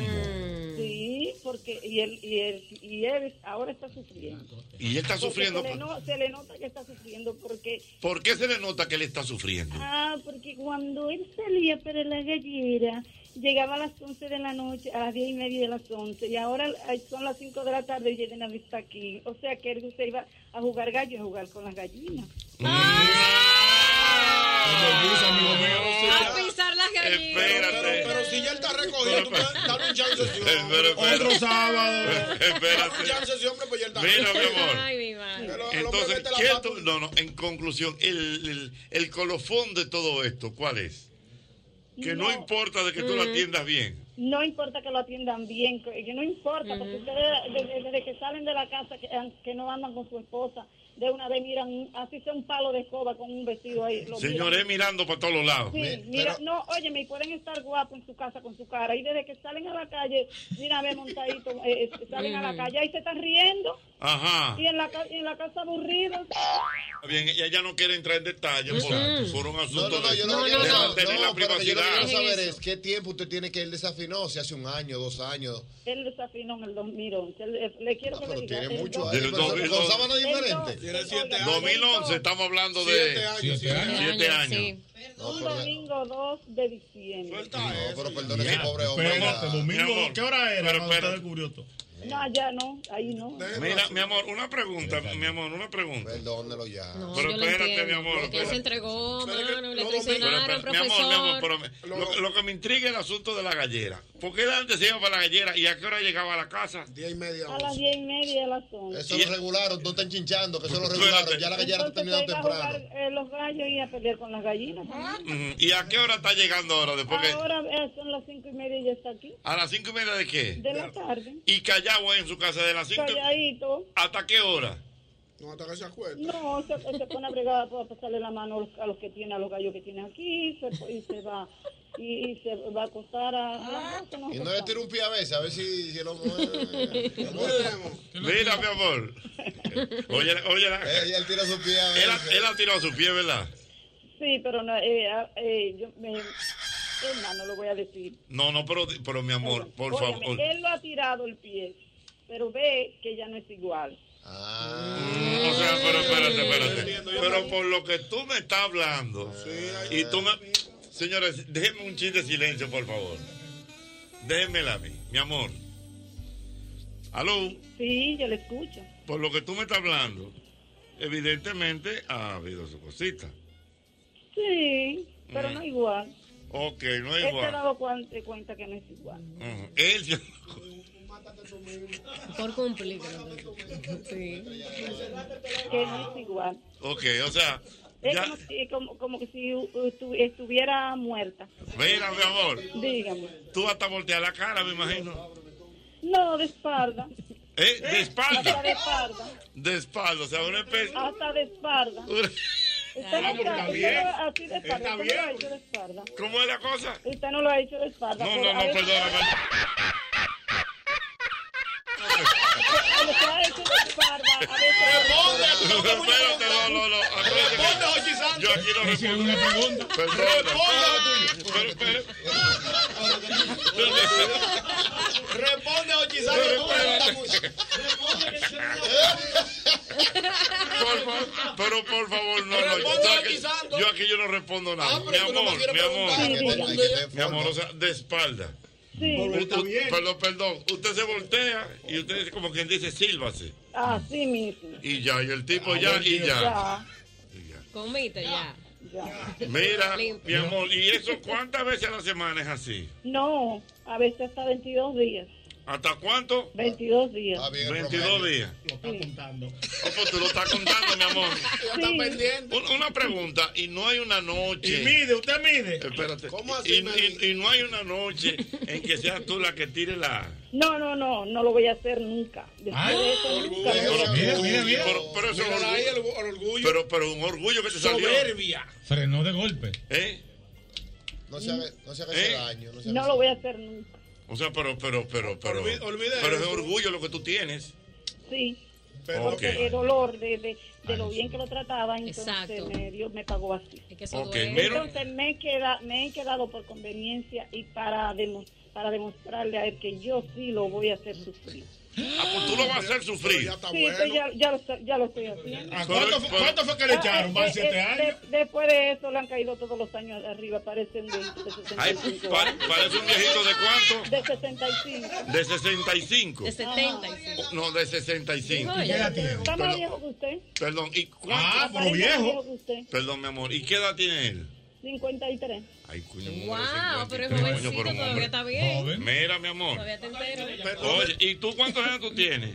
[SPEAKER 36] Sí, porque y él, y él, y él ahora está sufriendo.
[SPEAKER 21] Y él está
[SPEAKER 36] Porque
[SPEAKER 21] sufriendo. pues.
[SPEAKER 36] Se le, no- se le nota que está sufriendo porque,
[SPEAKER 21] ¿Por qué se le nota que él está sufriendo?
[SPEAKER 36] ah, porque cuando él salía para la gallera, llegaba a las 11 de la noche, a las 10 y media de las 11, y ahora eh, son las 5 de la tarde y ya nadie está aquí. O sea que él se iba a jugar gallo, a jugar con las gallinas. Ah.
[SPEAKER 21] amigo mío.
[SPEAKER 2] pisar las
[SPEAKER 21] Ah, Espérate.
[SPEAKER 11] Pero, pero si ya él está recogido, tú puedes darle un chance a ese hombre.
[SPEAKER 21] Pero, espera.
[SPEAKER 11] Otro sábado.
[SPEAKER 21] Espérate.
[SPEAKER 11] Dale un chance a ese hombre, pues ya él está
[SPEAKER 21] Mira, mi amor.
[SPEAKER 11] Ay, mi madre.
[SPEAKER 21] Entonces, ¿qué tú- no, no, en conclusión, el, el, el colofón de todo esto, ¿cuál es? Que no,
[SPEAKER 36] No. Mm.
[SPEAKER 21] importa de que tú lo
[SPEAKER 36] Ujú.
[SPEAKER 21] atiendas bien.
[SPEAKER 36] No importa que lo atiendan bien, que que no importa, porque ustedes desde, desde que salen de la casa, que, que no andan con su esposa, de una vez miran, así sea un palo de escoba con un vestido ahí. lo
[SPEAKER 21] Señores,
[SPEAKER 36] miran.
[SPEAKER 21] mirando para todos los lados.
[SPEAKER 36] Sí, mira, no, oye, me pueden estar guapos en su casa con su cara, y desde que salen a la calle, mira, ve montadito, eh, eh, salen a la
[SPEAKER 21] Ujú.
[SPEAKER 36] calle, ahí se están riendo,
[SPEAKER 21] Ajá.
[SPEAKER 36] y en la, ca- y en la casa aburridos.
[SPEAKER 21] Bien, ella ya no quiere entrar en detalle
[SPEAKER 11] Exacto.
[SPEAKER 21] por, por un asunto
[SPEAKER 11] No, no, no,
[SPEAKER 21] de,
[SPEAKER 11] yo no, quiero
[SPEAKER 21] de
[SPEAKER 11] no,
[SPEAKER 21] mantener la
[SPEAKER 11] pero que yo lo
[SPEAKER 21] privacidad.
[SPEAKER 11] que quiero saber es qué tiempo usted tiene que él desafinó, si hace un año, dos años.
[SPEAKER 36] Él desafinó en el 2011, le, le
[SPEAKER 21] Ah,
[SPEAKER 36] quiero que le diga.
[SPEAKER 11] Tiene
[SPEAKER 36] el
[SPEAKER 11] mucho
[SPEAKER 36] dos-
[SPEAKER 11] años, pero son- son sábanas diferentes.
[SPEAKER 21] Tiene 2011, estamos hablando de
[SPEAKER 11] Siete años, siete años.
[SPEAKER 21] siete años.
[SPEAKER 11] No,
[SPEAKER 36] Un
[SPEAKER 11] pero-
[SPEAKER 36] domingo 2 de diciembre.
[SPEAKER 11] No, pero perdone ese pobre hombre.
[SPEAKER 4] Espérate, domingo, ¿qué hora era?
[SPEAKER 21] pero
[SPEAKER 4] cuando usted
[SPEAKER 21] espérate.
[SPEAKER 4] descubrió todo?
[SPEAKER 36] No, ya no, ahí no.
[SPEAKER 21] Mira, mi amor, una pregunta, mi amor, una pregunta.
[SPEAKER 11] Perdónelo ya.
[SPEAKER 21] No, Pero yo lo espérate, entiendo. mi amor, Porque él se espérate.
[SPEAKER 17] entregó, mano, le
[SPEAKER 21] Pero,
[SPEAKER 17] traicionaron,
[SPEAKER 21] pero, mi amor, mi amor,
[SPEAKER 17] profesor.
[SPEAKER 21] pero me- lo, lo que me intriga es el asunto de la gallera. ¿Por qué él antes se iba para la gallera y a qué hora llegaba a la casa? Ah.
[SPEAKER 11] Diez y media.
[SPEAKER 36] A las 10 y media, a las 11.
[SPEAKER 11] Eso lo regularon, no están chinchando, que eso lo regularon. Ya la gallera está
[SPEAKER 36] Entonces,
[SPEAKER 11] terminando
[SPEAKER 36] se iba a
[SPEAKER 11] temprano.
[SPEAKER 36] jugar, eh, los gallos y a pelear con las gallinas.
[SPEAKER 21] Ujú. ¿Y a qué hora está llegando ahora? Después que-
[SPEAKER 36] Ahora eh, son las 5 y media y ya está aquí.
[SPEAKER 21] ¿A las cinco y media de qué?
[SPEAKER 36] De la tarde.
[SPEAKER 21] ¿Y Callao en su casa de las cinco?
[SPEAKER 36] Calladito.
[SPEAKER 21] ¿Hasta qué hora?
[SPEAKER 11] No, hasta que se acuerde.
[SPEAKER 36] No, se, eh, se pone a bregar para pasarle la mano a los, a los que tiene, a los gallos que tiene aquí. Se, y se va. Y, y se va a acostar a. a las doce, no
[SPEAKER 11] Y
[SPEAKER 36] se
[SPEAKER 11] no le
[SPEAKER 36] sabe.
[SPEAKER 11] tiro un pie a veces, a ver si, si el hombre.
[SPEAKER 21] Mira, mi amor. Oye, oye.
[SPEAKER 11] Eh, Él, él tira su pie a
[SPEAKER 21] Él,
[SPEAKER 11] veces.
[SPEAKER 21] ha- él ha tirado su pie, ¿verdad?
[SPEAKER 36] Sí, pero no, eh, ah, eh, yo me. eh, no, no lo voy a decir.
[SPEAKER 21] No, no, pero, pero mi amor, por
[SPEAKER 36] Óyeme,
[SPEAKER 21] favor.
[SPEAKER 36] Él lo ha tirado el pie, pero ve que ya no es igual.
[SPEAKER 21] Mm, O sea, pero espérate, espérate. Pero por lo que tú me estás hablando, y tú me. Señores, déjenme un chiste de silencio, por favor. Déjenmela a mí, mi amor. Aló,
[SPEAKER 36] Sí, yo le escucho.
[SPEAKER 21] por lo que tú me estás hablando, evidentemente ha habido su cosita.
[SPEAKER 36] Sí, pero no igual.
[SPEAKER 21] Ok, Mm. no es
[SPEAKER 36] Él se ha
[SPEAKER 21] igual.
[SPEAKER 36] dado cuan- de cuenta que no es igual.
[SPEAKER 21] Ujú. Él se-
[SPEAKER 17] Por cumplir. Sí.
[SPEAKER 36] Que no es igual.
[SPEAKER 21] Ok, o sea,
[SPEAKER 36] Es
[SPEAKER 21] ya.
[SPEAKER 36] como, si- como, como que si u- estu- estuviera muerta.
[SPEAKER 21] Mira, mi amor.
[SPEAKER 36] Dígame.
[SPEAKER 21] Tú hasta volteas la cara, me imagino.
[SPEAKER 36] No, de espalda.
[SPEAKER 21] ¿Eh? De
[SPEAKER 36] Hasta de
[SPEAKER 21] espalda.
[SPEAKER 36] espalda.
[SPEAKER 21] De espalda, o sea, una especie.
[SPEAKER 36] Hasta de espalda. Usted no,
[SPEAKER 21] Pues, Ah, pero está
[SPEAKER 36] usted
[SPEAKER 21] bien.
[SPEAKER 36] no- así de espalda.
[SPEAKER 21] Está
[SPEAKER 36] usted no lo ha
[SPEAKER 21] bien.
[SPEAKER 36] hecho de espalda.
[SPEAKER 21] ¿Cómo es la cosa?
[SPEAKER 36] Usted no lo ha hecho de espalda. pues,
[SPEAKER 21] No,
[SPEAKER 36] pero
[SPEAKER 21] no,
[SPEAKER 36] a
[SPEAKER 21] no,
[SPEAKER 36] veces-
[SPEAKER 21] perdóname.
[SPEAKER 36] Usted Ah, ha hecho de espalda. A veces-
[SPEAKER 21] Espérate, no, no, no. acuérdate que Yo aquí no respondo. una pregunta. Perdóname. Pero, pero,
[SPEAKER 11] Responde, Ochisan.
[SPEAKER 21] Por fa- pero por favor, no, no.
[SPEAKER 11] Responde,
[SPEAKER 21] Yo, sabes que
[SPEAKER 11] Santo.
[SPEAKER 21] yo aquí yo no respondo nada.
[SPEAKER 11] Ah,
[SPEAKER 21] mi
[SPEAKER 11] pero tú no me
[SPEAKER 21] amor,
[SPEAKER 11] quieres
[SPEAKER 21] mi amor.
[SPEAKER 11] preguntar. Sí, sí, sí.
[SPEAKER 21] Mi amor, o sea, de espalda.
[SPEAKER 36] Sí.
[SPEAKER 21] U- u- Perdón, perdón. Usted se voltea y usted como quien dice, sílvase.
[SPEAKER 36] Así mismo.
[SPEAKER 21] Y ya, y el tipo ya, y ya.
[SPEAKER 17] Comite ya.
[SPEAKER 21] Mira,
[SPEAKER 17] Limpio.
[SPEAKER 21] mi amor, ¿y eso cuántas veces a la semana es así?
[SPEAKER 36] No, a veces hasta 22 días.
[SPEAKER 21] ¿Hasta cuánto?
[SPEAKER 36] 22 días.
[SPEAKER 21] 22 días.
[SPEAKER 4] Lo está contando.
[SPEAKER 21] Oh, pues tú lo estás contando, mi amor.
[SPEAKER 11] está pendiente.
[SPEAKER 21] Un- Una pregunta, y no hay una noche.
[SPEAKER 4] Y mide, usted mide.
[SPEAKER 21] Espérate.
[SPEAKER 11] ¿Cómo
[SPEAKER 21] Y,
[SPEAKER 11] así,
[SPEAKER 21] y- y no hay una noche en que seas tú la que tire la.
[SPEAKER 36] No, no, no, no lo voy a hacer nunca. Después de eso, nunca.
[SPEAKER 8] Mira, mira, mira.
[SPEAKER 21] Pero, pero eso es
[SPEAKER 8] Mírala ahí,
[SPEAKER 21] orgullo. Pero, pero un orgullo que te salió.
[SPEAKER 11] Soberbia.
[SPEAKER 8] Frenó de golpe.
[SPEAKER 21] ¿Eh?
[SPEAKER 11] No se haga, no se haga
[SPEAKER 21] ¿Eh?
[SPEAKER 11] ese daño. No se haga
[SPEAKER 36] No lo voy a hacer nunca.
[SPEAKER 21] O sea, pero, pero, pero, pero.
[SPEAKER 11] Olvi- olvida
[SPEAKER 21] pero es
[SPEAKER 11] eso.
[SPEAKER 21] orgullo lo que tú tienes.
[SPEAKER 36] Sí.
[SPEAKER 21] Pero-
[SPEAKER 36] Porque
[SPEAKER 21] Ok.
[SPEAKER 36] el dolor de, de, de lo bien que lo trataba, entonces
[SPEAKER 17] Exacto.
[SPEAKER 36] me, Dios me pagó así.
[SPEAKER 21] eso Ok, duele. mira.
[SPEAKER 36] Entonces me he, queda, me he quedado por conveniencia y para, demo- para demostrarle a él que yo sí lo voy a hacer sufrir.
[SPEAKER 21] Ah, pues tú lo vas a hacer sufrir.
[SPEAKER 36] Sí, pues ya, ya, lo, estoy- ya lo estoy haciendo.
[SPEAKER 4] Ah, ¿cuánto fue- cuánto fue que le echaron? ¿Más de siete
[SPEAKER 36] eh,
[SPEAKER 4] años?
[SPEAKER 36] de- después de eso le han caído todos los años arriba, parece un viejito de 65.
[SPEAKER 21] Ay, pa- parece un viejito de cuánto?
[SPEAKER 36] De 65.
[SPEAKER 21] De 65.
[SPEAKER 36] 75.
[SPEAKER 21] No, de 65.
[SPEAKER 36] ¿Está más
[SPEAKER 21] Perdón,
[SPEAKER 36] viejo que usted?
[SPEAKER 21] Ah, perdón, ¿y cuánto?
[SPEAKER 36] Está más viejo que usted.
[SPEAKER 21] Perdón, mi amor, ¿y qué edad tiene él?
[SPEAKER 36] 53.
[SPEAKER 21] Ay, coño,
[SPEAKER 17] Wow, pero es
[SPEAKER 21] jovencito,
[SPEAKER 17] jovencito, todavía está bien.
[SPEAKER 21] Mira, mi amor.
[SPEAKER 17] Todavía te entero.
[SPEAKER 21] Oye, ¿y tú cuántos años tú tienes?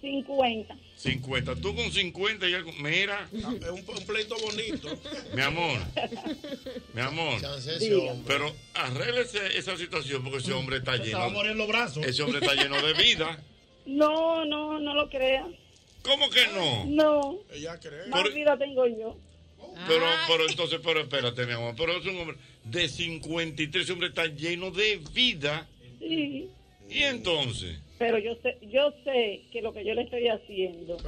[SPEAKER 36] 50.
[SPEAKER 21] 50. Tú con 50 y él con... Mira,
[SPEAKER 4] Es un, un pleito bonito.
[SPEAKER 21] mi amor. Mi amor.
[SPEAKER 4] ese hombre.
[SPEAKER 21] Pero arréglese esa situación porque ese hombre está
[SPEAKER 4] Se va a
[SPEAKER 21] lleno.
[SPEAKER 4] morir en los brazos.
[SPEAKER 21] Ese hombre está lleno de vida.
[SPEAKER 36] No, no, no lo creas.
[SPEAKER 21] ¿Cómo que no?
[SPEAKER 36] No.
[SPEAKER 4] Ella cree.
[SPEAKER 36] Más vida tengo yo. Ah.
[SPEAKER 21] Pero, pero entonces, pero espérate, mi amor. Pero es un hombre de 53, ese hombre está lleno de vida.
[SPEAKER 36] Sí.
[SPEAKER 21] Y entonces,
[SPEAKER 36] Pero yo sé, yo sé que lo que yo le estoy haciendo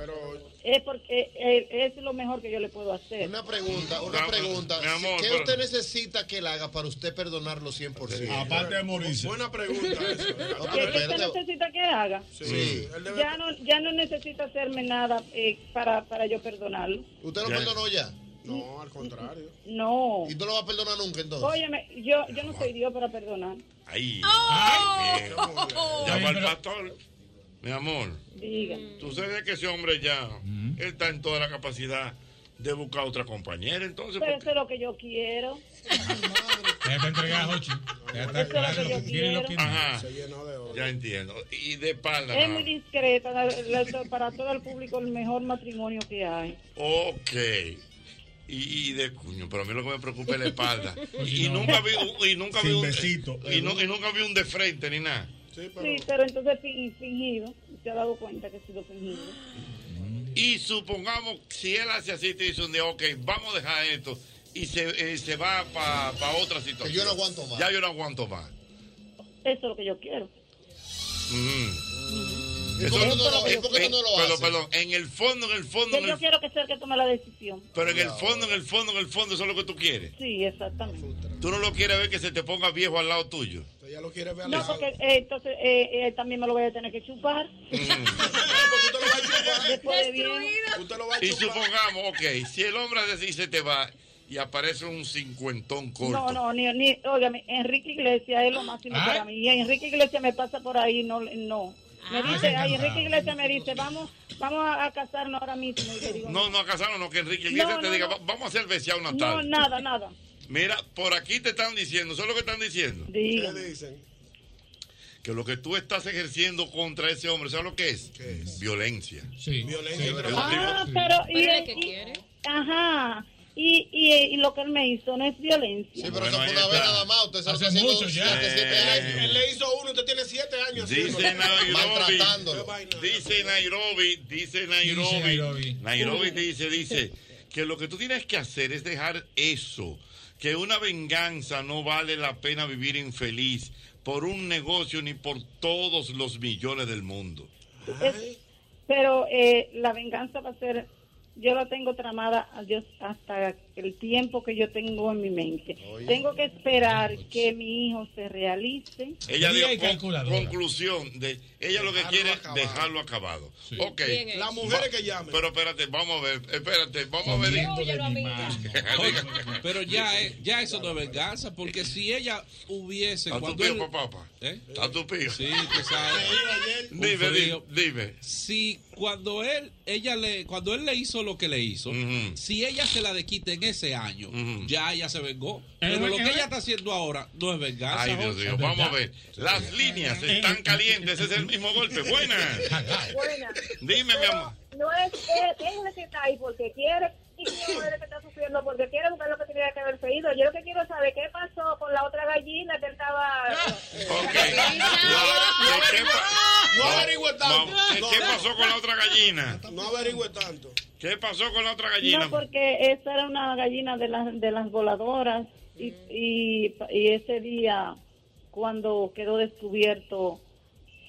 [SPEAKER 36] es porque él- es lo mejor que yo le puedo hacer.
[SPEAKER 22] Una pregunta, una pregunta.
[SPEAKER 36] mi amor,
[SPEAKER 22] ¿Qué
[SPEAKER 36] pero-
[SPEAKER 22] usted necesita que él haga para usted perdonarlo 100%?
[SPEAKER 4] Aparte de morirse.
[SPEAKER 22] Buena pregunta.
[SPEAKER 36] ¿Qué, qué usted este necesita que haga?
[SPEAKER 22] Sí.
[SPEAKER 36] Ya no, ya no necesita hacerme nada eh, para, para yo perdonarlo.
[SPEAKER 22] ¿Usted lo
[SPEAKER 36] Ya.
[SPEAKER 22] perdonó ya?
[SPEAKER 4] No, al contrario.
[SPEAKER 36] No.
[SPEAKER 22] ¿Y tú lo vas a perdonar nunca entonces?
[SPEAKER 36] Óyeme, yo, yo no soy Dios para perdonar.
[SPEAKER 21] ahí.
[SPEAKER 36] Ay,
[SPEAKER 21] bien.
[SPEAKER 36] Oh.
[SPEAKER 21] Llama al pastor. Mi amor.
[SPEAKER 36] Diga.
[SPEAKER 21] Tú sabes que ese hombre ya,
[SPEAKER 8] Mm.
[SPEAKER 21] él está en toda la capacidad de buscar otra compañera, entonces.
[SPEAKER 36] Pero eso es lo que yo quiero.
[SPEAKER 8] Déjate entregar, Jochi. Déjate entregar lo que quiere y lo que no.
[SPEAKER 21] Ajá. Ya entiendo. Y de espalda.
[SPEAKER 36] Es
[SPEAKER 21] nada
[SPEAKER 36] muy
[SPEAKER 21] más.
[SPEAKER 36] discreta. la- la- para todo el público, el mejor matrimonio que hay.
[SPEAKER 21] Ok. Y, y de cuño, pero a mí lo que me preocupa es la espalda.
[SPEAKER 8] Pues
[SPEAKER 21] y, nunca vi, un- y nunca vi un besito. Y, no- y nunca vi un de frente ni nada.
[SPEAKER 36] Sí, pero entonces fi- fingido. Se ha dado cuenta que he sido fingido.
[SPEAKER 21] Y supongamos, si él hace así, te dice un día, ok, vamos a dejar esto. Y se, eh, se va para otra situación.
[SPEAKER 22] yo no aguanto más.
[SPEAKER 21] Ya yo no aguanto más.
[SPEAKER 36] Eso es lo que yo quiero.
[SPEAKER 21] Mm.
[SPEAKER 36] ¿Y por qué tú no lo- y por qué tú no lo
[SPEAKER 21] eh, Perdón,
[SPEAKER 36] haces?
[SPEAKER 21] perdón. En el fondo, en el fondo,
[SPEAKER 36] Que
[SPEAKER 21] en
[SPEAKER 36] yo
[SPEAKER 21] el,
[SPEAKER 36] quiero que sea el que tome la decisión.
[SPEAKER 21] pero en el fondo, en el fondo, en el fondo, eso es lo que tú quieres.
[SPEAKER 36] Sí, exactamente.
[SPEAKER 21] Tú no lo quieres ver que se te ponga viejo al lado tuyo.
[SPEAKER 4] Ella lo quiere ver
[SPEAKER 36] No, porque eh, entonces eh, eh, también me lo voy a tener que chupar. Después de viejo.
[SPEAKER 21] Y supongamos, ok, si el hombre así se te va y aparece un cincuentón corto.
[SPEAKER 36] No, no, ni, ni, óigame, Enrique Iglesias es lo máximo
[SPEAKER 21] Ay.
[SPEAKER 36] para mí. Y Enrique Iglesias me pasa por ahí, no, no. Me
[SPEAKER 21] Ah.
[SPEAKER 36] dice, ay, Enrique Iglesias me dice, vamos, vamos a, a casarnos ahora mismo. Y le digo,
[SPEAKER 21] No, no, a casarnos, no, que Enrique
[SPEAKER 36] No,
[SPEAKER 21] Iglesias te
[SPEAKER 36] no,
[SPEAKER 21] diga,
[SPEAKER 36] no.
[SPEAKER 21] "Va- vamos a hacer besía una
[SPEAKER 36] no,
[SPEAKER 21] tarde.
[SPEAKER 36] nada, nada.
[SPEAKER 21] Mira, por aquí te están diciendo, ¿sabes lo que están diciendo?
[SPEAKER 36] Dígame.
[SPEAKER 21] Que lo que tú estás ejerciendo contra ese hombre, ¿sabes lo que es? Violencia. Sí. Violencia.
[SPEAKER 36] Ah, pero, y,
[SPEAKER 17] Pero el que
[SPEAKER 36] y- Ajá. Y, y, eh, y lo que él me hizo no es violencia.
[SPEAKER 22] Nada más, usted sabe
[SPEAKER 4] Hace
[SPEAKER 22] que haciendo
[SPEAKER 4] mucho ya.
[SPEAKER 22] siete, siete años.
[SPEAKER 4] Él, él le hizo uno, usted tiene siete años.
[SPEAKER 21] Eh. Dice
[SPEAKER 22] Maltratándolo.
[SPEAKER 21] Nairobi, dice Nairobi, dice Nairobi, Nairobi dice, dice, que lo que tú tienes que hacer es dejar eso, que una venganza no vale la pena vivir infeliz por un negocio ni por todos los millones del mundo.
[SPEAKER 36] Es- pero eh, la venganza va a ser, yo la tengo tramada a Dios hasta el tiempo que yo tengo en mi mente. Tengo que esperar que mi hijo se realice.
[SPEAKER 21] Ella dio con- conclusión de ella lo que quiere es dejarlo acabado. Ok.
[SPEAKER 36] Bien hecho. Las mujeres
[SPEAKER 21] que llamen. Pero espérate, vamos a ver, espérate, vamos a ver.
[SPEAKER 7] Pero ya, eh, ya eso no es venganza, porque si ella hubiese.
[SPEAKER 21] Está
[SPEAKER 7] cuando
[SPEAKER 21] tu pío,
[SPEAKER 7] él-
[SPEAKER 21] papá, papá.
[SPEAKER 7] ¿Eh?
[SPEAKER 21] Está tu pío.
[SPEAKER 7] Sí, tú sabes. Un
[SPEAKER 21] Dime,
[SPEAKER 7] frío.
[SPEAKER 21] dime.
[SPEAKER 7] Si cuando él, ella le, cuando él le hizo lo que le hizo, si ella se la desquita en ese año, ya ella se vengó.
[SPEAKER 21] Eh,
[SPEAKER 7] Pero lo que ella está haciendo ahora no es venganza.
[SPEAKER 21] Ay, Dios
[SPEAKER 7] Jorge.
[SPEAKER 21] mío, vamos a ver. Las líneas están calientes, ese es el mismo golpe. Buenas.
[SPEAKER 16] Buena.
[SPEAKER 21] Dime, mi amor.
[SPEAKER 16] No es que él que está ahí porque quiere y mi madre que está sufriendo porque quiere buscar lo que tenía que haberse ido. Yo lo que quiero saber qué pasó con la otra gallina que él estaba.
[SPEAKER 21] ¿Qué pa-
[SPEAKER 4] No
[SPEAKER 21] Va-
[SPEAKER 4] averigüe tanto.
[SPEAKER 21] vamos, ¿qué-
[SPEAKER 4] No.
[SPEAKER 21] ¿Qué pasó con la otra gallina?
[SPEAKER 4] No averigüe tanto.
[SPEAKER 21] ¿Qué pasó con la otra gallina?
[SPEAKER 36] No, porque esa era una gallina de las, de las voladoras y, y, y ese día cuando quedó descubierto,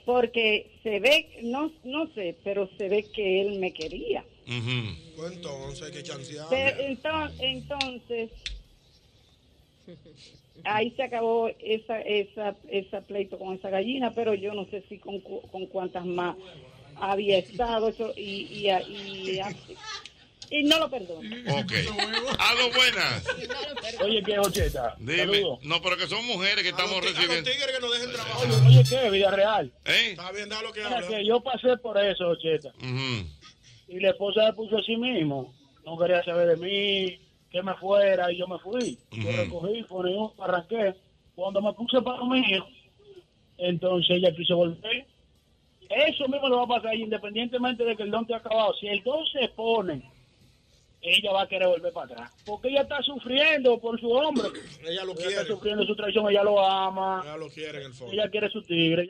[SPEAKER 36] porque se ve, no, no sé, pero se ve que él me quería.
[SPEAKER 4] Pues entonces hay que chancear.
[SPEAKER 36] Pero enton- entonces, ahí se acabó esa, esa, esa pleito con esa gallina, pero yo no sé si con, cu- con cuántas más había estado eso, y, y, y, y no lo perdono.
[SPEAKER 21] Ok. Aló, buenas.
[SPEAKER 18] Oye, ¿qué, Ocheta?
[SPEAKER 21] Dime.
[SPEAKER 18] Saludos.
[SPEAKER 21] No, pero que son mujeres que estamos recibiendo. ¿Eh?
[SPEAKER 4] que nos dejen trabajar.
[SPEAKER 18] Oye, ¿qué, Villarreal?
[SPEAKER 4] Está bien, da lo que
[SPEAKER 18] Mira
[SPEAKER 4] habla.
[SPEAKER 18] que yo pasé por eso, Ocheta. Y la esposa me puso a sí mismo. No quería saber de mí,
[SPEAKER 8] que me fuera y yo me fui. Yo
[SPEAKER 12] Ujú.
[SPEAKER 8] recogí, por ahí arranqué. Cuando me puse para lo mío, entonces ella quiso volver. Eso mismo lo va a pasar independientemente de que el don esté acabado. Si el don se pone, ella va a querer volver para atrás. Porque ella está sufriendo por su hombre.
[SPEAKER 4] Ella lo
[SPEAKER 8] quiere. Está sufriendo su traición, ella lo ama.
[SPEAKER 4] Ella lo quiere en el fondo.
[SPEAKER 8] Ella quiere su tigre.